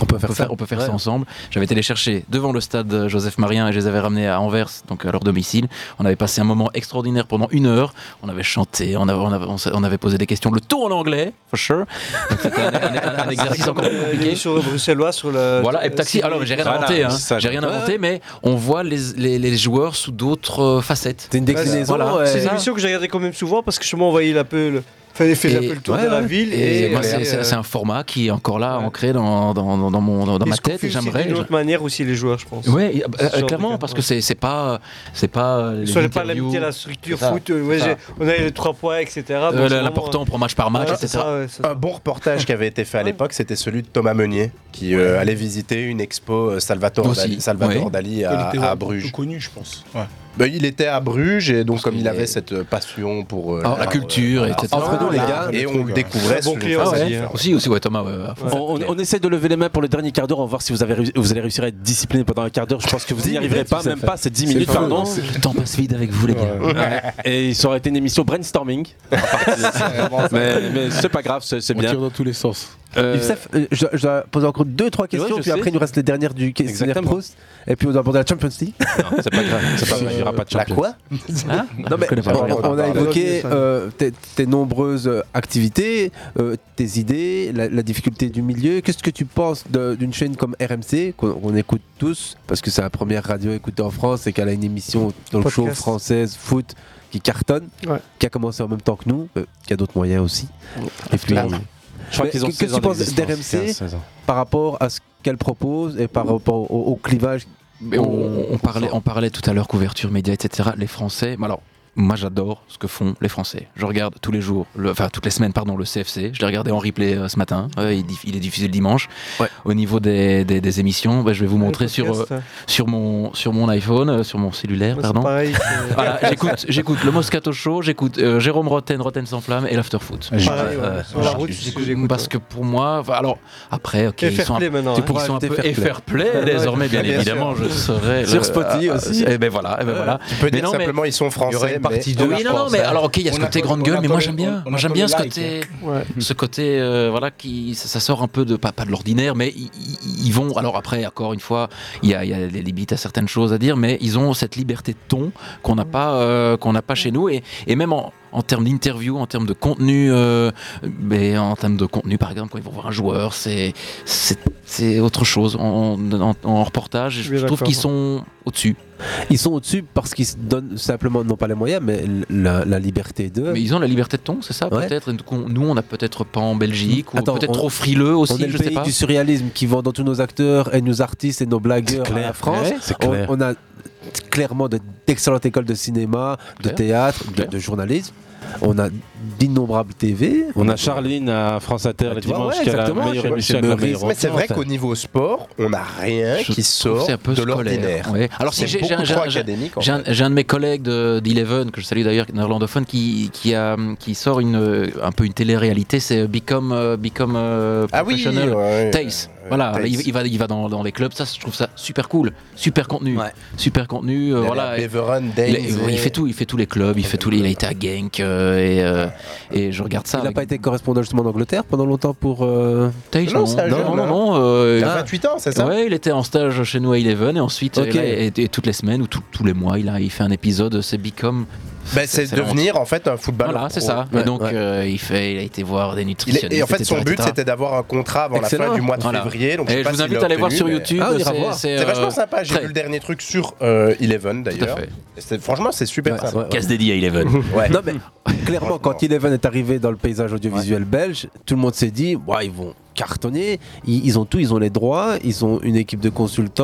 Speaker 7: On peut faire, ça. on peut faire ça ensemble. J'avais été les chercher devant le stade Joseph Marien et je les avais ramenés à Anvers, donc à leur domicile. On avait passé un moment extraordinaire pendant une heure. On avait chanté, on avait, on avait, on s'est- on avait posé des questions, le tout en anglais, for sure. Donc c'était un, un- un- un exercice encore plus compliqué.
Speaker 2: euh, Sur le bruxellois, sur le.
Speaker 7: Voilà, et taxi. Alors, j'ai rien
Speaker 2: Euh, Voilà,
Speaker 7: inventé, hein.
Speaker 2: ça.
Speaker 7: J'ai rien
Speaker 2: Ouais.
Speaker 7: inventé, mais on voit les, les, les joueurs sous d'autres euh, facettes. C'est une
Speaker 2: Voilà. C'est une émission que j'ai regardée quand même souvent parce que je m'envoyais un peu le. Fallait faire un peu le tour de la ville.
Speaker 7: Et, moi, c'est-
Speaker 2: euh,
Speaker 7: c'est c'est un format qui est encore là, ancré dans, dans, dans, dans mon, dans, dans
Speaker 2: ils
Speaker 7: ma
Speaker 2: se
Speaker 7: tête. et
Speaker 2: confient aussi
Speaker 7: J'aimerais.
Speaker 2: D'une autre manière aussi les joueurs, je pense.
Speaker 7: Ouais, euh,
Speaker 2: Ce
Speaker 7: euh,
Speaker 2: genre de
Speaker 7: clairement,
Speaker 2: cas,
Speaker 7: parce
Speaker 2: ouais.
Speaker 7: que c'est c'est pas, c'est pas. euh, les
Speaker 2: Sur pas la
Speaker 7: interviews.
Speaker 2: la structure
Speaker 7: C'est ça.
Speaker 2: foot, euh, ouais,
Speaker 7: C'est
Speaker 2: j'ai-
Speaker 7: ça.
Speaker 2: on a les trois points, etc.
Speaker 7: Euh,
Speaker 2: Donc,
Speaker 7: là,
Speaker 2: c'est
Speaker 7: l'important,
Speaker 2: vraiment-
Speaker 7: on prend match par match,
Speaker 2: Ouais,
Speaker 7: etc.
Speaker 2: c'est ça, ouais,
Speaker 11: Un bon reportage qui avait été fait à l'époque, c'était celui de Thomas Meunier, qui euh, allait visiter une expo euh, Salvatore,
Speaker 14: Aussi,
Speaker 11: Dali, Salvatore
Speaker 14: ouais.
Speaker 11: Dali
Speaker 14: Il
Speaker 11: à,
Speaker 14: était,
Speaker 11: à
Speaker 14: ouais,
Speaker 11: Bruges.
Speaker 14: plutôt connu, je pense. Ouais.
Speaker 11: Ben, il était à Bruges et donc comme il avait cette passion pour euh,
Speaker 7: Ah, la
Speaker 11: l'art,
Speaker 7: culture,
Speaker 11: euh,
Speaker 7: etc.
Speaker 11: l'art,
Speaker 7: Entre nous, les
Speaker 11: l'art,
Speaker 7: gars,
Speaker 11: et
Speaker 7: Ah, le
Speaker 11: on
Speaker 7: truc,
Speaker 11: le
Speaker 7: ouais.
Speaker 11: découvrait
Speaker 7: Bon
Speaker 11: sous
Speaker 7: client,
Speaker 2: Ah
Speaker 11: une
Speaker 7: ouais.
Speaker 11: façon différente.
Speaker 7: Aussi, aussi, ouais, Thomas. ouais, ouais.
Speaker 9: On, on- on essaie de lever les mains pour le dernier quart d'heure. On va voir si vous, avez, réu- vous allez réussir à être discipliné pendant un quart d'heure. Je pense que vous n'y
Speaker 7: Dix
Speaker 9: arriverez
Speaker 7: minutes,
Speaker 9: pas,
Speaker 7: vous
Speaker 9: même
Speaker 7: avez
Speaker 9: pas.
Speaker 7: fait.
Speaker 9: C'est 10
Speaker 7: C'est
Speaker 9: minutes,
Speaker 7: fou,
Speaker 9: pardon.
Speaker 7: hein. Le temps passe vide avec vous, les gars.
Speaker 9: Ouais. Et ça aurait été une émission brainstorming. mais mais c'est pas grave, c'est c'est
Speaker 14: On
Speaker 9: bien.
Speaker 14: tire dans tous les sens.
Speaker 9: Euh,
Speaker 8: Youssef, euh, je, dois- je dois poser encore deux, trois questions,
Speaker 9: je
Speaker 8: puis
Speaker 9: sais.
Speaker 8: après il nous reste les dernières du questionnaire
Speaker 9: Exactement.
Speaker 8: Proust, et puis on doit aborder la Champions League.
Speaker 9: Non, c'est pas grave, c'est pas grave, il y aura pas de
Speaker 8: La
Speaker 9: Champions.
Speaker 8: quoi
Speaker 9: Hein
Speaker 8: Non, mais
Speaker 9: Je connais pas,
Speaker 8: on,
Speaker 9: je regarde
Speaker 8: on a
Speaker 9: pas.
Speaker 8: évoqué
Speaker 9: Ça.
Speaker 8: euh, tes, tes nombreuses euh, activités, euh, tes idées, la, la difficulté du milieu. Qu'est-ce que tu penses de- d'une chaîne comme RMC, qu'on qu'on écoute tous, parce que c'est la première radio écoutée en France et qu'elle a une émission dans le show
Speaker 2: Podcast.
Speaker 8: française, foot, qui cartonne, qui a commencé en même temps que nous, euh, qui a d'autres moyens aussi. Et puis,
Speaker 9: Ah. Je crois
Speaker 8: Mais
Speaker 9: qu'ils ont
Speaker 8: que- Qu'est-ce
Speaker 9: 16
Speaker 8: que tu
Speaker 9: ans
Speaker 8: penses
Speaker 9: d'existence,
Speaker 8: d'RMC
Speaker 9: 15 ans.
Speaker 8: par rapport à ce qu'elle propose et par rapport au, au clivage
Speaker 7: Mais on, on- on parlait, on parlait tout à l'heure couverture média, etc. Les Français, mais alors moi j'adore ce que font les Français. Je regarde tous les jours, le- enfin toutes les semaines, pardon, le CFC. Je l'ai regardé en replay euh, ce matin. Ouais, il, diff- il est diffusé le dimanche. Au niveau des, des- des émissions, bah, je vais vous montrer sur,
Speaker 2: podcast,
Speaker 7: euh,
Speaker 2: ouais.
Speaker 7: sur, mon, sur mon iPhone, euh, sur mon cellulaire,
Speaker 2: Ouais, c'est
Speaker 7: pardon.
Speaker 2: pareil, c'est-
Speaker 7: Voilà, j'écoute, j'écoute le Moscato Show, j'écoute euh, Jérôme Roten, Roten sans flamme et l'Afterfoot.
Speaker 2: Pareil, ouais, Ah, sur la route, c'est ce que j'écoute,
Speaker 7: euh, parce que pour moi, enfin, alors après, ok,
Speaker 2: Et
Speaker 7: ils
Speaker 2: fair
Speaker 7: sont un-
Speaker 2: play maintenant,
Speaker 7: ils
Speaker 2: hein.
Speaker 7: sont un
Speaker 2: Ajouter
Speaker 7: peu
Speaker 2: fair
Speaker 7: et
Speaker 2: play.
Speaker 7: fair play
Speaker 2: Ouais,
Speaker 7: désormais, bien,
Speaker 2: bien sûr.
Speaker 7: évidemment, je serai
Speaker 2: Sur Spotify aussi.
Speaker 7: Et ben voilà, et ben voilà.
Speaker 11: Tu peux
Speaker 7: Mais
Speaker 11: dire
Speaker 7: non, mais-
Speaker 11: simplement ils sont français. mais-
Speaker 7: oui, non, non, mais alors ok, il y a ce
Speaker 11: On
Speaker 7: côté
Speaker 11: attend-
Speaker 7: grande
Speaker 11: on
Speaker 7: gueule, mais moi
Speaker 11: attend-
Speaker 7: j'aime bien.
Speaker 11: on
Speaker 7: Moi j'aime
Speaker 11: attend
Speaker 7: bien
Speaker 11: le
Speaker 7: ce
Speaker 11: like,
Speaker 7: côté,
Speaker 11: hein.
Speaker 7: ce côté, euh, voilà, qui ça, ça sort un peu de pas, pas de l'ordinaire, mais ils- ils ils vont. Alors après, encore une fois, il y a, il y a des limites à certaines choses à dire, mais ils ont cette liberté de ton qu'on n'a pas, euh, qu'on n'a pas chez nous, et, et même en en termes d'interview, en termes de contenu, euh, mais en termes de contenu, par exemple, quand ils vont voir un joueur, c'est c'est c'est autre chose. En, en- en reportage,
Speaker 8: suis
Speaker 7: je trouve
Speaker 8: d'accord.
Speaker 7: qu'ils sont au-dessus.
Speaker 8: Ils sont au-dessus parce qu'ils se donnent simplement, non pas les moyens, mais l- la, la liberté de.
Speaker 7: Mais ils ont la liberté de ton, c'est ça
Speaker 8: Ouais.
Speaker 7: peut-être qu'on- Nous, on n'a peut-être pas en Belgique, ou
Speaker 8: Attends,
Speaker 7: peut-être
Speaker 8: on-
Speaker 7: trop frileux aussi,
Speaker 8: on est le
Speaker 7: je
Speaker 8: pays
Speaker 7: sais pas.
Speaker 8: du surréalisme qui vend dans tous nos acteurs et nos artistes et nos blagueurs
Speaker 9: clair,
Speaker 8: à la France.
Speaker 9: ouais, c'est
Speaker 8: On-
Speaker 9: clair.
Speaker 8: On, a clairement de- d'excellentes écoles de cinéma, de
Speaker 9: Clair.
Speaker 8: théâtre, de, de journalisme. On a d'innombrables TV.
Speaker 9: On a Charline à France Inter le
Speaker 8: tu vois,
Speaker 9: dimanche
Speaker 8: ouais,
Speaker 9: qui a la
Speaker 8: exactement,
Speaker 9: meilleure
Speaker 8: je-
Speaker 9: émission
Speaker 8: je
Speaker 9: avec
Speaker 8: me
Speaker 9: la meilleure
Speaker 8: risque-
Speaker 11: Mais c'est vrai
Speaker 9: entente.
Speaker 11: qu'au niveau sport, on n'a rien
Speaker 7: Je
Speaker 11: qui
Speaker 7: trouve que
Speaker 11: sort
Speaker 7: c'est un peu
Speaker 11: de
Speaker 7: scolaire,
Speaker 11: l'ordinaire.
Speaker 7: ouais. Alors si
Speaker 11: C'est
Speaker 7: j'ai j'ai un,
Speaker 11: beaucoup
Speaker 7: j'ai
Speaker 11: trop
Speaker 7: un- j'ai un-
Speaker 11: académique, en
Speaker 7: j'ai un-
Speaker 11: fait.
Speaker 7: j'ai un de mes collègues de- d'Eleven que je salue d'ailleurs, néerlandophone, qui qui a qui sort une euh, un peu une télé-réalité, c'est Become euh, Become euh,
Speaker 11: Ah oui,
Speaker 7: Professional
Speaker 11: ouais,
Speaker 7: Taste.
Speaker 11: euh,
Speaker 7: Voilà,
Speaker 11: Taste.
Speaker 7: Il, il va il va dans, dans les clubs, ça je trouve ça super cool, super contenu, super contenu. euh,
Speaker 11: Il est
Speaker 7: voilà,
Speaker 11: allé à
Speaker 7: Et-
Speaker 11: Beveren, Danes
Speaker 7: il, est-
Speaker 11: et-
Speaker 7: il fait tout, il fait tous les clubs, il fait tous les, il a été à Genk euh, et euh, et je regarde ça.
Speaker 8: Il n'a
Speaker 7: avec-
Speaker 8: pas été correspondant justement en Angleterre pendant longtemps pour. euh,
Speaker 7: Taïs,
Speaker 8: Non,
Speaker 7: non,
Speaker 8: c'est un
Speaker 7: non,
Speaker 8: jeune,
Speaker 7: non,
Speaker 8: hein.
Speaker 7: non, euh,
Speaker 8: Il a 28 ans, c'est ça
Speaker 7: Ouais, il était en stage chez nous à Eleven et ensuite,
Speaker 8: Ok.
Speaker 7: et là, et, et toutes les semaines ou tout- tous les mois, il, a, il fait un épisode, c'est Become.
Speaker 11: Ben, c'est devenir en fait un footballeur.
Speaker 7: Voilà, c'est
Speaker 11: pro.
Speaker 7: ça. et donc, euh, il, fait, il a été voir des
Speaker 11: Il est-
Speaker 7: nutritionnistes.
Speaker 11: et en fait, son
Speaker 7: etc.,
Speaker 11: but
Speaker 7: etc.
Speaker 11: c'était d'avoir un contrat avant la
Speaker 7: Excellent.
Speaker 11: fin du mois de
Speaker 7: Voilà.
Speaker 11: février. Donc,
Speaker 7: Et
Speaker 11: je, sais
Speaker 7: je
Speaker 11: pas
Speaker 7: vous
Speaker 11: s'il
Speaker 7: invite
Speaker 11: l'a
Speaker 7: à aller voir
Speaker 11: obtenu,
Speaker 7: sur
Speaker 11: mais-
Speaker 7: YouTube, Ah, on ira c'est- voir. c'est,
Speaker 11: C'est vachement
Speaker 7: euh,
Speaker 11: sympa. J'ai
Speaker 7: très-
Speaker 11: vu le dernier truc sur euh, Eleven d'ailleurs.
Speaker 7: fait.
Speaker 11: Et c'est- Franchement, c'est super sympa.
Speaker 7: Casse dédié à Eleven.
Speaker 11: Ouais.
Speaker 8: Non, mais clairement, quand Eleven est arrivé dans le paysage audiovisuel belge, tout le monde s'est dit Ouah, ils vont cartonner, ils, ils ont tout, ils ont les droits, ils ont une équipe de consultants.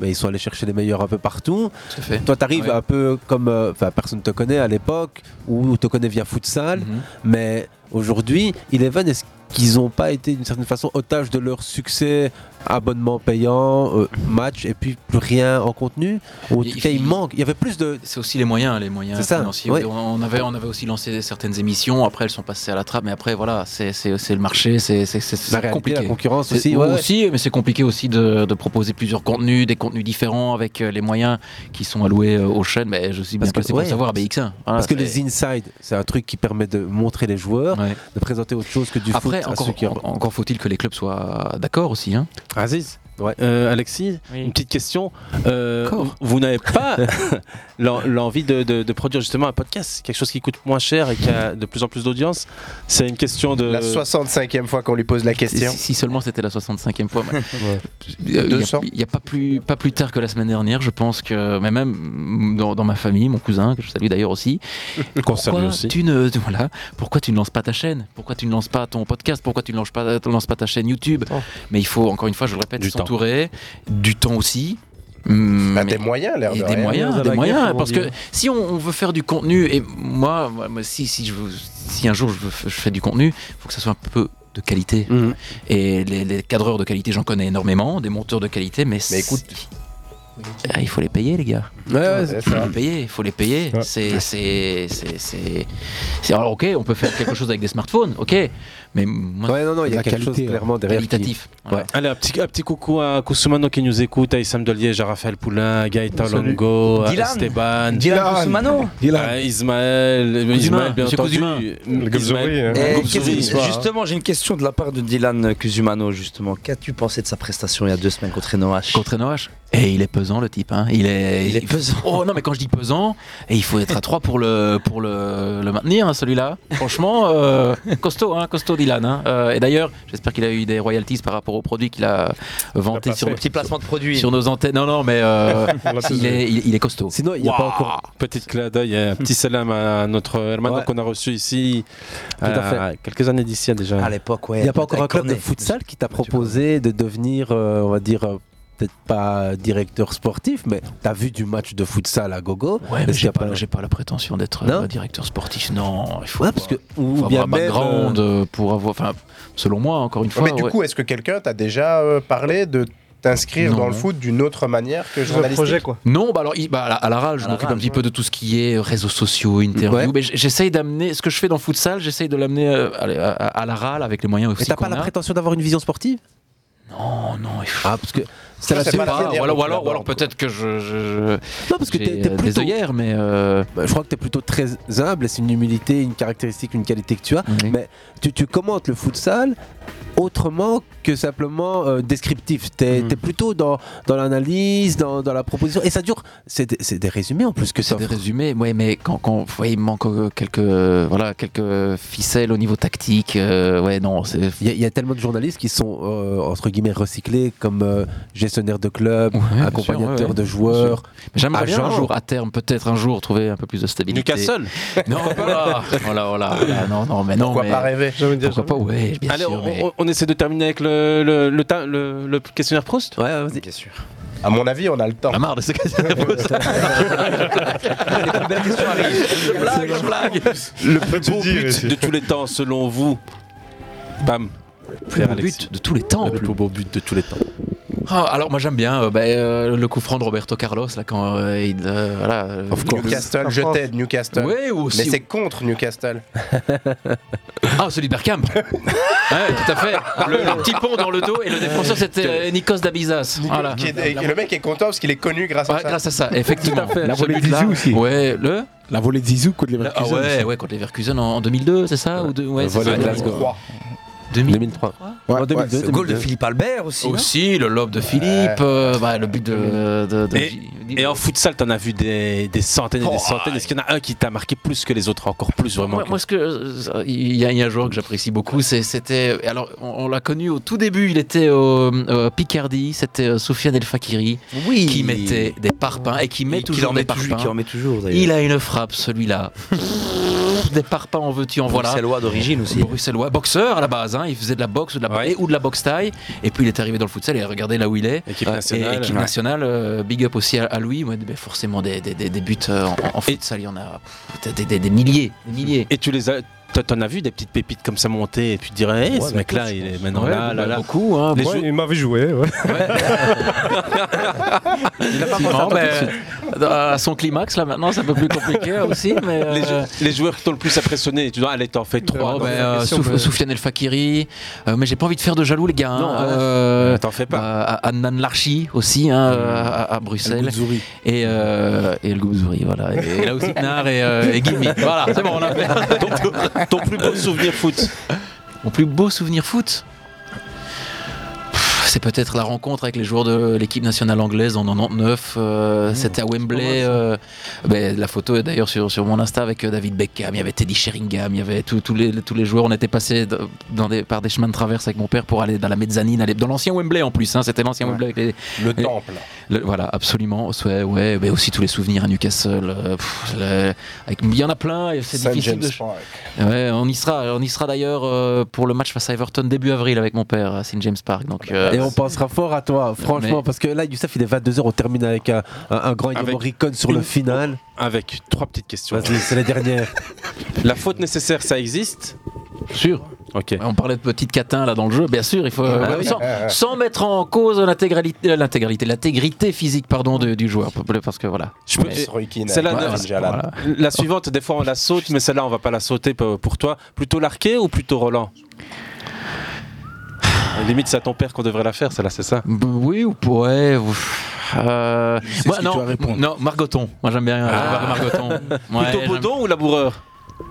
Speaker 8: Mais ils sont allés chercher les meilleurs un peu partout.
Speaker 7: Tout à fait.
Speaker 8: Toi, t'arrives
Speaker 7: Ouais.
Speaker 8: un peu comme. euh, Enfin, personne te connaît à l'époque, ou te connaît via futsal.
Speaker 7: Mhm.
Speaker 8: Mais aujourd'hui, Eleven, est-ce qu'ils n'ont pas été d'une certaine façon otages de leur succès, abonnement payant, euh, match, et puis plus rien en contenu Ou en tout cas, il manque. Il y avait plus de.
Speaker 7: C'est aussi les moyens, les moyens
Speaker 8: C'est ça,
Speaker 7: financiers.
Speaker 8: ouais.
Speaker 7: On, avait, on avait aussi lancé certaines émissions, après elles sont passées à la trappe, mais après voilà, c'est c'est- c'est le marché, c'est c'est- c'est- c'est
Speaker 8: La réalité,
Speaker 7: compliqué.
Speaker 8: la concurrence
Speaker 7: C'est-
Speaker 8: aussi,
Speaker 7: ouais,
Speaker 8: ouais, ouais.
Speaker 7: aussi, mais c'est compliqué aussi de, de proposer plusieurs contenus, des contenus différents avec euh, les moyens qui sont alloués euh, aux chaînes. Mais je suis bien
Speaker 8: Parce que-
Speaker 7: placé pour le
Speaker 8: ouais.
Speaker 7: savoir à BX1. Voilà,
Speaker 8: Parce que
Speaker 7: c'est-
Speaker 8: les inside, c'est un truc qui permet de montrer les joueurs, joueurs, de présenter autre chose que du
Speaker 7: Après,
Speaker 8: foot à
Speaker 7: encore,
Speaker 8: ceux qui en-
Speaker 7: en- encore faut-il que les clubs soient d'accord aussi. Hein.
Speaker 9: Aziz, ouais. Euh, Alexis, une petite question. Euh, vous- vous n'avez pas l'en- l'envie de, de- de produire justement un podcast, quelque chose qui coûte moins cher et qui a de plus en plus d'audience C'est une question de.
Speaker 11: La 65e fois qu'on lui pose la question.
Speaker 7: Si, si seulement c'était la 65e fois. mais-
Speaker 11: Ouais.
Speaker 7: Euh, il y a-
Speaker 11: 200.
Speaker 7: Il n'y a, pas, plus, pas plus tard que la semaine dernière, je pense que, mais même dans, dans ma famille, mon cousin, que je salue d'ailleurs aussi,
Speaker 9: salue
Speaker 7: pourquoi,
Speaker 9: aussi.
Speaker 7: Tu ne, voilà, pourquoi tu ne lances pas ta chaîne Pourquoi tu ne lances pas ton podcast Pourquoi tu ne lances pas, tu ne lances pas ta chaîne YouTube Mais il faut, encore une fois, je le répète,
Speaker 9: Du temps.
Speaker 7: s'entourer du temps aussi. Hum, mais-
Speaker 11: Bah, des moyens, l'air
Speaker 7: et
Speaker 11: de
Speaker 7: des
Speaker 11: rien.
Speaker 7: moyens,
Speaker 11: Moyens à
Speaker 7: des
Speaker 11: la
Speaker 7: moyens,
Speaker 11: guerre, comme
Speaker 7: parce
Speaker 11: on
Speaker 7: que
Speaker 11: dit.
Speaker 7: si on, on veut faire du contenu, et moi, moi, moi, si, si, je veux- si un jour je, veux- je fais du contenu, il faut que ça soit un peu de qualité.
Speaker 9: Mhm.
Speaker 7: Et les, les cadreurs de qualité, j'en connais énormément, des monteurs de qualité, mais,
Speaker 11: Mais écoute,
Speaker 7: Ah, il faut les payer, les gars.
Speaker 11: ouais, c'est
Speaker 7: faut
Speaker 11: ça.
Speaker 7: les payer, faut les payer. C'est, c'est, c'est, c'est, c'est- Alors, ok, on peut faire quelque chose avec des smartphones, ok, mais moi,
Speaker 9: Ouais, non, non, il y a quelque chose clairement derrière. qui-
Speaker 7: Qualitatif.
Speaker 9: Ouais. Allez, un petit, un petit coucou à Koussoumano qui nous écoute, à Issam de Liège, à Raphaël Poulain, à Gaëtan
Speaker 8: Salut.
Speaker 9: Longo, à
Speaker 8: Dylan.
Speaker 9: Esteban,
Speaker 8: Dylan Koussoumano.
Speaker 9: à Ismaël, euh, Ismaël, bien
Speaker 8: Monsieur
Speaker 9: entendu. Euh,
Speaker 8: Kouzma.
Speaker 9: Ismaël-
Speaker 8: hein.
Speaker 13: Eh,
Speaker 9: Gobzouris,
Speaker 13: qu'est-ce que-
Speaker 9: ce soir, hein.
Speaker 13: justement, j'ai une question de la part de Dylan Cusumano, justement. Qu'as-tu pensé de sa prestation il y a deux semaines contre NOH
Speaker 7: Contre NOH Et il est pesant, le type. hein. Il est,
Speaker 13: Il est pesant.
Speaker 7: Oh non, mais quand je dis pesant, et il faut être à 3 pour le, pour le, le maintenir, hein, celui-là. Franchement, euh, costaud, hein, costaud Dylan. hein. Euh, et d'ailleurs, j'espère qu'il a eu des royalties par rapport aux produits qu'il a vanté sur
Speaker 13: fait. Petit placement de produits.
Speaker 7: sur nos antennes. Non, non, mais euh, il, est, il, il est costaud.
Speaker 9: Sinon, il n'y a pas encore. Petite clé d'œil, un petit salam à notre hermano qu'on a reçu ici.
Speaker 8: Tout à
Speaker 9: euh, Quelques années d'ici déjà.
Speaker 13: À l'époque, ouais.
Speaker 8: Il n'y a pas encore un
Speaker 13: avec
Speaker 8: club de
Speaker 13: Cornet.
Speaker 8: futsal qui t'a
Speaker 7: Ah,
Speaker 8: proposé de devenir, euh, on va dire, euh, peut-être pas directeur sportif, mais t'as vu du match de futsal à gogo.
Speaker 7: Ouais, mais
Speaker 8: Est-ce qu'il y
Speaker 7: j'ai
Speaker 8: a
Speaker 7: pas, j'ai pas la prétention d'être euh, directeur sportif. Non, il faut,
Speaker 8: Ouais,
Speaker 7: avoir-
Speaker 8: parce que-
Speaker 7: faut
Speaker 8: ou
Speaker 7: avoir
Speaker 8: bien
Speaker 7: un background
Speaker 8: même,
Speaker 7: euh, pour avoir. Enfin, selon moi, encore une fois.
Speaker 11: mais du
Speaker 7: ouais.
Speaker 11: coup, est-ce que quelqu'un t'a déjà euh, parlé de t'inscrire
Speaker 7: Non.
Speaker 11: dans le foot d'une autre manière que journalistique
Speaker 7: Non, bah alors, il- bah, à, la, à la rage, je
Speaker 11: À la
Speaker 7: m'occupe
Speaker 11: rage,
Speaker 7: un petit peu de tout ce qui est euh, réseaux sociaux, interviews.
Speaker 8: Ouais.
Speaker 7: Mais j- j'essaye d'amener ce que je fais dans futsal, j'essaye de l'amener euh, à, la- à- à la rale avec les moyens
Speaker 8: Mais
Speaker 7: aussi.
Speaker 8: t'as pas
Speaker 7: qu'on
Speaker 8: la
Speaker 7: a. hein.
Speaker 8: prétention d'avoir une vision sportive
Speaker 7: Non, non, il faut.
Speaker 8: Ah, parce que
Speaker 7: Je sais
Speaker 8: seule-
Speaker 7: pas, ou alors, ou alors, ou alors peut-être que je,
Speaker 8: Non, parce que t'es t'es plutôt.
Speaker 7: des œillères, mais. euh,
Speaker 8: Bah, je crois que t'es plutôt très humble, et c'est une humilité, une caractéristique, une qualité que tu as. Mais tu, tu commentes le futsal autrement que simplement euh, descriptif. T'es
Speaker 7: Hmm.
Speaker 8: es plutôt dans, dans l'analyse, dans, dans la proposition. Et ça dure. C'est des- c'est des résumés en plus que ça.
Speaker 7: des résumés, ouais, mais quand, quand vous voyez, il manque euh, quelques, euh, voilà, quelques ficelles au niveau tactique, euh, ouais, non, c'est
Speaker 8: Il y, a- il y a tellement de journalistes qui sont euh, entre guillemets recyclés comme euh, gestionnaires de club, accompagnateurs
Speaker 7: sûr, ouais, ouais.
Speaker 8: de joueurs. Ah,
Speaker 7: Mais J'aimerais bien un
Speaker 8: agents.
Speaker 7: jour, à terme, peut-être un jour, trouver un peu plus de stabilité.
Speaker 9: Newcastle
Speaker 7: Non, Oh voilà, voilà, voilà, voilà, Ah, non, non, mais non.
Speaker 9: Pourquoi
Speaker 7: mais-
Speaker 9: pas rêver
Speaker 7: Pourquoi pas, ouais, bien
Speaker 9: Allez,
Speaker 7: sûr.
Speaker 9: on,
Speaker 7: mais-
Speaker 9: on- on essaie de terminer avec le, le, le, ta- le- le questionnaire Proust
Speaker 8: Ouais, vas-y.
Speaker 9: Bien sûr.
Speaker 11: À mon avis, on a le temps.
Speaker 7: marre de ce questionnaire Proust.
Speaker 13: Je blague, je blague.
Speaker 9: Le plus beau but de tous les temps, selon vous Bam.
Speaker 7: plus beau but de tous les temps.
Speaker 9: Le plus beau but de tous les temps.
Speaker 7: Ah, alors moi j'aime bien euh, bah, euh, le coup franc de Roberto Carlos là quand euh, il euh, voilà euh,
Speaker 11: Newcastle, je t'aide, Newcastle.
Speaker 7: Ouais, ou aussi-
Speaker 11: Mais c'est contre Newcastle.
Speaker 7: ah celui de Bergkamp ouais tout à fait le, le petit pont dans le dos et le défenseur c'était euh, Nikos Dabizas voilà
Speaker 11: Qui est- et le mec est content parce qu'il est connu grâce à
Speaker 7: Ouais,
Speaker 11: ça.
Speaker 7: grâce à ça effectivement
Speaker 11: La
Speaker 7: Ce
Speaker 11: volée de
Speaker 7: but-là,
Speaker 11: Zizou aussi.
Speaker 7: ouais le
Speaker 22: La volée de Zizou contre les
Speaker 7: Le- ah ouais, ouais, contre les Verkusen en, en 2002, c'est ça ou de, ouais,
Speaker 22: Le
Speaker 7: c'est
Speaker 22: volet
Speaker 7: ça,
Speaker 22: de
Speaker 7: 2003.
Speaker 8: 2003.
Speaker 22: Ouais,
Speaker 8: En 2002,
Speaker 22: ouais, c'est-
Speaker 13: Le goal de Philippe Albert aussi. non
Speaker 7: Aussi, le lobe de Philippe, euh, bah, le but de. de- de-
Speaker 9: Et, et en futsal, t'en as vu des, des centaines et
Speaker 7: Oh,
Speaker 9: des centaines. Est-ce qu'il y en a un qui t'a marqué plus que les autres Encore plus, vraiment
Speaker 7: Moi, moi, ce que euh, il y, a- il y a un joueur que j'apprécie beaucoup, c'est- c'était alors on, on l'a connu au tout début, il était au, euh, Picardie, c'était euh, Soufiane El Fakiri,
Speaker 13: Oui.
Speaker 7: qui mettait des parpaings et qui met
Speaker 13: Qui- qui
Speaker 7: toujours
Speaker 13: en
Speaker 7: des
Speaker 13: met toujours-
Speaker 7: parpaings.
Speaker 13: qui en met toujours, d'ailleurs.
Speaker 7: Il a une frappe, celui-là. des parpaings en veux-tu, en voilà.
Speaker 13: Bruxellois d'origine aussi.
Speaker 7: Bruxellois, boxeur à la base, hein, il faisait de la boxe, de la et- ou de la boxe taille, et puis il est arrivé dans le futsal et regardez là où il est.
Speaker 9: Équipe
Speaker 7: Euh,
Speaker 9: nationale,
Speaker 7: et équipe
Speaker 9: ouais.
Speaker 7: nationale, euh, big up aussi à, à lui. Ouais, ben, forcément des, des- des- des buts euh, en, en futsal, il y en a pff, des- des- des- des milliers.
Speaker 9: Et tu les as. t'en- T'en as vu des petites pépites comme ça monter et puis tu te dirais, Eh,
Speaker 12: Ouais,
Speaker 9: ce
Speaker 12: bah,
Speaker 9: mec-là, il
Speaker 12: écoute, je
Speaker 9: est
Speaker 12: pense.
Speaker 9: maintenant
Speaker 12: Ouais,
Speaker 9: là,
Speaker 12: bah,
Speaker 9: là, là.
Speaker 12: beaucoup, hein.
Speaker 9: Les
Speaker 12: Ouais,
Speaker 9: jou-
Speaker 12: Il m'avait joué, ouais.
Speaker 9: Il a pas pensé à toi tout de suite.
Speaker 7: à son climax, là maintenant, c'est un peu plus compliqué aussi. Mais,
Speaker 9: les,
Speaker 7: euh,
Speaker 9: jou- les joueurs qui t'ont le plus impressionné, tu dis, allez, t'en fais trois.
Speaker 7: Oh, ben, euh, Souf- Soufiane El Fakiri, euh, mais j'ai pas envie de faire de jaloux les gars. hein.
Speaker 9: Non, ouais.
Speaker 7: Euh, bah, Adnan Larchi aussi
Speaker 9: Mmh.
Speaker 7: hein, à, à Bruxelles. et, euh, et El Gouzouri, voilà. Et, là aussi Tnar et, euh, et Guilmy. Voilà, c'est bon, on a fait.
Speaker 9: ton, ton plus beau souvenir foot
Speaker 7: Mon plus beau souvenir foot Pff, c'est peut-être la rencontre avec les joueurs de l'équipe nationale anglaise en 99.
Speaker 11: Mmh,
Speaker 7: euh, C'était à Wembley. euh, ben, la photo est d'ailleurs sur, sur mon Insta avec euh, David Beckham, il y avait Teddy Sheringham, il y avait tous tous les, tous les joueurs. On était passés d- dans des, par des chemins de traverse avec mon père pour aller dans la mezzanine, aller, dans l'ancien Wembley en plus. hein, C'était l'ancien Wembley avec les,
Speaker 11: Le
Speaker 7: les-
Speaker 11: temple.
Speaker 7: le- voilà, absolument. Ouais, ouais, mais aussi tous les souvenirs à Newcastle. euh, pff, le- avec- il y en a plein. et C'est
Speaker 11: Saint
Speaker 7: difficile.
Speaker 11: James
Speaker 7: de-
Speaker 11: Park.
Speaker 7: Ouais, on y sera. On y sera d'ailleurs euh, pour le match face à Everton début avril avec mon père à St James Park. Donc, euh,
Speaker 8: Et on pensera fort à toi, franchement,
Speaker 7: Mais-
Speaker 8: parce que là, Youssef, il est 22h, on termine avec un, un- un grand Yvan Ricon sur le final.
Speaker 9: Avec trois petites questions.
Speaker 8: Vas-y, c'est la dernière.
Speaker 9: La faute nécessaire, ça existe
Speaker 7: Sûr.
Speaker 9: Ok.
Speaker 7: On parlait de petite catin là dans le jeu, bien sûr. Il faut euh,
Speaker 9: Ah oui.
Speaker 7: sans, sans mettre en cause l'intégralité, euh, l'intégralité, l'intégrité physique pardon de- du joueur, parce que voilà.
Speaker 9: Je peux-
Speaker 7: Mais-
Speaker 9: Celle-là,
Speaker 7: Voilà,
Speaker 9: non,
Speaker 7: voilà.
Speaker 9: la suivante, des fois on la saute, mais celle-là on va pas la sauter pour pour toi. Plutôt l'arqué ou plutôt Roland Limite, c'est à ton père qu'on devrait la faire, celle-là, c'est ça
Speaker 7: B- Bah Oui ou p- ouais. ou- euh,
Speaker 9: sais
Speaker 7: moi,
Speaker 9: ce que
Speaker 7: non,
Speaker 9: tu vas répondre.
Speaker 7: non, Margoton. Moi j'aime bien euh,
Speaker 9: Ah.
Speaker 7: Margoton.
Speaker 9: Plutôt Baudon ou laboureur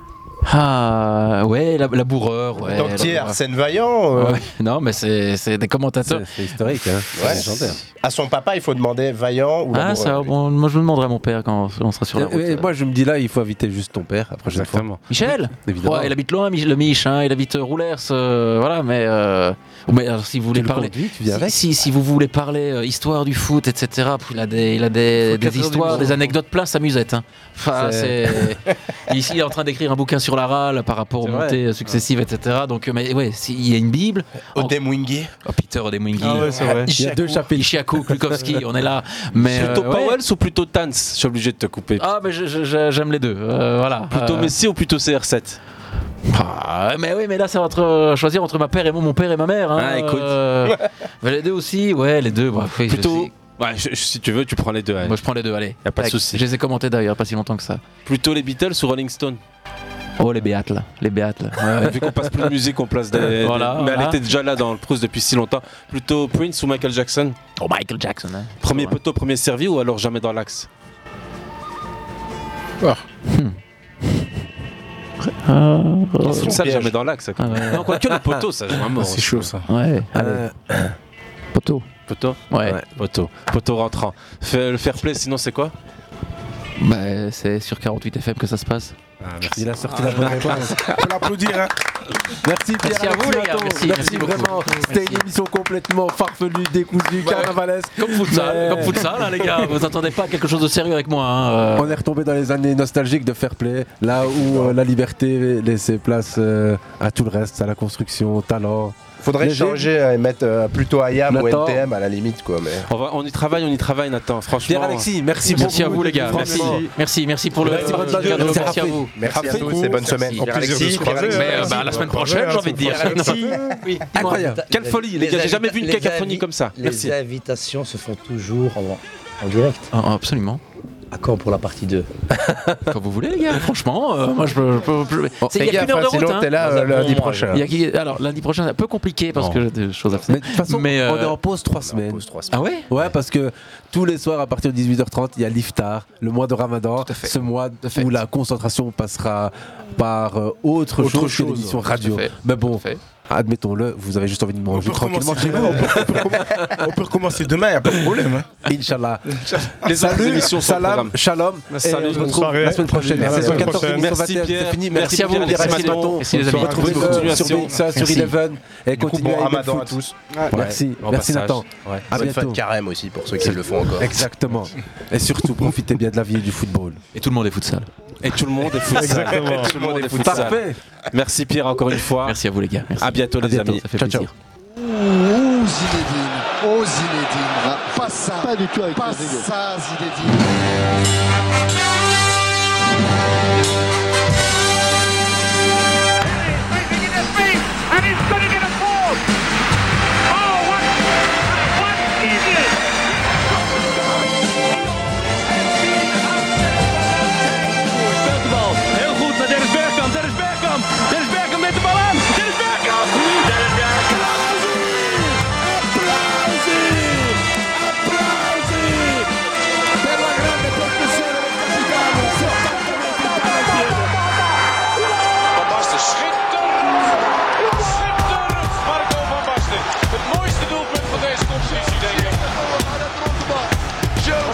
Speaker 7: Ah ouais, la, la bourreur. Ouais,
Speaker 11: Donc,
Speaker 7: la
Speaker 11: Thierry
Speaker 7: bourreur.
Speaker 11: Arsène Vaillant. euh,
Speaker 7: Ouais, non, mais c'est c'est des commentateurs.
Speaker 8: C'est historique, hein.
Speaker 11: ouais. À son papa, il faut demander Vaillant ou
Speaker 7: Ah,
Speaker 11: Lamoureux.
Speaker 7: ça, bon, moi je me demanderai à mon père quand on sera sur la route.
Speaker 8: Et, et Euh,
Speaker 9: euh.
Speaker 8: moi, je me dis là, il faut inviter juste ton père la prochaine fois.
Speaker 7: Michel
Speaker 8: Évidemment.
Speaker 7: Ouais, il habite loin, Mich- le Mich, hein, il habite euh, Roulers, euh, voilà, mais, euh, mais alors, si vous voulez
Speaker 8: le
Speaker 7: parler,
Speaker 8: conduis, tu viens
Speaker 7: si,
Speaker 8: avec.
Speaker 7: si, si vous voulez parler euh, histoire du foot, etc. pff, Il a des, il a des,
Speaker 8: Faut
Speaker 7: des
Speaker 8: quatre heures
Speaker 7: histoires,
Speaker 8: d'émission.
Speaker 7: des anecdotes plein sa musette. Hein. Enfin,
Speaker 8: C'est-
Speaker 7: c'est- ici, il est en train d'écrire un bouquin sur la râle par rapport aux
Speaker 8: C'est vrai.
Speaker 7: montées euh, successives, etc. Donc, euh, mais ouais, si- il y a une Bible. Odem
Speaker 11: Wingy.
Speaker 7: Oh, Peter Odem Wingy.
Speaker 9: Ah ouais, c'est vrai. Il y a deux
Speaker 7: chapitres. Ishiaku, Klukowski, on est là. Mais
Speaker 9: plutôt
Speaker 7: euh, ouais.
Speaker 9: Powell ou plutôt Tans Je suis obligé de te couper.
Speaker 7: Ah, mais je- je- je- j'aime les deux. euh, voilà.
Speaker 9: Plutôt
Speaker 7: Euh,
Speaker 9: Messi ou plutôt CR7
Speaker 7: Ah, mais oui, mais là, c'est entre euh, choisir entre ma père et mon, mon père et ma mère. Hein,
Speaker 9: Ah, écoute.
Speaker 7: mais bah, les deux aussi, ouais, les deux. bref, oui, je
Speaker 9: Plutôt.
Speaker 7: sais.
Speaker 9: Ouais, je- je- si tu veux, tu prends les deux.
Speaker 7: Moi, je prends les deux, allez.
Speaker 9: Y a pas de
Speaker 7: Tac.
Speaker 9: souci.
Speaker 7: Je les ai commentés d'ailleurs, pas si longtemps que ça.
Speaker 9: Plutôt les Beatles ou Rolling Stone
Speaker 7: Oh, les béates là, les béates là. Ouais, ouais.
Speaker 9: Vu qu'on passe plus de musique, on place des. des-
Speaker 7: Voilà,
Speaker 9: mais elle
Speaker 7: voilà.
Speaker 9: était déjà là dans le Proust depuis si longtemps. Plutôt Prince ou Michael Jackson
Speaker 7: Oh, Michael Jackson. hein.
Speaker 9: Premier
Speaker 7: Ouais.
Speaker 9: poteau, premier servi ou alors jamais dans l'axe
Speaker 7: Hmm. Ah, Attention,
Speaker 9: Ça,
Speaker 7: Oh, piège.
Speaker 9: jamais dans l'axe. ça.
Speaker 7: Ah, ouais. Ah,
Speaker 9: Non, quoique le poteau, ça, c'est vraiment.
Speaker 14: C'est chaud ça.
Speaker 7: Ouais.
Speaker 9: Euh,
Speaker 7: Poteau.
Speaker 9: Poteau
Speaker 7: Ouais.
Speaker 9: Poteau. Poteau rentrant. Fais- le fair play, sinon c'est quoi
Speaker 7: Bah, c'est sur 48 FM que ça se passe.
Speaker 14: Ah,
Speaker 8: Il a sorti la bonne réponse.
Speaker 14: On l'applaudir. Hein.
Speaker 8: Merci Pierre.
Speaker 7: Merci à vous, les gars.
Speaker 8: Maton.
Speaker 7: Merci, merci beaucoup.
Speaker 8: vraiment. C'était une émission complètement farfelue, décousue, carnavalesque.
Speaker 7: Comme futsal,
Speaker 8: Mais-
Speaker 7: comme futsal, hein, les gars. Vous attendez pas à quelque chose de sérieux avec moi. hein, euh.
Speaker 8: On est retombé dans les années nostalgiques de fair play, là où euh, la liberté laissait place euh, à tout le reste, à la construction, au talent.
Speaker 11: Faudrait
Speaker 8: Les jeunes-
Speaker 11: changer euh, et mettre euh, plutôt Ayam ou
Speaker 8: Nathan.
Speaker 11: NTM à la limite, quoi. Mais...
Speaker 9: on, va- on y travaille, on y travaille, Nathan. Franchement.
Speaker 8: Pierre Alexis, euh, merci
Speaker 7: Merci à
Speaker 8: beaucoup.
Speaker 7: vous, les gars. Merci.
Speaker 8: Franchement.
Speaker 7: Merci, merci pour le.
Speaker 8: Merci pour votre bonne gueule.
Speaker 7: Merci,
Speaker 8: Merci
Speaker 7: à
Speaker 8: à
Speaker 7: vous.
Speaker 11: Merci à
Speaker 8: Raphaël
Speaker 11: tous et bonne
Speaker 8: Merci.
Speaker 11: semaine.
Speaker 8: Au plaisir de se croiser,
Speaker 7: Mais euh,
Speaker 8: Merci.
Speaker 7: bah, la semaine
Speaker 8: Au revoir,
Speaker 7: prochaine, j'ai
Speaker 8: la
Speaker 7: envie de dire.
Speaker 8: semaine prochaine.
Speaker 7: Oui.
Speaker 8: Incroyable.
Speaker 9: Quelle folie, les gars. J'ai jamais vu une
Speaker 18: les
Speaker 9: cacophonie
Speaker 18: invi-
Speaker 9: comme ça.
Speaker 18: Les
Speaker 9: Merci.
Speaker 18: invitations se font toujours en, en direct.
Speaker 7: Ah, absolument.
Speaker 18: À quand pour la partie 2
Speaker 7: Quand vous voulez, les gars. Franchement, euh, moi, je peux. je peux- je peux- C'est-
Speaker 11: les
Speaker 7: Il y a
Speaker 11: gars,
Speaker 7: qu'une heure de
Speaker 11: enfin, sinon,
Speaker 7: route. hein.
Speaker 11: t'es là, euh, lundi prochain.
Speaker 7: Il y a qui- Alors, lundi prochain, c'est un peu compliqué parce que j'ai des choses à faire.
Speaker 8: Mais de toute façon,
Speaker 7: Mais, euh,
Speaker 8: on est en pause trois semaines.
Speaker 7: Ah ouais
Speaker 8: Ouais, parce que tous les soirs à partir de 18h30, il y a l'iftar, le mois de Ramadan, ce mois où la concentration passera par euh, autre,
Speaker 14: Autre
Speaker 8: chose,
Speaker 14: chose.
Speaker 8: que l'émission
Speaker 14: Tout à
Speaker 8: radio.
Speaker 14: fait.
Speaker 8: Mais bon, admettons-le, vous avez juste envie de manger tranquillement
Speaker 14: recommencer
Speaker 8: chez vous.
Speaker 14: On peut recommencer demain, y a pas de problème. hein.
Speaker 8: Inch'Allah.
Speaker 14: Les autres émissions sont au
Speaker 8: salam,
Speaker 14: programme.
Speaker 8: shalom.
Speaker 14: Salut,
Speaker 8: et on se
Speaker 14: bonne
Speaker 8: retrouve
Speaker 14: soirée.
Speaker 8: la semaine prochaine.
Speaker 14: Merci,
Speaker 8: La saison
Speaker 14: bonne
Speaker 8: 14,
Speaker 14: prochaine.
Speaker 8: émission
Speaker 14: Merci,
Speaker 8: 21,
Speaker 14: Pierre.
Speaker 8: c'est fini.
Speaker 14: Merci à vous,
Speaker 8: Pierre
Speaker 14: merci,
Speaker 8: Alexis
Speaker 14: Maton.
Speaker 8: Maton.
Speaker 14: Merci, les amis.
Speaker 8: Retrouvez-le
Speaker 14: Bonne continuation.
Speaker 8: sur Big Sun, sur
Speaker 14: Merci.
Speaker 8: 11 et
Speaker 11: Du coup, bon
Speaker 8: continuez à aimer le
Speaker 11: Ramadan à
Speaker 8: foot.
Speaker 11: tous.
Speaker 8: Ouais. Merci,
Speaker 11: Bon
Speaker 8: merci
Speaker 11: passage.
Speaker 8: Nathan.
Speaker 11: Ouais.
Speaker 8: À
Speaker 11: Bonne fin
Speaker 8: bientôt.
Speaker 11: de carême aussi pour ceux qui le font encore.
Speaker 8: Exactement. Et surtout, profitez bien de la vie et du football.
Speaker 7: Et tout le monde est futsal.
Speaker 9: Et tout le monde est futsal.
Speaker 8: Exactement.
Speaker 9: Tout le monde est futsal.
Speaker 8: Parfait.
Speaker 9: Merci Pierre encore une fois.
Speaker 7: Merci à vous les gars.
Speaker 9: À bientôt les amis.
Speaker 7: Ça fait
Speaker 9: Ciao, ciao.
Speaker 7: plaisir.
Speaker 1: Ouh, ouh, Zinedine. Oh, Zinedine. Ra- Pas ça. Pas du tout Pas ça, Zinedine.
Speaker 3: and it's going to get a foul. Oh, what, what is it?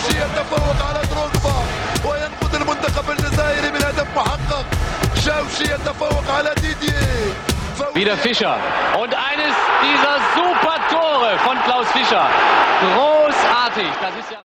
Speaker 6: يتفوق على دروجبا وينقذ المنتخب الجزائري من هدف محقق شاوشي يتفوق على ديدييه
Speaker 4: Wieder Fischer. Und eines dieser super Tore von Klaus Fischer. Großartig. Das ist ja